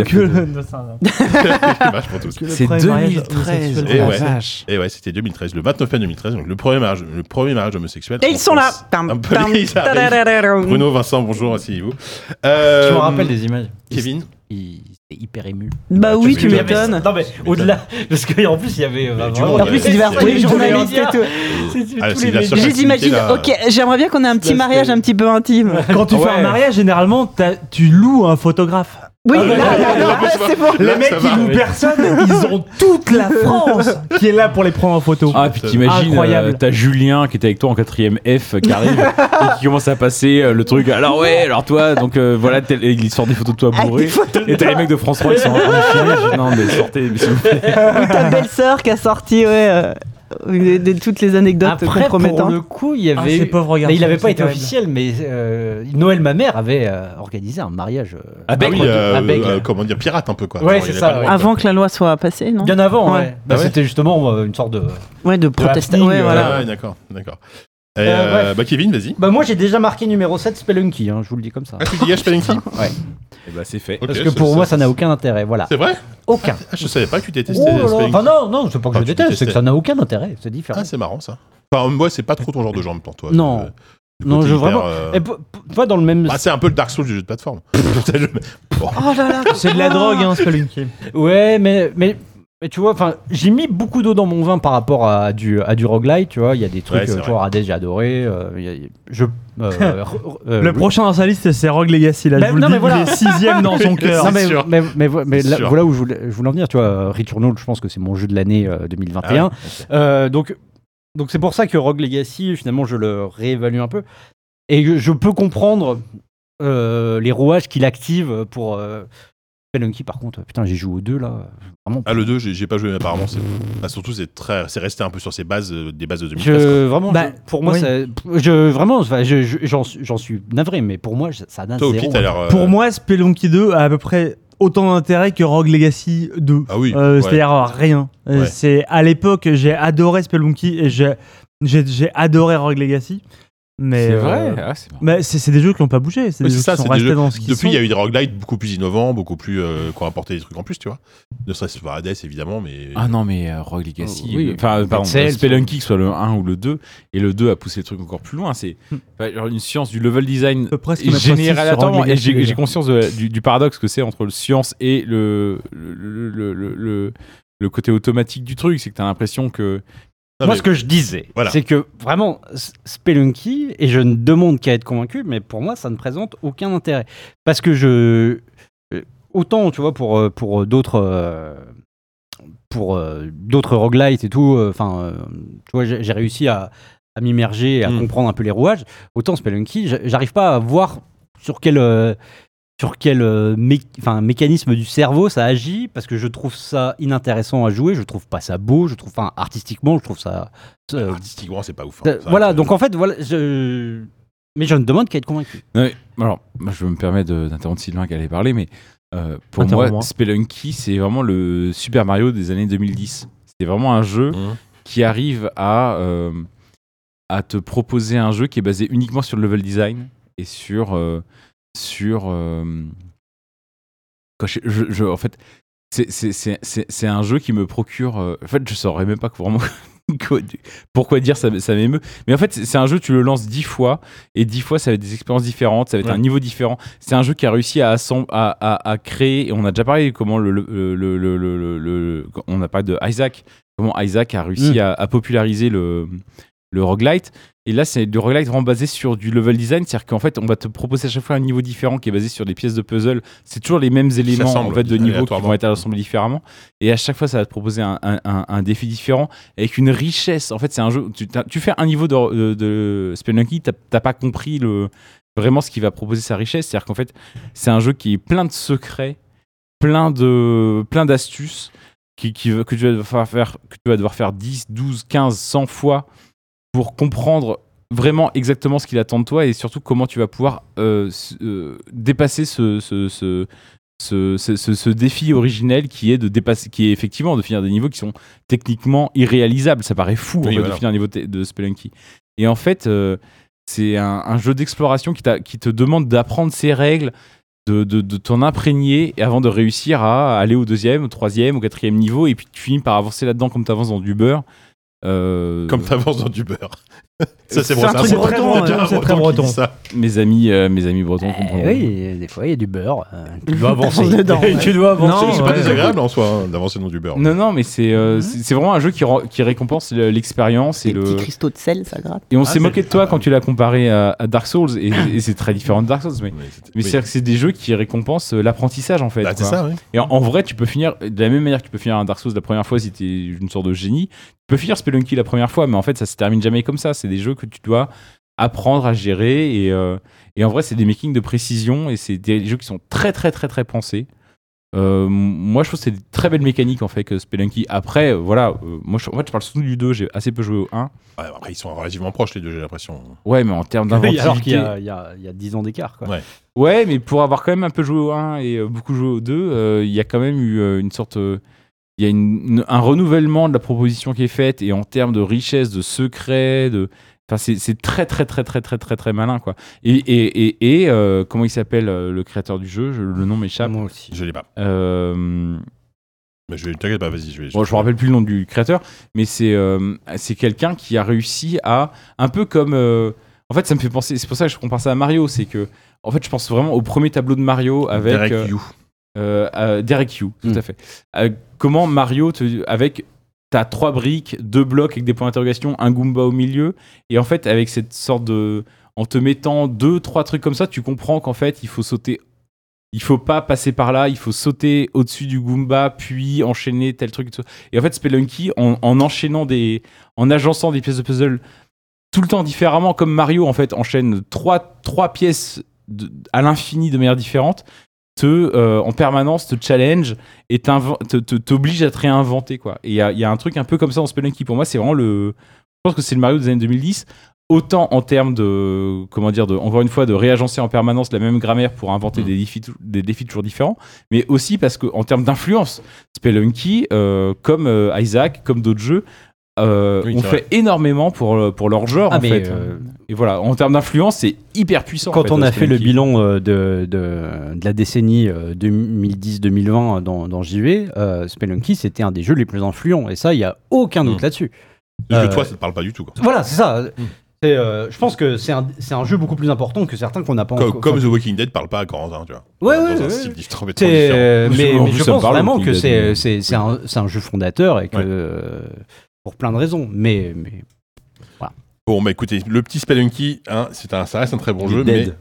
qui marche pour tous. C'est 2013. Et la ouais. vache. Et ouais, c'était 2013, le 29 mai 2013, donc le premier mariage, le premier mariage homosexuel. Et en ils sont là France. Tam, Un peu, tam, ils arrivent. tadadadadam. Bruno, Vincent, bonjour, asseyez-vous. Euh, Je me rappelle des images. Kevin Il est hyper ému. Bah oui, Tu tu me m'étonnes. Non mais au-delà, parce qu'en plus il y avait. Mais euh, du vraiment- monde, En plus il il y y avait- avait tous les journalistes et tout. Ah, C'est tous c'est les de la médias. surprise. Juste imagine, là. ok, j'aimerais bien qu'on ait un petit Là, mariage c'était- un petit peu intime. Quand tu fais Ouais. un mariage, généralement, t'as- tu loues un photographe. Oui, Ah, là, là, là, là, c'est bon. Là, Les mecs Ah, ça qui va. louent personne, ils ont toute la France qui est là pour les prendre en photo. Ah, puis t'imagines, Incroyable. euh, t'as Julien qui était avec toi en 4ème F euh, qui arrive et qui commence à passer euh, le truc. Alors, ouais, alors toi, donc euh, voilà, telle- et il sort des photos de toi Avec Ah, des bourré. photos de Et t'as les mecs de France 3 qui sont en train de filmer. Je dis, Non, mais sortez, mais s'il vous plaît. ta belle-sœur qui a sorti, ouais, euh, de, de toutes les anecdotes Après, pour compromettantes. le coup, il y Ah, avait. ces eu- pauvres mais garçons, il n'avait c'est pas été terrible. officiel, mais euh, Noël, ma mère, avait euh, organisé un mariage. euh, Ah oui, euh, Avec, euh, euh, comment dire, pirate un peu quoi. Genre, Ouais, il c'est y avait ça, pas de ouais. droit, Avant quoi. que la loi soit passée, non Bien avant, Ouais. ouais. Bah, Ah ouais. C'était justement euh, une sorte de. Ouais, de protestation. Ouais, happening, voilà. Ah ouais, d'accord, d'accord. Et, Euh, euh, bref. bah Kevin, vas-y. Bah moi j'ai déjà marqué numéro 7 Spelunky, hein, je vous le dis comme ça. Ah, tu dis H-Palinki Eh Et bah, c'est fait. Parce que pour moi ça n'a aucun intérêt, voilà. C'est vrai Aucun. Ah, Je savais pas que tu t'es testé Oh là là. H-Palinki. Enfin non, non, c'est pas que Ah, je tu déteste, détestais. c'est que ça n'a aucun intérêt, c'est différent. Ah, c'est marrant ça. Enfin, moi, c'est pas trop ton genre de jambes pour toi. Non. Euh, du Non, côté je- hyper, vraiment- Eh ben, euh, Et p- p- pas dans le même. bah, c'est un peu le Dark Souls du jeu de plateforme. Bon. Oh là là C'est de la drogue, hein, Spelunky. Ouais, mais, mais, mais tu vois, enfin, j'ai mis beaucoup d'eau dans mon vin par rapport à du, à du roguelite, tu vois. Il y a des Ouais, trucs, c'est euh, vrai. tu vois, Hades, j'ai adoré. euh, il y a- il y a- je, euh, re- re- euh, Le prochain dans sa liste, c'est Rogue Legacy. Là, Bah, je vous le non, dis, mais voilà. il est sixième dans son cœur. Non, mais, sûr. mais, mais, vo- mais C'est là, sûr. voilà où je voulais, je voulais en venir, tu vois. euh, Returnal, je pense que c'est mon jeu de l'année euh, 2021. Ah ouais. Euh, donc, donc c'est pour ça que Rogue Legacy, finalement, je le réévalue un peu. Et je, je peux comprendre euh, les rouages qu'il active pour. Euh, Spelunky, par contre, putain, j'ai joué aux deux là. Vraiment. Ah, le 2, j'ai j'ai pas joué, mais apparemment. c'est- ah, surtout, c'est très... c'est resté un peu sur ses bases, euh, des bases de 2013. Je, vraiment, Bah, je- pour moi, oui. ça- je, vraiment, enfin, je- je- j'en suis- j'en suis navré, mais pour moi, je- ça n'a Toi, zéro. Opi, t'as l'air. euh, Pour moi, Spelunky 2 a à peu près autant d'intérêt que Rogue Legacy 2. Ah oui. Euh, ouais. C'est-à-dire euh, rien. Euh, Ouais. C'est à l'époque, j'ai adoré Spelunky et j'ai j'ai- j'ai adoré Rogue Legacy. Mais C'est euh, vrai. Ah, c'est marrant. Mais c'est c'est des jeux qui n'ont pas bougé. C'est Ouais, des c'est jeux ça, qui c'est sont des restés jeux- dans ce qu'ils Depuis, sont. il y a eu des roguelites beaucoup plus innovants, beaucoup plus. euh, qui ont apporté des trucs en plus, tu vois. Ne serait-ce que Hades, évidemment, mais. Ah non, mais euh, Rogue Legacy. Oh, oui. euh, Enfin, pardon, Cell, Spelunky, que ce soit le 1 ou le 2. Et le 2 a poussé le truc encore plus loin. C'est enfin, genre une science du level design peu près ce Hmm. Euh, qu'on a Et général, presque sur attends, Rogue et Legacy, j'ai déjà. j'ai conscience de la- du, du paradoxe que c'est entre le science et le le, le, le- le- le- le côté automatique du truc, c'est que t'as l'impression que Non, moi, mais- ce que je disais, Voilà. c'est que vraiment, S- Spelunky, et je ne demande qu'à être convaincu, mais pour moi, ça ne présente aucun intérêt. Parce que je. euh, Autant, tu vois, pour, euh, pour d'autres. euh, Pour euh, d'autres roguelites et tout, euh, enfin, tu vois, j'ai j'ai réussi à, à m'immerger et à Mm. comprendre un peu les rouages. Autant Spelunky, j'a- j'arrive pas à voir sur quel. euh, sur quel euh, mé- enfin, mécanisme du cerveau ça agit, parce que je trouve ça inintéressant à jouer, je trouve pas ça beau, je trouve, enfin, artistiquement, je trouve ça. euh, Artistiquement, c'est pas ouf. hein. euh, Ça, voilà, c'est- donc en fait, voilà, je... mais je ne demande qu'à être convaincu. Alors, moi, je me permets de- d'interrompre Sylvain qui allait parler, mais euh, pour moi, Interromps-moi. Spelunky, c'est vraiment le Super Mario des années 2010. C'est vraiment un jeu Mhm. qui arrive à, euh, à te proposer un jeu qui est basé uniquement sur le level design et sur. euh, sur euh, quand je- je- je- en fait, c'est- c'est- c'est c'est- c'est un jeu qui me procure. euh, en fait, je saurais même pas vraiment quoi- pourquoi dire ça, ça m'émeut. Mais en fait, c'est c'est un jeu, tu le lances dix fois, et dix fois, ça va être des expériences différentes, ça va être Ouais. un niveau différent. C'est un jeu qui a réussi à, assemb- à, à- à créer, et on a déjà parlé comment le. le- le- le- le- le- le- le- on a parlé de Isaac, comment Isaac a réussi à, à populariser le, le roguelite. Et là, c'est du roguelite vraiment basé sur du level design, c'est-à-dire qu'en fait, on va te proposer à chaque fois un niveau différent qui est basé sur des pièces de puzzle. C'est toujours les mêmes éléments en s'assemble, fait, de niveau qui aléatoirement. vont être assemblés différemment. Et à chaque fois, ça va te proposer un, un- un- un défi différent avec une richesse. En fait, c'est un jeu. Tu, t'as- tu fais un niveau de, de, de Spelunky, t'as- t'as pas compris le, vraiment ce qui va proposer sa richesse. C'est-à-dire qu'en fait, c'est un jeu qui est plein de secrets, plein de plein d'astuces qui, qui- que tu vas devoir faire que tu vas devoir faire 10, 12, 15, 100 fois pour comprendre vraiment exactement ce qu'il attend de toi et surtout comment tu vas pouvoir euh, s- euh, dépasser ce, ce, ce, ce, ce- ce- ce défi originel qui est de dépasser, qui est effectivement de finir des niveaux qui sont techniquement irréalisables. Ça paraît fou en Oui, fait, voilà. de finir un niveau te- de Spelunky. Et en fait, euh, c'est un, un jeu d'exploration qui, t'a- qui te demande d'apprendre ses règles, de, de, de t'en imprégner et avant de réussir à aller au deuxième, au troisième, au quatrième niveau et puis tu finis par avancer là-dedans comme t'avances dans du beurre. Euh, Comme t'avances dans du beurre. ça, c'est C'est bon. un truc bon- breton, on dirait hein, un c'est breton très qui breton. dit ça. mes amis, euh, mes amis Eh bretons comprendront. Eh oui, des fois, il y a du beurre. euh, tu dois T'avances avancer. dedans, ouais. tu dois avancer. Non, C'est pas ouais. désagréable en soi hein, d'avancer dans du beurre. Non, non, mais c'est euh, c'est c'est vraiment un jeu qui, ren- qui récompense le- l'expérience et Des petits le. cristaux de sel, ça gratte. Et on Ah, s'est c'est- moqué de toi quand tu l'as comparé à, à Dark Souls et, et c'est très différent de Dark Souls, mais. Mais oui. c'est-à-dire que c'est des jeux qui récompensent euh, l'apprentissage en fait. Bah, c'est quoi. ça, oui. Et en, en vrai, tu peux finir de la même manière que tu peux finir un Dark Souls la première fois si t'es une sorte de génie. Tu peux finir Spelunky la première fois, mais en fait, ça se termine jamais comme ça. C'est des jeux que tu dois apprendre à gérer et, euh, et en vrai, c'est des makings de précision et c'est des jeux qui sont très très très très pensés. Euh, m- moi, je trouve que c'est des très belles mécaniques en fait que Spelunky. Après, euh, voilà, euh, moi, je, en fait, je parle surtout du 2, j'ai assez peu joué au 1. Ouais, après, ils sont relativement proches, les deux, j'ai l'impression. Ouais, mais en termes Oui, d'inventivité. Alors qu'il y a, il y a- il y a 10 ans d'écart. quoi. Ouais. Ouais, mais pour avoir quand même un peu joué au 1 et euh, beaucoup joué au 2, euh, il y a quand même eu euh, une sorte. euh, Il y a une- une- un renouvellement de la proposition qui est faite et en termes de richesse, de secret, de. Enfin, c'est- c'est très, très, très, très, très, très, très malin, quoi. Et, et, et, et, euh, comment il s'appelle euh, le créateur du jeu Je- Le nom m'échappe. Moi aussi. Je l'ai pas. Euh, Mais je vais, t'inquiète pas, vas-y, je vais. Bon, je me rappelle plus le nom du créateur, mais c'est euh, c'est quelqu'un qui a réussi à un peu comme euh, en fait ça me fait penser c'est pour ça que je compare ça à Mario, c'est que en fait je pense vraiment au premier tableau de Mario avec Derek euh, You. euh, euh, Derek You, tout Mm. à fait. Euh, comment Mario, te- avec t'as trois briques, deux blocs avec des points d'interrogation, un Goomba au milieu, et en fait avec cette sorte de, en te mettant deux, trois trucs comme ça, tu comprends qu'en fait il faut sauter, il faut pas passer par là, il faut sauter au-dessus du Goomba, puis enchaîner tel truc. tout- Et en fait Spelunky, en, en enchaînant des, en agençant des pièces de puzzle tout le temps différemment, comme Mario en fait enchaîne trois, trois pièces de- à l'infini de manière différente te, euh, en permanence te challenge et t'invent- te- te- t'oblige à te réinventer. Quoi. Et il y a, il y a un truc un peu comme ça dans Spelunky. Pour moi, c'est vraiment le. Je pense que c'est le Mario des années 2010. Autant en termes de, comment dire, de, encore une fois, de réagencer en permanence la même grammaire pour Mm. inventer des, défis, tou- des défis toujours différents, mais aussi parce que en termes d'influence, Spelunky, euh, comme euh, Isaac, comme d'autres jeux, euh, Oui, ont c'est fait énormément pour, le- pour leur genre. Ah, en mais, fait. euh, Et voilà, en termes d'influence, c'est hyper puissant. en Quand on a fait le Spelunky. bilan euh, de, de, de la décennie euh, 2010-2020 dans, dans JV, euh, Spelunky, c'était un des jeux les plus influents. Et ça, il n'y a aucun doute Mm. là-dessus. Parce que Euh, toi, ça te parle pas du tout. quoi. Voilà, c'est ça. C'est, euh, je pense que c'est un, c'est un jeu beaucoup plus important que certains qu'on n'a pas Comme, encore. comme The Walking Dead parle pas à Corentin, tu vois. Ouais, Dans ouais, un ouais. style différent, mais trop C'est- différent. euh, mais, En mais plus, je ça me pense parle, vraiment Walking que Dead, c'est mais- c'est- c'est un, c'est un jeu fondateur et que Ouais. euh, pour plein de raisons. Mais, mais Bon, bah écoutez, le petit Spelunky, hein, c'est un, ça reste un très bon Il est jeu, dead. mais.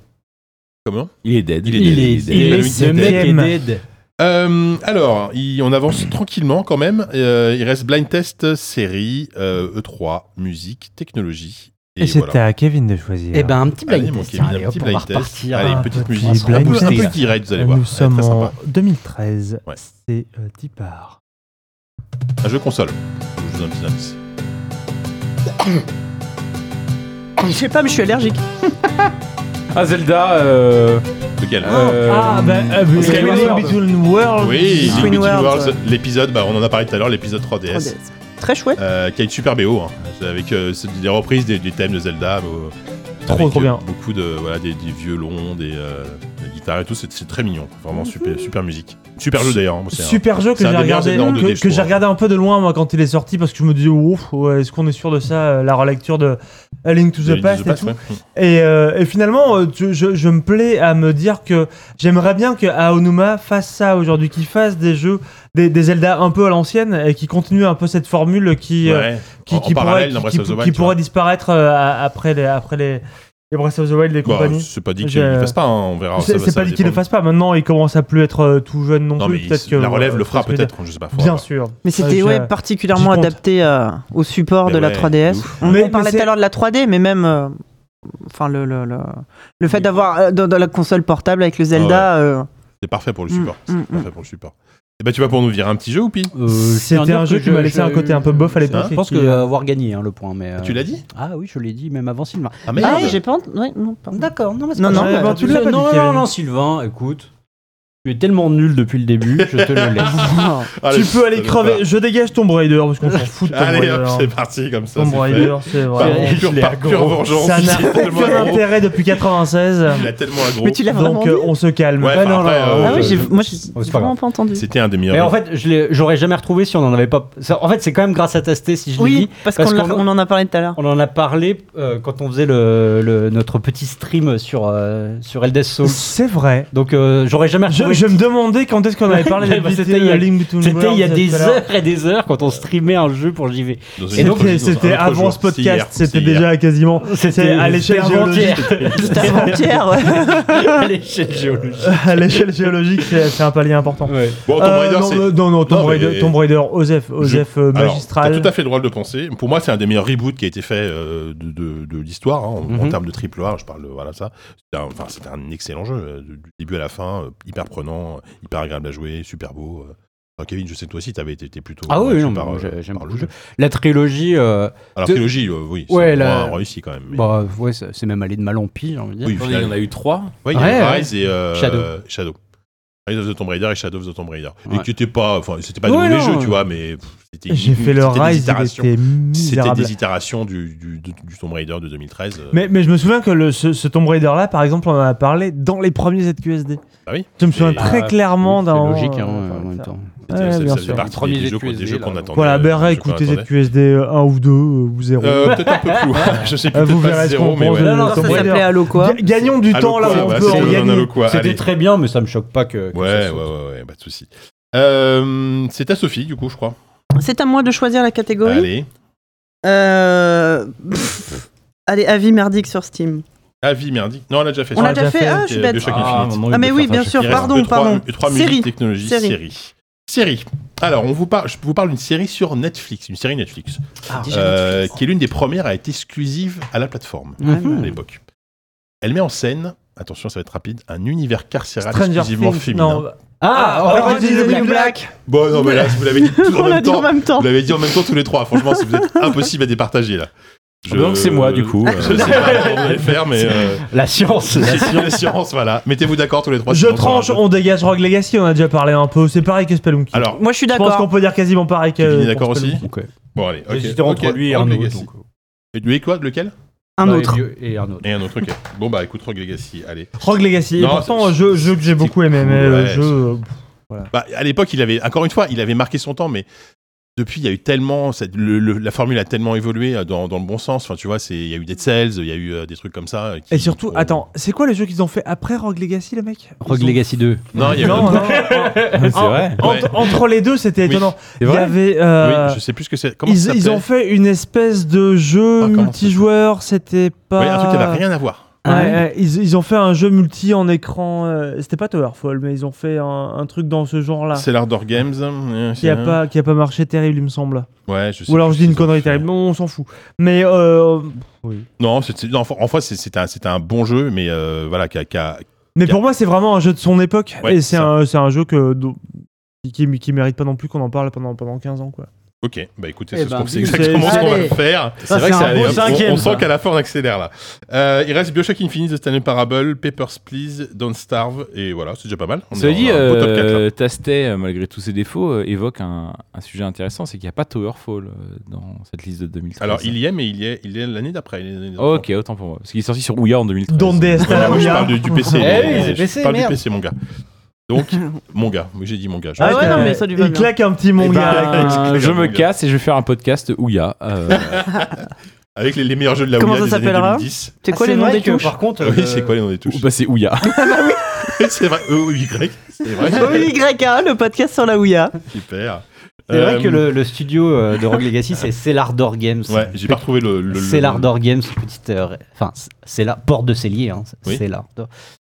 Comment Il est dead. Il est dead. dead. Il est septième. dead. Euh, alors, il- on avance tranquillement quand même. Euh, il reste blind test, série, euh, E3, musique, technologie. Et, c'est à Kevin de choisir. Eh ben un petit Allez, blind mon test. Kevin, Allez, un hop, petit on va blind test. repartir. Allez, Ah, une petite petit musique. Un blind peu, un peu test. direct, vous allez voir. Nous C'est très sommes en sympa. 2013. Ouais. C'est euh, Deepart. Un jeu console. Je vous donne un petit indice. Oh, Je sais pas, mais je suis allergique. Ah, Zelda. Euh... Lequel euh, ah, ben, euh, Skyward Sword. Between Oh, Worlds. Oui, Link Between Between Worlds. Worlds, l'épisode, bah, on en a parlé tout à l'heure, l'épisode 3DS, 3DS. Très chouette. euh, qui a une super BO, hein, avec euh, c'est des reprises des, des thèmes de Zelda. euh, Trop, avec, trop euh, bien. Beaucoup de, voilà, des, des violons, des, euh, des guitares et tout, c'est c'est très mignon. Vraiment Mhm. super, super musique. Super jeu d'ailleurs. hein, moi, c'est un- Super jeu que c'est un j'ai des meilleurs regardé, Zelda en 2D, que, je que j'ai trouve. regardé un peu de loin moi quand il est sorti parce que je me disais ouf, ouais, est-ce qu'on est sûr de ça, euh, la relecture de A Link to de- the de Past et Past, tout. ouais. Et, euh, et finalement, euh, tu- je, je me plais à me dire que j'aimerais bien que Aonuma fasse ça aujourd'hui, qu'il fasse des jeux, des, des Zelda un peu à l'ancienne et qui continue un peu cette formule qui, euh, Ouais. qui, En- qui en pourrait, parallèle, qui- dans Breath qui- of the qui Wild, tu pourrait vois. disparaître euh, après les, après les, les Breath of the Wild et Bah, compagnie. c'est pas dit qu'il J'ai- ne le fasse pas, hein, on verra. ça C'est va- c'est ça pas va dit qu'il le dépendre. fasse pas. Maintenant, il commence à plus être euh, tout jeune non, Non, mais plus. il- Peut-être que la relève le fera faudra peut-être, je sais pas. faudra Bien voir. Euh, sûr. Mais c'était je- ouais, particulièrement j'y compte. adapté euh, au support Mais de la ouais, 3DS. de ouf. On Mais- en parlait mais tout c'est- à l'heure de la 3D, mais même. euh, Enfin, le, le, le, le fait d'avoir euh, dans, dans la console portable avec le Zelda. euh, C'est parfait pour le Mm, support. mm, C'est parfait pour le support. Eh ben, tu vas pour nous virer un petit jeu ou pis C'était Euh, un jeu qui m'a laissé un côté un peu bof à l'époque. Ça, et Je pense qui, que euh, avoir gagné hein, le point, mais. euh, Tu l'as dit Ah oui, je l'ai dit même avant Sylvain. Ah Ah, merde j'ai pas ent- ouais, non, pardon. D'accord, Ah non mais ben, Non, non, grave. bah, tu l'as pas non, dit, non, Kevin. non, Sylvain, écoute, tu es tellement nul depuis le début, je te le laisse. Ah, Tu le- peux aller ça va crever. Je dégage Tomb Raider parce qu'on s'en fout de pas. Tomb Allez, Raider. hein. hop, c'est parti comme ça. Tomb c'est fait. Raider, c'est vrai. Pure, Je l'ai par pure aggro. vengeance, Ça il est n'a tellement aucun aggro. intérêt depuis 96. Il a tellement aggro. Mais tu l'as vraiment Donc dit euh, on se calme. Ouais, Bah, enfin, non, après, non, euh, Ah oui, j'ai- moi j'ai pas vraiment pas entendu. C'était un des Mais en meilleurs. fait, je l'ai- j'aurais jamais retrouvé si on n'en avait pas. ça- en fait, c'est quand même grâce à Tasté si je l'ai Oui, dit. parce, parce qu'on l'a- qu'on- on en a parlé tout à l'heure. On en a parlé euh, quand on faisait le, le- notre petit stream sur, euh, sur Eldes Soul. C'est vrai. Donc, euh, j'aurais jamais Je, retrouvé. je me demandais quand est-ce qu'on avait parlé Ouais, de bah, c'était il y a- Link Between C'était il y a Worlds, des tout à l'heure. heures et des heures quand on streamait un jeu pour JV. dans une Et autre- dans un donc c'était autre avant jour. ce C'est hier, podcast, c'est c'était hier. déjà quasiment. C'était à l'échelle c'était avant-hier. géologique. C'était avant-hier, ouais. à l'échelle géologique. À l'échelle géologique, c'est c'est un palier important. Ouais. Bon, Tomb Euh, Raider, non, c'est. euh, non, non, Tomb Non, mais- Raider, Tomb Raider, Osef, Osef euh, Alors, magistral. t'as tout à fait le droit de le penser. Pour moi, c'est un des meilleurs reboots qui a été fait euh, de, de- de l'histoire, hein, en, en Mhm. termes de triple A. Je parle, de- voilà, ça. C'était un, enfin, c'était un excellent jeu, euh, du début à la fin, euh, hyper prenant, euh, hyper agréable à jouer, super beau. euh. Alors, Kevin, je sais que toi aussi, t'avais été été plutôt. Ah oui, convaincu non, par, mais euh, j'ai- j'aime par le beaucoup jeu. le La trilogie, euh, Alors, De- trilogie, euh, oui, Ouais, c'est la- moins réussi quand même. mais- bah ouais, ça- c'est même allé de mal en pis, j'ai envie de dire. oui, Attendez, Il y en finalement. a eu trois. Ouais, il y avait Ouais, Rise et euh, Shadow. Shadow. Rise of the Tomb Raider et Shadow of the Tomb Raider. Et Ouais. qui était pas, enfin, c'était pas des Ouais, mauvais non. jeux, tu vois, mais pff, c'était J'ai fait le c'était des Rise, il itérations. était C'était misérable. des itérations du, du, du- du Tomb Raider de 2013. euh, Mais, mais je me souviens que le- ce, ce Tomb Raider là, par exemple, on en a parlé dans les premiers ZQSD. Bah oui. Je me souviens Et- très Ah, clairement oui, d'un. C'est logique, hein, euh, en même temps. c'était- Ouais, ça, bien ça faisait sûr. partie Premier des jeux, ZQSD, des jeux là, qu'on donc. attendait. Voilà, euh, ben des jeux qu'on réécoutez attendait. ZQSD 1 euh, ou 2 ou 0. Euh, Peut-être un peu plus loin. Je sais Euh, plus. vous pas verrez ce zéro, qu'on mais pense ouais. de- Non, non, de Ça Tomb Raider. s'appelait Allo quoi Ga- Gagnons du Allo temps là quoi, où on ouais, peut c'est en le- gagner. le quoi, C'était allez. très bien, mais ça me choque pas que. que Ouais, ouais, ça saute. ouais, ouais, pas de souci. Euh, c'est à Sophie, du coup, je crois. C'est à moi de choisir la catégorie. Allez. Euh, pff, Allez, avis merdique sur Steam. Avis, merdique. Ah, Non, on l'a déjà fait. euh, On ça. l'a déjà fait. Ah, je suis de- bête. De chaque infinite. mon nom, il Ah, mais peut oui, faire bien ça, sûr, je Il reste pardon, deux, trois- pardon. euh, Trois Série. musiques, technologie, Série. série. Série. Alors, on vous parle, je vous parle d'une série sur Netflix, une série Netflix, euh, qui est l'une des premières à être exclusive à la plateforme Mhm. à l'époque. Elle met en scène, attention, ça va être rapide, un univers carcéral Stranger exclusivement Things. féminin. Non, Ah, Ah, Orange is the New Black. Bon, non, mais là, vous l'avez dit tous On en l'a même dit en temps. même temps. Vous l'avez dit en même temps tous les trois. Franchement, si vous êtes impossible à départager là. Ah, bah Donc, c'est moi, du coup. Je sais pas comment on va le faire, mais euh, La science. c'est une science, voilà. Mettez-vous d'accord tous les trois. Je sinon, ça va tranche, pas. on dégage Rogue Legacy, on a déjà parlé un peu. C'est pareil que Spelunky. Alors, Moi, je suis je pense qu'on d'accord. peut dire quasiment pareil que. Kevin est pour d'accord aussi Spelunky. Ok. Bon, allez. ok, J'hésitais ok, entre lui et Rogue un autre. Legacy. donc, euh, Et lui et quoi Lequel Un bah, autre. et mieux- Et un autre. Et un autre, ok. Bon, bah écoute, Rogue Legacy, allez. Rogue Legacy. Non, et pourtant, c'est- jeu, jeu que j'ai beaucoup aimé, mais cool, euh, ouais. jeu. euh, Bah, à l'époque, il avait, encore une fois, il avait marqué son temps, mais depuis, il y a eu tellement, cette- le- le- la formule a tellement évolué euh, dans, dans le bon sens. Enfin, tu vois, c'est- il y a eu Dead Cells, il y a eu euh, des trucs comme ça. euh, qui- Et surtout, ont- attends, c'est quoi le jeu qu'ils ont fait après Rogue Legacy, les mecs Rogue Legacy 2. Non, Ah, il y a eu Non, un- non, C'est vrai. en- Ouais. entre, entre les deux, c'était Oui. étonnant. C'est Il y vrai. avait. euh, Oui, je sais plus ce que c'est. Comment ils, ça ils ont s'appelait fait une espèce de jeu Ah, comment ça multijoueur, c'était pas. Oui, un truc qui euh, avait rien à voir. Ouais, ouais, ils, ils ont fait un jeu multi en écran. euh, c'était pas Towerfall, mais ils ont fait un, un truc dans ce genre-là. C'est l'Ardor Games. euh, Qui ah. a, c'est- pas, qui a pas marché terrible, il me semble. Ouais, je sais Ou alors plus je dis ce une qu'ils ont connerie fait. terrible, non, on s'en fout. Mais euh, Non, c'est- c'est- non, en fait, c'est- c'est un, c'est un bon jeu, mais euh, voilà, qui a- qui a- Mais Car- pour moi, c'est vraiment un jeu de son époque. Ouais, et c'est ça. un, c'est un jeu que, dont- qui, qui mérite pas non plus qu'on en parle pendant, pendant 15 ans. Quoi. Ok, bah écoutez, Eh c'est ce ben, qu'on sait c'est- exactement ce qu'on va allez. faire. Ça, vrai c'est que un ça allait, beau hop, on- cinquième, On, sent ça. qu'à la fin, on accélère là. Euh, il reste Bioshock Infinite, The Stanley Parable, Papers, Please, Don't Starve, et voilà, c'est déjà pas mal. On Cela est- dit, on est au top 4 là. euh, Tastet, euh, malgré tous ses défauts, euh, évoque un, un sujet intéressant, c'est qu'il n'y a pas Towerfall euh, dans cette liste de 2013. Alors, il y est, mais il y est il y est l'année d'après. il est l'année d'après. Ok, autant pour moi. Parce qu'il est sorti sur Ouya en 2013. Dans DS, Ah, Ouais, Ah, moi, je parle du, du PC. Eh mais- oui, c'est je PC, parle merde. du PC, mon gars. Donc, mon gars. Oui, j'ai dit mon gars. je- Ah ouais, non, mais ça lui va Il bien. claque un petit Eh mon ben, euh, gars. je me casse et je vais faire un podcast Ouya. euh, Avec les, les meilleurs jeux de la Comment Ouya ça des années s'appellera 2010. C'est Ah, quoi les noms vrai des que, touches Par contre, Oui, euh, c'est quoi les noms des touches bah, c'est Ouya. C'est vrai, E E-Y. C'est vrai. OYA, le podcast sur la Ouya. Super. C'est Euh, vrai que le, le studio euh, de Rogue Legacy, c'est Cellardor Games. Ouais, j'ai pas retrouvé le. le- le- Cellardor Games, petite. euh, ré- Enfin, c'est- c'est la porte de cellier. Hein, Oui. c'est Cellardor.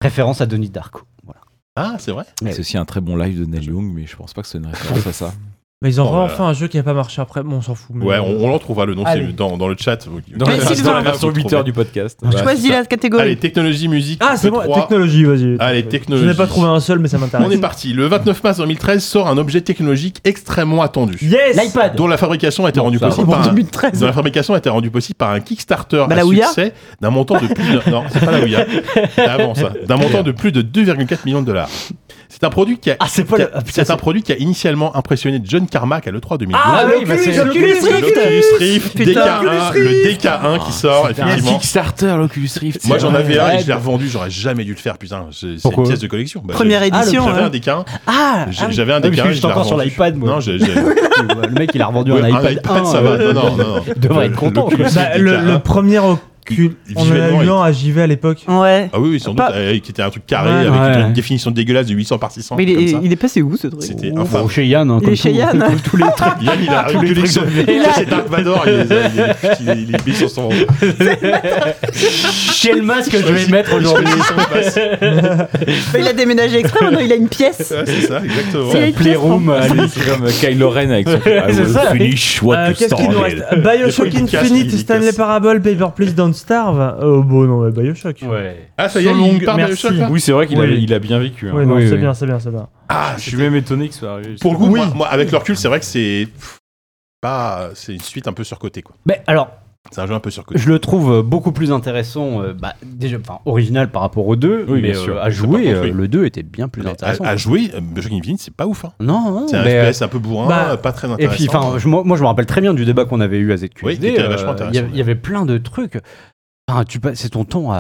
Référence à Denis Darko. Voilà. Ah, c'est vrai. C'est aussi un très bon live de Neil Young, mais je pense pas que c'est une référence à ça. Mais ils ont Oh là là. enfin un jeu qui n'a pas marché après. Bon, on s'en fout. mais- Ouais, on, on l'en trouvera le nom c'est Allez. dans, dans le chat. Dans, Mais la, Sylvain- dans la version 8 heures h du podcast. Bah, Choisis c'est ça. la catégorie. Allez, technologie, musique. Ah, c'est bon, E3. technologie, vas-y. Allez, Je technologie. n'ai pas trouvé un seul, mais ça Ah, On est m'intéresse. parti. Le 29 mars 2013 sort un objet technologique extrêmement attendu, Yes L'iPad. dont la fabrication a été rendue ça possible En par un, 2013. dont la fabrication a été rendue possible par un Kickstarter Bah, à la Ouya succès d'un montant de plus de non, c'est pas la Ouya. C'est avant ça, d'un montant de plus de 2,4 millions de dollars. C'est un produit qui a Ah, c'est pas qui le. a- c'est un produit qui a initialement impressionné John Carmack à l'E3 2012. Ah, le bah, Oculus, c'est- Oculus C'est Rift l'Oculus Rift, Putain. DK1, le DK1 qui sort, effectivement. Kickstarter, l'Oculus Rift. Moi j'en avais un et Ouais. je l'ai revendu, j'aurais jamais dû le faire, putain. C'est c'est une Pourquoi pièce de collection. Bah, Première j'avais- édition, J'avais hein. un DK1. Ah, j'ai- J'avais un parce que DK1. et j'étais je l'ai encore sur revendu. l'iPad, moi. Non, j'ai. j'ai- le mec, il a revendu Ouais, un iPad. un, ça va. euh, Non, non, non. Il devrait être content. L'Oculus Rift Bah, le, DK1. le premier Oculus. On en Visuellement, a eu il- un à JV à l'époque. ouais. Ah oui, oui, sans doute, Pas- euh, qui était un truc carré Ouais, avec ouais. une définition dégueulasse de 800 par 600. Mais il Ah, comme est, ça. il est passé où ce truc C'était bon, infâme. chez Yann. hein, Il comme est chez tout- Yann. comme tous les trucs. Yann, il a Tous les une collection. trucs Ça, c'est Dark Vador. Il les a- il les- il les- il les met sur son. Chez le masque, je vais mettre aujourd'hui. il s'en passe. Ouais, Bah, Il a déménagé exprès, maintenant il a une pièce. C'est ça, exactement. C'est- Playroom, allez, c'est comme Kylo Ren avec son I C'est will ça. finish what Euh, you Qu'est-ce qu'il nous started. reste Bioshock Il casse, il Infinite, casse. Stanley Parable, Paper Please Don't Starve. Oh, bon, non, mais Bioshock. Ouais. Ah, ça y est, Solong, il part de merci. choc là Oui, c'est vrai qu'il Oui. a, il a bien vécu. hein. Ouais, non, Oui, c'est oui. bien, c'est bien, c'est bien. Ah, Je suis même étonné que ce soit arrivé. Pour le coup, Oui. moi, moi, avec le recul, c'est vrai que c'est. pff, Pas. C'est une suite un peu surcotée, quoi. Mais alors, C'est un jeu un peu surcoté. je le trouve euh, beaucoup plus intéressant, euh, bah, déjà, enfin, original par rapport aux deux, Oui, mais bien euh, sûr. à Ça, jouer, par contre, oui. euh, le 2 était bien plus Mais intéressant. À, à jouer, euh, Bioshock Infinite, c'est pas ouf. Hein. Non, non, C'est un mais, euh, FPS un peu bourrin, bah, pas très Et intéressant. hein. puis, enfin, je- moi, moi, je me rappelle très bien du débat qu'on avait eu à ZQSD. Oui, qui était euh, vachement il y intéressant, avait- il y avait plein de trucs. Enfin, tu passes- c'est ton temps à,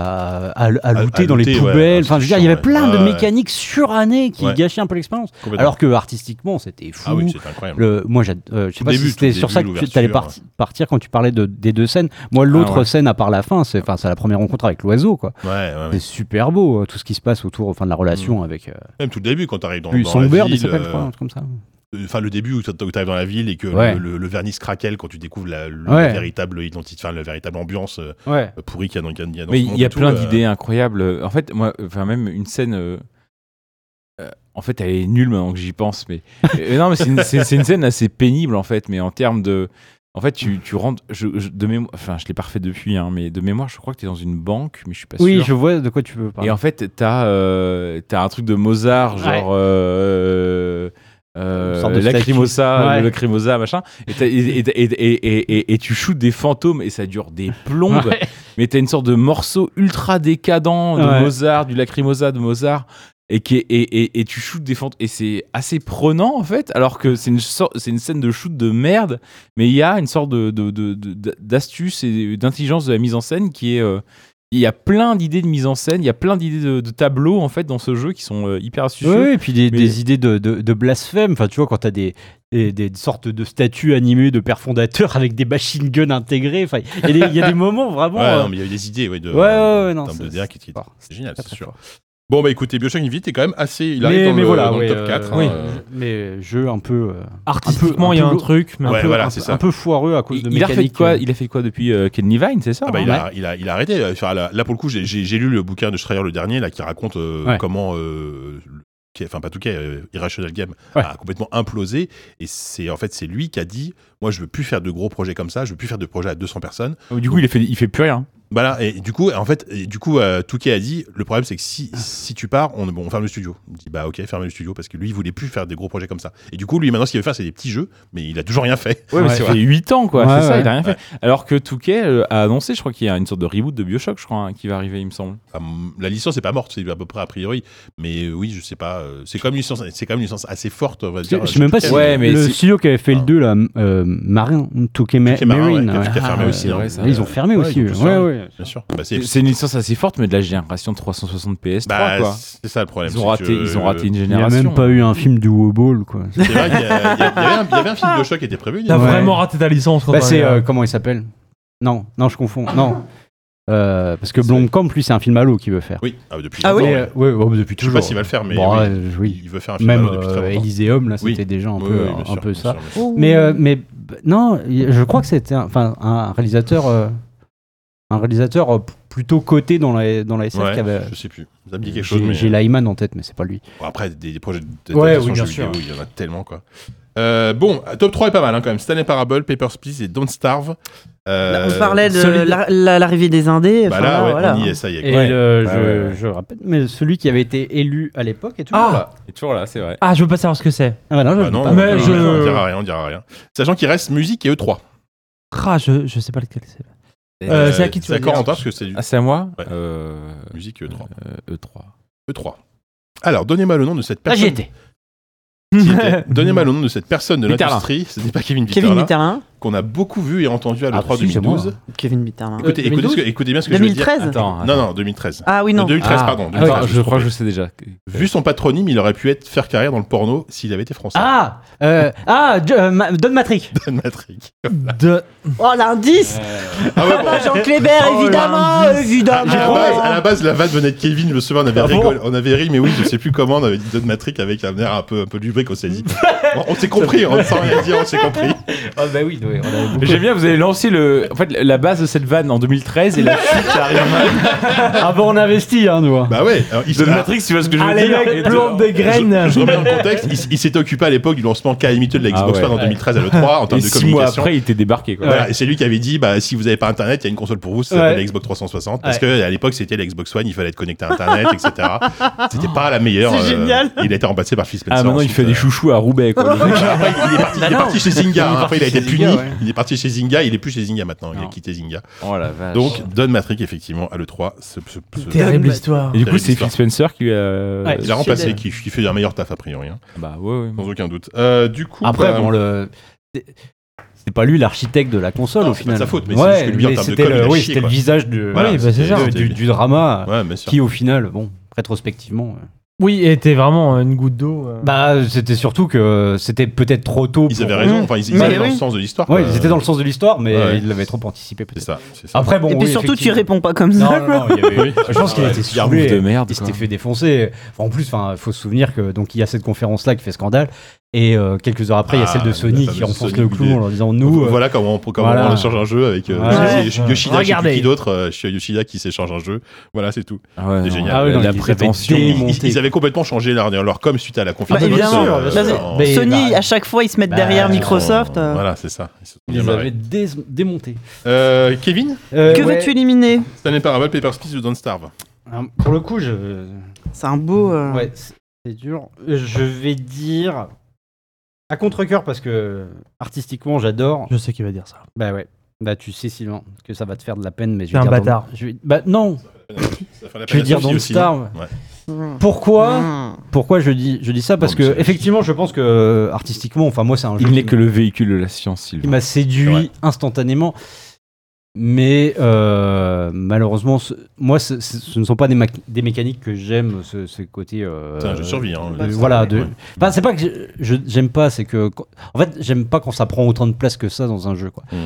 à, à looter à dans les looter, ouais, poubelles. c'est Enfin, je veux dire, il y chiant, avait plein ouais. de Ouais, ouais. mécaniques surannées qui Ouais. gâchaient un peu l'expérience. Complètement. Alors que artistiquement, c'était fou. ah oui, c'est incroyable. Le- moi, j'ad- euh, je sais Tout pas début, si c'était tout sur début, ça que tu allais l'ouverture, Ah partir quand tu parlais de, des deux scènes. Moi, l'autre ouais. scène, à part la fin, c'est enfin, c'est la première rencontre avec l'oiseau. quoi. Ouais, ouais, ouais. C'est super beau, euh, tout ce qui se passe autour enfin, de la relation avec euh, Même tout le début, quand t'arrives Mmh. dans, Songbird, dans la ville. il s'appelle, euh, je crois, un truc comme ça. Enfin, le début où t'as- où t'arrives dans la ville et que Ouais. le, le- le vernis craquelle quand tu découvres la, le Ouais. véritable identité, enfin, la véritable ambiance euh, Ouais. pourrie qu'il y a dans, qu'il y a dans Mais ce monde il y a et tout, plein euh, d'idées incroyables. En fait, moi, enfin, même une scène. euh, euh, en fait, elle est nulle maintenant que j'y pense. Mais euh, non, mais c'est une, c'est- c'est une scène assez pénible en fait. Mais en termes de. En fait, tu, tu rentres. Je, je- de mémoire, enfin, je l'ai pas refait depuis, hein, mais de mémoire, je crois que tu es dans une banque, mais je suis pas Oui, sûr. je vois de quoi tu veux parler. Et en fait, t'as euh, t'as un truc de Mozart, genre. Ouais. euh, euh, Une sorte de Lacrimosa, statue. Ouais. le Lacrimosa, machin. Et, t'as- et, et- et- et- et- et tu shootes des fantômes et ça dure des plombes. Mais t'as une sorte de morceau ultra décadent de Ouais. Mozart, du Lacrimosa de Mozart. Et, qui est- et, et, et tu shootes des fantômes. Et c'est assez prenant, en fait. Alors que c'est une, sorte- c'est une scène de shoot de merde. Mais il y a une sorte de- de- de- de- d'astuce et d'intelligence de la mise en scène qui est. euh, il y a plein d'idées de mise en scène, il y a plein d'idées de, de tableaux en fait dans ce jeu qui sont euh, hyper Oui, astucieux. et puis des, mais- des idées de, de, de blasphème. Enfin, tu vois, quand t'as des, des, des sortes de statues animées de pères fondateurs avec des machine guns intégrées. Enfin, il y a des- il y, a des moments vraiment. Ouais, euh, non, mais il y a eu des idées, ouais, de. Ouais, ouais, ouais, non, en termes de c'est- DA qui qui- fort. C'est génial, Très, c'est très sûr. fort. Bon, bah écoutez, Bioshock Infinite est quand même assez. Il arrive mais dans, mais le, voilà, dans le ouais, top euh, 4. oui. hein, euh, Mais jeu un peu. euh, Artistiquement, il y a peu un lourd. truc, mais un Ouais, peu- voilà, un, c'est peu- ça. un peu foireux à cause de il, il a fait mécanique, quoi euh. Il a fait quoi depuis euh, Ken Levine, c'est ça Ah bah, hein il, a, il, a, il a arrêté. Enfin, là, là, pour le coup, j'ai- j'ai j'ai lu le bouquin de Schreier le dernier, là, qui raconte euh, Ouais. comment. euh, le- qui- Enfin, pas tout cas, euh, Irrational Game Ouais. a complètement implosé. Et c'est en fait, c'est lui qui a dit Moi, je veux plus faire de gros projets comme ça, je veux plus faire de projets à 200 personnes. Du coup, il, a fait, il fait plus rien. Voilà, et du coup, en fait, et du coup, euh, Touquet a dit le problème, c'est que si, si tu pars, on, bon, on ferme le studio. Il dit bah ok, ferme le studio parce que lui, il voulait plus faire des gros projets comme ça. Et du coup, lui, maintenant, ce qu'il veut faire, c'est des petits jeux, mais il a toujours rien fait. Ouais, mais Ouais, ça c'est fait 8 ans quoi, Ouais, c'est ça, ouais. il a rien fait. Alors que Touquet euh, a annoncé, je crois qu'il y a une sorte de reboot de Bioshock, je crois, hein, qui va arriver, il me semble. Enfin, la licence n'est pas morte, c'est à peu près a priori, mais euh, oui, je sais pas. euh, c'est comme une licence, c'est quand même une licence assez forte, on va Je dire. je sais même pas si Touquet, Ouais, mais le si- studio qui avait fait Ah. le 2, là, euh, Marin, Touquet Ma- Touquet Marin, ouais, Marine. qui a- qui a fermé Ah, aussi, ouais, hein. ouais, Ils ont fermé Ouais, ils aussi. ont eux. tous Ouais, fermé. ouais. Bien sûr. Bah, c'est C'est c'est une licence assez forte, mais de la génération 360 PS3 bah, quoi. c'est ça le problème. Ils ont, c'est raté, que- ils ont raté une Il n'y a génération. même pas eu un film du Wobble, quoi. euh, C'est vrai, il y, a- il y a- il y avait un- il y avait un film Ah. de choc qui était prévu. il y T'as a- Ouais. vraiment raté ta licence quand Bah, t'as- c'est euh, comment il s'appelle Non, non, je confonds. Non, Euh, parce que Blomkamp, lui, c'est un film à l'eau qu'il veut faire. Ah. Oui, ah, depuis. Ah oui longtemps, Mais, euh, ouais. ouais, ouais, depuis Je sais toujours. pas s'il va le faire, mais Bon, oui, ouais, je- oui. il veut faire un film Même Halo depuis euh, très longtemps. Élyséeum, là, c'était Oui. déjà un Oui, peu, oui, bien un sûr, peu bien ça. sûr, bien sûr. Mais, euh, mais b- non, il- je crois que c'était un, enfin, un réalisateur, euh, un réalisateur euh, p- plutôt coté dans la, dans la SF qui avait. Ouais, je sais plus. Ça me dit quelque chose. J'ai mais- euh, j'ai Lyman en tête, mais c'est pas lui. Bon, après, des, des projets de Ouais, d'adaptation oui, bien jeux sûr. vidéo, il y en a tellement, quoi. Euh, bon, top 3 est pas mal hein, quand même. Stanley Parable, Papers, Please et Don't Starve. Euh, On parlait de solide. la- la- l'arrivée des Indés. Bah enfin, là, ouais, voilà. on y est, ça y est. Et quoi. le- Ouais, je, ouais. je rappelle, mais celui qui avait été élu à l'époque est toujours Ah. là. Et toujours là, c'est vrai. Ah, je veux pas savoir ce que c'est. Ah, bah non, je Bah le dis non, pas. on- mais on- je- on dira rien, on dira rien. Sachant qu'il reste musique et E E3. Ah, je, je sais pas lequel c'est. Euh, c'est à qui tu C'est vas d'accord dire en toi parce que c'est du Ah, c'est à moi Ouais. Euh, musique E E3. euh, E3. E3. Alors, donnez-moi le nom de cette Ah, j'y personne. étais. qui était- Donnez-moi le nom de cette personne de Mitterrand. l'industrie. Ce n'est pas Kevin Kevin Bitterla Mitterrand. qu'on a beaucoup vu et entendu à Ah, l'E3 si, c'est moi. 2012. Kevin Mitterrand. Écoutez, écoutez, ce que- écoutez bien Euh, ce que je vais 2013 dire. Attends, Non, non, 2013. Ah oui, non. Euh, 2013, Ah, pardon. attends, 2013, je crois que me je suis sais déjà. trompé. Vu son patronyme, il aurait pu être faire carrière dans le porno s'il avait été français. Ah, euh, ah, je- euh, ma- Don Matrick. Dan Matrick. De... Oh l'indice Ah ouais, bon. Ah, Jean Kléber, Oh, évidemment Ah, l'indice. À Évidemment Ah, la, bah, base, à la base, la vanne venait de Kevin, je me souviens, on avait, Ah bon rigolé- on avait ri, mais oui, je sais plus comment, on avait dit Don Matrick avec un air un peu, un peu lubrique, on s'est dit. Bon, on s'est compris, on ne s'en rien dire, on s'est compris. Ah bah oui, oui, on avait beaucoup. J'aime bien, vous avez lancé le, en fait, la base de cette vanne en 2013 et la suite arrive. Ah bon, on investit, hein, nous. Bah ouais, alors, il De s'est- Matrix, tu vois ce que je veux Allez, dire mec, plante des graines. Je remets dans le contexte, il, s- il s'était occupé à l'époque du lancement kalamiteux E de la Ah Xbox ouais. One en 2013 à l'E3 en Et termes de six mois communication. après, il était débarqué. Quoi. Voilà, et c'est lui qui avait dit bah, si vous n'avez pas internet, il y a une console pour vous, ça s'appelle la Xbox 360. Parce que à l'époque, c'était la Xbox One, il fallait être connecté à internet, etc. C'était pas la meilleure. euh, C'est génial. Il a été remplacé par Phil Spencer. Ah, maintenant, il ensuite, fait euh, des chouchous à Roubaix. Quoi. Le mec. Après, il est parti, il est parti chez Zynga. hein. Après, il a été chez puni. Zynga, ouais. Il est parti chez Zynga. Il est plus chez Zynga maintenant. Il a Non. quitté Zynga. oh la vache. Donc, Don Matrick, effectivement, à l'E3. ce- ce- ce- Terrible histoire. et du coup, terrible c'est histoire. Phil Spencer qui lui a. Ouais. Il a remplacé, qui, qui fait un meilleur taf, a priori, hein, Bah ouais, ouais. sans aucun doute. Euh, du coup. Après, bah, bon, le. c'est- C'est pas lui l'architecte de la console Non, au c'est pas final. de sa faute, mais c'est juste que lui, en mais termes de c'était com, il a le, oui, chié, c'était le quoi. visage de, Voilà, oui, bah, c'est c'est ça. de- du, du drama Ouais, bien sûr. qui, au final, bon, rétrospectivement. euh, Oui, et t'es vraiment une goutte d'eau. euh. Bah, c'était surtout que euh, c'était peut-être trop tôt. Ils pour- avaient raison. Enfin, ils, ils Mais allaient dans oui. le sens de l'histoire. Ouais, quoi. ils étaient dans le sens de l'histoire, mais Ouais. ils l'avaient trop anticipé C'est peut-être. ça. c'est ça. Après, bon. Et oui, puis surtout, tu effectivement. réponds pas comme Non, ça. non, non, il y avait- je pense qu'il Ah, Ouais, était un saoulé. move de merde, Il s'était quoi. fait défoncer. Enfin, en plus, enfin, faut se souvenir que donc il y a cette conférence là qui fait scandale et euh, quelques heures après, il y a Ah, celle de la Sony fameuse qui enfonce Sony le clou idée. en leur disant nous. euh, voilà comment on, comment voilà. on échange un jeu avec euh, Ouais. Yoshi- Yoshida, je sais plus Regardez. qui d'autre, euh, chez Yoshida qui s'échange un jeu. Voilà, c'est tout. Ah ouais, C'est non. génial. Ah ouais, non, la ils avaient prétention. Et ils, démonté. ils avaient complètement changé leur, leur com suite à la conférence. évidemment. Euh, Bah, c'est- en- Mais Sony, bah, à chaque fois, ils se mettent bah, derrière ils Microsoft. Ils sont- euh. Voilà, c'est ça. Ils se sont Ils bien les marrés. avaient dés- démontés. Euh, Kevin, Euh, Que ouais. veux-tu éliminer Stanley Parable, Papers, Please ou Don't Starve Alors, Pour le coup, je. C'est un beau. euh, Ouais, c'est c'est dur. Je vais dire à contre-cœur parce que artistiquement, j'adore. Je sais qui va dire ça. Bah ouais. Bah tu sais Sylvain que ça va te faire de la peine, mais je T'es vais un dire dans- bâtard. je vais- Bah non. Ça fait la Je vais peine à dire Don't Sophie aussi, Starve. non Ouais. mm, Pourquoi mm. Pourquoi je dis je dis ça Parce mais que c'est- effectivement, je pense que euh, artistiquement, enfin moi, c'est un jeu Il n'est qui- que le véhicule de la science, qui Sylvain. m'a Ah C'est vrai. séduit instantanément. Mais euh, malheureusement, ce- moi, ce, ce- ce ne sont pas des, ma- des mécaniques que j'aime, ce, ce côté. euh, C'est un jeu de survie, hein. euh, voilà. De... Ouais. Enfin, c'est pas que je- je- j'aime pas, c'est que. quand- En fait, j'aime pas quand ça prend autant de place que ça dans un jeu. Quoi. Mm.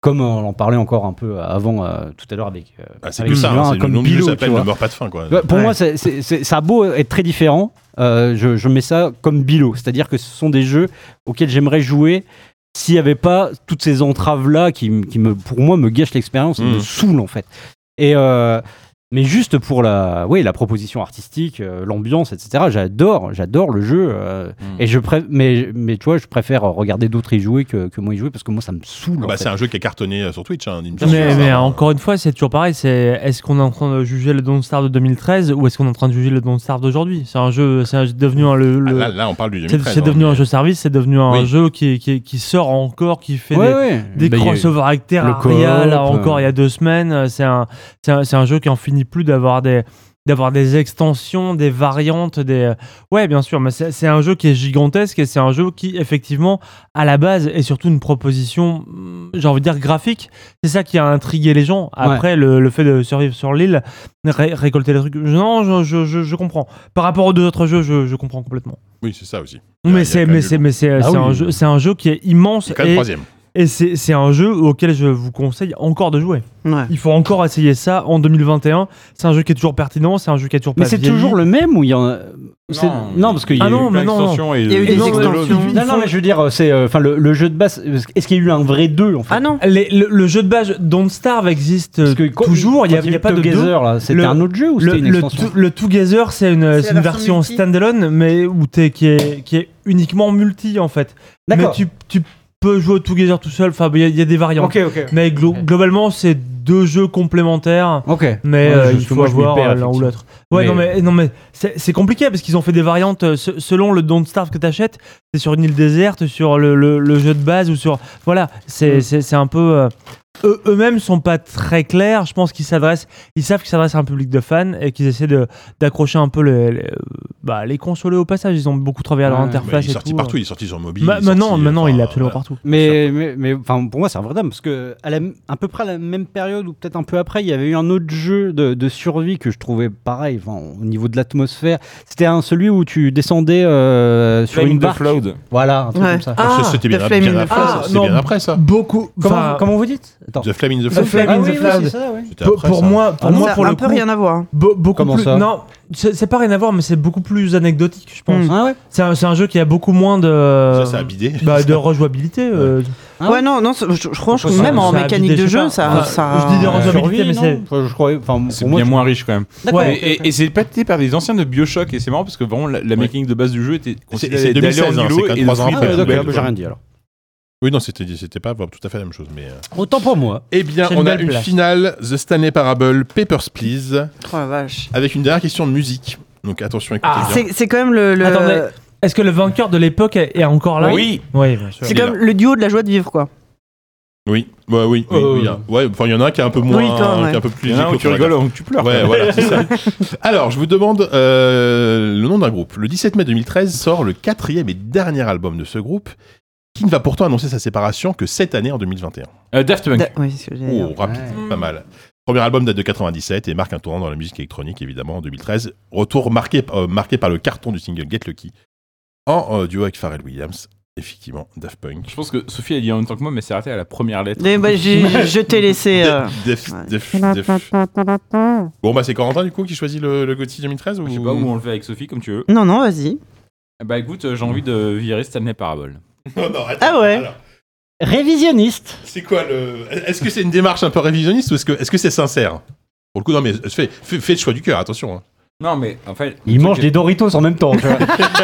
Comme euh, on en parlait encore un peu avant, euh, tout à l'heure avec. euh, Ah, c'est avec que ça, Sylvain, hein, c'est le comme nom du jeu Bilou, tu s'appelle vois. Ne meurs pas de faim, quoi. Ouais, Pour Ouais. moi, c'est- c'est- c'est- ça a beau être très différent, euh, je, je mets ça comme bilo. C'est-à-dire que ce sont des jeux auxquels j'aimerais jouer s'il n'y avait pas toutes ces entraves-là qui, m- qui me, pour moi, me gâchent l'expérience et Mhm. Mm. me saoulent, en fait. Et, euh, mais juste pour la, ouais, la proposition artistique, euh, l'ambiance, etc., j'adore, j'adore le jeu. euh, Mm. Mhm. et je pré- mais, mais tu vois, je préfère regarder d'autres y jouer que, que moi y jouer parce que moi, ça me saoule. Ah en bah, fait. c'est un jeu qui est cartonné euh, sur Twitch, hein, Ninja Mais, Stars, mais hein. encore une fois, c'est toujours pareil. C'est est-ce qu'on est en train de juger le Don't Star de 2013 ou est-ce qu'on est en train de juger le Don't Star d'aujourd'hui C'est un jeu, c'est un jeu devenu un, le, Ah, euh, le- là, là, on parle du c'est, 2013. c'est hein, devenu mais- un jeu service, c'est devenu un Oui. jeu qui, qui, qui sort encore, qui fait Ouais, des, ouais. des Bah, il y a- crossovers avec Terraria, le co-op, là euh. encore il y a deux semaines. euh, C'est un, c'est un, c'est un jeu qui en finit plus d'avoir des d'avoir des extensions, des variantes, des... euh, Ouais, bien sûr, mais c'est c'est un jeu qui est gigantesque et c'est un jeu qui, effectivement, à la base, est surtout une proposition, hmm, j'ai envie de dire, graphique. C'est ça qui a intrigué les gens. Après, le, le fait de survivre sur l'île, ré- récolter les trucs... Non, je, je, je, je comprends. Par rapport aux deux autres jeux, je, je comprends complètement. Oui, c'est ça aussi. Il y a- il y Mais a c'est quand même mais du c'est lourd. mais c'est Ah c'est oui. un jeu c'est un jeu qui est immense C'est quand même et, troisième. Et c'est c'est un jeu auquel je vous conseille encore de jouer. Ouais. Il faut encore essayer ça en 2021. C'est un jeu qui est toujours pertinent, c'est un jeu qui est toujours pas Mais c'est vieilli. toujours le même ou il y en a. c'est- Non. non, parce qu'il y a Ah eu- non, Plein mais non, non. d'extensions et- Il y a eu et des de- non, mais- extensions. Non, non, mais je veux dire, c'est. euh, Enfin, le, le jeu de base. Est-ce qu'il y a eu un vrai 2 en fait Euh, Ah non Les- le, le jeu de base Don't Starve existe euh, Parce que quand- toujours. Il n'y a, quand il y a eu pas de deux. Together, là, c'était Le- un autre jeu ou Le, c'était une le extension to- le Together, c'est une, C'est c'est la version une version, multi. standalone, mais où t'es- qui, est, qui est uniquement multi en fait. Mais D'accord. tu, tu peux jouer au Together tout seul. Enfin, il y, a- il y a des variantes. Ok, ok. Mais glo- Ok. globalement, c'est deux jeux complémentaires. Ok. Mais Ouais, euh, parce il que faut moi, je m'y avoir perds, euh, l'un ou effectivement. l'autre. Ouais, Mais- non mais, non, mais c'est c'est compliqué parce qu'ils ont fait des variantes euh, se- selon le Don't Starve que t'achètes. C'est sur une île déserte, sur le, le- le jeu de base ou sur. Voilà, c'est c'est- c'est un peu. euh, eux- Eux-mêmes sont pas très clairs. Je pense qu'ils s'adressent. Ils savent qu'ils s'adressent à un public de fans et qu'ils essaient de- d'accrocher un peu les, les, euh, bah, les consoles au passage. Ils ont beaucoup travaillé à leur Ouais. Bah, interface il est et sorti tout. euh. hein. partout, il est sorti sur mobile. Ma- est maintenant, sorti, euh, maintenant, enfin, il est absolument voilà. partout. Mais, mais, mais, enfin, pour moi, c'est un vrai drame parce que à, la m- à peu près à la même période ou peut-être un peu après, il y avait eu un autre jeu de, de survie que je trouvais pareil enfin, au niveau de l'atmosphère. C'était un celui où tu descendais euh, sur Flaming une the barque. Flood. Voilà, un truc Ouais. comme ça. Ça, C'était bien, The bien Flame in the après, Flood. ça, Ah, c'était non. bien après ça. Beaucoup. Comment, comment vous dites Attends. The Flame in the The Flood. Flame Ah in oui, the oui, Flood. c'est ça, oui. C'était Pour, après, pour ça. moi, pour Ah non, moi, ça pour a un le peu coup, rien à voir. Be- beaucoup Comment plus- ça Non, c'est c'est pas rien à voir, mais c'est beaucoup plus anecdotique, je pense. Mm. Ah ouais C'est un, c'est un jeu qui a beaucoup moins de, Ça, ça a bidé. bah, de rejouabilité. euh. Ah ouais, non, non, c'est- je, je pense que Ça- même en ça a mécanique vidé, de je sais jeu, pas. ça. Enfin, ça... je dis des rejouabilités, mais Survie, non c'est- Enfin, je croyais- enfin, C'est pour moi, bien je- moins riche quand même. D'accord. Ouais. Et, et- et c'est pété par des anciens de Bioshock et c'est marrant parce que vraiment la, la mécanique de base du jeu était considérée c'est d'aller 2016, en hein, îlot c'est quand et même de euh, trois ans flipper après. la Ah, Ouais, d'accord, poubelle, j'ai quoi. rien dit alors. Oui, non, c'était c'était pas tout à fait la même chose. Mais, euh. Autant pour moi. Eh bien, C'est une on a belle une place. finale The Stanley Parable, Papers, Please, Oh la vache. avec une dernière question de musique. Donc attention, écoutez Ah, bien. C'est c'est quand même le. le- Attendez. Est-ce que le vainqueur de l'époque est est encore là Oui. Oui, bien sûr. C'est comme le duo de la joie de vivre, quoi. Oui, ouais, oui, oui, Euh. oui, hein. Ouais, enfin, il y en a un qui est un peu moins, Oui, toi, ouais. qui est un peu plus. Il y en a un où éco- tu rigoles, où tu pleures. Ouais, voilà, c'est ça. Alors, je vous demande euh, le nom d'un groupe. Le 17 mai 2013 sort le quatrième et dernier album de ce groupe, qui ne va pourtant annoncer sa séparation que cette année en 2021. Euh, Daft Punk. Da- Oui, c'est ce que j'allais dire. Oh, rapide, Ouais. pas mal. Premier album date de 97 et marque un tournant dans la musique électronique, évidemment, en 2013. Retour marqué, euh, marqué par le carton du single Get Lucky, en euh, duo avec Pharrell Williams, effectivement, Daft Punk. Je pense que Sophie a dit en même temps que moi, mais c'est arrêté à la première lettre. Mais bah, j'ai- j'ai- je t'ai laissé. euh, Def- Def- ouais. Def- Def- Bon, bah, c'est Corentin, du coup, qui choisit le, le GOTY 2013 ou... Je sais pas où on le fait avec Sophie, comme tu veux. Non, non, vas-y. Bah écoute, euh, j'ai envie de virer Stanley Parable. Non, non, attends, Ah ouais. alors, Révisionniste. c'est quoi le. Est-ce que c'est une démarche un peu révisionniste ou est-ce que est-ce que c'est sincère Pour le coup, non, mais euh, fais, fais, fais le choix du cœur, attention. hein. Non, mais en fait. Il mange des Doritos en même temps. tu vois.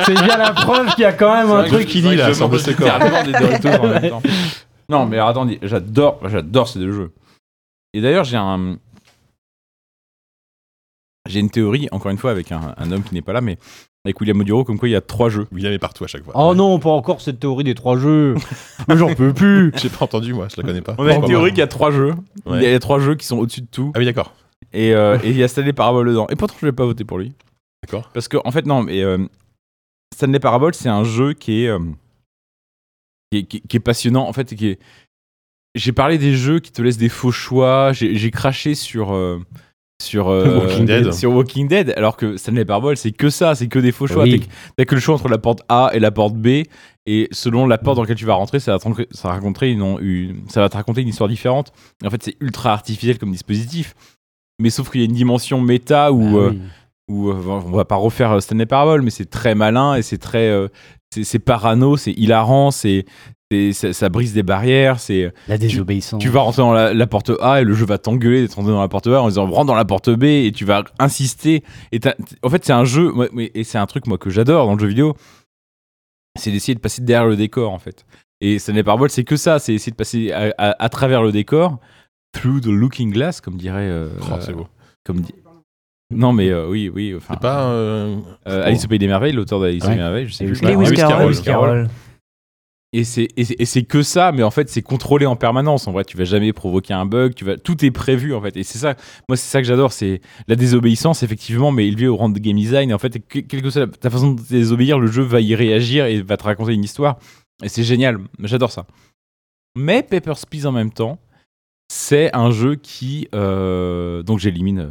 C'est bien la preuve qu'il y a quand même un vrai que truc. qui lit, là, sur le corps. littéralement des Doritos en même temps. Non, mais alors, attendez, j'adore, j'adore ces deux jeux. Et d'ailleurs, j'ai un. J'ai une théorie, encore une fois, avec un, un homme qui n'est pas là, mais avec William Oduro, comme quoi il y a trois jeux. William est partout à chaque fois. Oh non, pas encore cette théorie des trois jeux. Mais j'en peux plus. J'ai pas entendu, moi, je la connais pas. On a Bah une Pas théorie moi. qu'il y a trois jeux. Ouais. Il y a les trois jeux qui sont au-dessus de tout. Ah oui, d'accord. Et, euh, et il y a Stanley Parable dedans. Et pourtant, je vais pas voter pour lui. D'accord. Parce que, en fait, non, mais euh, Stanley Parable, c'est un jeu qui est, euh, qui est, qui est- qui est passionnant. En fait, qui est. J'ai parlé des jeux qui te laissent des faux choix. J'ai j'ai craché sur. euh, sur, euh, Walking Dead. sur Walking Dead, alors que Stanley Parable, c'est que ça, c'est que des faux Bah choix. Oui. T'as que- T'as que le choix entre la porte A et la porte B, et selon la porte dans laquelle tu vas rentrer, ça va te, raconter- ça va raconter une, une- ça va te raconter une histoire différente. Et en fait, c'est ultra artificiel comme dispositif. Mais sauf qu'il y a une dimension méta où, Ah euh, où, euh, on va pas refaire euh, Stanley Parable, mais c'est très malin et c'est très. euh, c'est c'est parano, c'est hilarant, c'est. c'est- Ça, ça brise des barrières, c'est La désobéissance. tu vas rentrer dans la, la porte A et le jeu va t'engueuler d'être rentré dans la porte A en disant rentre dans la porte B et tu vas insister. Et t'as- t- en fait, c'est un jeu ouais, mais- et c'est un truc moi que j'adore dans le jeu vidéo, c'est d'essayer de passer derrière le décor en fait. Et Stanley Parable, c'est que ça, c'est essayer de passer à, à- à travers le décor, through the looking glass, comme dirait. euh, Oh, c'est beau. comme dit- Non mais euh, oui, oui. Enfin, C'est pas. euh, euh, Alice au Pays des Merveilles, l'auteur d'Alice au Ouais. Pays des Merveilles, je sais Lewis plus. Carroll. Lewis Lewis Carroll. Lewis Carroll. Et c'est et c'est- et c'est que ça, mais en fait, c'est contrôlé en permanence. En vrai, tu vas jamais provoquer un bug, tu vas, tout est prévu en fait. Et c'est ça, moi, c'est ça que j'adore, c'est la désobéissance effectivement, mais élevée au rang de game design. En fait, que- quelle que soit la- ta façon de désobéir, le jeu va y réagir et va te raconter une histoire. Et c'est génial, j'adore ça. Mais Papers, Please en même temps, c'est un jeu qui, euh, donc j'élimine euh,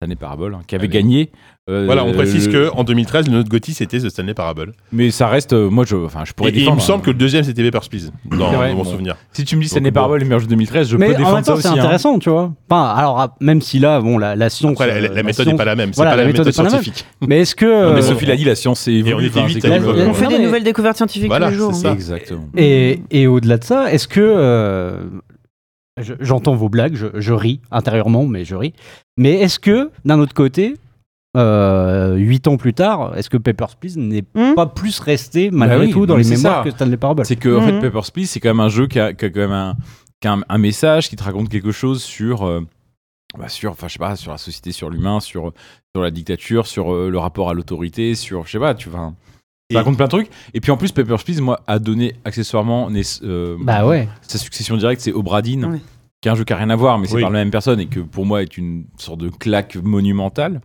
Stanley Parable, hein, qui avait Allez. gagné. euh, Voilà, on précise le- que en 2013, le notre Gotti c'était The Stanley Parable. Mais ça reste, euh, moi, je, enfin, je Et, pourrais et il défendre. me hein. semble que le deuxième c'était Papers Please, dans, C'est vrai, dans mon bon. souvenir. Si tu me dis Stanley Donc, bon. Parable, les meilleurs jeux 2013, je peux Mais en défendre même ça temps, c'est aussi. hein. intéressant, tu vois. Enfin, alors, ah, même si là, bon, la, la science. Après, la, la- euh, la méthode science- n'est pas la même, c'est voilà, pas la, méthode, est pas la même. scientifique. Mais est-ce que. Non, mais euh, Sophie l'a dit, la science est on évolue. était enfin, vite c'est à comme, l'époque, euh, On fait Non, des mais- nouvelles découvertes scientifiques Voilà, tous les jours. c'est hein. ça. Exactement. Mm. Et, et au-delà de ça, est-ce que. euh, je- J'entends vos blagues, je, je ris intérieurement, mais je ris. Mais est-ce que, d'un autre côté, euh, huit ans plus tard, est-ce que Papers, Please n'est Hmm. pas plus resté, malgré oui, tout, dans mais les c'est ça. mémoires que Stanley Parable C'est que en Mhm. fait, Papers, Please, c'est quand même un jeu qui a, qui a quand même un, qui a un, un message, qui te raconte quelque chose sur, euh, bah, sur, enfin, je sais pas, sur la société, sur l'humain, sur, sur la dictature, sur euh, le rapport à l'autorité, sur, je sais pas, tu vois. Et- Ça raconte plein de trucs. Et puis en plus, Papers, Please, moi, a donné accessoirement naiss- euh, Bah ouais. sa succession directe, c'est Obradine, Ouais. qui est un jeu qui a rien à voir, mais c'est Oui. par la même personne et que pour moi est une sorte de claque monumentale.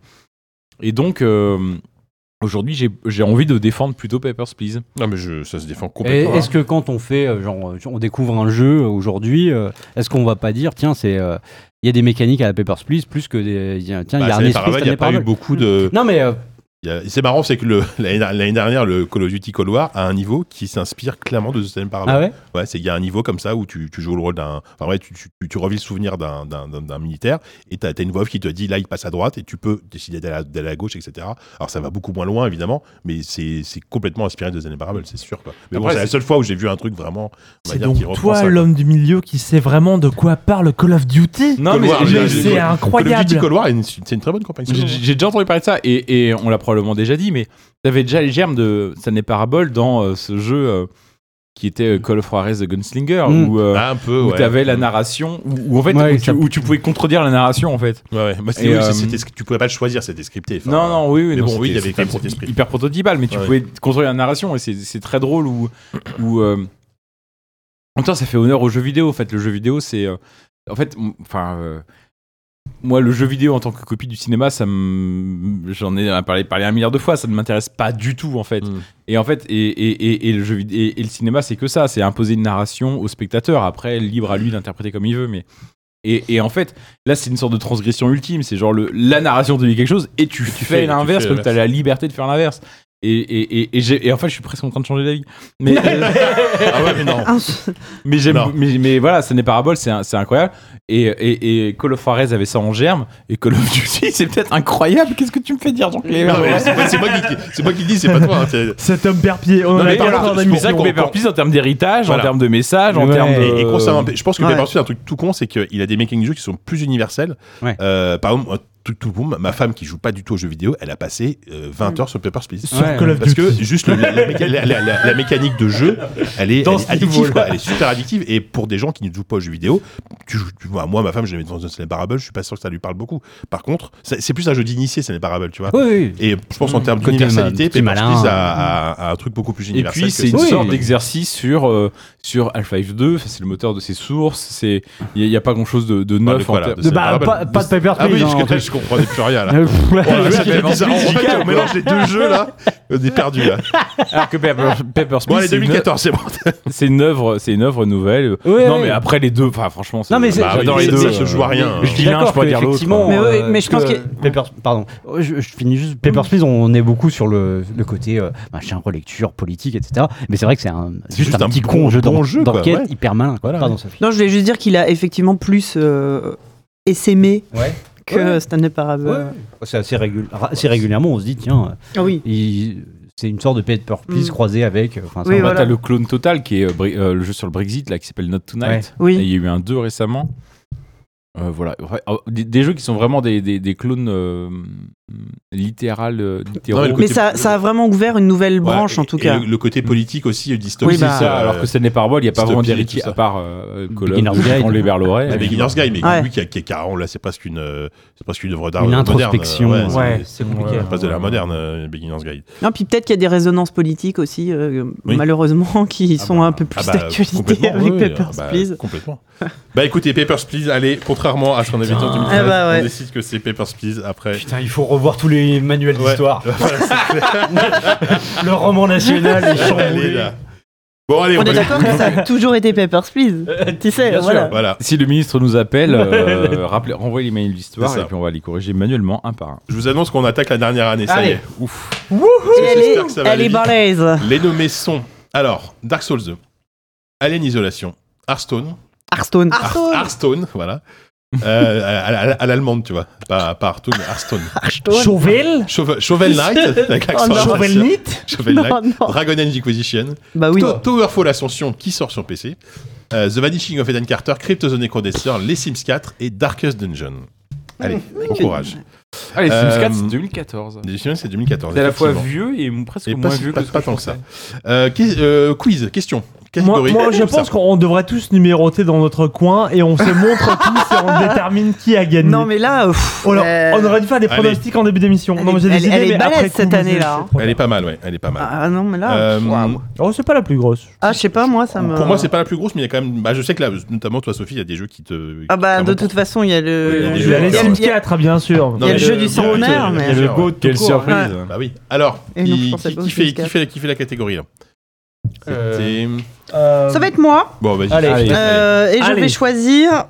Et donc, euh, aujourd'hui, j'ai- j'ai envie de défendre plutôt Papers, Please. Non, mais je- ça se défend Et complètement. est-ce que quand on fait, euh, genre, euh, on découvre un jeu euh, aujourd'hui, euh, est-ce qu'on va pas dire, tiens, c'est, euh, il y a des mécaniques à la Papers, Please, plus que des, il y a- tiens, il Bah, y a un Stanley esprit Parable, il n'y a Stanley pas eu Parable. beaucoup de. Non mais euh, il y a- C'est marrant, c'est que le- l'année l'année dernière, le Call of Duty Coloir a un niveau qui s'inspire clairement de The Stanley Parable. ah ouais. Ouais, c'est il y a un niveau comme ça où tu, tu joues le rôle d'un. Enfin, ouais, tu, tu, tu- tu revis le souvenir d'un- d'un d'un- d'un militaire et t'as as une voix off qui te dit là, il passe à droite et tu peux décider d'aller à, d'aller à gauche, etc. Alors, ça va beaucoup moins loin, évidemment, mais c'est c'est complètement inspiré de années Parable, c'est sûr. Quoi. Mais bon, Après, c'est la c'est- seule fois où j'ai vu un truc vraiment. on va C'est dire, qui donc reprend toi ça, quoi. l'homme du milieu qui sait vraiment de quoi parle Call of Duty Non, mais Call Mais of Duty- C'est Call of Duty incroyable. Cold War, est une- c'est une très bonne campagne. J'ai j'ai déjà entendu parler de ça et, et on l'a probablement déjà dit, mais t'avais déjà les germes de Stanley Parable dans euh, ce jeu euh, qui était euh, Call of Juarez The Gunslinger Mm. où, euh, Ah, un peu, où ouais. t'avais la narration, où, où en fait Ouais, où tu, ça- où tu pouvais contredire la narration en fait. Ouais, ouais. Moi, c'était- Et, oui, euh, c'était- tu pouvais pas le choisir, c'était scripté. Enfin, non, non, oui, oui. mais non, bon, oui, c'était- il y avait quand même c'était cet esprit. Hyper prototypal, mais tu Ouais. pouvais contrôler la narration et c'est- c'est très drôle où. où euh, En même temps, ça fait honneur au jeu vidéo. En fait, le jeu vidéo, c'est. euh, En fait, m- enfin. euh, Moi, le jeu vidéo en tant que copie du cinéma, ça me- j'en ai parlé, parlé un milliard de fois, ça ne m'intéresse pas du tout en fait. Mm. Et en fait, et, et, et, et le jeu vid- et, et le cinéma, c'est que ça, c'est imposer une narration au spectateur. Après, libre à lui d'interpréter comme il veut, mais et, et en fait, là, c'est une sorte de transgression ultime. C'est genre le, la narration te dit quelque chose et tu, fais- fais tu l'inverse fais comme t'as la liberté de faire l'inverse. Et, et, et, et, j'ai- et en fait, je suis presque en train de changer d'avis. Mais, euh, Ah ouais, mais non. Ah, mais, j'aime- Non. mais, mais voilà, ça n'est pas parabole, c'est un- c'est incroyable. Et, et, et Call of Juarez avait ça en germe. Et Call of Duty, c'est peut-être incroyable. Qu'est-ce que tu me fais dire, Jean-Claire Non, mais C'est c'est moi, qui- c'est moi qui le dis, c'est pas toi. hein, c'est- Cet homme perpied, on Non, en mais a par parlé contre, dans je la pense C'est ça qu'on- qu'on fait qu'on- Papers, Please en termes d'héritage, Voilà. en termes de message, en Ouais. termes de. Et, et grossièrement, je pense que ouais. Paper Please, un truc tout con, c'est qu'il a des making jeux qui sont plus universels. Ouais. Euh, par exemple, tout, tout bon, ma- ma femme qui joue pas du tout aux jeux vidéo, elle a passé euh, 20 heures sur Paper Please. Sur Ouais. Call of Parce que Duty. juste le- la, la méca- la- la- la- la mécanique de jeu, elle est, Dans elle est ce addictive, niveau-là. quoi. Elle est super addictive. Et pour des gens qui ne jouent pas aux jeux vidéo, tu, joues- tu vois, moi, ma femme, je la mets dans un Stanley Parable, je suis pas sûr que ça lui parle beaucoup. Par contre, c'est c'est plus un jeu d'initié, Stanley Parable, tu vois. Oui, oui. Et je pense en termes Côté d'universalité, ma- petit Paper malin. Please a, a- a un truc beaucoup plus Et universel. puis que c'est une ça. sorte d'exercice sur euh, sur Half-Life 2, ça, c'est le moteur de ses sources, c'est il n'y a, pas grand-chose de, de Enfin, de- neuf voilà, en de termes- Stanley Bah, Parable. pas, pas de Papers, Ah oui, Please. parce hein, que en là, je comprenais plus rien là. fait. Oh là là, ça fait Je vais bizarre. En plus fait, giga, on mélange les deux jeux là. On est perdu là. Alors que Paper- Papers, Bon, Please, allez, c'est une- 2014, c'est bon. c'est une œuvre, c'est une œuvre nouvelle. Ouais, non ouais. mais après les deux, enfin franchement, Non, mais c'est- Bah oui, j'adore les ça- deux. ça se joue à rien. Je dis l'un, je pourrais dire l'autre. effectivement, Mais ouais, euh, mais je pense que- Papers- pardon, je, je finis juste. Papers, Please, on est beaucoup sur le, le côté euh, machin, relecture, politique, etc. Mais c'est vrai que c'est un, C'est juste, un, petit bon- con jeu bon d'en- jeu, quoi, d'enquête ouais. hyper malin. Voilà, Pardon, Sophie. Non, je voulais juste dire qu'il a effectivement plus euh, essaimé Ouais. que Ouais. Stanley Parable. C'est assez, régul- ra- assez régulièrement, on se dit, tiens, euh, Ah oui. il- c'est une sorte de Paper Please Mm. croisé avec. euh, enfin, ça, Oui, on Bah, va- voilà. T'as le clone total qui est euh, Bri- euh, le jeu sur le Brexit là qui s'appelle Not Tonight. Et Oui. Il y a eu un 2 récemment. Euh, voilà. Ouais, euh, Des, des jeux qui sont vraiment des, des, des clones euh, littérales, euh, littéraux. mais le Mais côté- ça, ça a vraiment ouvert une nouvelle branche Ouais, en tout et- et cas. Le, le côté politique aussi, dystopique. Oui, bah, c'est ça, ça, Ah, euh, alors que ce n'est pas Arbol, il n'y a pas Dystopie vraiment et tout d'héritier ça. à part euh, Call Beginner's of Duty, Guide. on les La berlerait. Beginner's Guy, mais Ouais. lui qui a, qui est carrément là, c'est presque une, euh, c'est presque une œuvre d'art euh, Une moderne. introspection, Ouais, c'est- Ouais, c'est compliqué. Ça passe de l'art moderne, euh, Beginner's Guide. Non, puis peut-être qu'il y a des résonances politiques aussi, euh, Oui. Ah bah, malheureusement, qui sont un peu plus d'actualité avec oui, Papers, ah bah, Please. Complètement. Bah écoutez, Papers, Please, allez, contrairement à ce qu'on avait dit en 2013, Ah bah ouais. on décide que c'est Papers, Please après. Putain, il faut revoir tous les manuels Ouais. d'histoire. le roman national, les Allez, chamboulés. là. Bon, allez, On va- Euh, est d'accord que ça a toujours été Papers, Please. Tu sais, Bien voilà. sûr, voilà. Si le ministre nous appelle, euh, rappelez, renvoyez les mails d'histoire C'est ça. et puis on va les corriger manuellement un par un. Je vous annonce qu'on attaque la dernière année, ça y Allez. est. Ouf. Et Elle est, J'espère que ça va elle aller est vite. balèze. Les nommés sont alors Dark Souls 2, Alien Isolation, Hearthstone, Hearthstone. Har- Hearthstone, voilà. Euh, à, à- à l'allemande, tu vois. Pas, pas Hearthstone, mais Hearthstone. Hearthstone. Chauvel Chauve- Chauvel Knight, avec l'accent Oh non. américain. Chauvel Chauvel Knight. Non, non. Dragon Age Inquisition, Bah oui. To- Towerfall Ascension qui sort sur PC, euh, The Vanishing of Eden Carter, Crypto the Necrodestor, Les Sims 4 et Darkest Dungeon. Allez, bon courage. Allez, Euh, Sims 4, c'est 2014. Les Sims, c'est 2014. C'est à la fois effectivement. vieux et presque Et moins pas, vieux pas- que ce pas que tant je que ça. pensais. Euh, qui- euh, quiz, question. moi, Catégorie. moi, je Comme ça. pense qu'on devrait tous numéroter dans notre coin et on se montre tous et on détermine qui a gagné. Non, mais là, pff, Oh là, euh, on aurait dû faire des Allez. pronostics en début d'émission. Elle Non, mais j'ai est- des elle- idées, elle est mais après balèze, cette coup, je- année-là, hein. c'est trop Elle est tard. pas mal, ouais, elle est pas mal. Ah non, mais là. Euh, pff, waouh. Oh, c'est pas la plus grosse. Ah, je sais pas, moi, ça me. Pour moi, c'est pas la plus grosse, mais il y a quand même. Bah, je sais que là, notamment toi, Sophie, il y a des jeux qui te. Ah bah, de clairement, toute façon, il y a Il y a le. des Il y a les joueurs. Sims il y a- 4, bien sûr. Non, il y a mais le jeu du centenaire, mais- il y a le go tout Quelle court, surprise ouais. Bah oui. Alors, Et non, je qui, pense à qui- Ghost qui fait, Whisper. qui, fait, qui fait la catégorie là C'était- Euh, Ça va être moi. Bon, vas-y. Allez. Euh, Allez. Euh, et je Allez. vais choisir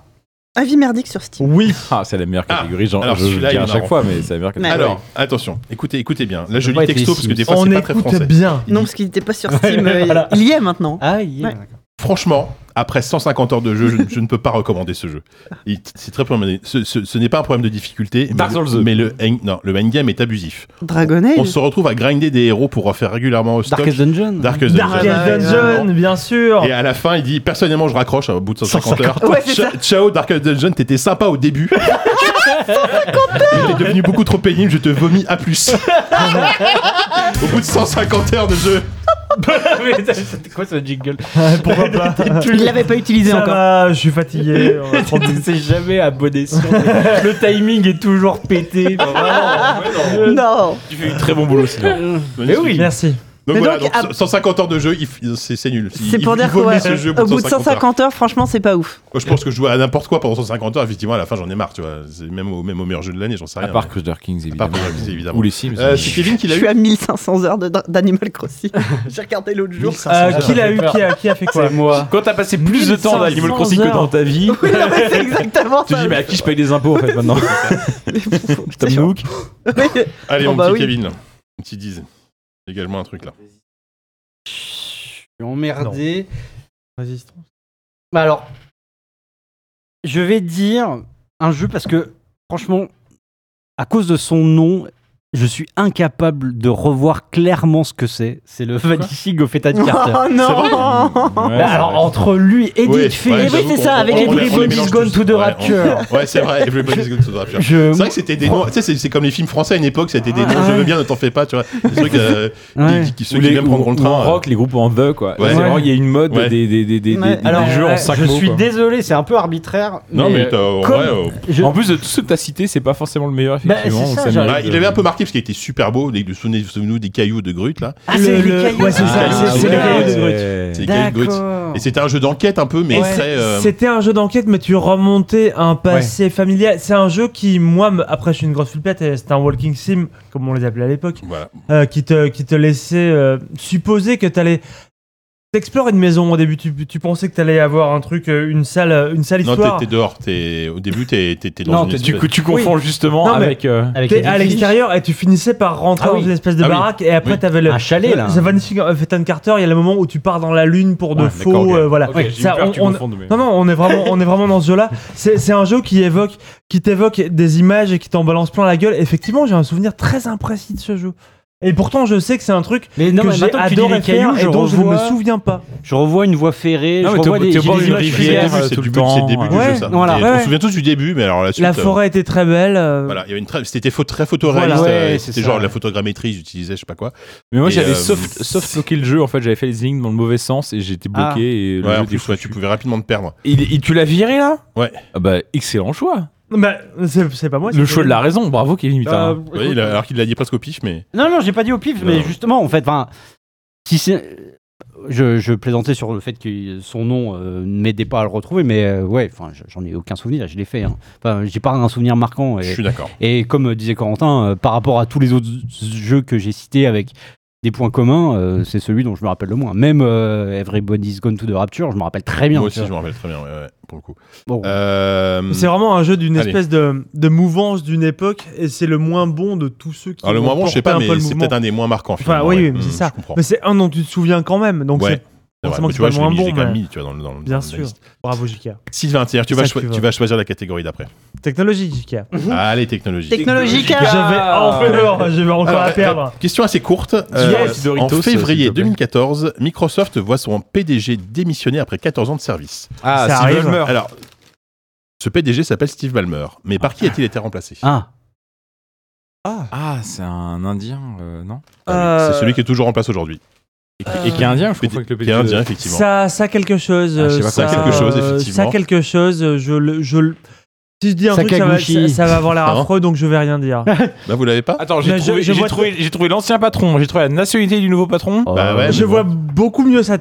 Avis merdique sur Steam. Oui. Ah, c'est la meilleure Ah, catégorie, genre, alors je le celui-là, dis il à est chaque marrant. fois, mais c'est la meilleure catégorie. Alors, attention, écoutez, écoutez bien. Là, je pas lis être texto les parce que des fois, On c'est pas très écoute français. bien. Non, parce qu'il n'était pas sur Steam. euh, Voilà. Il y est maintenant. Ah, il y a- Ouais. Franchement, après 150 heures de jeu, je, je ne peux pas recommander ce jeu. Il- C'est très problématique. Ce, ce- ce n'est pas un problème de difficulté, mais, Dark Souls le- deux. mais le, hang- non, le endgame est abusif. Dragon On Age. se retrouve à grinder des héros pour refaire régulièrement au stock. Darkest Dungeon Darkest Dark Dungeon. Dungeon. Dungeon, bien sûr. Et à la fin, il dit personnellement, je raccroche au bout de 150 heures. Ouais, c'est Tcha- Ciao, Dark Dungeon, t'étais sympa au début. Mais T'es devenu beaucoup trop pénible, je te vomis à plus. au bout de 150 heures de jeu. C'était quoi ce jingle Ouais, Pourquoi pas Il l'avait pas utilisé Ça encore. va, je suis fatigué. on va prendre du- C'est jamais abonné sur. Le timing est toujours pété. Non. Tu fais du très bon boulot, sinon. Mais oui. Merci. Donc Eh Mais voilà, donc, donc, à- 150 heures de jeu, il f- c'est c'est nul. Il- C'est il- pour il dire vomit quoi ce jeu Au bout de 150 heures, franchement, c'est pas ouf. heures. Je pense que je jouais à n'importe quoi pendant 150 heures. Effectivement, à la fin, j'en ai marre, tu vois. C'est Même au, même au meilleur jeu de l'année, j'en sais À rien. hein. part Crusader Kings, part évidemment. Crusader Kings, évidemment. Ou les Sims. Euh, c'est Kevin qui Je l'a suis eu. à 1500 heures de- d'Animal Crossing. J'ai regardé l'autre jour. Euh, qui l'a eu qui a, qui a fait quoi C'est moi. Quand t'as passé plus de temps dans Animal 1500 Crossing que dans heures. ta vie, Oui, non, mais c'est exactement tu te ça. dis, mais à qui je paye les impôts en fait maintenant Je C'est t'avoue. Oui. Allez, Ah Oh, mon bah petit oui. Kevin, là. Mon petit Diz. Également un truc là. Je suis emmerdé. Vas-y, c'est Bah alors, je vais dire un jeu parce que, franchement, à cause de son nom, je suis incapable de revoir clairement ce que c'est. C'est le Vanishing of Ethan Carter. Oh non Bah alors, entre lui, Edith Ouais, ouais, Finch, j'avoue oui, c'est qu'on- ça, on- avec on- les on les- on les Everybody's mélange Gone tous. to the Ouais, on- Rapture. Ouais, c'est vrai, Everybody's Gone to the Rapture. je... C'est vrai que c'était des noms, tu sais, c'est- c'est comme les films français à une époque, c'était des noms, Ah je veux ouais. bien, ne t'en fais pas, tu vois. Des trucs, euh, Ouais. qui, qui- ceux qui viennent prendre le train. euh, rock, les groupes en The, quoi. Ouais. C'est vraiment, il y a une mode Ouais. des, des, des, des, Ouais. des- des Alors, jeux ouais, en 5 je mots. suis quoi. désolé, c'est un peu arbitraire. Non, mais, euh, t'as- ouais, oh, comme- ouais, je- En plus de tout ce que t'as cité, c'est pas forcément le meilleur, Bah, c'est effectivement. ça, on genre- s'amuse. Bah, il avait un peu marqué parce qu'il était super beau, des, souvenez- souvenez-vous des cailloux de Grut là. Ah, c'est le- les cailloux. ouais, c'est ça, Ah, c'est- c'est ouais. les cailloux de C'est des cailloux de Grut. D'accord. Et c'était un jeu d'enquête un peu, mais Ouais. très. euh, C'était un jeu d'enquête, mais tu remontais un passé familial. C'est un jeu qui, moi, me- après, je suis une grosse flipette, et c'était un walking sim, comme on les appelait à l'époque, Voilà. euh, qui, te, qui te laissait euh, supposer que t'allais. T'explores une maison au début, tu, tu pensais que t'allais avoir un truc, euh, une salle, euh, une salle Non, histoire. t'es- t'es dehors, t'es- au début t'es t'es- t'es dans Non, une t'es- espèce- Du coup, tu confonds justement Non, mais- avec. euh, Avec T'es Edith à Finch. l'extérieur et tu finissais par rentrer Ah dans oui. une espèce de Ah oui. baraque et après Oui. t'avais le, Un chalet, là. The Vanishing of Ethan Carter, il y a le moment où tu pars dans la lune Ah, pour de ouais, faux, d'accord, ok. euh, voilà. Ok, j'ai eu Ça, peur on- que tu on- confondes, mais- Non, non, on est vraiment, on est vraiment dans ce jeu-là. C'est c'est un jeu qui évoque, qui t'évoque des images et qui t'en balance plein la gueule. Effectivement, j'ai un souvenir très imprécis de ce jeu. Et pourtant, je sais que c'est un truc Mais non, que mais j'ai maintenant que tu dis adoré les cailloux, faire et je dont je ne me revois, souviens pas. je revois une voie ferrée, Non, je mais t'es au- revois des, t'es au j'ai bord des d'une images C'est le rivière, claires. début, euh, c'est tout le le début, c'est le temps. début Ouais, du jeu ça. voilà. Et Ouais. On se souvient tous du début, mais alors la suite. La euh, forêt était très belle. euh, Voilà, il y avait une très- c'était fo- très photoréaliste. Voilà. euh, Ouais, c'est c'était ça. genre la photogrammétrie, j'utilisais, je sais pas quoi. Mais moi Et, j'avais euh, soft, soft bloqué le jeu en fait, j'avais fait les lignes dans le mauvais sens et j'étais bloqué Ah. et le Ouais, jeu en était plus, ouais, tu foutu. pouvais rapidement te perdre. Il- il- tu l'as viré là Ouais. Ah bah excellent choix. bah, c'est c'est pas moi. le c'est- choix de la raison, bravo Kevin. putain. Euh, Ouais, il a- alors qu'il l'a dit presque au pif, mais. Non, non, j'ai pas dit au pif, Non. mais justement, en fait, enfin, si c'est. Je, je plaisantais sur le fait que son nom euh, ne m'aidait pas à le retrouver, mais euh, ouais, enfin, je- j'en ai aucun souvenir, je l'ai fait. hein. Enfin, j'ai pas un souvenir marquant. Je Et, suis d'accord. et comme euh, disait Corentin, euh, par rapport à tous les autres jeux que j'ai cités avec des points communs, euh, c'est celui dont je me rappelle le moins. Même euh, Everybody's Gone to the Rapture, je me rappelle très bien. Moi aussi, tu je vois. me rappelle très bien, ouais, ouais, pour le coup. Bon. Euh, C'est vraiment un jeu d'une Allez. espèce de, de mouvance d'une époque et c'est le moins bon de tous ceux qui. alors, Ah, le ont moins bon, je sais porté un pas, peu mais le c'est mouvement. peut-être un des moins marquants. Enfin, finalement, oui, ouais. oui, mais Hum, c'est ça. Je comprends. Mais c'est un dont tu te souviens quand même. Donc Ouais. c'est C'est vrai, forcément mais que tu c'est vois, pas je moins l'ai mis, je bon, l'ai quand même mais- mis, tu vois, dans le- dans le- dans bien la sûr. liste. Bravo JK. Sylvain, c'est-à-dire, tu, C'est vas ça que choi- tu tu vas. vas choisir la catégorie d'après. Technologie JK. Allez, technologie. Technologique. J'avais encore, j'avais encore Alors, à perdre. euh, question assez courte. Yes. Doritos, en février s'il te plaît. 2014, Microsoft voit son PDG démissionner après 14 ans de service. Ah, Ça Steve arrive. Ballmer. Alors, ce PDG s'appelle Steve Ballmer, mais par qui a-t-il été remplacé Ah, Ah, c'est un Indien, euh, non Ah C'est Euh, celui qui est toujours en place aujourd'hui. Et qui- et qui- est indien, je qui confonds avec le est indien, effectivement. Ça, ça quelque chose. Ah, je sais euh, pas ça quoi. Ça quelque chose, euh, effectivement. Ça quelque chose. euh, Je le, je le- Si je dis un truc, ça va, Sakaguchi. ça, ça va avoir l'air Non. affreux, donc je vais rien dire. Bah, vous l'avez pas Attends, j'ai j'ai Mais je- trouvé- trouvé, je j'ai vois- l'ancien patron, j'ai trouvé la nationalité du nouveau patron. Bah ouais, je mais vois beaucoup mieux sa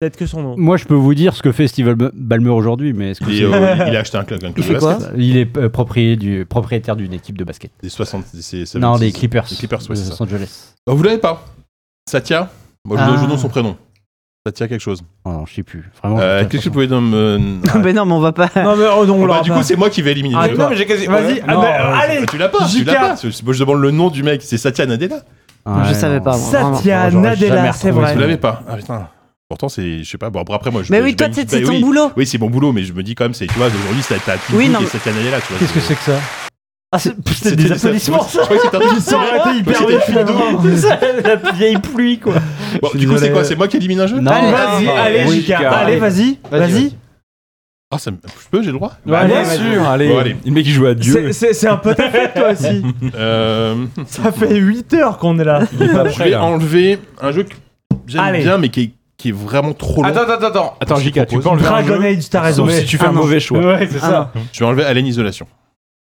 tête que son nom. Euh, moi je peux vous dire ce que fait Steve Bal- Ballmer aujourd'hui, mais est-ce que bon. Et, c'est- euh, il a acheté un club, un club de basket. Il est euh, proprié du- propriétaire d'une équipe de basket. Des 60. c'est- c'est- non, des c'est- Clippers. des Clippers, ouais, de c'est ça. Los Angeles. Bah, vous l'avez pas Satya Moi, je vous Ah. donne- je vous donne son prénom. Satya quelque chose. Oh, non, je sais plus. Vraiment. je Euh, sais pas. Qu'est-ce que vous pouvez donner euh, Ah, Mais non, mais on va pas. Non, mais oh, non, on Bah, l'aura du pas. coup, c'est moi qui vais éliminer. Ah, Je- non, mais j'ai quasi. Vas-y, ah, Non, mais, euh, allez Tu l'as pas, tu l'as JK. pas. C'est- Moi, je demande le nom du mec, c'est Satya Nadella. Ah, je ouais, savais non. pas. moi, vraiment. Satya J'aurais jamais Nadella, c'est retrouvé vrai. Vous l'avez pas Ah putain. Pourtant, c'est. Je sais pas. Bon, après, moi, je. Mais je- oui, je- toi, bah, c'est c'est ton oui. boulot. Oui, c'est mon boulot, mais je me dis quand même, c'est. Tu vois, aujourd'hui, c'est ta Oui, non, et mais- cette année-là, tu vois. Qu'est-ce que c'est que ça Ah, c'est C'était c'était des applaudissements. Je crois que c'était un truc de Ça aurait été hyper C'était- C'est ça, la vieille pluie, quoi. Bon, Je suis du coup, c'est désolé. quoi C'est moi qui élimine un jeu Non, Allez, non, vas-y, non, allez, oui, JK. Allez, vas-y, vas-y. Ah, ça me- Je peux, j'ai le droit Bah, bien Allez, sûr, allez. Bon, allez. Le mec qui joue à Dieu. Ah, C'est- C'est c'est un peu ta fête, toi aussi. Euh, Ça fait 8 heures qu'on est là. Il est pas Je prêt, vais là. enlever un jeu que j'aime Allez. bien, mais qui est- qui est vraiment trop long. Attends, attends, attends. Attends, Je Jika, tu propose- peux enlever un Dragon jeu. Age, t'as raison. Euh, Ah Sauf si tu fais un mauvais choix. Ouais, c'est ça. Je vais enlever Alien Isolation.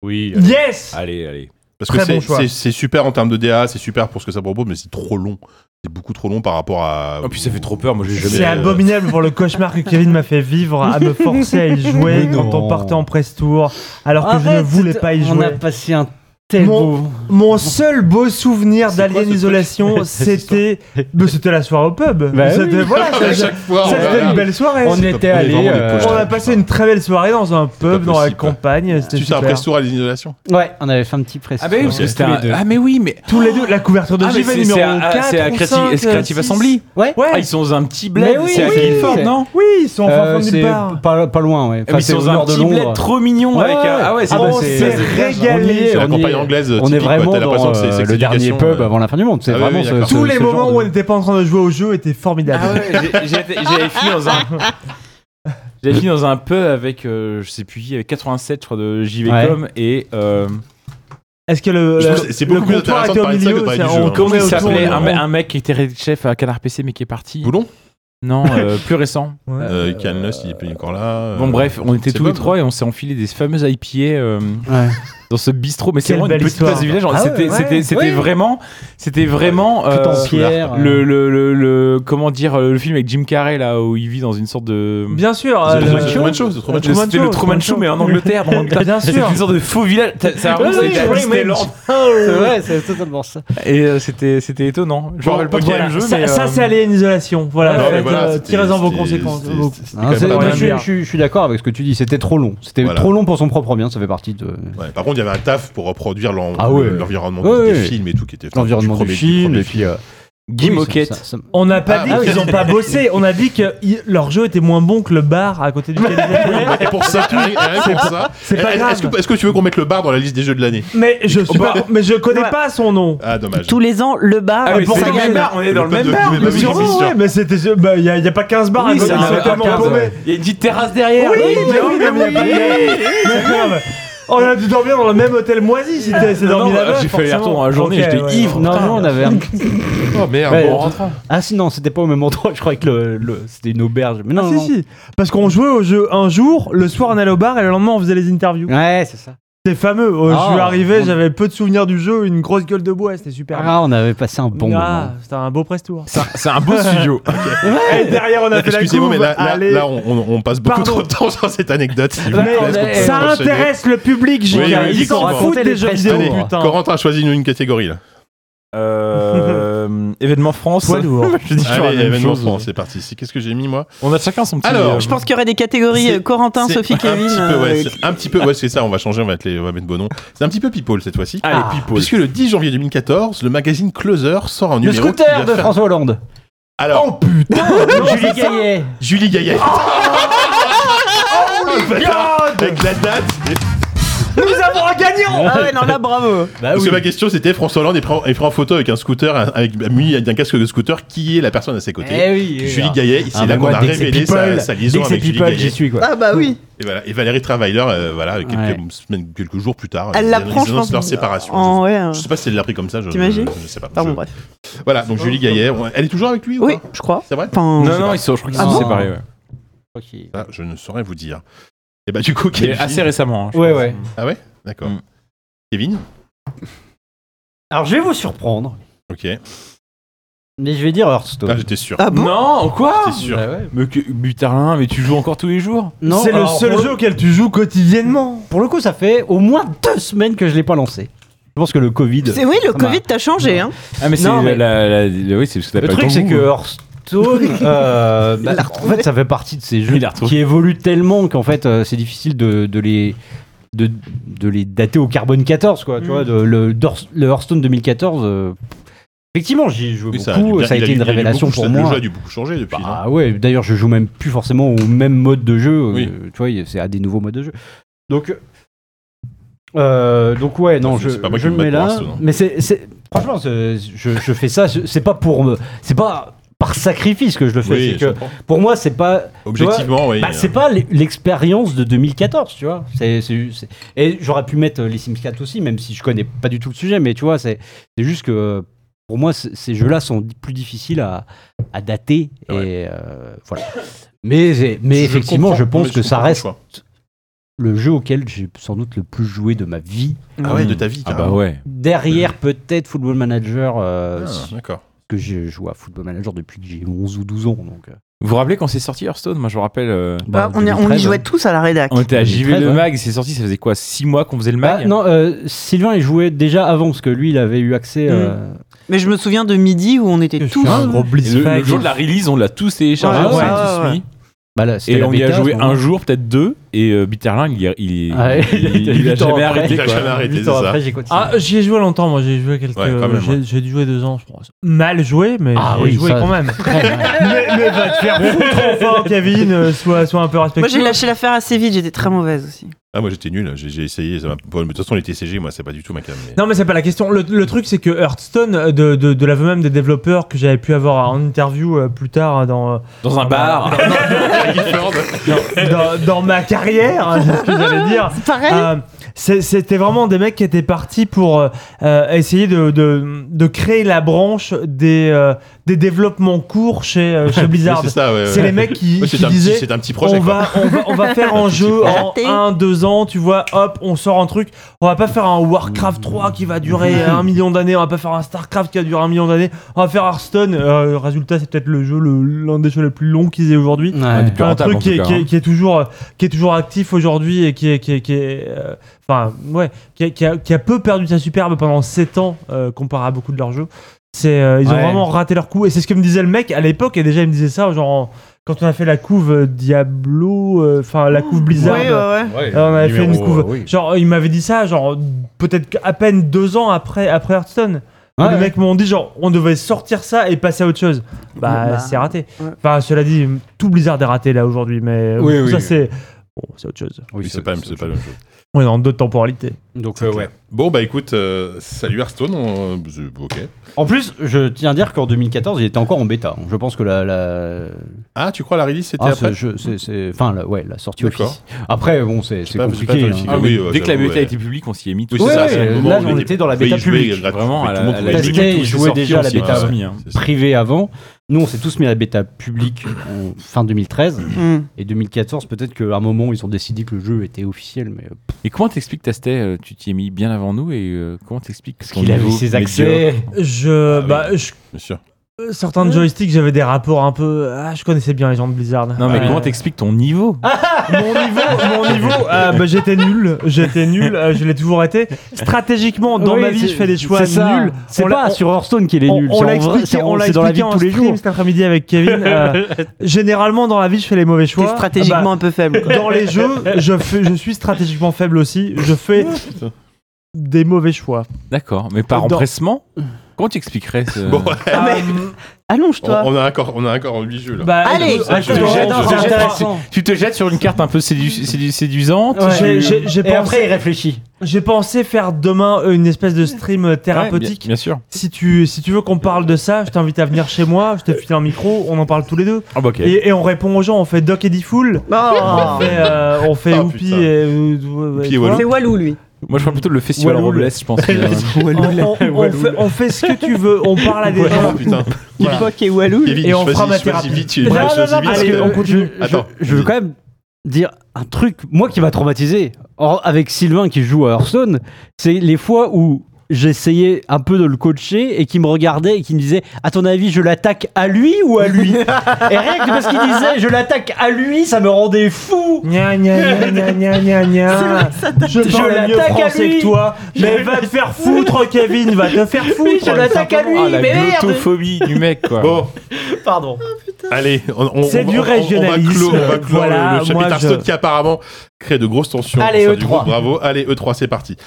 Oui. allez. Yes Allez, allez. Parce Très que c'est- bon choix. c'est c'est super en termes de DA, c'est super pour ce que ça propose, mais c'est trop long. C'est beaucoup trop long par rapport à. Oh, puis ça fait trop peur, moi j'ai jamais, C'est euh, abominable pour le cauchemar que Kevin m'a fait vivre à me forcer à y jouer Mais quand non. on partait en press tour alors que je ne Arrête, voulais pas y On a jouer. passé un tel Mon- beau. Mon seul beau souvenir C'est quoi ce d'Alien truc Isolation, c'était bah, c'était la soirée au pub. Bah C'était- voilà, à ça- chaque fois. ça, c'était une belle soirée. On était on est allé. vraiment des euh, poches. On a passé une très belle soirée dans un pub, dans la possible. campagne. C'était Tu sais, super. après ce tour, Alien Isolation Ouais, on avait fait un petit press. Ah, bah oui, parce que Ok. c'était Tous les un- deux. Ah, mais oui, mais. Tous les deux, la couverture de Ah, mais JV c'est- numéro c'est à- 4. c'est à ou Creative, 5, Creative 6. Assembly. Ouais. Ouais. Ah, ils sont dans un petit bled, Mais oui, c'est à oui. Guilford, non Oui, ils sont en fin Euh, fond de c'est nulle part. pas, pas loin, Ah, ouais. mais Enfin, ils c'est sont au dans un nord de petit bled Londres. trop mignon Ouais, avec un- Ah ouais, c'est ah, bah, on c'est- s'est c'est- régalé. C'est la on campagne est- anglaise. On est typique, quoi. T'as vraiment l'impression dans que c'est- euh, c'est le dernier explication, pub euh, avant la fin du monde. C'est Ah oui, vraiment oui, ce- d'accord. ce- Tous les ce moments genre où on de- n'était pas en train de jouer au jeu étaient formidables. Ah ouais, j'ai- j'étais- j'avais fini dans un. J'avais fini dans un pub avec, euh, je sais plus qui, avec 87, je crois, de JVcom et. euh, Est-ce que le, Je le- trouve que c'est le beaucoup plus comptoir intéressant était de au parler de ça que de parler milieu c'est- du jeu, On hein. Comment tournait il autour s'appelait de- un, un mec qui était head chef à Canard PC mais qui est parti. Boulon Non, euh, plus récent. hein. Ouais. euh, Canlust, il est plus encore là. Bon Euh, bref, on était c'est tous pas les bon. trois et on s'est enfilé des fameuses IPA euh, Ouais. dans ce bistrot. Mais c'est Quelle vraiment une belle petite histoire. place du village. genre, Ah ouais, c'était ouais. c'était- c'était Ouais. vraiment, c'était vraiment Tout euh, en pierre. le, le, le, le- comment dire euh, le film avec Jim Carrey là où il vit dans une sorte de Bien sûr. C'est euh, Truman le- Show, c'est Truman le Show. Truman c'était Show, le Truman Show mais en Angleterre. donc, t'as- Bien C'est sûr. Ah une sorte de faux village. T'as- Ça a vraiment Oui, c'était à oui, Disneyland. C'est vrai, c'est totalement ça. Et euh, c'était c'était étonnant. Je me Bon, rappelle pas ok. du Voilà, même jeu ça, mais ça, euh, c'est aller à une isolation. Voilà, Non, mais faites, voilà, euh, c'était- tirez-en vos c'était- conséquences. c'était- vos- c'était quand Hein, même c'est- pas ouais, mal. je, bien. je- je suis d'accord avec ce que tu dis, c'était trop long. C'était Voilà. trop long pour son propre bien, ça fait partie de Ouais, Par contre, il y avait un taf pour reproduire l'en- Ah ouais. le- l'environnement Ouais, des ouais. films et tout qui était l'environnement du, premier- film. premier Et puis, euh, Guy oui, ça- Moquette. ça- ça- On n'a pas Ah, dit oui. qu'ils n'ont pas bossé, on a dit que i- leur jeu était moins bon que le bar à côté du cabinet. Et pour ça, rien- rien que pour ça. C'est pas Est-ce est-ce grave. que, est-ce que tu veux qu'on mette le bar dans la liste des jeux de l'année Mais je suis pas- mais je connais Ouais. pas son nom. Ah, dommage. Tous les ans, le bar. Ah oui, pour c'est le gagner. même bar, on est dans le Le même pub de- bar. du même bien bar, sûr. oui, bien sûr. mais c'était. Il n'y a, y a pas 15 bars à Oui, côté, c'est ils un sont bar tellement à 15, paumés. ouais. Il y a une petite terrasse derrière. Oui, mais oui, mais il y a pas de- Mais grave. On a dû dormir dans le même hôtel moisi, c'était c'est Non, dormi non, là-bas. j'ai fait les forcément. retours dans la journée, Ok, j'étais ouais, ivre. ouais. Non, non, on avait un. Oh merde, Ouais, bon. on- Ah, si, non, c'était pas au même endroit. Je croyais que le, le- c'était une auberge. Mais non, Ah, non. si, si. Parce qu'on jouait au jeu un jour, le soir on allait au bar et le lendemain on faisait les interviews. Ouais, c'est ça. C'est fameux. Euh, Ah. je suis arrivé, j'avais peu de souvenirs du jeu, une grosse gueule de bois, c'était super. Ah, on avait passé un bon Ah, moment. c'était un beau press tour. C'est un- C'est un beau studio. Et derrière on a fait la Excusez-moi, mais couve, là, là, allez. là, on, on- on passe beaucoup Pardon. trop de temps sur cette anecdote. s'il vous Là, plaît. on Est-ce qu'on est- peut Ça enchaîner intéresse le public, j'ai Oui, oui, ils s'en effectivement. foutent des Raconter jeux les vidéo, Allez, press putain. Corentin, choisis-nous une catégorie là. Euh, événement France. Poids lourd. je dis toujours la Allez, même événement chose. France, c'est parti. C'est- Qu'est-ce que j'ai mis moi On a chacun son petit. Alors, euh, je Je pense qu'il y aurait des catégories C'est- euh, Corentin, C'est Sophie, un Kevin. petit peu, euh, ouais, c'est un petit peu, ouais, c'est ça. On va changer, on va, mettre les- on va mettre beau nom. C'est un petit peu people cette fois-ci. Allez, Ah. people. Puisque le 10 janvier 2014, le magazine Closer sort un Le numéro. qui scooter va de faire- François Hollande. Alors, Oh, Julie Gaillet. Julie Gaillet. Oh, Ah, bah, Avec la date. oh, Nous avons un gagnant Ah ouais, non, là, bravo. Parce que ma question c'était François Hollande est pris en, est pris en photo avec un scooter, un- avec muni d'un casque de scooter. Qui est la personne à ses côtés Eh oui. Julie Gaillet. C'est Ah, là mais qu'on moi, a dès que c'est révélé sa, people, sa Dès liaison que c'est avec Julie people, j'y Gaillet. suis quoi. Ah bah oui. Et, voilà. Et Valérie Travailer, euh, voilà, quelques Ouais. semaines, quelques jours plus tard, euh, Elle ils l'apprend, je annoncent pense. leur séparation. En, ouais, euh, Je sais pas si elle l'a pris comme ça, je T'imagines je sais pas. Pardon, Je- bref. Voilà, donc Julie Gaillet, on- elle est toujours avec lui ou Oui, pas je crois. C'est vrai Enfin, Non, non, ils sont, je crois qu'ils Ah sont bon séparés. Ouais. Ça, Je ne saurais vous dire. Et bah du coup, Mais Kevin. assez récemment. Oh. hein, je Ouais, pense. ouais. D'accord. Mm. Kevin Alors, je vais vous surprendre, Ok. mais je vais dire Hearthstone. Ah, j'étais sûr. Ah bon Non, quoi J'étais sûr. Bah Mais que- Butarlin, mais tu joues encore tous les jours Non, C'est le alors, seul pour jeu auquel tu joues quotidiennement. Pour le coup, ça fait au moins deux semaines que je l'ai pas lancé. Je pense que le Covid. C'est- Oui, le Ça Covid t'a changé. Hein. Ah, mais c'est Non, mais- la, la- la- oui, c'est parce que t'as Le pas truc, temps c'est vous, que hein. Hearthstone, euh, bah, en fait, ça fait partie de ces jeux Il a retrouvé. qui évoluent tellement qu'en fait, euh, c'est difficile de, de les. De, de les dater au carbone 14 quoi tu Mm. vois de- le, d'Hearth- le Hearthstone 2014 euh, effectivement j'y ai joué Oui, beaucoup ça ça a dû bien- a, il été dû- il une a dû révélation beaucoup- pour Le moi jeu a dû beaucoup changer depuis. hein. Bah ouais, d'ailleurs je joue même plus forcément au même mode de jeu, euh, Oui. tu vois, il- c'est à des nouveaux modes de jeu. Donc, euh, donc ouais, non, c'est- je, c'est pas moi je qui me bats le mets pour là, Hearthstone, hein. mais c'est, c'est- franchement, c'est- je, je fais ça, c'est pas pour me, c'est pas par sacrifice que je le fais, Oui, c'est je que comprends. pour moi c'est pas, objectivement, oui. bah, c'est pas l'e- l'expérience de 2014, tu vois. C'est, c'est- c'est- Et j'aurais pu mettre euh, les Sims 4 aussi, même si je connais pas du tout le sujet, mais tu vois, c'est, c'est juste que euh, pour moi, c- ces jeux-là sont di- plus difficiles à, à dater. Et euh, voilà. Mais, c'est- mais Je effectivement, je comprends, pense mais que ça comprends ton reste choix. le jeu auquel j'ai sans doute le plus joué de ma vie. Ah ouais, de ta vie, Ah bah carrément. ouais. Derrière peut-être Football Manager, euh, Ah, si- D'accord. que je joue à Football Manager depuis que j'ai 11 ou 12 ans. Donc, euh, Vous vous rappelez quand c'est sorti Hearthstone Moi je me rappelle. euh, bah, on, y- on 2013, y jouait tous à la rédac. On était à JV 2013, Le ouais. Mag, c'est sorti, ça faisait quoi 6 mois qu'on faisait le Bah, Mag non, euh, Sylvain, il jouait déjà avant, parce que lui, il avait eu accès. euh, Mais je me souviens de midi où on était tous. Et le, le jour de la release, on l'a tous téléchargé, Ouais, on s'est ouais, tous ouais, mis. bah, là, c'était Et la on y a bêta, joué à ce un moment-là. jour, peut-être deux. Et euh, Bitterlin, il, y a- il, Ouais, il, il, huit a ans jamais après. arrêté. Il a quoi. jamais arrêté, Huit c'est ans ça. après, j'ai continué. Ah, j'y ai joué longtemps, moi j'ai joué quelques. Ouais, quand même, j'ai- ouais. j'ai dû jouer deux ans, je pense. Mal joué, mais Ah j'ai oui, joué ça- quand même. mais, mais va te faire foutre fort, Kevin, euh, sois, sois un peu Moi, j'ai respectueux. lâché l'affaire assez vite, j'étais très mauvaise aussi. Ah, moi j'étais nul, j'ai j'ai essayé. ça m'a- bon, mais de toute façon, les TCG, moi, c'est pas du tout ma cam. mais- Non, mais c'est pas la question. Le, le truc, c'est que Hearthstone, euh, de, de, de l'aveu même des développeurs que j'avais pu avoir en interview euh, plus tard euh, dans, euh, Dans un bar. dans, dans ma carrière, hein, c'est ce que j'allais dire. C'est pareil. Euh, c'est- C'était vraiment des mecs qui étaient partis pour euh, euh, essayer de, de, de créer la branche des, euh, des développements courts chez, euh, chez Oui, Blizzard. C'est ça, ouais. C'est ouais. les mecs qui, Ouais, qui C'est un petit- disaient c'est un petit projet. on, quoi. va, on, va, on va faire un jeu en projet. 1, 2 ans, tu vois, hop, on sort un truc. On va pas faire un Warcraft 3 qui va durer un million d'années, on va pas faire un Starcraft qui va durer un million d'années, on va faire Hearthstone. Euh, résultat, c'est peut-être le jeu, le- l'un des jeux les plus longs qu'ils aient aujourd'hui. Ah, Un des plus Un rentables, truc en qui tout est, cas, qui, est, hein. qui est toujours, euh, qui est toujours actif aujourd'hui et qui est, qui est, qui est, euh, enfin ouais, qui a, qui a- qui a peu perdu sa superbe pendant 7 ans euh, comparé à beaucoup de leurs jeux. C'est, euh, ils ont Ouais. vraiment raté leur coup et c'est ce que me disait le mec à l'époque et déjà il me disait ça genre en- quand on a fait la couve euh, Diablo, euh, enfin la couve Blizzard. Ouais, ouais, ouais. Ouais, euh, on avait fait numéro, une couve. euh, oui. Genre, il m'avait dit ça, genre, peut-être à peine deux ans après, après Hearthstone. Ouais, les ouais. mecs m'ont dit, genre, on devait sortir ça et passer à autre chose. Bah, Bah, c'est raté. ouais. Enfin, cela dit, tout Blizzard est raté là aujourd'hui, mais Oui, euh, oui, ça, oui. c'est. Bon, c'est autre chose. Oui, c'est pas, c'est pas la même chose. On est dans d'autres temporalités. Donc, euh, ouais. Bon, bah écoute, euh, salut Hearthstone. on- euh, Ok. En plus, je tiens à dire qu'en 2014, il était encore en bêta. Je pense que la. la... Ah, tu crois la release c'était Ah, ce après jeu, c'est- c'est- Enfin, la, ouais, la sortie D'accord. office. Après, bon, c'est c'est pas- j'ai pas compliqué. vérifié. hein. Ah, mais Oui, ouais, dès que la j'avoue, bêta ouais. était publique, on s'y est mis tous. Oui, c'est Ouais, ça. c'est le ouais, moment là, où on il était dans la vous pouvez y bêta jouer publique. gratuit, Vraiment, tout à le la- monde à pouvait la y jouer. limite, C'était, tout ils jouaient sorti, déjà à on la s'y est bêta, tous ouais. mis, hein. C'est ça. Privé avant. Nous, on s'est tous mis à la bêta publique en fin 2013. Hmm. Et 2014, peut-être qu'à un moment, ils ont décidé que le jeu était officiel, mais Et comment t'expliques, Tastet euh, Tu t'y es mis bien avant nous et euh, comment t'expliques Parce qu'il avait ses accès. Je, Ah, bah, je, Bien sûr. certains joysticks, j'avais des rapports un peu. Ah, je connaissais bien les gens de Blizzard. Non, mais Ah, Ouais. Ah. comment t'expliques ton niveau mon niveau, mon niveau, ah, bah, j'étais nul, j'étais nul, euh, je l'ai toujours été. Stratégiquement, dans Oui, ma vie, c'est- je fais des choix c'est ça. nuls. C'est On l'a- pas sur Hearthstone qu'il est on- nul. On c'est l'a en vrai- expliqué, c'est en- on l'a c'est dans la expliqué vie en de tous les stream jours. cet après-midi avec Kevin. euh, généralement, dans la vie, je fais les mauvais T'es choix. ah stratégiquement Bah, un peu faible. quoi. dans les jeux, je, fais- je suis stratégiquement faible aussi. Je fais des mauvais choix. D'accord, mais par Dans- empressement Comment t'expliquerais ce... Bon, Euh, on, Allonge-toi. on a encore, on a encore 8 jeux là. Bah, Allez, écoute, Ah, je te attends, jette, attends, je te jette. attends. Tu te jettes sur une carte un peu sédu- sédu- séduisante Ouais. J'ai- j'ai- j'ai Et pensé- après, il réfléchit. J'ai pensé faire demain euh, une espèce de stream euh, thérapeutique. Bien, bien sûr. Si tu, si tu veux qu'on parle de ça, je t'invite à venir chez moi, je te file un micro, on en parle tous les deux. Ah bah ok. Et, et on répond aux gens, on fait Doc et Diffoul, Oh, Ah. on fait, euh, on fait Ah, Whoopi putain. et, euh, ouais, Whoopi et toi. Walou. C'est Walou, lui. Moi je parle plutôt de le festival Walou, Robles, je pense. On, on- on fait, on fait ce que tu veux, on parle à des gens. Oh, putain. Poc et Walou. Kevin, Et on fera ma choisis, thérapie. choisis vite, tu Non, non, non, choisis vite. parce parce que- que- on continue. Attends, Je, je veux quand même dire un truc, moi qui m'a traumatisé, or- avec Sylvain qui joue à Hearthstone, c'est les fois où j'essayais un peu de le coacher et qui me regardait et qui me disait à ton avis je l'attaque à lui ou à lui et rien que parce qu'il disait je l'attaque à lui ça me rendait fou Gna, gna, gna, gna, gna, gna, gna. Je Je parle mieux l'attaque à français lui. que toi, mais va te faire foutre, Kevin, va te faire foutre. je l'attaque à lui Ah, la mais merde glottophobie du mec quoi. Bon, Pardon. allez, on, on- C'est on va- du on- on va régionalisme. clore- On va clore Voilà, le, le chapitre moi, je- E Hearthstone qui apparemment crée de grosses tensions. au Allez, sein du E3. groupe, bravo. Allez, E3, c'est parti.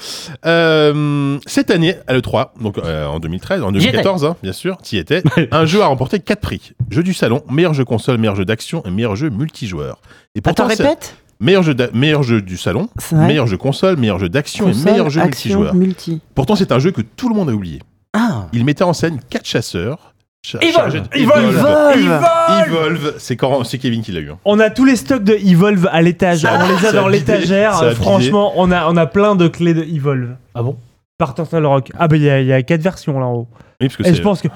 Euh, cette année, à l'E3, donc euh, en 2013, en 2014, hein, bien sûr, t'y étais, un jeu a remporté 4 prix. Jeu du salon, meilleur jeu console, meilleur jeu d'action et meilleur jeu multijoueur. Et Attends, c'est- répète. meilleur jeu, d'a- meilleur jeu du salon, C'est vrai. meilleur jeu console, meilleur jeu d'action et Console, meilleur jeu action, multijoueur. multi. Pourtant, c'est un jeu que tout le monde a oublié. Ah. Il mettait en scène quatre chasseurs. cha- Evolve, chargés de- Evolve, Evolve, Evolve. Evolve, c'est quand c'est Kevin qui l'a eu. hein. On a tous les stocks de Evolve à l'étage. Ça- on les ça a dans a bidé, l'étagère. ça a bidé. Franchement, on a, on a plein de clés de Evolve. Ah bon Par Turtle Rock. Ah, bah, il y, a- il y a quatre versions là en haut. Oui, parce que Et c'est- je pense que.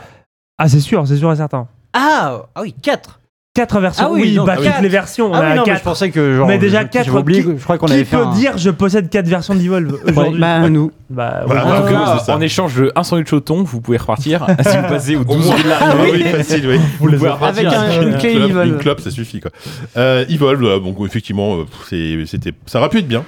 Ah, c'est sûr, c'est sûr et certain. ah, ah oui 4 Quatre versions. Ah oui, non, bah, ah oui. toutes les versions. On ah a oui non mais je quatre. pensais que genre Mais déjà je- quatre, j'avais oublié, qui- je crois qu'on Qui avait fait peut un- dire je possède quatre versions d'Evolve aujourd'hui Bah, nous. Bah, Voilà, oui. En tout Ah, cas, c'est ça. en échange de un sandwich au thon, vous pouvez repartir. si vous passez aux 12 villas, Ah oui, oui, facile, oui. Vous les pouvez avez- repartir. Avec un- une clé Club, une Evolve. clope, ça suffit quoi. Euh, Evolve, voilà, bon, effectivement, euh, pff, c'est- c'était, ça aurait pu être bien.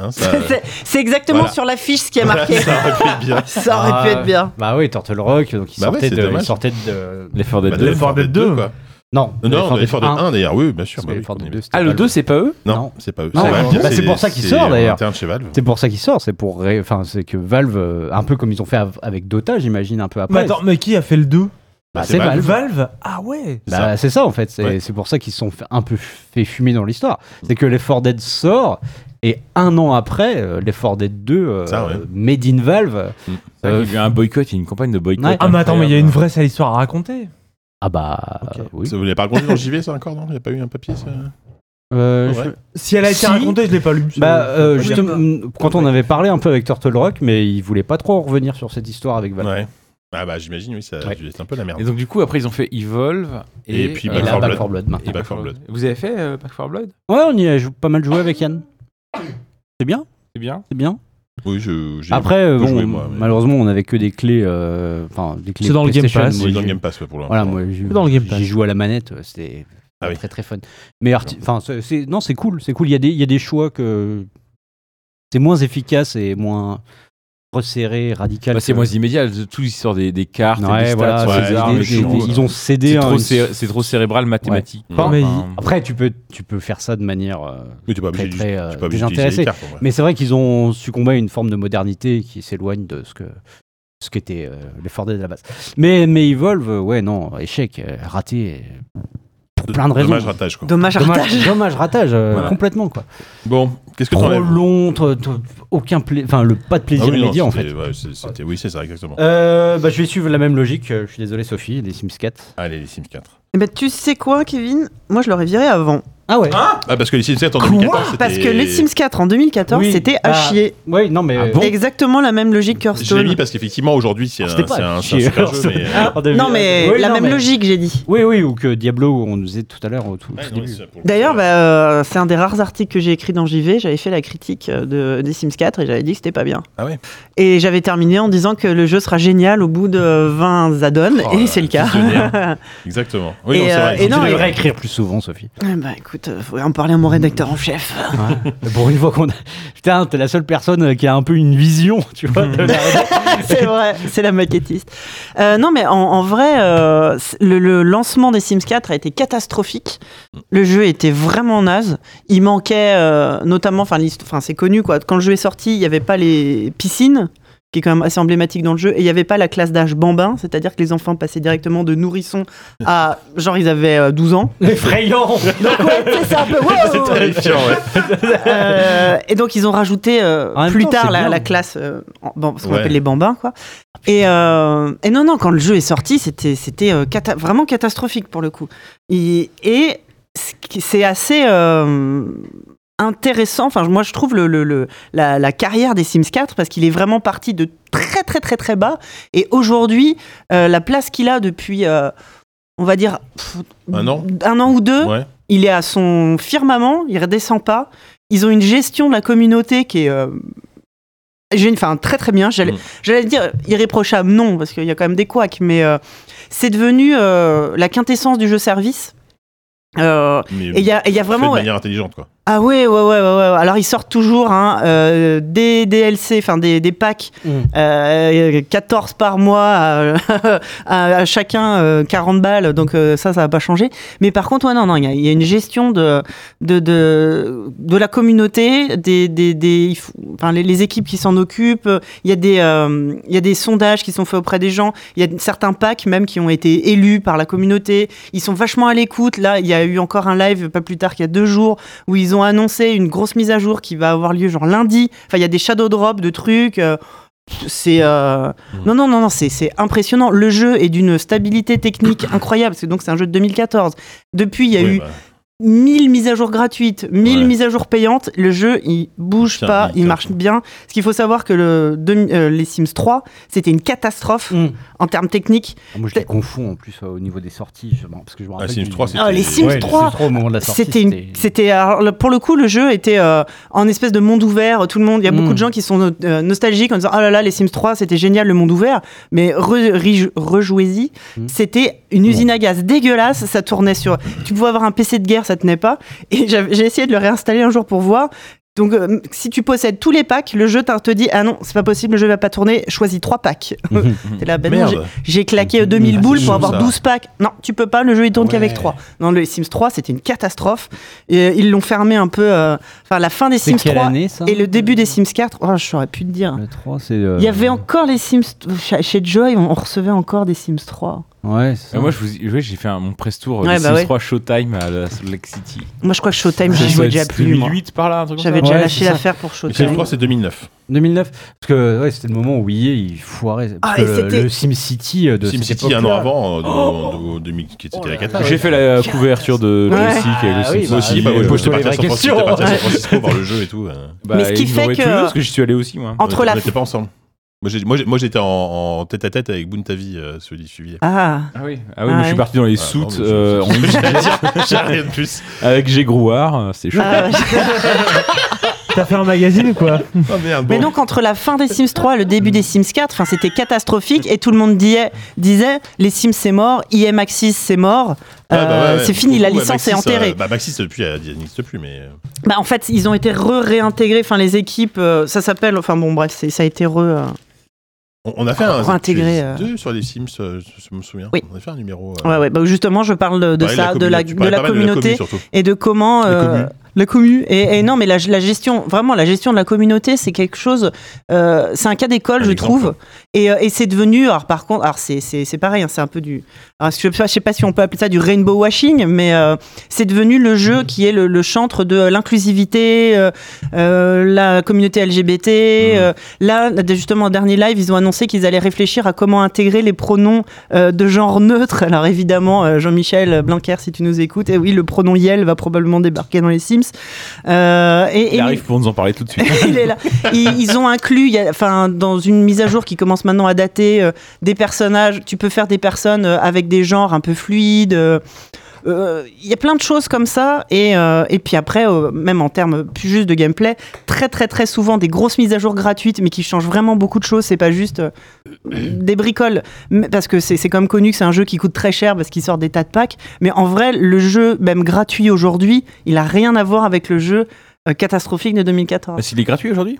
hein, ça, C'est- C'est exactement Voilà. sur l'affiche ce qui est marqué. ça aurait pu être bien. Ça aurait pu Ah, être bien. bah oui Turtle Rock donc il Bah ouais, sortait c'est de dommage. il sortait de L'effort d'être Bah, deux. de Fort Dead 2, quoi. non Non, non, l'effort l'effort de d'être 1 d'ailleurs, oui, bien sûr. Parce bah que oui, l'effort de on est- deux, c'était Ah, pas le 2, c'est pas eux Non, c'est pas eux. Ah, c'est ouais. Valve, Bah, c'est pour ça qu'il c'est sort, d'ailleurs. interne chez Valve. C'est pour ça qu'il sort, c'est pour. ré- Enfin, c'est que Valve, euh, un peu comme ils ont fait av- avec Dota, j'imagine, un peu Mais après. attends, mais qui a fait le 2 Bah, c'est Valve. Valve Ah ouais c'est ça. Bah, c'est ça en fait, c'est Ouais. c'est pour ça qu'ils se sont fait- un peu fait fumer dans l'histoire. C'est que l'effort Dead sort et un an après, euh, l'effort Dead 2, euh, Ça, ouais. Made in Valve. C'est vrai qu'il y a eu un boycott, il y a une campagne de boycott. Ouais. Ah, mais attends, mais il y a une vraie sale histoire à raconter. Ah bah Ok. oui. Ça, Vous l'avez pas raconté dans JV, ça encore, non Il n'y a pas eu un papier, ça Euh, Ouais. je- Si elle a été Si. racontée, je l'ai pas lu. Bah, euh, Faut juste, dire. mm, quand on avait parlé un peu avec Turtle Rock, mais ils voulaient pas trop en revenir sur cette histoire avec Valve. Ouais. Ah, bah, j'imagine, oui, ça a Ouais. dû être un peu la Et merde. donc, du coup, après, ils ont fait Evolve. Et, Et puis, Et Back là, for Back Blood. 4 Blood maintenant. Et Back 4 Blood. Vous avez fait euh, Back 4 Blood Ouais, on y a jou- pas mal joué avec Yann. C'est bien, C'est bien. c'est bien. Oui, je. j'ai- Après, euh, peu bon, joué, moi, mais- malheureusement, on avait que des clés. euh, Enfin, des clés. C'est dans le Game PlayStation, Pass. moi, Oui, dans j'ai- le Game Pass, ouais, pour l'instant. Voilà, moi, j'ai- C'est dans le Game Pass. j'ai joué à la manette. euh, C'était Ah oui. très très fun. Mais arti- enfin, c'est- c'est- non, c'est cool, c'est cool. Il y a des, il y a des choix que c'est moins efficace et moins resserré, radical. Bah, c'est que- moins immédiat, de- toute l'histoire des, des cartes, et Ouais, des stats, voilà, sur ouais, c'est- les des- armes, des- les des- choses. ils ont cédé. C'est à trop, une- céré- c'est trop cérébral mathématique. Ouais. Enfin, mais Après, tu peux, tu peux faire ça de manière euh, Mais t'es pas obligé très de- très t'es euh, pas obligé d'utiliser les désintéressée. cartes, en vrai. Mais c'est vrai qu'ils ont succombé à une forme de modernité qui s'éloigne de ce que ce qu'était euh, les Ford Dead à la base. Mais mais Evolve, euh, ouais non, échec, euh, raté euh, pour plein de raisons. Dommage ratage, quoi. Dommage, ratage. Dommage, dommage, ratage euh, Voilà. complètement quoi. Bon, qu'est-ce que Trop t'enlèves long, trop- trop- aucun pla- enfin le pas de Ah plaisir oui, non, immédiat en fait. c'était- ouais, c'est- c'était- Oui, c'est ça, exactement. Euh, bah, je vais suivre la même logique. euh, Je suis désolé Sophie, les Sims 4. Allez, les Sims 4. Eh ben, tu sais quoi, Kevin Moi, je l'aurais viré avant. Ah ouais. Ah, parce que les Sims 7 en 2014, c'était... Parce que les Sims 4 en 2014, Oui, c'était à bah, chier. Ouais, non mais. euh, Ah bon Exactement la même logique que Ah. Je l'ai Hearthstone. mis parce qu'effectivement, aujourd'hui, c'est un, C'était pas c'est un- à c'est un chier, super jeu, Hearthstone. mais... euh, Ah, Non, mais Oui, la non, même mais- logique, j'ai dit. Oui, oui, ou que Diablo, on nous disait tout à l'heure au tout, ouais, tout non, mais début. c'est pour le coup, D'ailleurs, euh, bah, euh, c'est un des rares articles que j'ai écrit dans JV. J'avais fait la critique euh, de, des Sims 4 et j'avais dit que c'était pas bien. Ah ouais. Et j'avais terminé en disant que le jeu sera génial au bout de euh, 20 add-ons, Oh là et c'est le là, cas. visionnaire. Exactement. Oui, Et, non, c'est euh, vrai. et Ils ont non, dit, et- ouais, écrire plus souvent, Sophie. Eh bah écoute, euh, faut en parler à mon rédacteur en chef. Pour une fois qu'on a. Putain, t'es la seule personne euh, qui a un peu une vision, tu vois. de la- c'est vrai, c'est la maquettiste. Euh, non, mais en, en vrai, euh, c'est- le, le lancement des Sims 4 a été catastrophique. Le jeu était vraiment naze. Il manquait, euh, notamment, enfin, l'hist- enfin, c'est connu quoi. Quand le jeu est sorti, il n'y avait pas les piscines qui est quand même assez emblématique dans le jeu, et il n'y avait pas la classe d'âge bambin, c'est-à-dire que les enfants passaient directement de nourrissons à... genre ils avaient euh, 12 ans. Effrayant Donc ouais, tu sais, c'est un peu... wow. c'est terrifiant, ouais. Euh, et donc ils ont rajouté euh, En même plus temps, tard c'est la, bien. la classe, euh, en- bon, ce qu'on Ouais. appelle les bambins, quoi. Et, euh, et non, non, quand le jeu est sorti, c'était c'était euh, cata- vraiment catastrophique pour le coup. Et, et ce qui- c'est assez euh, intéressant. Enfin, moi, je trouve le, le- le- la, la carrière des Sims 4 parce qu'il est vraiment parti de très, très, très, très bas. Et aujourd'hui, euh, la place qu'il a depuis, euh, on va dire, pff, Un an un an ou deux, Ouais. il est à son firmament, il redescend pas. Ils ont une gestion de la communauté qui est euh, gén- enfin, très très bien. J'allais Mm. j'allais dire irréprochable, non, parce qu'il y a quand même des couacs, mais euh, c'est devenu euh, la quintessence du jeu service. Euh, Mais et il y a, et il y a fait de vraiment. manière intelligente, quoi. Ah ouais, ouais, ouais, ouais, ouais. Alors ils sortent toujours hein, euh, des DLC, enfin des, des packs, Mm. euh, 14 par mois, à, à- à chacun euh, 40 balles, donc euh, ça, ça va pas changer. Mais par contre, ouais, non, non, il y a- il y, a une gestion de, de, de, de la communauté, des, des, des, il faut- enfin, les, les équipes qui s'en occupent, il y, a des, euh, il y a des sondages qui sont faits auprès des gens, il y a certains packs même qui ont été élus par la communauté, ils sont vachement à l'écoute, là, il y a eu encore un live pas plus tard qu'il y a deux jours où ils ont annoncé une grosse mise à jour qui va avoir lieu genre lundi. Enfin, il y a des shadow drops de trucs. euh, c'est euh, Mmh. non non non non c'est c'est impressionnant le jeu est d'une stabilité technique incroyable c'est donc c'est un jeu de 2014 depuis il y a Oui, eu bah, 1000 mises à jour gratuites 1000 Ouais. mises à jour payantes le jeu il bouge Putain, pas il il tape. marche bien ce qu'il faut savoir que le demi- euh, les Sims 3 c'était une catastrophe Mm. en termes techniques Moi, je les confonds en plus euh, au niveau des sorties. je- bon, parce que je me rappelle Sims du- 3, c'est- Ah, les Sims Ouais, les 3 Sims 3 au moment de la sortie. C'était une- c'était alors, le- pour le coup le jeu était euh, en espèce de monde ouvert. Tout le monde, il y a Mm. beaucoup de gens qui sont no- euh, nostalgiques en disant ah là là les Sims 3 c'était génial le monde ouvert, mais re- ri- rejouez-y. Mm. C'était une usine à gaz dégueulasse. Ça tournait sur. Tu pouvais avoir un PC de guerre, ça tenait pas. Et j'avais- j'ai essayé de le réinstaller un jour pour voir. Donc, euh, si tu possèdes tous les packs, le jeu t'in- te dit Ah non, c'est pas possible, le jeu va pas tourner, choisis trois packs. Hmm. T'es là, ben non, j'ai- Merde. j'ai claqué 2000 Ah, boules c'est pour chaud, avoir ça. 12 packs. Non, tu peux pas, le jeu il tourne qu'avec Ouais. 3. Non, le Sims 3, c'était une catastrophe. Et euh, ils l'ont fermé un peu. euh, Enfin, la fin des Sims 3 année ça et le début des Sims 4. Oh, je saurais plus te dire. Le 3, c'est. euh, Il y avait encore les Sims. Chez chez Joy, on on recevait encore des Sims 3. Ouais, c'est Et moi, je vous- ouais, j'ai fait un, mon press tour euh, Ouais, des bah Sims ouais. 3 Showtime à la Salt Lake City. Moi, je crois que Showtime, Ça, ça j'y doit jouais être déjà plus. moi. 2008 par là, un truc comme ça. J'avais déjà Ouais, lâché c'est ça. l'affaire pour Les Sims Showtime. 3, c'est 2009. 2009. Parce que ouais, c'était le moment où EA, il foirait. Parce Ah, et que c'était- le SimCity euh, de Sim cette City, un époque-là. an avant, euh, Oh de- de- de- de- qui était la cata. J'ai fait la couverture de Ouais. Jurassic et le Ah oui, Sims bah, Moi aussi, bah, euh, moi, j'étais parti les à vraies San Francisco, questions. j'étais parti à San Francisco voir le jeu et tout. euh. bah, Mais ce qui ils fait m'ont que- tous les deux, parce que j'y suis allé aussi, moi. Entre la. On était pas ensemble. Moi, j'ai- moi, j'ai- Moi, j'étais en- en tête à tête avec Buntavi, euh, celui suivi. Ah, Ah oui, ah oui, Ah moi, je ouais. suis parti dans les Ah, soutes non, mais euh, en je- Louisiane, J'ai rien de plus. avec G. Grouard, euh, c'est chaud. Ah, ouais. T'as fait un magazine ou quoi Oh merde. Mais donc entre la fin des Sims 3 et le début des Sims 4, enfin, c'était catastrophique et tout le monde disait, disait les Sims c'est mort, IM Axis c'est mort, Ah, bah, ouais, Euh, ouais. c'est fini, la Ouais, licence Maxis, est euh, enterrée. Bah, Maxis, depuis, elle n'existe plus, mais. euh, Bah, en fait, ils ont été re-réintégrés, enfin les équipes, euh, ça s'appelle, enfin bon bref, c'est- ça a été re... euh, On, on a fait un. Réintégrer, tu- euh. Deux sur les Sims, euh, je, je me souviens. Oui. On a fait un numéro. euh, Ouais, ouais, bah, justement, je parle de, de parlait ça, de la, commune- tu de parlais la pas mal communauté commune, surtout. et de comment... La euh, commune. la commu. Et, et non, mais la, la gestion, vraiment, la gestion de la communauté, c'est quelque chose. euh, c'est un cas d'école, Un je exemple. trouve. Et, euh, et c'est devenu. Alors, par contre, alors c'est, c'est, c'est pareil, hein, c'est un peu du. alors, je, sais pas- je sais pas si on peut appeler ça du rainbow washing, mais euh, c'est devenu le Mm. jeu qui est le, le chantre de l'inclusivité, euh, euh, la communauté Mmh. LGBT. euh, là, justement, au dernier live, ils ont annoncé qu'ils allaient réfléchir à comment intégrer les pronoms euh, de genre neutre. Alors évidemment, euh, Jean-Michel Blanquer, si tu nous écoutes, et oui, le pronom Yel va probablement débarquer dans les Sims. Euh, et, Il et- arrive pour nous en parler tout de suite. il est là. Ils, ils ont inclus, il y a- enfin, dans une mise à jour qui commence maintenant à dater, euh, des personnages. Tu peux faire des personnes euh, avec des genres un peu fluides. euh, euh, Il y a plein de choses comme ça. Et, euh, et puis après, euh, même en termes plus juste de gameplay, très très très souvent des grosses mises à jour gratuites, mais qui changent vraiment beaucoup de choses. C'est pas juste euh, des bricoles. Mais- Parce que c'est c'est quand même connu que c'est un jeu qui coûte très cher parce qu'il sort des tas de packs. Mais en vrai, le jeu, même gratuit aujourd'hui, il a rien à voir avec le jeu euh, catastrophique de 2014. S'il est gratuit aujourd'hui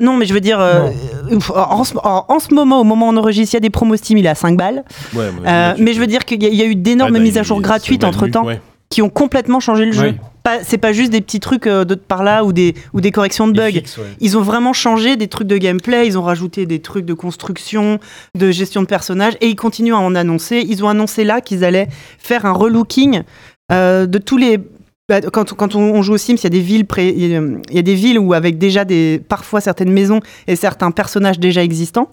Non, mais je veux dire, euh, euh, en, ce, en- en ce moment, au moment où on enregistre, il y a des promos Steam, il est à 5 balles. Ouais, à mon avis, Euh, là, tu- mais je veux dire qu'il y, a- il y a eu Ah, d'énormes bah, mises à il- jour c'est gratuites mal entre temps vu, ouais. qui ont complètement changé le jeu. Oui. Pas- C'est pas juste des petits trucs euh, de par là ou des, ou des corrections de bugs. Ils ont vraiment changé des trucs de gameplay, ils ont rajouté des trucs de construction, de gestion de personnages, et ils continuent à en annoncer. Ils ont annoncé là qu'ils allaient faire un relooking euh, de tous les. bah, Quand, quand on, on joue au Sims, il y a des villes, pré- il y a- il y a des villes où avec déjà des parfois certaines maisons et certains personnages déjà existants.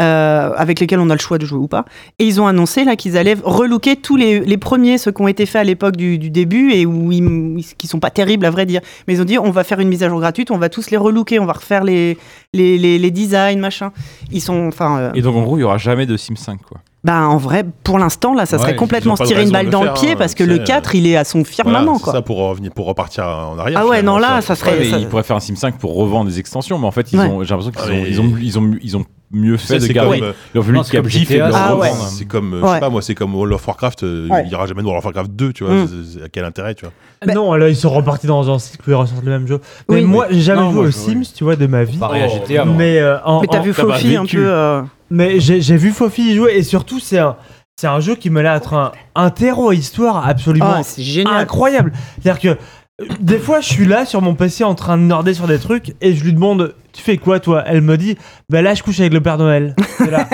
euh, avec lesquels on a le choix de jouer ou pas. Et ils ont annoncé là qu'ils allaient relooker tous les, les premiers, ceux qui ont été faits à l'époque du, du début et où ils, qui sont pas terribles à vrai dire. Mais ils ont dit on va faire une mise à jour gratuite, on va tous les relooker, on va refaire les, les, les, les designs, machin. Ils sont, enfin, euh, Et donc en gros, il y aura jamais de Sim 5 quoi. bah en vrai, pour l'instant là, ça Ouais, ils serait ont complètement pas se de tirer raison une balle de le dans le faire, pied hein, parce tu que le sais, euh, 4 il est à son Voilà, firmament c'est quoi. Ça pour revenir, pour repartir en arrière. Ah ouais, finalement, non, là, ça serait- Ouais, mais ça- ils pourraient faire un Sim 5 pour revendre des extensions, mais en fait, ils Ouais. ont, j'ai l'impression Ah, qu'ils ont, mais- ils ont, ils ont, ils ont mieux Tu fait sais, de C'est garder comme, euh, leur Non, vue de c'est comme captif et de GTA, le ça. Ah ouais. revendre. c'est comme, euh, je Ouais. sais pas moi, c'est comme World of Warcraft. euh, Ouais. Il n'y aura jamais de World of Warcraft 2, tu vois. Mm. c'est- c'est- À quel intérêt, tu vois Mais- Non, là, ils sont repartis dans un cycle où ils ressortent le même jeu. Bah- Mais Oui. moi, j'ai jamais Non, joué moi, aux je- Sims, tu vois, de ma vie. Pareil à GTA. hein. moi. Mais, euh, en- Mais t'as en- vu t'as pas Fofi un vécu. peu. euh, mais j'ai j'ai vu Fofi y jouer et surtout, c'est un, c'est un jeu qui me l'air être un, un terreau à histoire absolument Ah, c'est génial. incroyable. C'est-à-dire que euh, des fois, je suis là sur mon PC en train de nerder sur des trucs et je lui demande Tu fais quoi, toi Elle me dit Bah là, je couche avec le Père Noël. C'est là.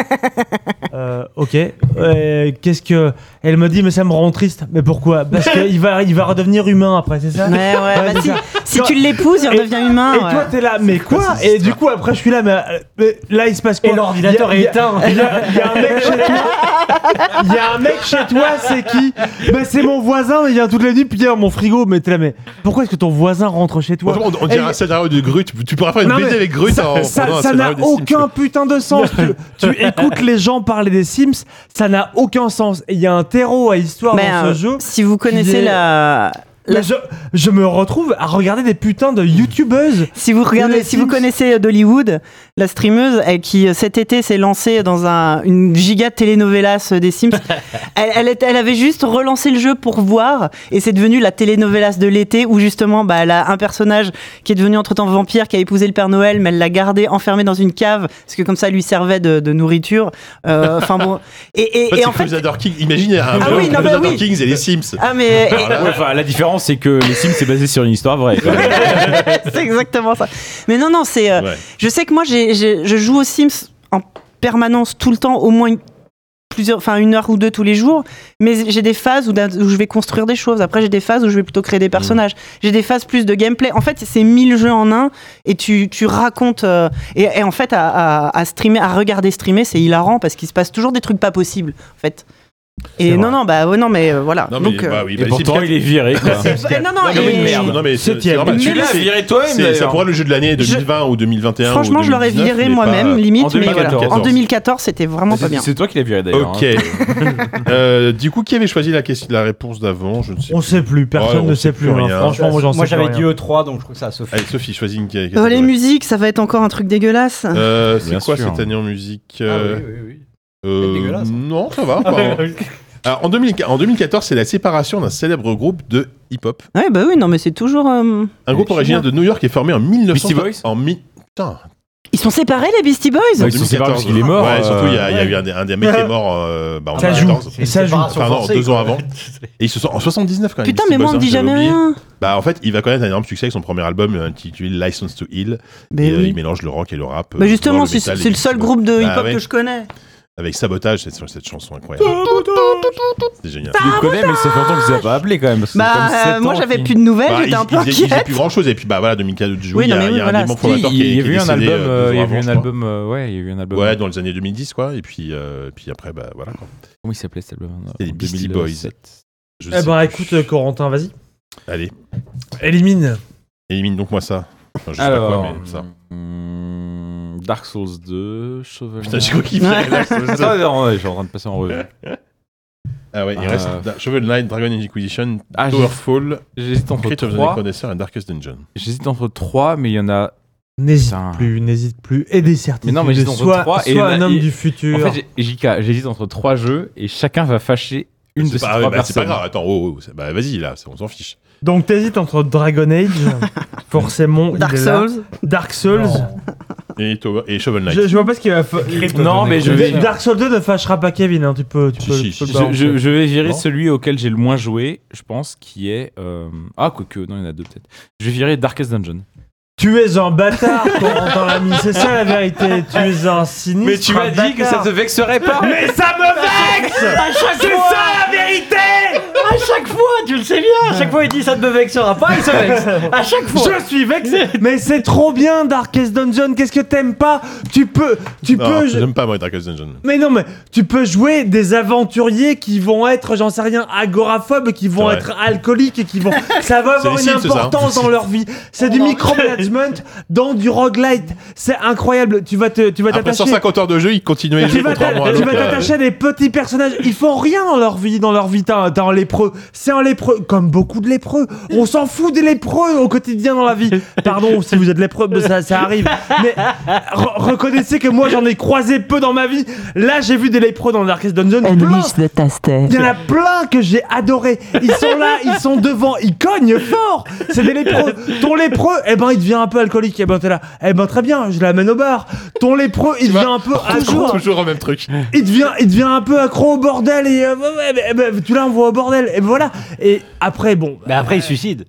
Euh, ok. Euh, Qu'est-ce que. Elle me dit Mais ça me rend triste. Mais pourquoi Parce qu'il va, il va redevenir humain après, c'est ça Ouais, ouais, Ouais, bah c'est si, ça. si tu l'épouses, il Et- redevient humain. Et Ah, ouais. toi, t'es là, mais quoi Et du coup, après, je suis là, mais, euh, mais là, il se passe quoi Et l'ordinateur Il y est a- éteint. Il y, a il y a un mec chez toi. Il y a un mec chez toi, c'est qui Bah, c'est mon voisin, mais il vient toutes les nuits, puis il est dans mon frigo. Mais t'es là, mais pourquoi est-ce que ton voisin rentre chez toi Franchement, on, on dirait Et- un scénario de Grut. Tu- Tu pourras faire une Non, mais BD avec Grut hein. en ça- prenant un ça n'a scénario des Sims, aucun putain de sens. tu, tu écoutes les gens parler des Sims, ça n'a aucun sens. Et il y a un terreau à histoire Mais, dans euh, ce jeu. Si vous connaissez est- la. la- Mais Je, je me retrouve à regarder des putains de youtubeuses. Si vous Les regardez, si vous Sims. connaissez euh, d'Hollywood, la streameuse elle, qui euh, cet été s'est lancée dans un, une giga telenovelas euh, des Sims, elle, elle, était- elle avait juste relancé le jeu pour voir et c'est devenu la telenovelas de l'été où justement bah, elle a un personnage qui est devenu entre-temps vampire, qui a épousé le Père Noël, mais elle l'a gardé enfermé dans une cave parce que comme ça elle lui servait de, de nourriture. Euh, Enfin bon. Et, et- En fait, et c'est en fait. Crusader King. Imaginez un Ah jeu oui, non, mais Crusader oui. Kings et les Sims. Ah mais et- Voilà. Ouais, enfin, la différence, c'est que les Sims, c'est basé sur une histoire vraie. quoi. c'est exactement ça. Mais non, non, c'est. euh, Ouais. Je sais que moi, j'ai- j'ai- je joue aux Sims en permanence, tout le temps, au moins une, plusieurs, enfin une heure ou deux tous les jours. Mais j'ai des phases où, d'un- où je vais construire des choses. Après, j'ai des phases où je vais plutôt créer des Mmh. personnages. J'ai des phases plus de gameplay. En fait, c'est 1000 jeux en un et tu, tu racontes. euh, et, et en fait, à, à- à streamer, à regarder streamer, c'est hilarant parce qu'il se passe toujours des trucs pas possibles, en fait. Et non, non, bah ouais, non, mais euh, voilà. Non, mais, Donc, euh, bah oui, bah, Et les pourtant, Sims il est viré. quoi. euh, non, non, quatre- non, mais et- merde. Non, mais c'est- Septième. c'est normal. Mais Tu là, l'as viré. toi-même. C'est- Ça pourrait être le jeu de l'année 2020 ou 2021. Franchement, ou je l'aurais 2019, viré mais pas- moi-même, limite, en mais voilà. 2014. En 2014, c'était vraiment pas bien. C'est toi qui l'as viré d'ailleurs. Ok. hein. Euh, Du coup, qui avait choisi la question- la réponse d'avant Je ne sais On pas. sait plus, personne Ouais, on ne sait sait plus plus. hein. rien. Franchement, moi j'en sais Moi plus j'avais rien. E dit E3, donc je trouve que ça a Sophie. Allez, Sophie, choisis une Oh, question. les musiques, ça va être encore un truc dégueulasse. Euh, c'est Bien quoi sûr. cette année en musique Ah euh, oui, oui, oui. euh, C'est hein. dégueulasse. Non, ça va. pas. Alors, en, 2000 en 2014, c'est la séparation d'un célèbre groupe de hip-hop. Ouais, bah oui, non, mais c'est toujours. euh, Un groupe originaire de New York est formé en 1900. Beastie Boys en mi- Putain, Ils sont séparés, les Beastie Boys Ils sont séparés parce qu'il est mort. Ouais, surtout, il y, a il y a euh, eu un, des- un des mecs qui est mort euh, bah, en Ça joue. 2014. Et ça joue. Enfin, non, deux ans avant. Et ils se sont en 79 quand même. Putain, Beastie mais moi, Boys, on me hein, dit j'avais jamais oublié. rien. Bah, en fait, il va connaître un énorme succès avec son premier album euh, intitulé License to Heal. Mais et, euh, oui. il mélange le rock et le rap. euh, Bah dans justement, c'est métal et c'est le puis, seul euh, groupe de Bah hip-hop ouais. que je connais. Avec Sabotage, cette, cette chanson incroyable. C'était génial. Tu le connais, mais ça fait longtemps que vous avez pas appelé quand même. parce que Bah, c'est comme euh, sept moi, ans j'avais qu'il- plus de nouvelles, Bah, j'étais un peu ils- ils faisaient- ils faisaient inquiète. plus grand chose et puis bah voilà 2004 de Oui, il y non, a, mais il y a oui, voilà, un démon Si, fondateur qui est- il y qui a est eu un décédé, album, euh, euh, deux il y ans a eu avant, un je crois. album, euh, ouais, il y a eu un album. Ouais, dans les années 2010 quoi et puis euh, puis après bah voilà quoi. Comment il s'appelait cet album euh, C'était les En Beastie 2007. Je Eh sais ben plus. écoute, Corentin, vas-y. allez, Élimine. élimine donc moi ça. Enfin, je sais pas Alors, euh, quoi mais ça. hmm, Dark Souls 2, Shovel Putain, j'ai Knight. quoi qu'il fallait, là, je- je- Attends, non, ouais, je suis en train de passer en revue. Ah ouais, il Euh, reste Da- Shovel Knight, Dragon Age Inquisition, Ah, j'ai- Towerfall, J'hésite entre Crypt of the 3. Necrodancer et Darkest Dungeon. J'hésite entre 3, mais il y en a. N'hésite Putain. plus, n'hésite plus. Et des certitudes. Mais non, mais ils en ont sois, trois et sois il y en un a- homme et- du En futur. fait, j'ai- JK, j'hésite entre 3 jeux et chacun va fâcher une C'est de ces pas, 3 bah, c'est pas personnes. grave, attends, oh, oh, c'est- bah vas-y là, c'est- on s'en fiche. Donc t'hésites entre Dragon Age, forcément, il Dark est là. Souls. Dark Souls. Et, Tower- et Shovel Knight. Je, je vois pas ce qu'il va fa- Non, mais je vais. Dark Souls 2 ne fâchera pas Kevin, hein, tu peux, tu Si, peux, si, tu peux si, le Je, balancer. je- je vais virer Non. celui auquel j'ai le moins joué, je pense, qui est. euh, Ah, quoique, non, il y en a deux peut-être. Je vais virer Darkest Dungeon. Tu es un bâtard, Corentin Lamy, c'est ça la vérité. Tu es un sinistre. un bâtard. vexerait pas Mais ça me vexe C'est ça la vérité À chaque fois, tu le sais bien. Ah, À chaque fois, il dit ça ne me vexera Ah, pas, il se vexe. À chaque fois. Je suis vexé Mais c'est trop bien Darkest Dungeon, qu'est-ce que t'aimes pas Tu peux tu Non, peux je- Ah, j'aime pas moi Darkest Dungeon. Mais non mais tu peux jouer des aventuriers qui vont être j'en sais rien agoraphobes qui vont Ouais. être alcooliques et qui vont ça va avoir C'est une les Sims, ça, hein. importance dans leur vie. C'est du micromanagement dans du roguelite. C'est incroyable, tu vas te tu vas Après t'attacher 150 heures de jeu, il continue à tu jouer vas contrairement à t'a- tu l'autre, vas euh, t'attacher à des petits personnages. Ils font rien dans leur vie, dans leur vie. T'as un- t'as un lépreux. C'est un lépreux, comme beaucoup de lépreux. On s'en fout des lépreux au quotidien dans la vie. Pardon si vous êtes lépreux, mais ça, ça arrive. Mais re- reconnaissez que moi, j'en ai croisé peu dans ma vie. Là, j'ai vu des lépreux dans Darkest Dungeon. plein. de Tastet. Il y en a plein que j'ai adoré. Ils sont là, ils sont devant, ils cognent fort. C'est des lépreux. Ton lépreux, eh ben, il devient un peu alcoolique. Eh ben, t'es là. Eh ben, très bien, je l'amène au bar. Ton lépreux, il devient un peu accro. euh, Toujours au même truc. Il devient, il devient un peu accro au bordel. Et euh, ouais, ouais, mais, eh ben, tu l'envoies au bordel. Et voilà. Et après, bon. Mais après, il se suicide.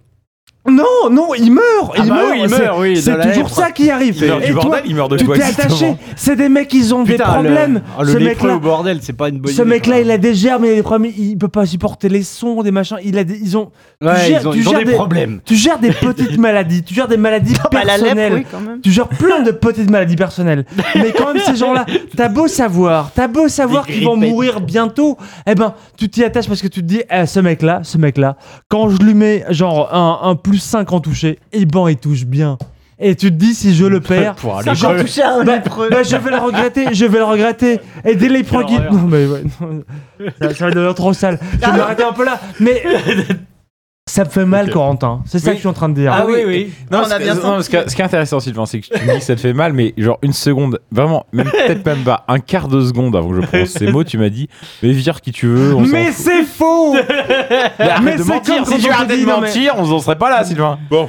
Non, non, il meurt. il bah meurt. oui, il c'est- meurt, oui, dans C'est la toujours lèpre. ça qui arrive. Il meurt et du toi, bordel, il meurt de tu quoi t'es attaché. exactement C'est des mecs, ils ont des le- problèmes. ah, Le, Ce lépreux mec-là. au bordel, c'est pas une bonne Ce idée, mec-là, quoi. il a des germes, il a des problèmes, il peut pas supporter les sons, des machins. Il a des- ils ont, Ouais, gères- ils ont, tu ils ont gères des, des- problèmes. tu gères des petites maladies, tu gères des maladies Bah, la personnelles. lèpre, oui, quand même. Tu gères plein de petites maladies personnelles. Mais quand même, ces gens-là, t'as beau savoir, t'as beau savoir Des qu'ils vont grippettes. mourir bientôt, eh ben, tu t'y attaches parce que tu te dis, eh, ce mec-là, ce mec-là, quand je lui mets genre un, un plus 5 en touché, eh ben, il touche bien. Et tu te dis, si je le perds, Pour aller ça crever. touche un lépreux. Bah, je vais le regretter, je vais le regretter. Et des lépreux qui. Non, mais ouais, non. Ça, ça va devenir trop sale. Je vais m'arrêter un peu là. Mais. Ça me fait mal, Ok. Corentin. C'est Mais- ça que je suis en train de dire. oui, oui. Non, On ce, a que- bien non, senti. ce que- ce qui est intéressant, Sylvain, c'est que tu me dis que ça te fait mal, mais genre une seconde, vraiment, même peut-être même pas un quart de seconde avant que je prononce ces mots, tu m'as dit, mais vire qui tu veux, on s'en Mais fout. c'est faux Mais arrête mais de c'est comme mentir, quand si tu on te arrêtais dit, de non, mais- mentir, on en serait pas là, Sylvain. Bon,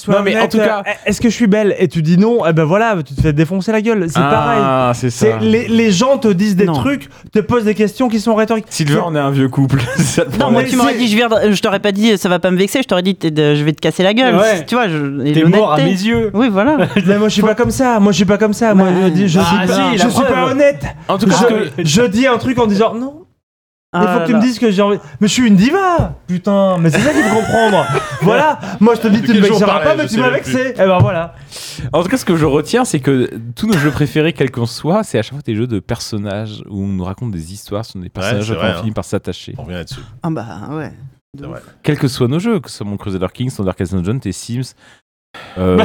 Sois Non, mais en honnête, tout cas- euh, est-ce que je suis belle Et tu dis non, eh ben voilà, tu te fais défoncer la gueule. C'est pareil. Ah, c'est C'est ça. les, les gens te disent des Non. trucs, te posent des questions qui sont rhétoriques. Sylvain, on est un vieux couple. ça te prend mais la- Ouais, Tu m'aurais c'est- dit, je, viens de- je t'aurais pas dit, ça va pas me vexer, je t'aurais dit, t'es de- je vais te casser la gueule. Ouais. Tu vois, je, et T'es mort à l'honnêteté. mes yeux. Oui, voilà. Mais moi je suis pas comme ça, moi je suis pas comme ça, moi je dis je Ah, suis pas, si, je la suis pas preuve. honnête. En tout cas, ce que- Je, je dis un truc en disant non. Il Ah faut que tu là me là. dises que j'ai envie. Mais je suis une diva Putain, mais c'est ça qu'il faut comprendre Voilà Moi je te dis, De tu me quel jour vexeras pas, parlais, mais je tu sais m'as même plus. vexé Et ben voilà En tout cas, ce que je retiens, c'est que tous nos jeux préférés, quels qu'on soit, c'est à chaque fois des jeux de personnages où on nous raconte des histoires sur des personnages c'est auxquels vrai, on hein. finit par s'attacher. on revient là-dessus. Ah bah ouais. Quels que soient nos jeux, que ce soit mon Crusader Kings, ton Darkest Dungeon, tes Sims. euh,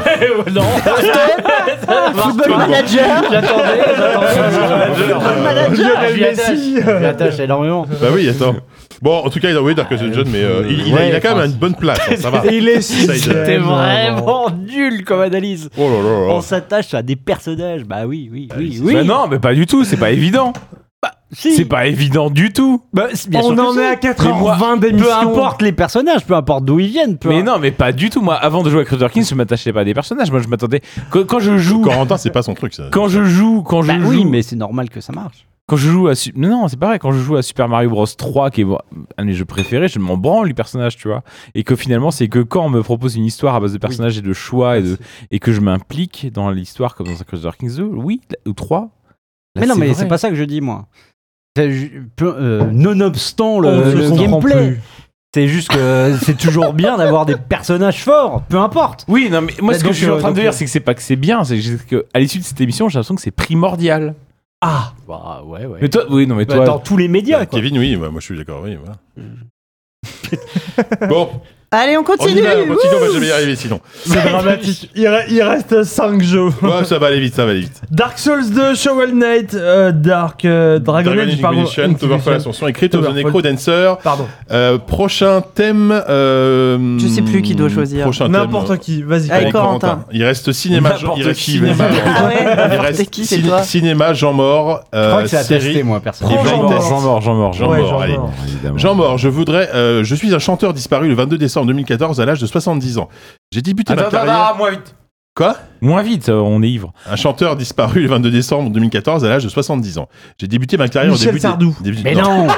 Football manager J'attendais, Euh, j'attendais. Lionel j'y attache. Messi. Je l'attache énormément. Bah oui, attends. Bon, en tout cas, il a envoyé Darkest Dungeon, mais euh, il, il a, Ouais, il a quand même enfin, une bonne place, hein, ça va. Et Il est Ça, il a- T'es vraiment nul comme analyse. Oh là là là. On s'attache à des personnages. Bah oui, oui, oui, oui, oui. bah non, mais pas du tout, c'est pas évident. Si. C'est pas évident du tout. Bah, c'est- bien sûr On que en si. est à Mais moi, 4h20 d'émission. Peu importe les personnages, peu importe d'où ils viennent. Peu Mais non, mais pas du tout. Moi, avant de jouer à Crusader Kings, je m'attachais pas à des personnages. Moi, je m'attendais. Quand, quand je joue. Corentin, c'est pas son truc, ça. Quand je joue. Quand je Bah joue. oui, mais c'est normal que ça marche. Quand je joue à. Su- Non, non, c'est pas vrai. Quand je joue à Super Mario Bros 3, qui est bon, un de mes jeux préférés, je m'en branle les personnages, tu vois. Et que finalement, c'est que quand on me propose une histoire à base de personnages et de choix et, de- et que je m'implique dans l'histoire comme dans un Crusader Kings 2, oui, là- ou 3. là, mais non, mais vrai. c'est pas ça que je dis, moi. C'est ju- peu- euh, Nonobstant le, se le comprend gameplay, plus. c'est juste que c'est toujours bien d'avoir des personnages forts, peu importe. Oui, non, mais moi, Bah, ce que donc, je suis en euh, train de donc, euh, dire, c'est que c'est pas que c'est bien, c'est que j'ai- que à l'issue de cette émission, j'ai l'impression que c'est primordial. Ah, Bah ouais, ouais. Mais toi, oui, non, mais bah, toi, dans tous les médias, Bah, quoi. Kevin, oui, bah, moi je suis d'accord, oui. Voilà. Mm. bon, Allez, on on y continue. va, on continue, on va jamais y arriver sinon. C'est dramatique. Il, re- il reste 5 jeux. Ouais, ça va aller vite, ça va aller vite. Dark Souls 2, Shovel Knight, euh, Dark euh, Dragon, Dragon Age, Age pardon. Inquisition, Towerfall Inquisition. Ascension, Crypt of the Towerfall. Necro Dancer. Pardon. Euh, prochain thème. euh, Je sais plus qui doit choisir. Prochain thème. N'importe qui, vas-y. Allez, Allez, Corentin. Corentin. Il reste cinéma. N'importe il reste qui, cinéma. vas-y. Ah ouais, Il n'importe reste qui, c'est ciné- toi. cinéma, Jean Mort, Je crois euh, que c'est à tester, série. moi, perso. Prends Jean, Jean mort, Mort. Jean mort, Jean mort, Jean Ouais, mort, Jean allez. Mort. Évidemment. Jean Mort, je voudrais. euh, je suis un chanteur disparu le 22 décembre 2014 à l'âge de 70 ans. J'ai débuté ma Attends, attends, carrière. attends, moins vite. Quoi Moins vite, euh, on est ivre. Un chanteur disparu le 22 décembre 2014 à l'âge de 70 ans. J'ai débuté ma carrière Michel au début. des- Sardou. début- Mais non. non,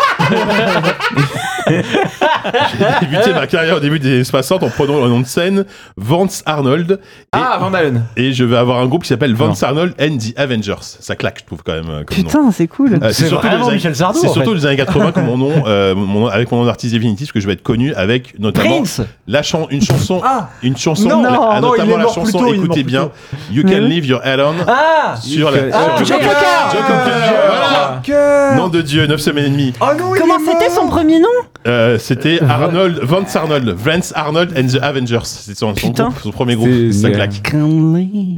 J'ai débuté ma carrière au début des années 60 en prenant le nom de scène Vance Arnold. Et, Ah, Van Halen. et je vais avoir un groupe qui s'appelle Vance Arnold and the Avengers. Ça claque, je trouve, quand même. euh, Comme nom. Putain, c'est cool. Euh, c'est surtout vraiment les années- Michel Sardou. C'est en surtout fait. les années 80 que mon nom, euh, mon nom- avec mon nom d'artiste définitif, que je vais être connu avec notamment Prince. la chan- une chanson, Ah une chanson, Non, la- non, ah, non, il notamment est la mort plus chanson. tôt, il est mort écoutez plus bien, tôt. You Can Leave Your Head On Ah sur la. Ah, sur- Joe Cocker. Joe Cocker, voilà. Joker. Nom de Dieu, 9 semaines et demie. Oh non, il Comment est c'était mort. son premier nom Euh, c'était Arnold, Vance Arnold, Vance Arnold and the Avengers. C'est son, son, Putain. groupe, son premier groupe. C'est- Ça c'est- claque.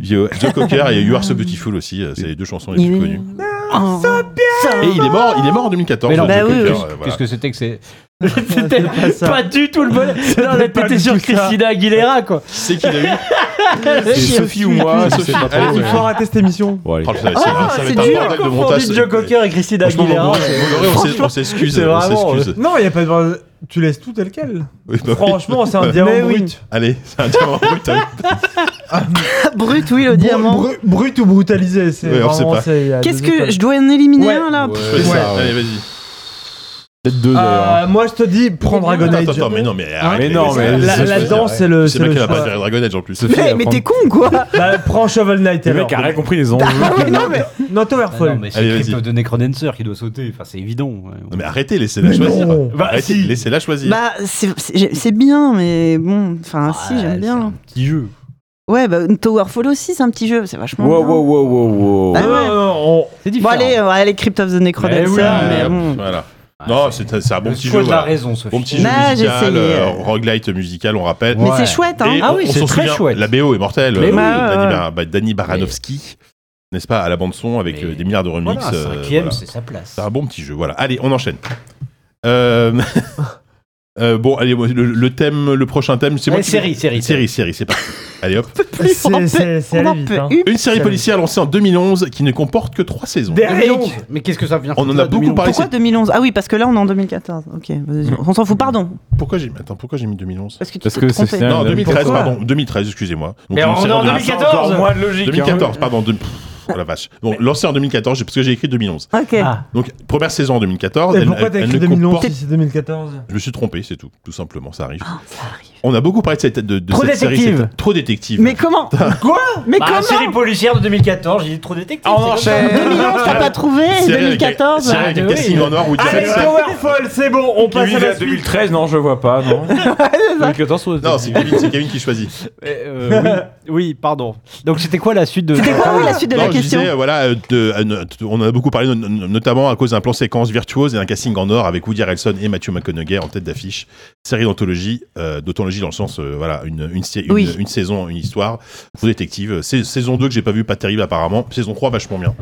Vieux- Joe Cocker et You Are So Beautiful aussi, euh, c'est les deux chansons les plus connues. Oh. Et il est mort, il est mort en 2014. Mais non, Joe bah oui, Cocker, oui. euh, voilà. Qu'est-ce que c'était que c'est C'était pas Pas, ça. du tout le bon. Non, on pas a pété du sur tout ça. Christina Aguilera, quoi. Qui c'est qu'il a eu C'est Sophie ou moi Sophie. je sais pas trop, Allez, mais- Il faut arrêter cette émission. Bon, allez. Oh, ça, Ah, ça va c'est être un dur, bordel de montage. Confondu Joe Cocker et Christina Franchement, euh, Aguilera. Bobo- Bolloré, on s'est- on s'excuse. c'est On vraiment, s'excuse. euh, Non, il n'y a pas de. Tu laisses tout tel quel. Oui, bah oui. Franchement, c'est un Ouais. diamant Mais oui. brut. Allez, c'est un diamant brut. hein. Ah, Brut, oui, le Bru- diamant. bru- Brut ou brutalisé, c'est Ouais, on sait vraiment. pas. c'est, il y a Qu'est-ce deux que écoles. je dois en éliminer Ouais. un là Je fais ça. Allez, vas-y. Peut-être Ah, deux d'ailleurs. Euh, Moi, je te dis, prends Dragon Attends, Age. attends, mais non, mais Ah, arrête. Mais non, mais- La- c'est- Là-dedans, c'est le. C'est le le mec qui n'a pas choix. fait Dragon Age en plus. Sophie, Mais, elle mais prend- t'es con ou quoi Bah, prends Shovel Knight. Le alors. mec a rien compris les enjeux. Ah ouais, non, mais... Non, Ah non, Towerfall. mais Allez, c'est Crypt vas-y. of the Necrodancer qui doit sauter. Enfin, c'est évident. ouais. Non, mais arrêtez, laissez-la choisir. non. Bah, Arrêtez, si. laissez-la choisir. Bah, c'est- c'est j'ai- c'est bien, mais bon, enfin, si, Ah, j'aime C'est bien. un petit jeu. Ouais, bah, Towerfall aussi, c'est un petit jeu, c'est vachement Wow, bien. wow, wow, wow, wow. Ah Non, ouais. non, non, C'est Bon, différent. allez, euh, allez, Crypt of the Necrodancer, Eh oui, Ouais, mais hop, bon. Voilà. Ah, Non, c'est- c'est c'est un bon le petit choix jeu. de la voilà. raison, Sophie. Bon petit jeu Bah, Ah, j'ai musical, essayé. euh, roguelite musical, on rappelle. Mais Ouais. c'est chouette, hein Et Ah on- oui, on c'est s'en très souvient, chouette. La BO est mortelle. Mais euh, oui. Ah. Danny, Ouais, Bar- bah, Danny Baranovski, n'est-ce pas, à l'abande-son avec Mais- euh, des milliards de remix. Voilà, euh, cinquième, voilà. c'est sa place. C'est un bon petit jeu, voilà. Allez, on enchaîne. Euh, euh, bon, allez, moi, le, le thème, le prochain thème, c'est moi Ouais, qui- série, série, série, série, c'est parti. Allez hop. C'est- c'est- c'est- c'est On en allé vite, peut hein. une. Une série policière lancée en 2011 qui ne comporte que trois saisons. Des Eric, rayons. Eh, Mais qu'est-ce que ça vient On en a beaucoup parlé. Pourquoi c'est- 2011 Ah oui, parce que là, on est en 2014. Ok, vas-y, on s'en fout, pardon. Pourquoi j'ai attends, pourquoi j'ai mis 2011 Parce que tu Parce t'es que c'est trompé. ça. Non, 2013, Euh, pourquoi pardon, 2013, excusez-moi. Donc, Mais une on est série en en 2011. 2014. Encore moins de logique. hein. 2014, pardon. de- Pff, oh la vache. Bon, lancé en 2014, j'ai- parce que j'ai écrit 2011. Ok. Ah. Donc, première saison en 2014. Et elle- pourquoi elle- t'as elle écrit ne 2011 comporte- si c'est 2014 Je me suis trompé, c'est tout. Tout simplement, ça arrive. Ça arrive. On a beaucoup parlé de cette, de, de Ah, Trop cette série. détective. c'est- Trop détective. Mais comment Quoi Ah, Mais Bah, comment série policière de 2014, j'ai dit trop détective. On c'est enchaîne. comme ça. 2011, t'as pas trouvé Série avec- 2014 série avec ah, un oui. casting en or où Allez, Towerfall, c'est bon, on passe à Kevin, la à suite. 2013, non, je vois pas, non. 2014, ou- Non, c'est Kevin, c'est Kevin qui choisit. Mais, euh, oui, oui, pardon. Donc c'était quoi la suite de C'était quoi oui, la suite de non, la je question disais, euh, voilà, euh, de- euh, no- t- on en a beaucoup parlé, no- no- notamment à cause d'un plan séquence virtuose et un casting en or avec Woody Harrelson et Matthew McConaughey en tête d'affiche. Série d'anthologie, euh, d'autologie dans le sens, euh, voilà, une, une, sé- une- Oui. une saison, une histoire, vous détective. Sais- saison 2 que j'ai pas vu, pas terrible apparemment. Saison 3, vachement bien.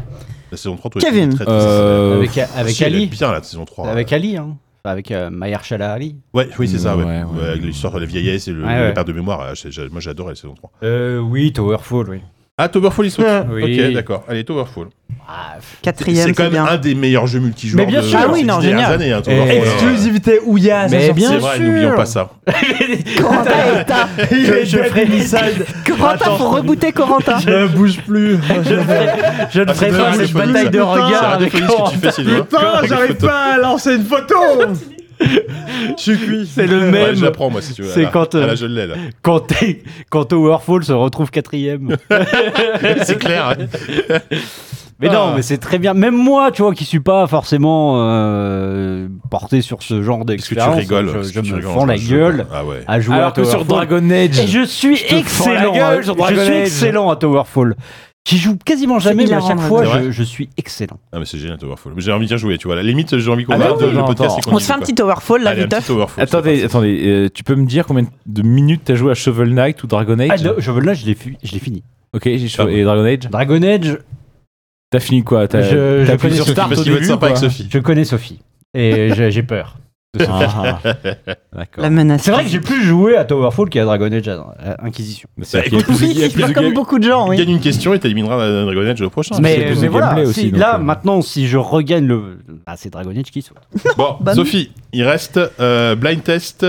La saison 3, toi, Kevin. très, très- Euh, Avec, avec Si, elle est Ali. Bien, la saison 3. Avec Ali, hein. Enfin, avec euh, Mahershala Ali. Ouais, oui, c'est ça, ouais. Ouais, ouais. Ouais, L'histoire de la vieillesse et le, Ouais, le ouais. perte de mémoire. euh, j'ai- j'ai- Moi, j'adore la saison 3. Euh, oui, Towerfall, oui. Ah, Towerfall, il saute. Oui. Ok, d'accord. Allez, Towerfall. Quatrième, C'est quand c'est même bien. un des meilleurs jeux multijoueurs Mais bien de sûr. ces Ah oui, non, dernières génial. années. hein, Et- Towerfall. Exclusivité Ouya, ça Mais sortira. bien C'est vrai, n'oublions pas ça. Corentin est tard. Je, je ferai du Corentin, faut rebooter Corentin. Je bouge plus. Je ne Ah, c'est ferai pas dommage, cette c'est pas bataille nous, de ça. C'est regard avec radiophonique ce que tu fais, Sylvain. Putain, Avec j'arrive photo. pas à lancer une photo. Je suis cuit. C'est le Ouais, je même la prends, moi, si tu veux. C'est Ah là, quand, ah euh, là, je l'ai, là. quand, t'es- quand Towerfall se retrouve quatrième. C'est clair. hein. Mais Ah. non, mais c'est très bien. Même moi, tu vois, qui suis pas forcément euh, porté sur ce genre Parce que tu d'expérience. rigoles. Je, parce je que tu me rigoles, fends la je- gueule Ah ouais. à jouer à Alors que Towerfall. sur Dragon Age. Et je suis te fends la excellent. gueule à- sur je Dragon suis Age. excellent à Towerfall. J'y joue quasiment C'est jamais, mais à hilarant, chaque hein. fois, C'est vrai je, je suis excellent. Ah, mais c'est génial, Towerfall. J'ai envie d'y jouer, tu vois. À la limite, j'ai envie qu'on Ah, arrête mais le attends, podcast. et qu'on On y se fait un joue, petit Towerfall, quoi. là, Allez, un vite. petit Towerfall. c'est Attendez, parti. attendez, euh, tu peux me dire combien de minutes t'as joué à Shovel Knight ou Dragon Age Ah, le- je veux là, je l'ai fi- je l'ai fini. Ok, j'ai Ah bon. joué. Et Dragon Age Dragon Age, T'as fini quoi T'as Je- t'as je appuyé connais sur ce Start Parce au qu'il va être début sympa ou avec pas Sophie. je connais Sophie. Et j'ai j'ai peur. Ah, ah. D'accord. La menace. C'est vrai que j'ai plus joué à Towerfall qu'à Dragon Age à- à Inquisition. Mais c'est Bah, vrai qu'il y a écoute, plus- Oui, il y a c'est plus de comme game- beaucoup de gens, oui. Gagne une question et t'élimineras la- la Dragon Age le prochain. c'est Mais, plus mais du voilà, gameplay si- aussi, donc, là euh. maintenant, si je regagne le. Ah, c'est Dragon Age qui saute. Bon, Bah non. Sophie, il reste euh, blind test,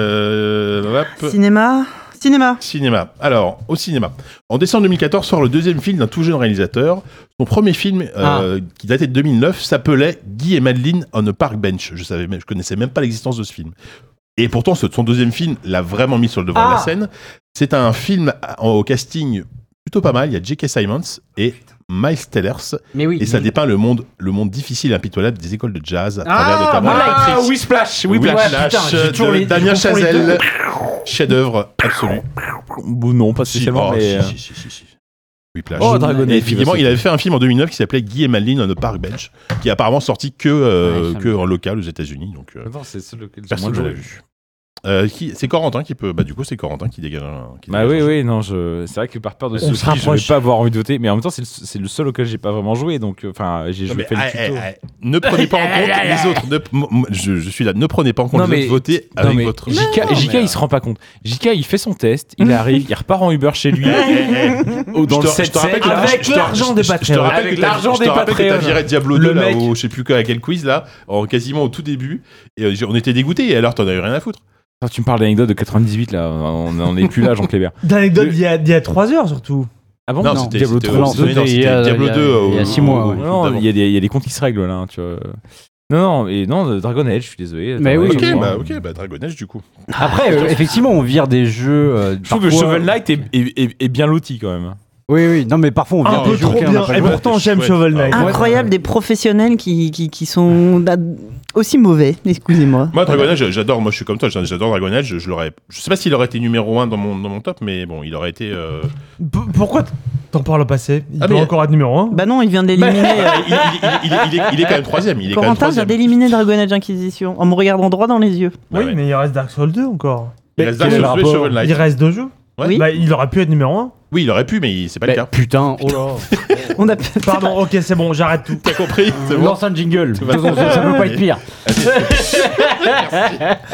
euh, hop, Cinéma Cinéma. cinéma. Alors, au cinéma. En décembre 2014 sort le deuxième film d'un tout jeune réalisateur. Son premier film, Ah. euh, qui datait de 2009, s'appelait Guy et Madeline on a Park Bench. Je savais, même- je connaissais même pas l'existence de ce film. Et pourtant, ce- son deuxième film l'a vraiment mis sur le devant de la Ah. scène. C'est un film à- au casting plutôt pas mal. Il y a J.K. Simons et Miles Tellers. Mais oui. Et ça dépeint le monde, le monde difficile et impitoyable des écoles de jazz à travers Ah, notamment voilà. Patrick oui, Splash, Whiplash, putain, j'ai toujours de les- Damien je confonds les deux. Chazelle. Chef-d'œuvre absolu. Bon, non, pas Si, spécialement, oh, mais. si, euh, si, si, si, si. Whiplash. Oh, Dragon Age, Et effectivement, il va il avait fait un film en 2009 qui s'appelait Guy et Madeline on the Park Bench, qui est apparemment sorti que, euh, Ouais, ça me- que en local aux États-Unis. Donc, euh, Attends, c'est celui lequel j'ai personne ne moins l'a joué. vu. Euh, qui- c'est Corentin qui peut. Bah, du coup, c'est Corentin qui dégage un. qui Bah dégage oui, un jeu. oui, non, je... c'est vrai que par peur de On se Sophie, je vais rapproche. pas avoir envie de voter, mais en même temps, c'est le, c'est le seul auquel j'ai pas vraiment joué, donc euh, enfin, j'ai Non, joué mais, fait ah, le tuto. ah, ah, ne prenez pas en compte les autres. Ne- m- m- je, je suis là. Ne prenez pas en compte Non, les mais- autres. Votez non, avec mais votre. JK, JK, il se rend pas compte. JK, il fait son test, il arrive, il repart en Uber chez lui, au- dans Je le te- je te 7 rappelle que- Avec je te- l'argent je- des je- Je te Patreons. rappelle Avec que t'as- l'argent je te des rappelle que t'as Patreons. viré Diablo Le 2 là, mec- au, je sais plus quoi, à quel quiz là, en quasiment au tout début. Et euh, j'ai- on était dégoûtés. Et alors t'en as eu rien à foutre. Attends, tu me parles d'anecdote de 98 là, on n'en est plus là, Jean Clébert. D'anecdote d'il y a- d'il y a 3 heures surtout. Ah bon Non, Non, c'était Diablo c'était 3. au- c'était non, c'était il y a- Diablo il y a- 2 il y a au- six mois, au- ouais. au- Non, d'avant. il y, a des- il y a des comptes qui se règlent là, hein, tu vois. Non, non, et non, euh, Dragon Age, je suis désolé. Mais Dragon oui. Age, je Ok, crois. bah ok, bah Dragon Age du coup. Après, euh, effectivement, on vire des jeux. euh, Je trouve que parfois- euh, Shovel Knight est, est- est- est bien loti quand même. Oui, oui, non, mais parfois on vire Un peu des jeux trop auxquels on n'a bien. pas Et joué. pourtant, c'est j'aime chouette. Shovel Knight. Ah, Incroyable, des professionnels qui, qui, qui sont bah, aussi mauvais, excusez-moi. Moi Dragon Age, j'adore. Moi je suis comme toi, j'a- j'adore Dragon Age. Je, je l'aurais. Je sais pas s'il aurait été numéro 1 dans mon dans mon top, mais bon, il aurait été. euh, P- Pourquoi t- t'en parles au passé Il Ah, peut mais- encore être numéro 1 Bah non, il vient d'éliminer. euh, il, il- il- il est- il est- il est quand même troisième. Il est quand même Corentin vient troisième. d'éliminer Dragon Age Inquisition en me regardant droit dans les yeux. Bah Oui, ouais. mais il reste Dark Souls 2 encore. Il reste Quel est le Dark Souls et rapport Shovel Knight. Il reste deux jeux. Ouais. Oui. Bah, il aurait pu être numéro 1. Oui, il aurait pu, mais il- c'est pas le Mais cas. putain, oh là. On a Pardon, ok, c'est bon, j'arrête tout. T'as compris C'est bon. Lance un jingle. vas- Ça ça peut pas être pire.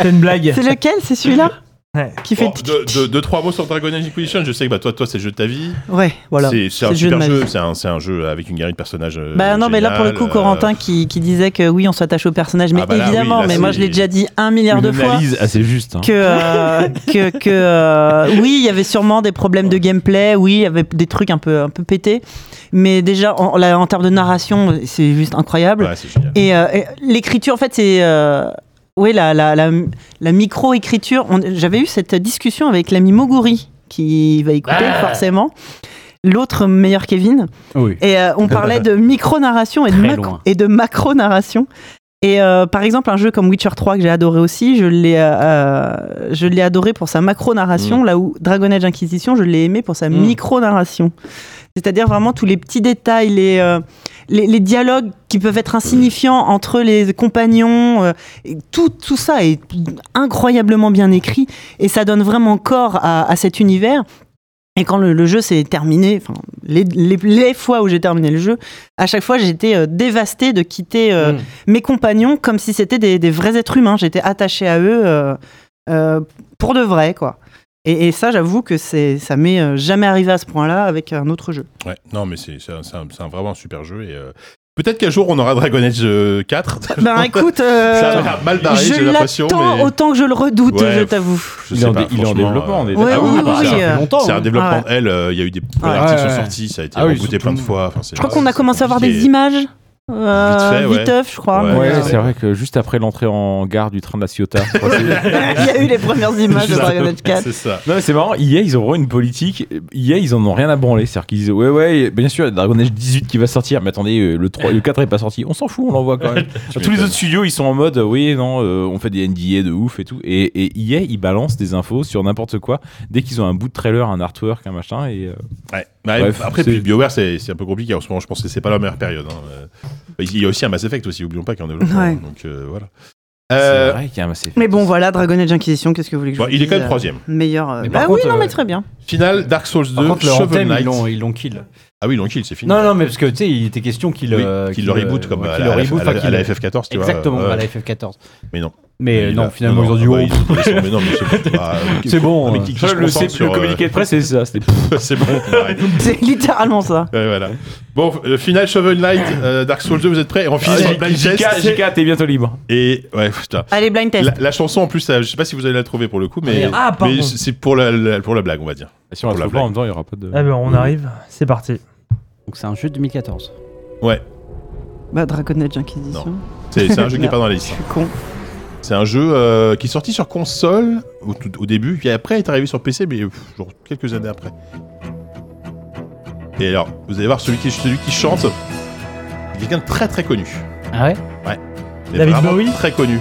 C'est une blague. C'est lequel C'est celui-là Ouais. Qui fait Bon, deux, deux- deux, trois mots sur Dragon Age Inquisition. Je sais que bah, toi, toi, c'est le jeu de ta vie. Ouais, voilà. C'est- C'est C'est un le jeu de super ma jeu. vie. C'est un, c'est un jeu avec une galerie de personnages. euh, Bah non, mais là pour le génial, coup, euh, Corentin qui, qui disait que oui, on s'attache au personnage, mais Ah bah là, oui, évidemment, là, mais moi c'est- je l'ai déjà dit un milliard Une de fois. analyse assez juste. hein. Que, euh, que, que euh, oui, il y avait sûrement des problèmes de gameplay, oui, il y avait des trucs un peu, un peu pétés, mais déjà en, là, en termes de narration, c'est juste incroyable. Ouais, c'est génial. Et, euh, et l'écriture, en fait, c'est. euh, oui, la, la, la, la micro-écriture. On- J'avais eu cette discussion avec l'ami Moguri, qui va écouter forcément. L'autre meilleur Kevin. Oui. Et euh, on parlait de micro-narration et, de Très mac- loin. et de macro-narration. Et euh, par exemple, un jeu comme Witcher 3 que j'ai adoré aussi, je l'ai euh, euh, je l'ai adoré pour sa Mm. macro-narration, là où Dragon Age Inquisition, je l'ai aimé pour sa micro-narration. C'est-à-dire vraiment tous les petits détails, les, euh, les, les dialogues qui peuvent être insignifiants entre les compagnons, euh, et tout, tout ça est incroyablement bien écrit et ça donne vraiment corps à, à cet univers. Et quand le, le jeu s'est terminé, enfin, les, les- les fois où j'ai terminé le jeu, à chaque fois j'étais euh, dévastée de quitter euh, Hmm. Mm. mes compagnons comme si c'était des, des vrais êtres humains. J'étais attachée à eux euh, euh, pour de vrai, quoi. Et, et ça, j'avoue que c'est, ça m'est euh, jamais arrivé à ce point-là avec un autre jeu. Ouais, non, mais c'est c'est un- c'est un- c'est un- vraiment un super jeu. Et, euh, Peut-être qu'un jour on aura Dragon Age euh, 4. Ben écoute, euh, ça a l'air mal barré, je j'ai l'impression. l'attends mais autant que je le redoute, Ouais, je t'avoue. je Il sais est en pas, dé- il est en franchement, développement, euh, des- Ouais, Ah oui, oui, oui, bah, oui, c'est euh, longtemps. C'est un hein. développement ouais. de L, euh, il y a eu des premiers Ah, articles ouais, sont ouais. sortis, ça a été Ah oui, rebooté surtout- plein de fois. Enfin, c'est- Je crois qu'on a bah, c'est commencé à avoir compliqué. des images. euh, Vite fait, ouais. viteuf, je crois. Ouais, Ouais, mais, euh, c'est vrai que juste après l'entrée en gare du train de la Ciotat. Il y a eu les premières images de C'est ça. Dragon Age 4. C'est ça. Non, mais c'est marrant, EA, ils ont vraiment une politique. EA, ils en ont rien à branler. C'est-à-dire qu'ils disent, ouais, ouais, bien sûr, il y a Dragon Age 18 qui va sortir, mais attendez, euh, le, 3, le 4 est pas sorti. On s'en fout, on l'envoie quand même. Tous les m'étonnes. autres studios, ils sont en mode, euh, oui, non, euh, on fait des NDA de ouf et tout. Et, et EA, ils balancent des infos sur n'importe quoi dès qu'ils ont un bout de trailer, un artwork, un machin. Et, euh, Ouais. Bah, Bref, après, c'est- puis BioWare, c'est c'est un peu compliqué en ce moment. Je pense que c'est pas la meilleure période. hein. Euh, Il y a aussi un Mass Effect aussi, oublions pas qu'il y a un développement. Ouais. Donc euh, voilà. c'est Euh, vrai qu'il y a un Mass Effect. Mais bon, voilà, Dragon Age Inquisition, qu'est-ce que vous voulez que je bon, vous il est quand dise, même troisième. euh, Meilleur. euh, Mais Bah par oui, contre, non, mais euh, très bien. Final Dark Souls 2, Par contre, le Shovel Anthem, Knight. ils l'ont- ils l'ont kill. Ah oui, ils l'ont kill, c'est fini. Non, non, mais parce que tu sais, il était question qu'il Oui, euh, qu'ils le qu'il, reboot euh, comme ouais, à qu'il la- le reboot, à la- enfin, à qu'il la le- FF14, tu vois. Exactement, Ouais. à la FF14. Mais non. Mais il non, a- finalement, ils ont dit bah, oh, pff, ils sont- mais non, mais c'est bah, euh, c'est bon. mais euh. qui- qui se Le, concentre c'est- le sur, euh, communiqué de presse, c'est ça. c'était- C'est bon. on arrête. Ouais, C'est littéralement ça. voilà. Bon, euh, Final Shovel Knight, euh, Dark Souls 2, vous êtes prêts On Ah, finit sur le blind test. JK, JK, t'es bientôt libre. Et ouais, putain. Allez, blind test. La, la chanson en plus, euh, je sais pas si vous allez la trouver pour le coup, mais, Ah, pardon. mais c'est pour la, la- pour la blague, on va dire. Si on la Pour la trouve pas, en même temps, il y aura pas de. Ah ben, on arrive, c'est parti. Donc c'est un jeu de 2014. Bah, Dragon Age Inquisition. C'est c'est un jeu qui n'est pas dans la liste. Je suis con. C'est un jeu euh, qui est sorti sur console au, tout- au début, puis après est arrivé sur PC, mais pff, genre quelques années après. Et alors, vous allez voir celui qui, celui qui chante, c'est quelqu'un de très très connu. Ah ouais Mais David vraiment Bowie Très connu.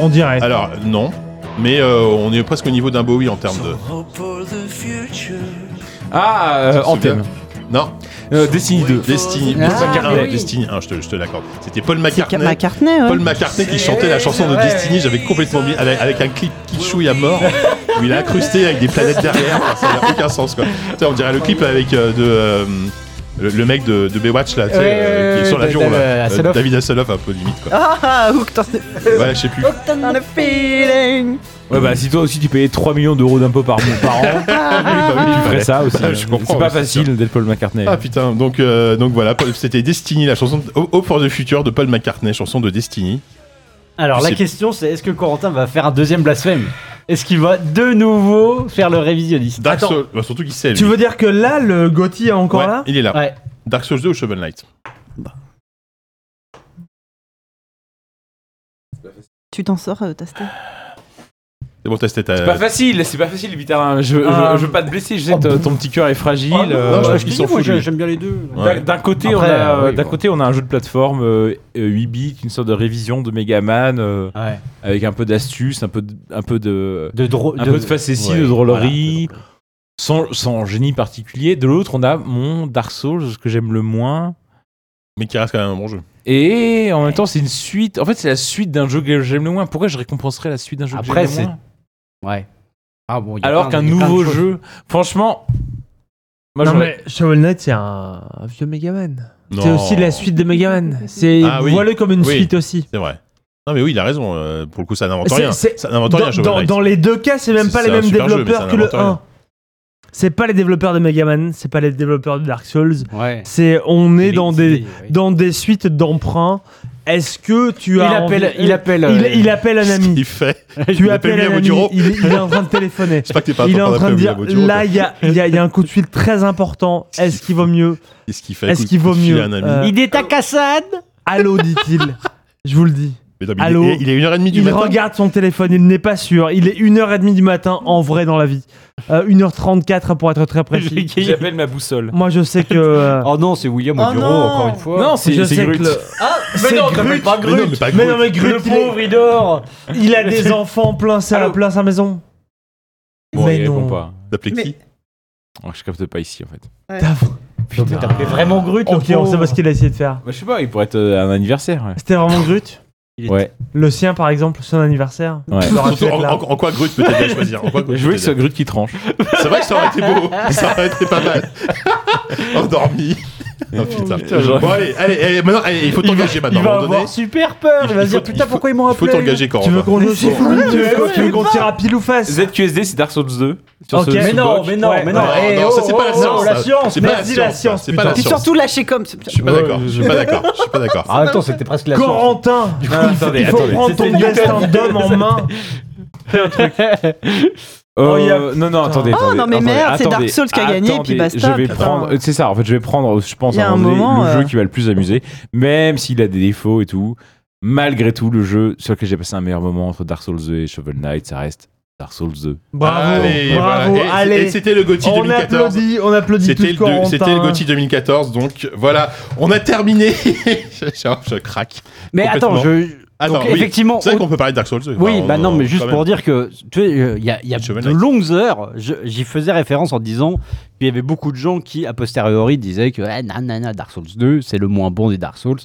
On dirait. Alors, non, mais euh, on est presque au niveau d'un Bowie en termes de. Ah, euh, Anthem. Non, Euh, Destiny 2. Destiny. Ah, Paul McCartney. oui. Destiny 1, je te, je te l'accorde. C'était Paul C'est Ca- McCartney. McCartney, ouais. Paul McCartney qui chantait la chanson de Destiny, j'avais complètement oublié, avec, avec un clip qui chouille à mort, où il a incrusté avec des planètes derrière, ça n'a aucun sens quoi. Tu sais, on dirait le clip avec euh, de, euh, le, le mec de, de Baywatch là, tu sais, Ouais, ouais, euh, qui est ouais, sur ouais, l'avion David là. Euh, Hasselhoff. David Hasselhoff un peu limite quoi. Ah, ah, hooked on the- Ouais, je sais plus. hooked on the feeling. Ouais, bah si toi aussi tu payais 3 millions d'euros d'impôts par, par an, Ah, bah tu ferais ça aussi. hein. Ah, je comprends, c'est pas ouais, c'est facile d'être Paul McCartney. Ah putain, donc, euh, donc voilà, Paul- c'était Destiny, la chanson de, Hope for the Future de Paul McCartney, chanson de Destiny. Alors Je la sais- question c'est est-ce que Corentin va faire un deuxième blasphème Est-ce qu'il va de nouveau faire le révisionniste Dark Attends, Souls, bah, surtout qu'il sait lui. Tu veux dire que là, le Gotti est encore Ouais, là Il est là. Ouais. Dark Souls 2 ou Shovel Knight Tu t'en sors, euh, Tasté C'est bon, testé ta... C'est pas facile, c'est pas facile, Vitarin. Je, je- Ah. je, veux pas te blesser, je sais que ton petit cœur est fragile. Oh, non, euh, non, je- d'un- pense qu'ils s'en moi, foutent, j'ai- lui. j'aime bien les deux. Ouais. D'un côté, Après, on a, euh, oui, d'un bon. côté, on a un jeu de plateforme euh, euh, 8 bits, une sorte de révision de Megaman, euh, Ouais. avec un peu d'astuce, un peu, de- un peu de, De drôle. un peu de facétie, ouais, de drôlerie, voilà, sans, sans génie particulier. De l'autre, on a mon Dark Souls que j'aime le moins. Mais qui reste quand même un bon jeu. Et en même temps, c'est une suite. En fait, c'est la suite d'un jeu que j'aime le moins. Pourquoi je récompenserais la suite d'un jeu Après, que j'aime c'est- le moins Ouais. Ah bon, il y a Alors plein qu'un de- il y a plein de nouveau choses. jeu. Franchement. Moi, non j'aurais- mais Shovel Knight c'est un un vieux Megaman. C'est Non. aussi la suite de Megaman. C'est Ah oui. voilà comme une Oui. suite aussi. C'est vrai. Non, mais oui, il a raison. euh, pour le coup, ça n'invente C'est- rien. c'est- Ça n'invente rien, Dans, Shovel dans- Knight. dans les deux cas, c'est même C'est- pas c'est les un mêmes super jeu, mais développeurs ça que le n'invente rien. 1. C'est pas les développeurs de Megaman, c'est pas les développeurs de Dark Souls. Ouais. C'est on est Les dans idées, des oui. dans des suites d'emprunts. Est-ce que tu Il as appelle, envie- il appelle. il, euh, il appelle un Qu'est-ce ami. qu'il fait Tu Il appelle appelles lui un à ami. Moturo. Il, est- il est en train de téléphoner. J'espère que t'es pas Il est en train de dire, Moturo, là, toi. il y a, il y a- il y a un coup de fil très important. Est-ce qu'il vaut mieux Qu'est-ce qu'il fait Bah, Est-ce Écoute, qu'il vaut il file mieux à un ami. euh, Il est à Cassade Allô, dit-il. Je vous le dis. Mais non, mais il allô est- il est 1h30 du Il matin. regarde son téléphone, il n'est pas sûr. Il est 1h30 du matin en vrai dans la vie. Euh, 1h34 pour être très précis. J'appelle ma boussole. Moi je sais que. euh, Oh non, c'est William au Oh bureau, non. encore une fois. Non, c'est je c'est sais que Grut. le- Ah, C'est mais non, Grut. t'appelles pas Mais non, Grut mais pas Mais non, mais Le Grut, il, est- pauvre, il dort il a des enfants plein, sa, Allô plein sa maison. Bon, mais il non. répond pas. T'appelais Mais- qui Oh, je capte pas ici en fait. T'as- Putain. Mais vraiment Grut, le Ok, on sait pauvre. pas ce qu'il a essayé de faire. Bah, je sais pas, il pourrait être euh, un anniversaire. Ouais. C'était vraiment Grut Ouais. Le sien par exemple, son anniversaire Ouais. Il aurait pu Surtout, être en, là. en- en quoi Grut peut t'aider à choisir En quoi Groot Je veux peut que ce soit t'aider Grut qui tranche. C'est vrai que ça aurait été beau. ça aurait été pas mal. Endormi. Non, putain. Bon, allez, allez, allez, maintenant, allez, il faut t'engager maintenant. Il à va un moment avoir donné. super peur. Il va il se dire faut- putain il pourquoi ils m'ont Il faut appelé. t'engager quand Tu veux qu'on nous c'est tu veux- ouais, tu veux qu'on tire à pile ou face ZQSD, c'est Dark Souls 2. Sur Ok. ce- Mais ce non, doc. mais non, mais non. Non, Eh, non, oh, ça c'est pas la oh, oh, science. la ça. science, C'est pas la merci la science. ça. science, C'est pas la Puis science. surtout lâcher comme. c'est- Je suis pas Ouais, d'accord. Je suis pas d'accord. Je suis pas d'accord. Ah, attends, c'était presque la chance. Corentin Non, attendez, Il faut attendez. prendre ton destin d'homme en main. Euh, Oh, il y a- Non, non, attendez. Oh, attendez, non, mais attendez, merde, c'est attendez, Dark Souls qui a gagné, attendez, puis basta, Je vais putain. prendre, euh, c'est ça, en fait, je vais prendre, je pense, Il y a à un un moment donné, moment, le euh, jeu qui va le plus amuser, même s'il a des défauts et tout. Malgré tout, le jeu sur lequel j'ai passé un meilleur moment entre Dark Souls 2 et Shovel Knight, ça reste Dark Souls 2. Bravo, Allez, bravo, voilà. Et- Et allez. c'était le Gauthier On 2014. applaudit, on applaudit C'était tous le, deux- c'était le Gauthier Corentin. hein. 2014, donc voilà, on a terminé. je, je craque. Mais attends, je. Attends, donc, oui. effectivement, C'est vrai au- qu'on peut parler de Dark Souls 2. Oui, Enfin, bah on- non, mais on- juste quand pour même. dire que, tu sais, euh, il y a, il y a de Shovel Knight. longues heures, je- j'y faisais référence en disant qu'il y avait beaucoup de gens qui, a posteriori, disaient que eh, nanana, Dark Souls 2, c'est le moins bon des Dark Souls.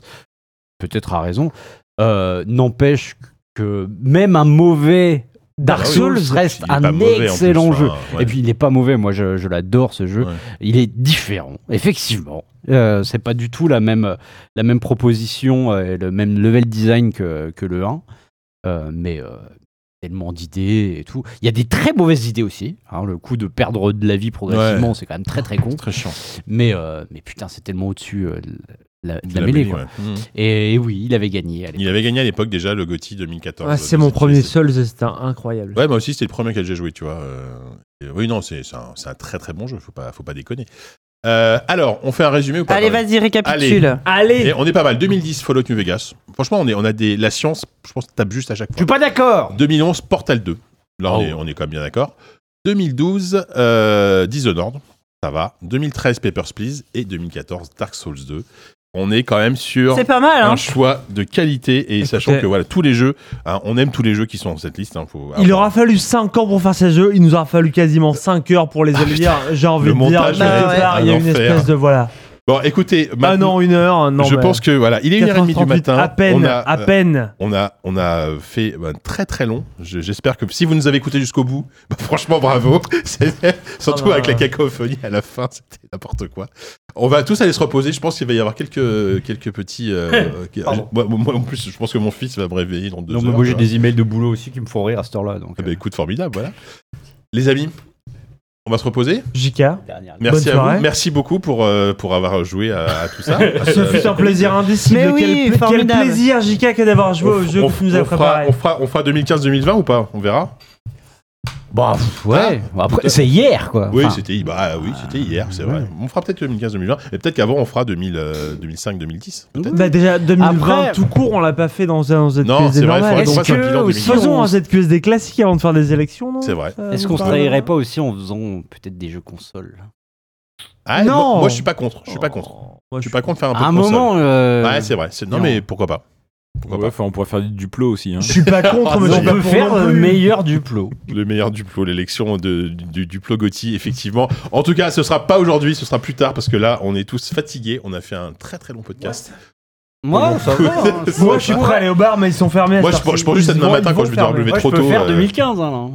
Peut-être à raison. Euh, N'empêche que même un mauvais Dark Ah oui, Souls reste il est pas un mauvais en plus, Ah excellent enfin, jeu. ouais. Et puis il n'est pas mauvais, moi je, je l'adore ce jeu. Ouais. Il est différent, effectivement. Euh, c'est pas du tout la même, la même proposition euh, et le même level design que, que le 1. Euh, mais euh, tellement d'idées et tout. Il y a des très mauvaises idées aussi. hein. le coup de perdre de la vie progressivement, c'est quand même très très con. Très chiant. Mais, euh, mais putain, c'est tellement au-dessus euh, de la, de la La mêlée. mêlée, quoi. ouais. Mhm. Et, et oui, il avait gagné. allez. Il avait gagné à l'époque déjà le Gotti 2014. Ah, c'est de mon cette premier liste. seul, c'était incroyable. Ouais, moi aussi, c'était le premier que j'ai joué, tu vois. euh, et oui, non, c'est c'est un, c'est un très très bon jeu, faut pas, faut pas déconner. Euh, alors, on fait un résumé ou pas Allez, quand même vas-y, récapitule. Et Allez on est pas mal. 2010, Fallout New Vegas. Franchement, on, est, on a des. La science, je pense, tape juste à chaque Je suis fois. pas d'accord 2011, Portal 2. Là, on, est, on est quand même bien d'accord. 2012, euh, Dishonored. Ça va. 2013, Papers, Please. Et 2014, Dark Souls 2. On est quand même sur C'est pas mal, hein. un choix de qualité. Et sachant que voilà, tous les jeux, hein, on aime tous les jeux qui sont dans cette liste. hein, faut- il aura fallu 5 ans pour faire ces jeux, il nous aura fallu quasiment 5 heures pour les élever. J'ai envie Ah, Le de dire, montage, je ouais, vais ouais. dire, il y a un une enfer. espèce de voilà. Bon, écoutez, Ah maintenant, non, une heure, non. je mais- pense que voilà, il est 1h30 du 4h38, matin. À peine, on a, à euh, peine. On a, on a fait bah, très très long. Je- J'espère que si vous nous avez écouté jusqu'au bout, bah, franchement bravo. C'est- Surtout Ah bah. avec la cacophonie à la fin, c'était n'importe quoi. On va tous aller se reposer. Je pense qu'il va y avoir quelques, quelques petits. euh, qui- Pardon. moi, moi, en plus, je pense que mon fils va me réveiller dans deux Non, mais heures. moi j'ai quoi. des emails de boulot aussi qui me font rire à cette heure-là. Donc, euh, Ah bah, écoute, formidable, voilà. Les amis, on va se reposer. JK, Merci Bonne à vous. soirée. Merci beaucoup pour, euh, pour avoir joué à, à tout ça. ce Euh, fut un plaisir indicible. Mais Quel oui, pla- quel, formidable. plaisir, JK, que d'avoir joué au jeu on- que tu nous as on fera, préparé. on fera, on fera 2015-2020 ou pas On verra. Bah pff, ouais, Bah, après c'est hier quoi. Oui, Enfin, euh, c'était bah, oui, c'était hier, c'est vrai. On fera peut-être 2015-2020, et peut-être qu'avant on fera 2000, euh, 2005-2010. peut-être. Bah, déjà 2020 Après- tout court, on l'a pas fait dans un ZQSD Non, c'est vrai, normal. faudrait qu'on Donc, fasse un que bilan aussi- 2015. faisons un ZQSD classique avant de faire des élections, non C'est vrai. Ça Est-ce vous qu'on se parle trahirait pas aussi en faisant peut-être des jeux consoles Ah, Non. moi, moi, je suis pas contre. Je suis pas contre. Moi, Je suis pas contre faire un peu À un de console. moment, euh, Ouais, c'est vrai. c'est- Non, non. mais pourquoi pas Pourquoi Ouais, enfin, on pourrait faire du Duplo aussi. Hein. Je suis pas contre, mais je Ah, on suis pas peut pour faire non le plus. meilleur du plot. pas Le meilleur Duplo, l'élection de, du Duplo Gotti, effectivement. En tout cas, ce sera pas aujourd'hui, ce sera plus tard parce que là, on est tous fatigués. On a fait un très très long podcast. Moi, ça va. hein. Moi, je suis prêt à aller au bar, mais ils sont fermés. à Moi, cette je, pense- heure-ci. je pense juste à Ils demain vont- matin ils quand vont je vais devoir me fermer. lever Moi, je trop peux tôt. faire euh, 2015 hein, là.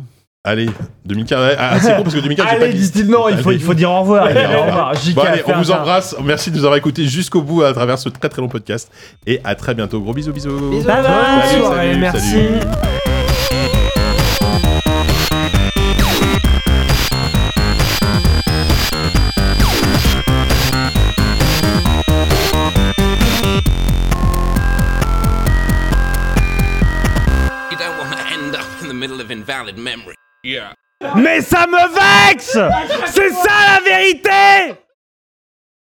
Allez, 2015. Ah, c'est bon parce que 2015. j'ai pas Allez, de dites-ils non, il faut, Allez. il faut dire au revoir. Allez, au revoir. Au revoir. JK, Bon, allez, on fais vous un- embrasse. Merci de nous avoir écoutés jusqu'au bout à travers ce très très long podcast. Et à très bientôt. Gros bisous, bisous. Bye bye. Salut, Soirée, salut, merci. salut. You don't want to end up in the middle of invalid memory. Yeah. Mais ça me vexe C'est ça